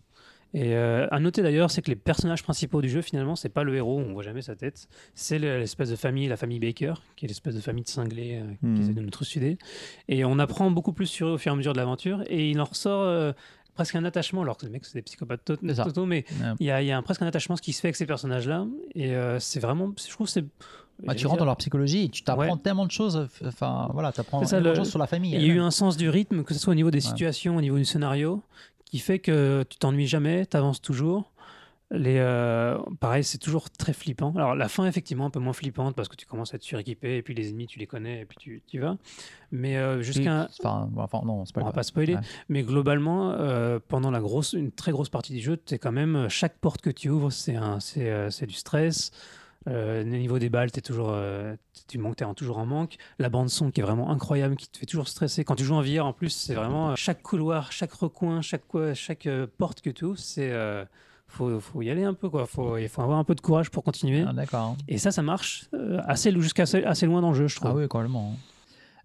Speaker 4: Et euh, à noter d'ailleurs, c'est que les personnages principaux du jeu, finalement, c'est pas le héros, on voit jamais sa tête. C'est le- l'espèce de famille, la famille Baker, qui est l'espèce de famille de cinglés euh,
Speaker 2: Mhm.
Speaker 1: Hmm.
Speaker 4: qui essaie de nous trucider. Et on apprend beaucoup plus sur eux au fur et à mesure de l'aventure. Et il en ressort euh, presque un attachement, alors que les mecs, c'est des psychopathes tot-
Speaker 1: C'est ça.
Speaker 4: totaux, mais
Speaker 1: Ouais.
Speaker 4: il y a, il y a un- presque un attachement qui se fait avec ces personnages-là. Et euh, c'est vraiment, je trouve, que c'est.
Speaker 1: Bah, tu rentres dans leur psychologie et tu t'apprends
Speaker 4: Ouais.
Speaker 1: tellement de choses. euh, Enfin, voilà, tu apprends
Speaker 4: C'est ça,
Speaker 1: tellement de
Speaker 4: le-
Speaker 1: choses sur la famille. euh,
Speaker 4: Il y a eu un sens du rythme, que ce soit au niveau des
Speaker 1: Ouais.
Speaker 4: situations, au niveau du scénario, qui fait que tu t'ennuies jamais, tu avances toujours. Les, euh, pareil, c'est toujours très flippant. Alors, la fin, effectivement, un peu moins flippante parce que tu commences à être suréquipé et puis les ennemis, tu les connais et puis tu, tu y vas. Mais euh, jusqu'à.
Speaker 1: Enfin, bon, enfin, non, c'est pas
Speaker 4: On va
Speaker 1: grave.
Speaker 4: pas spoiler,
Speaker 1: Ouais.
Speaker 4: mais globalement, euh, pendant la grosse, une très grosse partie du jeu, c'est quand même euh, chaque porte que tu ouvres, c'est un, c'est, euh, c'est du stress. Euh, au niveau des balles, t'es toujours, euh, tu manques, t'es en- toujours en manque. La bande son qui est vraiment incroyable, qui te fait toujours stresser. Quand tu joues en VR, en plus, c'est vraiment euh, chaque couloir, chaque recoin, chaque coin- chaque euh, porte que tu ouvres, c'est euh, faut, faut y aller un peu quoi. Faut, il faut avoir un peu de courage pour continuer.
Speaker 1: Ah, D'accord.
Speaker 4: Et ça, ça marche euh, assez lou- jusqu'à assez, assez loin dans le jeu, je trouve.
Speaker 1: Ah oui, complètement.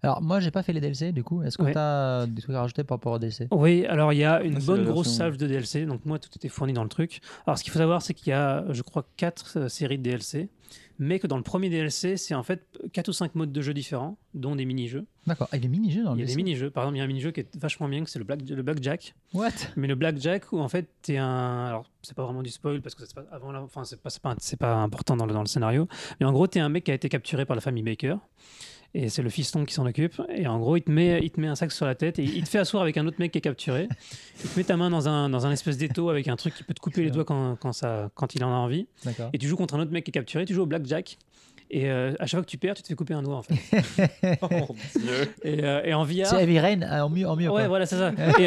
Speaker 1: Alors, moi, j'ai pas fait les DLC, du coup. Est-ce que
Speaker 4: Ouais.
Speaker 1: tu as des trucs à rajouter par rapport aux DLC
Speaker 4: Oui, alors il y a une
Speaker 2: Ah, c'est
Speaker 4: bonne
Speaker 2: la
Speaker 4: grosse
Speaker 2: version.
Speaker 4: salve de DLC, donc moi tout était fourni dans le truc. Alors ce qu'il faut savoir, c'est qu'il y a, je crois, quatre euh, séries de DLC, mais que dans le premier DLC, c'est en fait quatre ou cinq modes de jeu différents, dont des mini-jeux.
Speaker 1: D'accord. Ah, Il y a des mini-jeux dans
Speaker 4: Il
Speaker 1: le
Speaker 4: y a des
Speaker 1: DLC.
Speaker 4: mini-jeux, par exemple, il y a un mini-jeu qui est vachement bien, que c'est le, black, le Blackjack.
Speaker 1: What
Speaker 4: Mais le Blackjack, où en fait, t'es un. Alors c'est pas vraiment du spoil, parce que c'est pas, avant la- enfin, c'est pas, c'est pas, c'est pas important dans le, dans le scénario, mais en gros, t'es un mec qui a été capturé par la famille Baker. Et c'est le fiston qui s'en occupe. Et en gros, il te, met, il te met un sac sur la tête et il te fait asseoir avec un autre mec qui est capturé. Il te met ta main dans un, dans un espèce d'étau avec un truc qui peut te couper les doigts quand, quand, ça, quand il en a envie.
Speaker 1: D'accord.
Speaker 4: Et tu joues contre un autre mec qui est capturé, tu joues au blackjack. Et euh, à chaque fois que tu perds, tu te fais couper un doigt en fait.
Speaker 2: Ah,
Speaker 4: Et, euh, et en VR.
Speaker 1: C'est Heavy Rain euh, en mieux. En mieux
Speaker 4: Ouais,
Speaker 1: quoi.
Speaker 4: voilà, c'est ça. Et,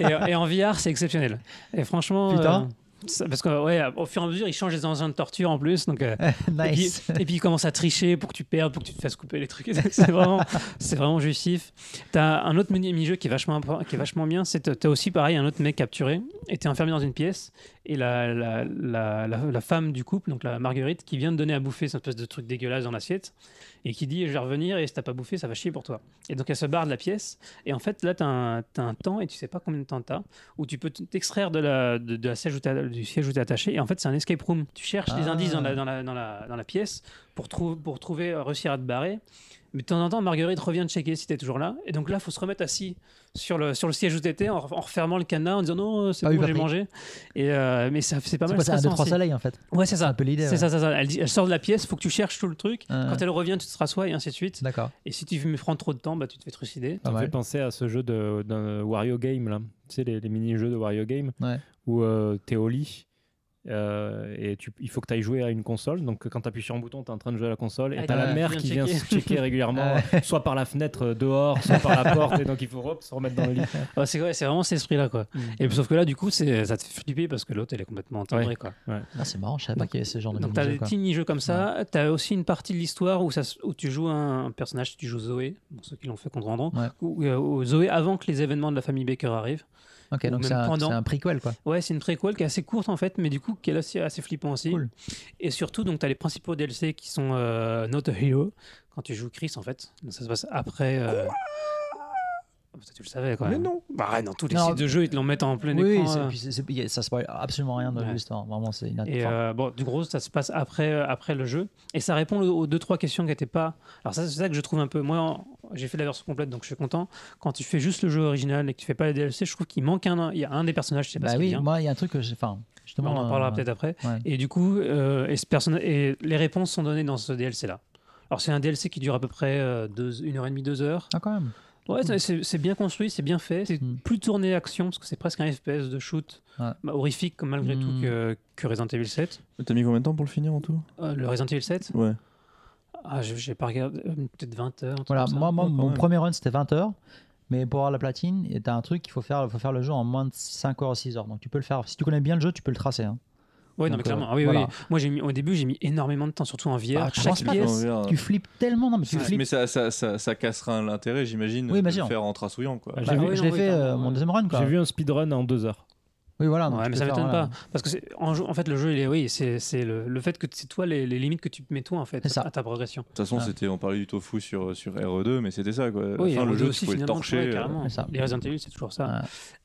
Speaker 4: et- et en VR, c'est exceptionnel. Et franchement.
Speaker 1: Putain.
Speaker 4: euh, ça- parce que, ouais, au fur et à mesure, ils changent les engins de torture en plus. Donc, euh,
Speaker 1: nice.
Speaker 4: et, puis, et puis, ils commencent à tricher pour que tu perdes, pour que tu te fasses couper les trucs. c'est vraiment, c'est vraiment jouissif. T'as un autre mini- mini-jeu qui est vachement, impor- qui est vachement bien. C'est t'as- t'as aussi pareil un autre mec capturé et t'es enfermé dans une pièce et la, la, la, la- la femme du couple, donc la Marguerite, qui vient de donner à bouffer cette espèce de truc dégueulasse dans l'assiette et qui dit je vais revenir et si t'as pas bouffé ça va chier pour toi. Et donc elle se barre de la pièce et en fait là t'as un, t'as un temps et tu sais pas combien de temps t'as où tu peux t'extraire de la, de, de la siège où t'as- du siège où t'es attaché et en fait c'est un escape room. Tu cherches des
Speaker 1: Ah.
Speaker 4: indices dans la, dans la, dans la, dans la pièce pour, trou- pour trouver, euh, réussir à te barrer. Mais de temps en temps, Marguerite revient de checker si t'es toujours là. Et donc là, faut se remettre assis sur le, sur le siège où t'étais en, en refermant le cadenas en disant non, c'est
Speaker 1: Ah oui,
Speaker 4: bon,
Speaker 1: pas
Speaker 4: j'ai
Speaker 1: pris.
Speaker 4: mangé. Et euh, mais ça, c'est pas
Speaker 1: C'est
Speaker 4: mal.
Speaker 1: quoi, c'est un, deux,
Speaker 4: stressant
Speaker 1: trois
Speaker 4: aussi.
Speaker 1: soleils en fait.
Speaker 4: Ouais, c'est
Speaker 1: C'est un
Speaker 4: ça.
Speaker 1: peu l'idée.
Speaker 4: C'est
Speaker 1: ouais.
Speaker 4: ça, ça, ça. Elle, dit- elle sort de la pièce, faut que tu cherches tout le truc.
Speaker 1: Ouais.
Speaker 4: Quand elle revient, tu te rassois et ainsi de suite.
Speaker 1: D'accord. Ah
Speaker 4: Et si tu me prends trop de temps, bah, tu te fais trucider.
Speaker 1: Pas
Speaker 3: Ça me fait
Speaker 1: mal.
Speaker 3: penser à ce jeu de, d'un Wario Game, là. Tu sais, les, les mini-jeux de Wario Game,
Speaker 1: Ouais.
Speaker 3: où euh, t'es au lit euh, et tu, il faut que t'ailles jouer à une console. Donc, quand t'appuies sur un bouton, t'es en train de jouer à la console et
Speaker 4: Ah,
Speaker 3: t'as la
Speaker 4: ouais.
Speaker 3: mère
Speaker 4: Viens
Speaker 3: qui vient
Speaker 4: checker.
Speaker 3: se checker régulièrement, soit par la fenêtre euh, dehors, soit par la porte. Et donc, il faut hop, se remettre dans le lit.
Speaker 4: Ouais, c'est ouais, c'est vraiment cet esprit-là, quoi.
Speaker 1: Mm.
Speaker 4: Et sauf que là, du coup, c'est- ça te fait flipper parce que l'autre, elle est complètement timbrée, quoi.
Speaker 1: Ah, c'est marrant, je savais pas qu'il y avait ce genre de
Speaker 4: Donc, tu as
Speaker 1: mini-jeu.
Speaker 4: des
Speaker 1: quoi.
Speaker 4: petits mini-jeux comme ça. Tu as aussi une partie de l'histoire où, ça se- où tu joues un, un personnage, tu joues Zoé, pour ceux qui l'ont fait comprendront,
Speaker 1: Ouais.
Speaker 4: ou euh, ou Zoé avant que les événements de la famille Baker arrivent.
Speaker 1: Ok,
Speaker 4: Ou
Speaker 1: donc
Speaker 4: même
Speaker 1: c'est un,
Speaker 4: pendant.
Speaker 1: c'est un prequel, quoi.
Speaker 4: Ouais, c'est une préquel qui est assez courte en fait, mais du coup qui est assez, assez flippant aussi.
Speaker 1: Cool.
Speaker 4: Et surtout, donc tu as les principaux DLC qui sont euh, Not a Hero, quand tu joues Chris en fait. Donc, ça se passe après. euh, Ah, putain, tu le savais quand
Speaker 6: Mais
Speaker 4: même.
Speaker 6: non.
Speaker 4: Bah ouais, dans tous les
Speaker 1: Non.
Speaker 4: sites de jeu, ils te l'en mettent en plein
Speaker 1: Oui,
Speaker 4: écran.
Speaker 1: c'est-
Speaker 4: euh.
Speaker 1: puis c'est- c'est- y a- ça spoil absolument rien de
Speaker 4: Ouais.
Speaker 1: l'histoire. Vraiment, c'est
Speaker 4: Et
Speaker 1: inattendable.
Speaker 4: euh, bon, du gros, ça se passe après, euh, après le jeu. Et ça répond aux deux, trois questions qui n'étaient pas. Alors, ça, c'est ça que je trouve un peu. Moi, en- j'ai fait la version complète, donc je suis content. Quand tu fais juste le jeu original et que tu fais pas les DLC, je trouve qu'il manque un. Il y a un des personnages, je sais pas
Speaker 1: bah
Speaker 4: ce qu'il
Speaker 1: oui,
Speaker 4: vient.
Speaker 1: moi, il y a un truc que j'ai. Enfin,
Speaker 4: Mais
Speaker 1: justement.
Speaker 4: on en parlera
Speaker 1: euh,
Speaker 4: peut-être après.
Speaker 1: ouais.
Speaker 4: Et du coup, euh, et, ce personna- et les réponses sont données dans ce DLC-là. Alors, c'est un DLC qui dure à peu près euh, deux, une heure et demie, deux heures. Hmm.
Speaker 1: Ah, quand même.
Speaker 4: Ouais, c'est- c'est c'est bien construit, c'est bien fait. C'est
Speaker 1: Mm.
Speaker 4: plus tourné action, parce que c'est presque un FPS de shoot
Speaker 1: Ouais.
Speaker 4: bah, horrifique, comme malgré tout,
Speaker 1: Mm.
Speaker 4: que, que Resident Evil 7.
Speaker 2: T'as mis combien de temps pour le finir en tout
Speaker 4: Euh, le Resident Evil 7
Speaker 2: Ouais.
Speaker 4: Ah, je- j'ai pas regardé, euh, peut-être 20 heures. un truc
Speaker 1: Voilà,
Speaker 4: comme ça.
Speaker 1: moi, moi,
Speaker 2: Ouais, quand
Speaker 1: mon
Speaker 2: même.
Speaker 1: premier run, c'était 20 heures. Mais pour avoir la platine, et t'as un truc qu'il faut faire, faut faire le jeu en moins de 5 heures ou 6 heures. Donc tu peux le faire. Si tu connais bien le jeu, tu peux le tracer. hein.
Speaker 4: Ouais, non,
Speaker 1: donc,
Speaker 4: mais clairement.
Speaker 1: euh,
Speaker 4: Ah oui,
Speaker 1: voilà.
Speaker 4: oui. Moi, j'ai mis, au début, j'ai mis énormément de temps, surtout en VR.
Speaker 1: Bah, je
Speaker 4: Chaque
Speaker 1: pense pas.
Speaker 4: pièce.
Speaker 2: Envers,
Speaker 1: Tu flippes tellement. Non, mais tu
Speaker 4: Ouais.
Speaker 1: flippes.
Speaker 2: Mais ça, ça, ça, ça cassera l'intérêt, j'imagine,
Speaker 1: Oui,
Speaker 2: de
Speaker 1: bien
Speaker 2: le
Speaker 1: sûr.
Speaker 2: faire en traçouillant. Quoi.
Speaker 6: Ah,
Speaker 1: Bah,
Speaker 6: J'ai vu,
Speaker 4: oui,
Speaker 1: je
Speaker 4: non,
Speaker 1: l'ai fait
Speaker 4: pardon,
Speaker 1: euh, mon
Speaker 4: ouais.
Speaker 1: deuxième run, quoi.
Speaker 6: j'ai vu un speedrun en deux heures.
Speaker 1: Oui, voilà. donc
Speaker 4: Ouais,
Speaker 1: tu
Speaker 4: mais
Speaker 1: peux
Speaker 4: ça
Speaker 1: faire,
Speaker 4: m'étonne
Speaker 1: voilà.
Speaker 4: pas. Parce que, c'est- en, jeu- en fait, le jeu, il est, oui, c'est c'est le, le fait que c'est toi les, les limites que tu mets toi, en fait,
Speaker 1: C'est ça.
Speaker 4: à ta progression.
Speaker 2: De toute façon,
Speaker 1: Ah.
Speaker 2: c'était, on parlait du tofu sur, sur RE2, mais c'était ça. Quoi. À la
Speaker 4: Oui,
Speaker 2: fin, euh,
Speaker 4: on
Speaker 2: le
Speaker 4: doit
Speaker 2: jeu,
Speaker 4: aussi
Speaker 2: tu pouvais le
Speaker 4: finalement, ouais,
Speaker 2: torcher. euh,
Speaker 4: carrément.
Speaker 1: c'est ça.
Speaker 4: Les Resident Evil, c'est toujours ça.
Speaker 1: Ouais.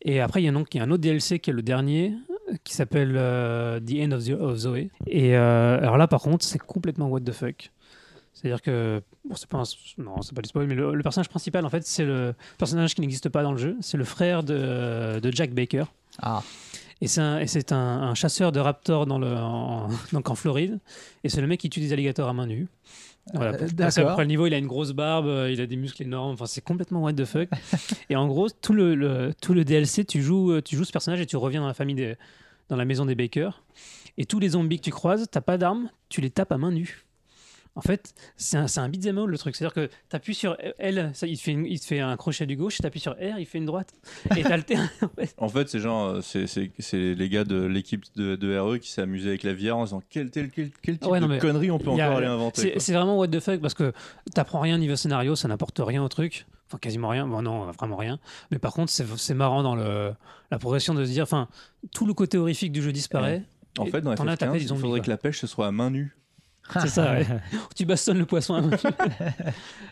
Speaker 4: Et après, il y, a donc, il y a un autre DLC qui est le dernier, euh, qui s'appelle euh, The End of, the- of Zoe. Et euh, alors là, par contre, c'est complètement what the fuck. C'est-à-dire que, bon, c'est pas, un- non, c'est pas du spoil, mais le, le personnage principal, en fait, c'est le personnage qui n'existe pas dans le jeu. C'est le frère de, de Jack Baker.
Speaker 1: Ah,
Speaker 4: Et c'est un, et c'est un- un chasseur de raptors dans le, en, donc en Floride. Et c'est le mec qui tue des alligators à main nue. Voilà,
Speaker 1: Euh,
Speaker 4: pour-
Speaker 1: d'accord.
Speaker 4: c'est après le niveau, il a une grosse barbe, euh, il a des muscles énormes. Enfin, c'est complètement what the fuck. et en gros, tout le, le- tout le DLC, tu joues, euh, tu joues ce personnage et tu reviens dans la famille des, dans la maison des Baker. Et tous les zombies que tu croises, t'as pas d'armes, tu les tapes à main nue. En fait, c'est un, c'est un beat'em all le truc. C'est-à-dire que t'appuies sur L, ça, il, te fait une- il te fait un crochet du gauche, t'appuies sur R, il fait une droite. Et t'alternes.
Speaker 2: En fait, c'est genre, euh, c'est, c'est, c'est les gars de l'équipe de, de RE qui s'est amusé avec la VR en disant quel, tel- quel, quel type
Speaker 4: Ouais, non,
Speaker 2: de
Speaker 4: mais
Speaker 2: conneries on peut
Speaker 4: il y a-
Speaker 2: encore aller inventer.
Speaker 4: C'est
Speaker 2: quoi.
Speaker 4: c'est vraiment what the fuck parce que t'apprends rien niveau scénario, ça n'apporte rien au truc. Enfin, quasiment rien. Bon, non, vraiment rien. Mais par contre, c'est c'est marrant dans le, la progression de se dire. Enfin, tout le côté horrifique du jeu disparaît.
Speaker 2: En
Speaker 4: et
Speaker 2: fait, dans
Speaker 4: t'en as
Speaker 2: FF15,
Speaker 4: tapé des
Speaker 2: il
Speaker 4: zombies,
Speaker 2: faudrait
Speaker 4: quoi.
Speaker 2: que la pêche, ce soit à main nue.
Speaker 4: C'est ça, ouais. tu bastonnes le poisson. à main nue.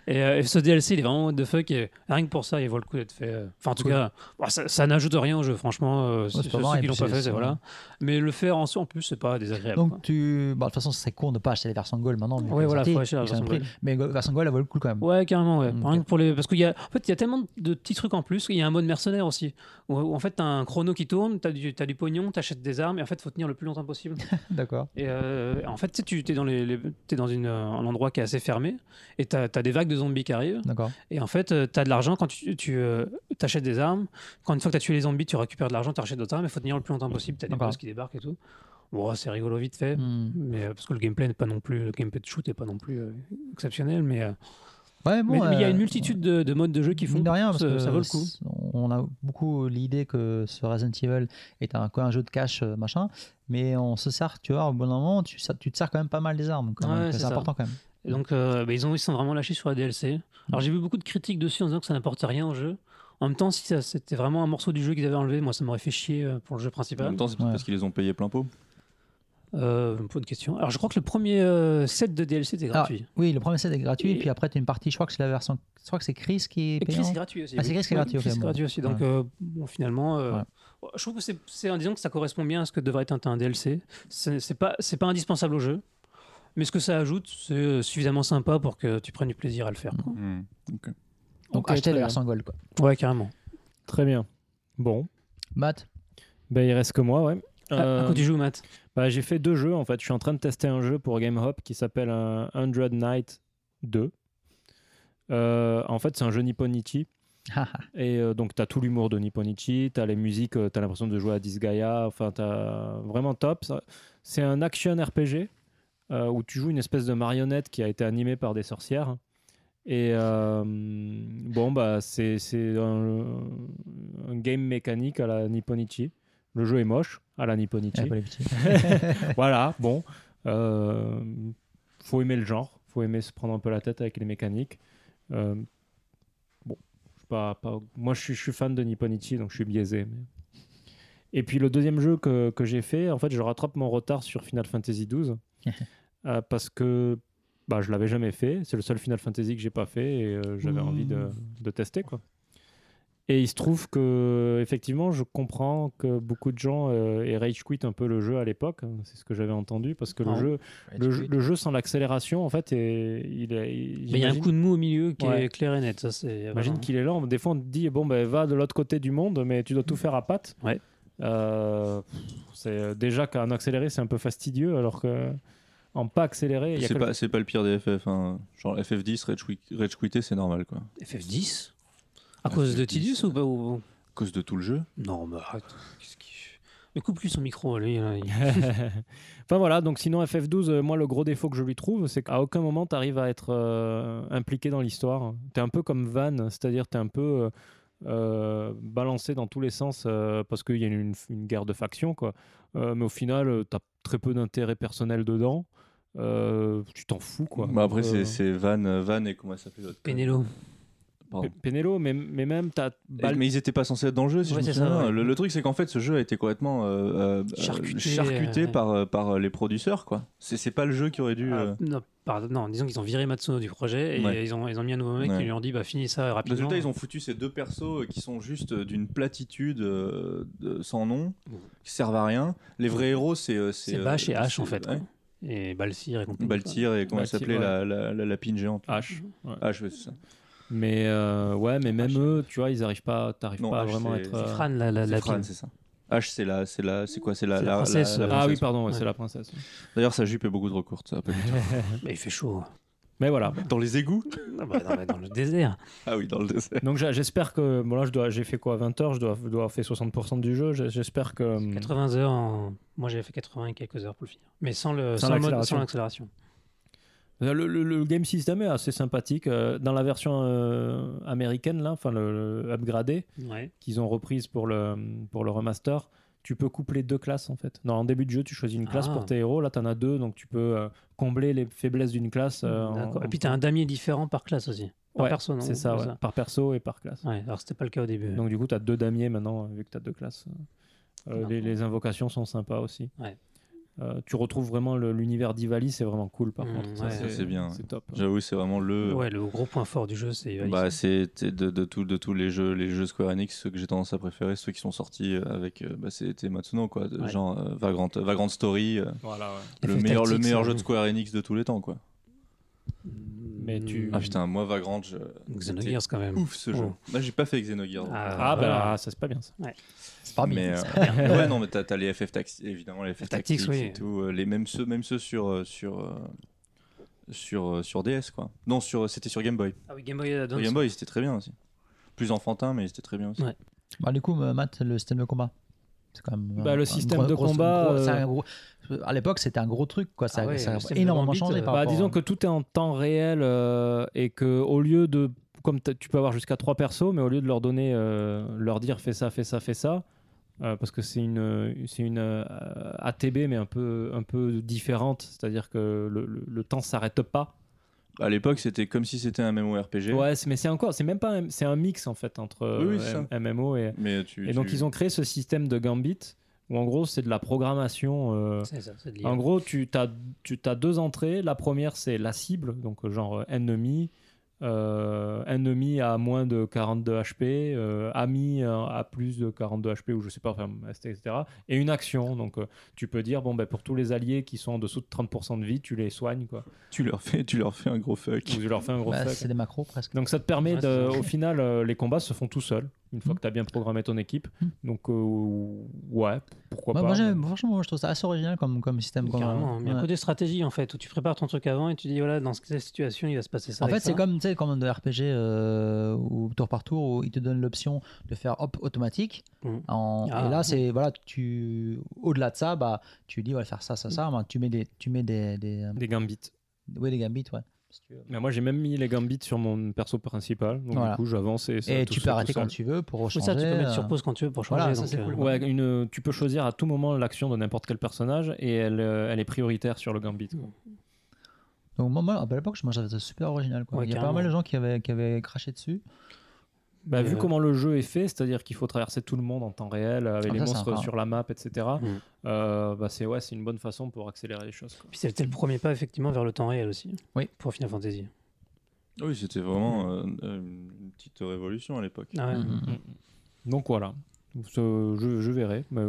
Speaker 4: et, euh, et ce DLC, il est vraiment what the fuck. Et rien que pour ça, il vaut le coup d'être fait. euh. Enfin, en tout
Speaker 1: Cool.
Speaker 4: cas, bon, ça, ça n'ajoute rien au jeu, franchement. euh,
Speaker 1: c'est
Speaker 4: ceux
Speaker 1: pas mal, et
Speaker 4: qui l'ont
Speaker 1: puis
Speaker 4: pas
Speaker 1: c'est-
Speaker 4: fait, c'est
Speaker 1: c'est-
Speaker 4: voilà. Mais le faire en soi, en plus, c'est pas désagréable. quoi.
Speaker 1: donc tu. Bon, de toute façon, c'est con de pas acheter les versions Gold maintenant. vu
Speaker 4: Ouais,
Speaker 1: qu'elles
Speaker 4: voilà,
Speaker 1: sont
Speaker 4: faut
Speaker 1: sorties,
Speaker 4: acheter la
Speaker 1: et que ça a
Speaker 4: version
Speaker 1: un prix.
Speaker 4: Gold.
Speaker 1: Mais Go- version Gold, elle vaut le coup quand même.
Speaker 4: Ouais, carrément, ouais.
Speaker 1: Mm,
Speaker 4: Rien
Speaker 1: ok.
Speaker 4: que pour les... Parce qu'il y a... En fait, il y a tellement de petits trucs en plus. Il y a un mode mercenaire aussi. Où, où en fait, t'as un chrono qui tourne, t'as du, t'as du pognon, t'achètes des armes, et en fait, faut tenir le plus longtemps possible.
Speaker 1: D'accord.
Speaker 4: Et euh, en fait, tu sais, tu t'es dans, les, les- t'es dans une, euh, un endroit qui est assez fermé, et t'as as des vagues de zombies qui arrivent.
Speaker 1: D'accord.
Speaker 4: Et en fait, euh, t'as de l'argent quand tu, tu euh, t'achètes des armes. Quand une fois que t'as tué les zombies, tu récupères de l'argent, t'achètes d'autres armes, il faut tenir le plus longtemps possible. T'as des
Speaker 1: D'accord.
Speaker 4: boss qui débarquent et tout. Bon, c'est rigolo vite fait.
Speaker 1: Hmm.
Speaker 4: Mais, euh, parce que le gameplay n'est pas non plus. Le gameplay de shoot n'est pas non plus euh, exceptionnel, mais. euh,
Speaker 1: Ouais, bon,
Speaker 4: mais mais il y a
Speaker 1: euh,
Speaker 4: une multitude de, de modes de jeu qui
Speaker 1: mine
Speaker 4: font
Speaker 1: de rien, parce
Speaker 4: ça,
Speaker 1: que
Speaker 4: ça vaut le coup.
Speaker 1: c- On a beaucoup l'idée que ce Resident Evil est un, quoi, un jeu de cash, euh, machin, mais on se sert, tu vois, au bon moment, tu, sa- tu te sers quand même pas mal des armes. quand même,
Speaker 4: Ouais,
Speaker 1: que
Speaker 4: c'est
Speaker 1: c'est
Speaker 4: ça.
Speaker 1: important quand même.
Speaker 4: Et donc euh, bah, ils ont ils sont vraiment lâchés sur la DLC. Alors j'ai vu beaucoup de critiques dessus en disant que ça n'apporte rien au jeu. En même temps, si ça- c'était vraiment un morceau du jeu qu'ils avaient enlevé, moi ça m'aurait fait chier euh, pour le jeu
Speaker 2: En
Speaker 4: principal.
Speaker 2: même temps, c'est peut-être
Speaker 1: Ouais.
Speaker 2: parce qu'ils les ont payés plein pot.
Speaker 4: Euh, pas de question. Alors je crois que le premier euh, set de DLC était
Speaker 1: Ah,
Speaker 4: gratuit.
Speaker 1: oui, le premier set est gratuit, et,
Speaker 4: Et-
Speaker 1: puis après, tu as une partie, je crois que c'est la version. Je crois que c'est Chris qui est
Speaker 4: Et Chris
Speaker 1: payant.
Speaker 4: est gratuit aussi.
Speaker 1: Ah, c'est
Speaker 4: oui.
Speaker 1: Chris qui est
Speaker 4: Ouais,
Speaker 1: gratuit, ok,
Speaker 4: Chris est
Speaker 1: bon.
Speaker 4: gratuit aussi. Donc
Speaker 1: Ouais.
Speaker 4: euh, bon, finalement, euh,
Speaker 1: Ouais.
Speaker 4: bon, je trouve que c'est- c'est un- disons que ça correspond bien à ce que devrait être un, un DLC. C'est c'est pas c'est pas indispensable au jeu, mais ce que ça ajoute, c'est euh, suffisamment sympa pour que tu prennes du plaisir à le faire. quoi.
Speaker 2: Mm.
Speaker 1: Donc
Speaker 6: Ok,
Speaker 1: acheter
Speaker 6: très
Speaker 1: la
Speaker 6: bien.
Speaker 1: version Gold. Quoi.
Speaker 4: Ouais, carrément.
Speaker 6: Très bien. Bon,
Speaker 1: Matt,
Speaker 6: ben, il reste que moi, ouais.
Speaker 4: Ah,
Speaker 6: Euh,
Speaker 4: À quoi tu joues, Matt
Speaker 6: bah, j'ai fait deux jeux en fait. Je suis en train de tester un jeu pour GameHop qui s'appelle un 100 Night 2. Euh, en fait, c'est un jeu Nipponichi. Et euh, donc, tu as tout l'humour de Nipponichi, tu as les musiques, tu as l'impression de jouer à Disgaea. Enfin, tu vraiment top. ça. C'est un action RPG euh, où tu joues une espèce de marionnette qui a été animée par des sorcières. Et euh, bon, bah, c'est c'est un, un game mécanique à la Nipponichi. Le jeu est moche à la Nipponichi
Speaker 1: Ah, pas les petits.
Speaker 6: voilà, bon. Euh, faut aimer le genre, faut aimer se prendre un peu la tête avec les mécaniques. Euh, bon, je suis pas, pas- moi je suis, je suis fan de Nipponichi, donc je suis biaisé. mais-
Speaker 3: Et puis le deuxième jeu que, que j'ai fait, en fait, je rattrape mon retard sur Final Fantasy XII euh, parce que bah, je l'avais jamais fait. C'est le seul Final Fantasy que j'ai pas fait et euh, j'avais
Speaker 4: Mmh.
Speaker 3: envie de, de tester quoi. Et il se trouve que effectivement, je comprends que beaucoup de gens euh, aient rage quit un peu le jeu à l'époque. hein. C'est ce que j'avais entendu parce que le
Speaker 4: Ah.
Speaker 3: jeu, le, jeu- le jeu sans l'accélération, en fait, est- il est.
Speaker 4: Mais il y a un
Speaker 3: j'imagine-
Speaker 4: coup de mou au milieu qui
Speaker 3: Ouais.
Speaker 4: est clair et net. Ça, c'est euh,
Speaker 3: J'imagine
Speaker 4: vraiment-
Speaker 3: qu'il est lent. Des fois, on te dit bon, ben va de l'autre côté du monde, mais tu dois tout faire à patte.
Speaker 4: Ouais.
Speaker 3: Euh, c'est déjà qu'en accéléré, c'est un peu fastidieux, alors que en pas accéléré, il y a
Speaker 2: C'est
Speaker 3: que le-
Speaker 2: pas, c'est pas le pire des FF. hein. Genre FF10, Rage Quit- Rage Quitté, c'est normal quoi.
Speaker 4: FF10 À cause de
Speaker 2: FF10,
Speaker 4: Tidus ou pas ou-
Speaker 2: À cause de tout le jeu.
Speaker 4: Ah, Non, mais arrête. Qu'est-ce qui... Mais coupe lui son micro, lui. là, il-
Speaker 3: enfin voilà. Donc sinon, FF12, euh, moi, le gros défaut que je lui trouve, c'est qu'à aucun moment tu arrives à être euh, impliqué dans l'histoire. T'es un peu comme Van, c'est-à-dire t'es un peu euh, euh, balancé dans tous les sens euh, parce qu'il y a une, une guerre de factions, quoi. Euh, mais au final, euh, t'as très peu d'intérêt personnel dedans. Euh, tu t'en fous, quoi.
Speaker 2: Bah après,
Speaker 3: Euh,
Speaker 2: c'est- c'est Van, euh, Van et comment elle s'appelait l'autre
Speaker 4: Pénélo.
Speaker 2: Pardon.
Speaker 3: P- Pénélo, mais, mais même t'as.
Speaker 2: Et-
Speaker 3: Bal-
Speaker 2: Mais ils étaient pas censés être dans le jeu, si
Speaker 4: Ouais,
Speaker 2: je me
Speaker 4: c'est ça,
Speaker 2: souviens.
Speaker 4: ouais.
Speaker 2: Le, le truc, c'est qu'en fait, ce jeu a été complètement euh, euh,
Speaker 4: Charcuté,
Speaker 2: charcuté
Speaker 4: euh, ouais.
Speaker 2: par, euh, par euh, les producteurs, quoi. C'est c'est pas le jeu qui aurait dû. euh,
Speaker 4: Ah, non, pardon, non, disons qu'ils ont viré Matsuno du projet et
Speaker 2: Ouais.
Speaker 4: ils, ont, ils ont mis un nouveau mec
Speaker 2: Ouais.
Speaker 4: qui lui ont dit bah finis ça rapidement.
Speaker 2: Résultat, ils ont foutu ces deux persos euh, qui sont juste euh, d'une platitude euh, de- sans nom, qui servent à rien. Les vrais héros, c'est. euh,
Speaker 4: Mmh. C'est
Speaker 2: euh,
Speaker 4: Bash et H
Speaker 2: c'est-
Speaker 4: en fait. Mmh.
Speaker 2: ouais.
Speaker 4: quoi. Et Balsir et compagnie.
Speaker 2: Baltir et comment elle
Speaker 3: Baltir,
Speaker 2: s'appelait
Speaker 3: ouais.
Speaker 2: la, la, la lapine géante.
Speaker 3: H.
Speaker 2: H, ouais, c'est ça.
Speaker 3: Mais euh, ouais, mais même
Speaker 4: H.
Speaker 3: eux, tu vois, ils arrivent pas, t'arrives
Speaker 2: Non,
Speaker 3: pas à
Speaker 2: H,
Speaker 3: vraiment
Speaker 2: c'est-
Speaker 3: être.
Speaker 2: c'est
Speaker 3: euh,
Speaker 4: C'est Fran, la, la,
Speaker 2: C'est
Speaker 4: la
Speaker 2: Fran,
Speaker 4: pine.
Speaker 2: c'est ça. H, c'est la, c'est la, c'est quoi, c'est la,
Speaker 4: C'est la princesse, euh,
Speaker 3: Ah oui,
Speaker 2: princesse.
Speaker 3: pardon, ouais,
Speaker 4: Ouais.
Speaker 3: c'est la princesse.
Speaker 2: D'ailleurs, sa jupe est beaucoup trop courte. Ça, a pas du tout.
Speaker 4: Mais il fait chaud.
Speaker 3: Mais voilà.
Speaker 2: dans les égouts
Speaker 4: Non, bah, non, mais dans le désert.
Speaker 2: Ah oui, dans le désert.
Speaker 3: Donc j'a- j'espère que. Bon, là, je dois- j'ai fait quoi 20 heures, je dois, je dois avoir fait 60% du jeu. J'ai- J'espère que. euh,
Speaker 4: Mm. 80 heures. en- Moi j'avais fait 80 et quelques heures pour le finir. Mais sans le
Speaker 3: Sans
Speaker 4: sans le mode-
Speaker 3: l'accélération.
Speaker 4: sans l'accélération.
Speaker 3: Le, le- le game system est assez sympathique. euh, Dans la version euh, américaine, là, enfin, le, le upgradé,
Speaker 4: Ouais.
Speaker 3: qu'ils ont reprise pour le, pour le remaster, tu peux coupler deux classes, en fait. Non, en début de jeu, tu choisis une classe
Speaker 4: Ah.
Speaker 3: pour tes héros. Là, t'en as deux, donc tu peux euh, combler les faiblesses d'une classe. euh, en-
Speaker 4: Mmh, D'accord. Et puis t'as un damier différent par classe aussi. Par
Speaker 3: Ouais,
Speaker 4: personne.
Speaker 3: C'est
Speaker 4: hein,
Speaker 3: ça,
Speaker 4: comme
Speaker 3: ouais, par perso et par classe.
Speaker 4: Ouais, alors c'était pas le cas au début.
Speaker 3: Donc du coup, tu as deux damiers maintenant, euh, vu que tu as deux classes. Euh,
Speaker 4: Ah.
Speaker 3: les, les invocations sont sympas aussi.
Speaker 4: Ouais.
Speaker 3: Euh, tu retrouves vraiment le- l'univers d'Ivali, c'est vraiment cool par
Speaker 4: Mm,
Speaker 3: contre.
Speaker 4: ouais.
Speaker 2: Ça, c'est bien.
Speaker 3: C'est top.
Speaker 2: J'avoue, c'est vraiment le.
Speaker 3: euh,
Speaker 4: ouais, le gros point fort du jeu, c'est Valix.
Speaker 2: Bah, c'est c'est de, de, tout- de tous les jeux, les jeux Square Enix, ceux que j'ai tendance à préférer, ceux qui sont sortis euh, avec. euh, Bah, c'était Matsuno, quoi. de-
Speaker 4: Ouais.
Speaker 2: Genre euh, Vagrant, Vagrant Story, euh,
Speaker 3: Voilà, ouais.
Speaker 2: le
Speaker 4: FF
Speaker 2: meilleur, le
Speaker 4: Tactics,
Speaker 2: meilleur
Speaker 4: hein.
Speaker 2: jeu de Square Enix de tous les temps, quoi.
Speaker 3: Mmh, Mais tu-
Speaker 2: Ah putain, moi, Vagrant, je.
Speaker 4: Xenogears
Speaker 2: c'était
Speaker 4: quand même.
Speaker 2: Ouf ce jeu.
Speaker 4: Oh.
Speaker 2: Moi, j'ai pas fait Xenogears.
Speaker 3: Ah,
Speaker 4: bah,
Speaker 3: bah ça c'est pas bien ça.
Speaker 1: C'est pas
Speaker 2: mais
Speaker 1: bien.
Speaker 2: euh, ouais non mais t'as t'as les FF Tactics évidemment les FF
Speaker 4: Tactics,
Speaker 2: Tactics,
Speaker 4: oui.
Speaker 2: et tout euh, les mêmes ceux même ceux sur euh, sur euh, sur euh, sur DS quoi non sur euh, c'était sur Game Boy
Speaker 4: Ah oui, Game Boy Advance.
Speaker 2: sur Game Boy c'était très bien aussi plus enfantin mais c'était très bien aussi
Speaker 4: Ouais.
Speaker 1: Bah, du coup, euh, Matt, le système de combat. C'est quand même.
Speaker 3: Bah,
Speaker 1: un-
Speaker 3: le
Speaker 1: un
Speaker 3: système
Speaker 1: gros-
Speaker 3: de
Speaker 1: gros-
Speaker 3: combat,
Speaker 1: gros- c'est
Speaker 3: euh,
Speaker 1: un gros- À l'époque, c'était un gros truc, quoi. Ça,
Speaker 4: Ah ouais,
Speaker 1: ça
Speaker 4: le
Speaker 1: a
Speaker 4: système de
Speaker 1: énormément
Speaker 4: Gambit,
Speaker 1: changé.
Speaker 4: euh,
Speaker 1: Par
Speaker 3: Bah,
Speaker 1: rapport-
Speaker 3: disons que tout est en temps réel euh, et que au lieu de comme t'as- tu peux avoir jusqu'à trois persos, mais au lieu de leur donner, euh, leur dire fais ça, fais ça, fais ça, euh, parce que c'est une c'est une euh, ATB mais un peu un peu différente, c'est-à-dire que le, le- le temps s'arrête pas.
Speaker 2: à l'époque c'était comme si c'était un MMORPG
Speaker 3: Ouais, c'est- mais c'est encore, c'est même pas, un- c'est un mix en fait entre euh,
Speaker 2: Oui, oui, c'est ça.
Speaker 3: M- MMO et
Speaker 2: mais tu
Speaker 3: et donc ils ont créé ce système de gambit où en gros c'est de la programmation. euh,
Speaker 4: C'est ça, c'est de l'IA.
Speaker 3: En gros, tu as, tu as deux entrées. La première, c'est la cible, donc euh, genre euh, ennemi. euh, ennemi à moins de 42 HP, euh, ami euh, à plus de 42 HP ou je sais pas, enfin, etc. Et une action, donc euh, tu peux dire, bon ben pour tous les alliés qui sont en dessous de 30% de vie, tu les soignes quoi,
Speaker 2: tu leur fais tu leur fais un gros
Speaker 3: ou
Speaker 2: fuck
Speaker 3: tu leur fais un gros
Speaker 1: Bah,
Speaker 3: fuck.
Speaker 1: c'est des macros presque.
Speaker 3: Donc ça te permet,
Speaker 4: Ouais,
Speaker 3: de,
Speaker 4: c'est ça.
Speaker 3: au final, euh, les combats se font tout seuls, une fois
Speaker 1: Mm.
Speaker 3: que tu as bien programmé ton équipe.
Speaker 1: Mm.
Speaker 3: Donc euh, ouais, pourquoi
Speaker 1: Moi,
Speaker 3: pas.
Speaker 1: moi, j'aime- franchement, moi, je trouve ça assez original comme, comme système. de combat.
Speaker 4: Carrément, mais un
Speaker 1: Ouais.
Speaker 4: côté stratégie en fait, où tu prépares ton truc avant et tu dis voilà, dans cette situation, il va se passer ça.
Speaker 1: En
Speaker 4: avec
Speaker 1: fait, c'est
Speaker 4: ça.
Speaker 1: comme, tu sais, comme de RPG euh, ou tour par tour où ils te donnent l'option de faire hop automatique.
Speaker 4: Mm.
Speaker 1: En-
Speaker 4: Ah.
Speaker 1: et là, c'est voilà, tu au-delà de ça, bah, tu dis ouais, faire ça, ça,
Speaker 4: Hum.
Speaker 1: ça. bah, tu mets des, tu mets des, des, euh,
Speaker 3: Des gambits.
Speaker 1: ouais, des gambits, ouais. si tu veux.
Speaker 3: Mais moi j'ai même mis les gambits sur mon perso principal, donc
Speaker 1: Voilà.
Speaker 3: du coup j'avance et, ça,
Speaker 1: Et
Speaker 3: tout
Speaker 1: tu peux
Speaker 3: se fait
Speaker 1: arrêter
Speaker 3: tout
Speaker 1: quand
Speaker 3: seul.
Speaker 1: tu veux pour
Speaker 4: Oui,
Speaker 1: changer.
Speaker 4: ça, tu peux mettre
Speaker 1: euh,
Speaker 4: sur pause quand tu veux pour changer.
Speaker 1: voilà, ça,
Speaker 4: donc,
Speaker 1: c'est
Speaker 4: euh,
Speaker 1: cool.
Speaker 3: Ouais, une, euh, tu peux choisir à tout moment l'action de n'importe quel personnage et elle, euh, elle est prioritaire sur le gambit. quoi.
Speaker 1: Donc moi, moi, à l'époque, je mangeais ça super original. Quoi.
Speaker 4: Ouais,
Speaker 1: Il y a pas
Speaker 4: carrément.
Speaker 1: mal de gens qui avaient, qui avaient craché dessus.
Speaker 3: Bah,
Speaker 4: Et
Speaker 3: vu
Speaker 4: euh,
Speaker 3: comment le jeu est fait, c'est-à-dire qu'il faut traverser tout le monde en temps réel avec
Speaker 1: Ah,
Speaker 3: les
Speaker 1: ça, c'est
Speaker 3: monstres
Speaker 1: sympa.
Speaker 3: sur la map, etc.
Speaker 4: Mm.
Speaker 3: euh, bah, c'est ouais, c'est une bonne façon pour accélérer les choses. quoi.
Speaker 4: Puis c'était le premier pas effectivement vers le temps réel aussi.
Speaker 1: Oui.
Speaker 4: Pour Final Fantasy.
Speaker 2: Oui, c'était vraiment euh, euh, une petite révolution à l'époque.
Speaker 4: Ah ouais.
Speaker 1: Mhm.
Speaker 3: Donc voilà, Ce- je, je verrai. Mais,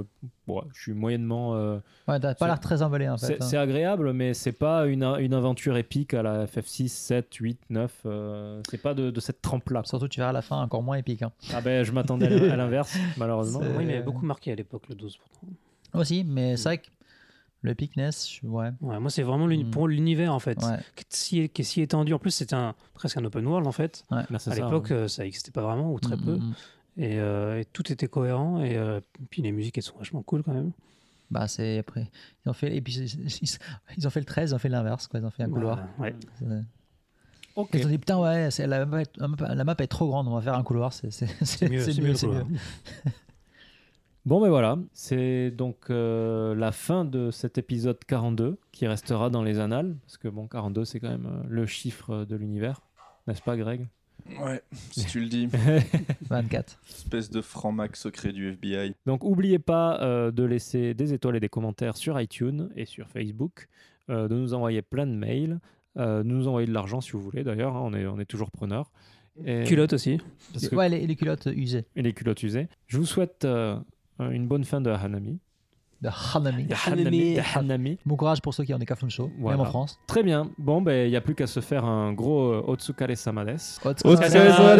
Speaker 3: ouais, je suis moyennement. euh,
Speaker 1: Ouais, t'as pas
Speaker 3: C'est-
Speaker 1: l'air très emballé en fait.
Speaker 3: c'est
Speaker 1: hein.
Speaker 3: c'est agréable, mais c'est pas une, une aventure épique à la FF6, 7, 8, 9. euh, c'est pas de, de cette trempe-là. quoi.
Speaker 1: Surtout, tu verras la fin encore moins épique. hein.
Speaker 3: Ah ben, je m'attendais à l- à l'inverse, malheureusement.
Speaker 1: C'est-
Speaker 4: Oui, mais
Speaker 1: Euh,
Speaker 4: beaucoup marqué à l'époque, le 12 pourtant.
Speaker 1: Aussi,
Speaker 4: Mm.
Speaker 1: mais c'est vrai que le Pickness, ouais.
Speaker 4: Ouais, moi, c'est vraiment l'uni-
Speaker 1: Mm.
Speaker 4: pour l'univers en fait,
Speaker 1: ouais.
Speaker 4: qui est si- qui est si étendu. En plus, c'était un, presque un open world en fait.
Speaker 3: Bah, c'est ça,
Speaker 4: À l'époque,
Speaker 3: hein.
Speaker 4: euh, ça n'existait pas vraiment ou très
Speaker 1: Mm,
Speaker 4: peu.
Speaker 1: mm, mm.
Speaker 4: Et, euh, et tout était cohérent. Et euh, puis les musiques, elles sont vachement cool quand même.
Speaker 1: Bah, c'est après. Ils ont fait, et puis, ils- ils ont fait le 13, ils ont fait l'inverse, quoi. Ils ont fait un couloir.
Speaker 4: Ouais.
Speaker 1: C'est-
Speaker 3: Ok.
Speaker 1: Ils ont dit, putain, ouais, c'est- la, map, est- la map- la map est trop grande, on va faire un couloir. C'est c'est- c'est-
Speaker 4: C'est mieux,
Speaker 1: c'est
Speaker 4: c'est
Speaker 1: mieux,
Speaker 4: mieux,
Speaker 1: c'est
Speaker 4: quoi.
Speaker 1: mieux.
Speaker 3: Bon, ben voilà, c'est donc euh, la fin de cet épisode 42 qui restera dans les annales, parce que bon, 42 c'est quand même euh, le chiffre de l'univers, n'est-ce pas, Greg
Speaker 2: Ouais, si tu le dis.
Speaker 1: 24.
Speaker 2: Espèce de franc-mac secret du FBI.
Speaker 3: Donc, n'oubliez pas euh, de laisser des étoiles et des commentaires sur iTunes et sur Facebook, euh, de nous envoyer plein de mails, euh, de nous envoyer de l'argent si vous voulez d'ailleurs, hein, on, est, on est toujours preneur. Et,
Speaker 4: Culotte aussi.
Speaker 3: parce que-
Speaker 1: Ouais, les, les culottes usées.
Speaker 3: et les culottes usées. Je vous souhaite euh, une bonne fin de Hanami.
Speaker 1: De Hanami.
Speaker 3: De Hanami. de Hanami.
Speaker 1: Ah, Bon courage pour ceux qui ont des Kafun Show,
Speaker 3: Voilà.
Speaker 1: même en France.
Speaker 3: Très bien. Bon, ben, il n'y a plus qu'à se faire un gros euh, Otsukare Samades.
Speaker 1: Otsukaresama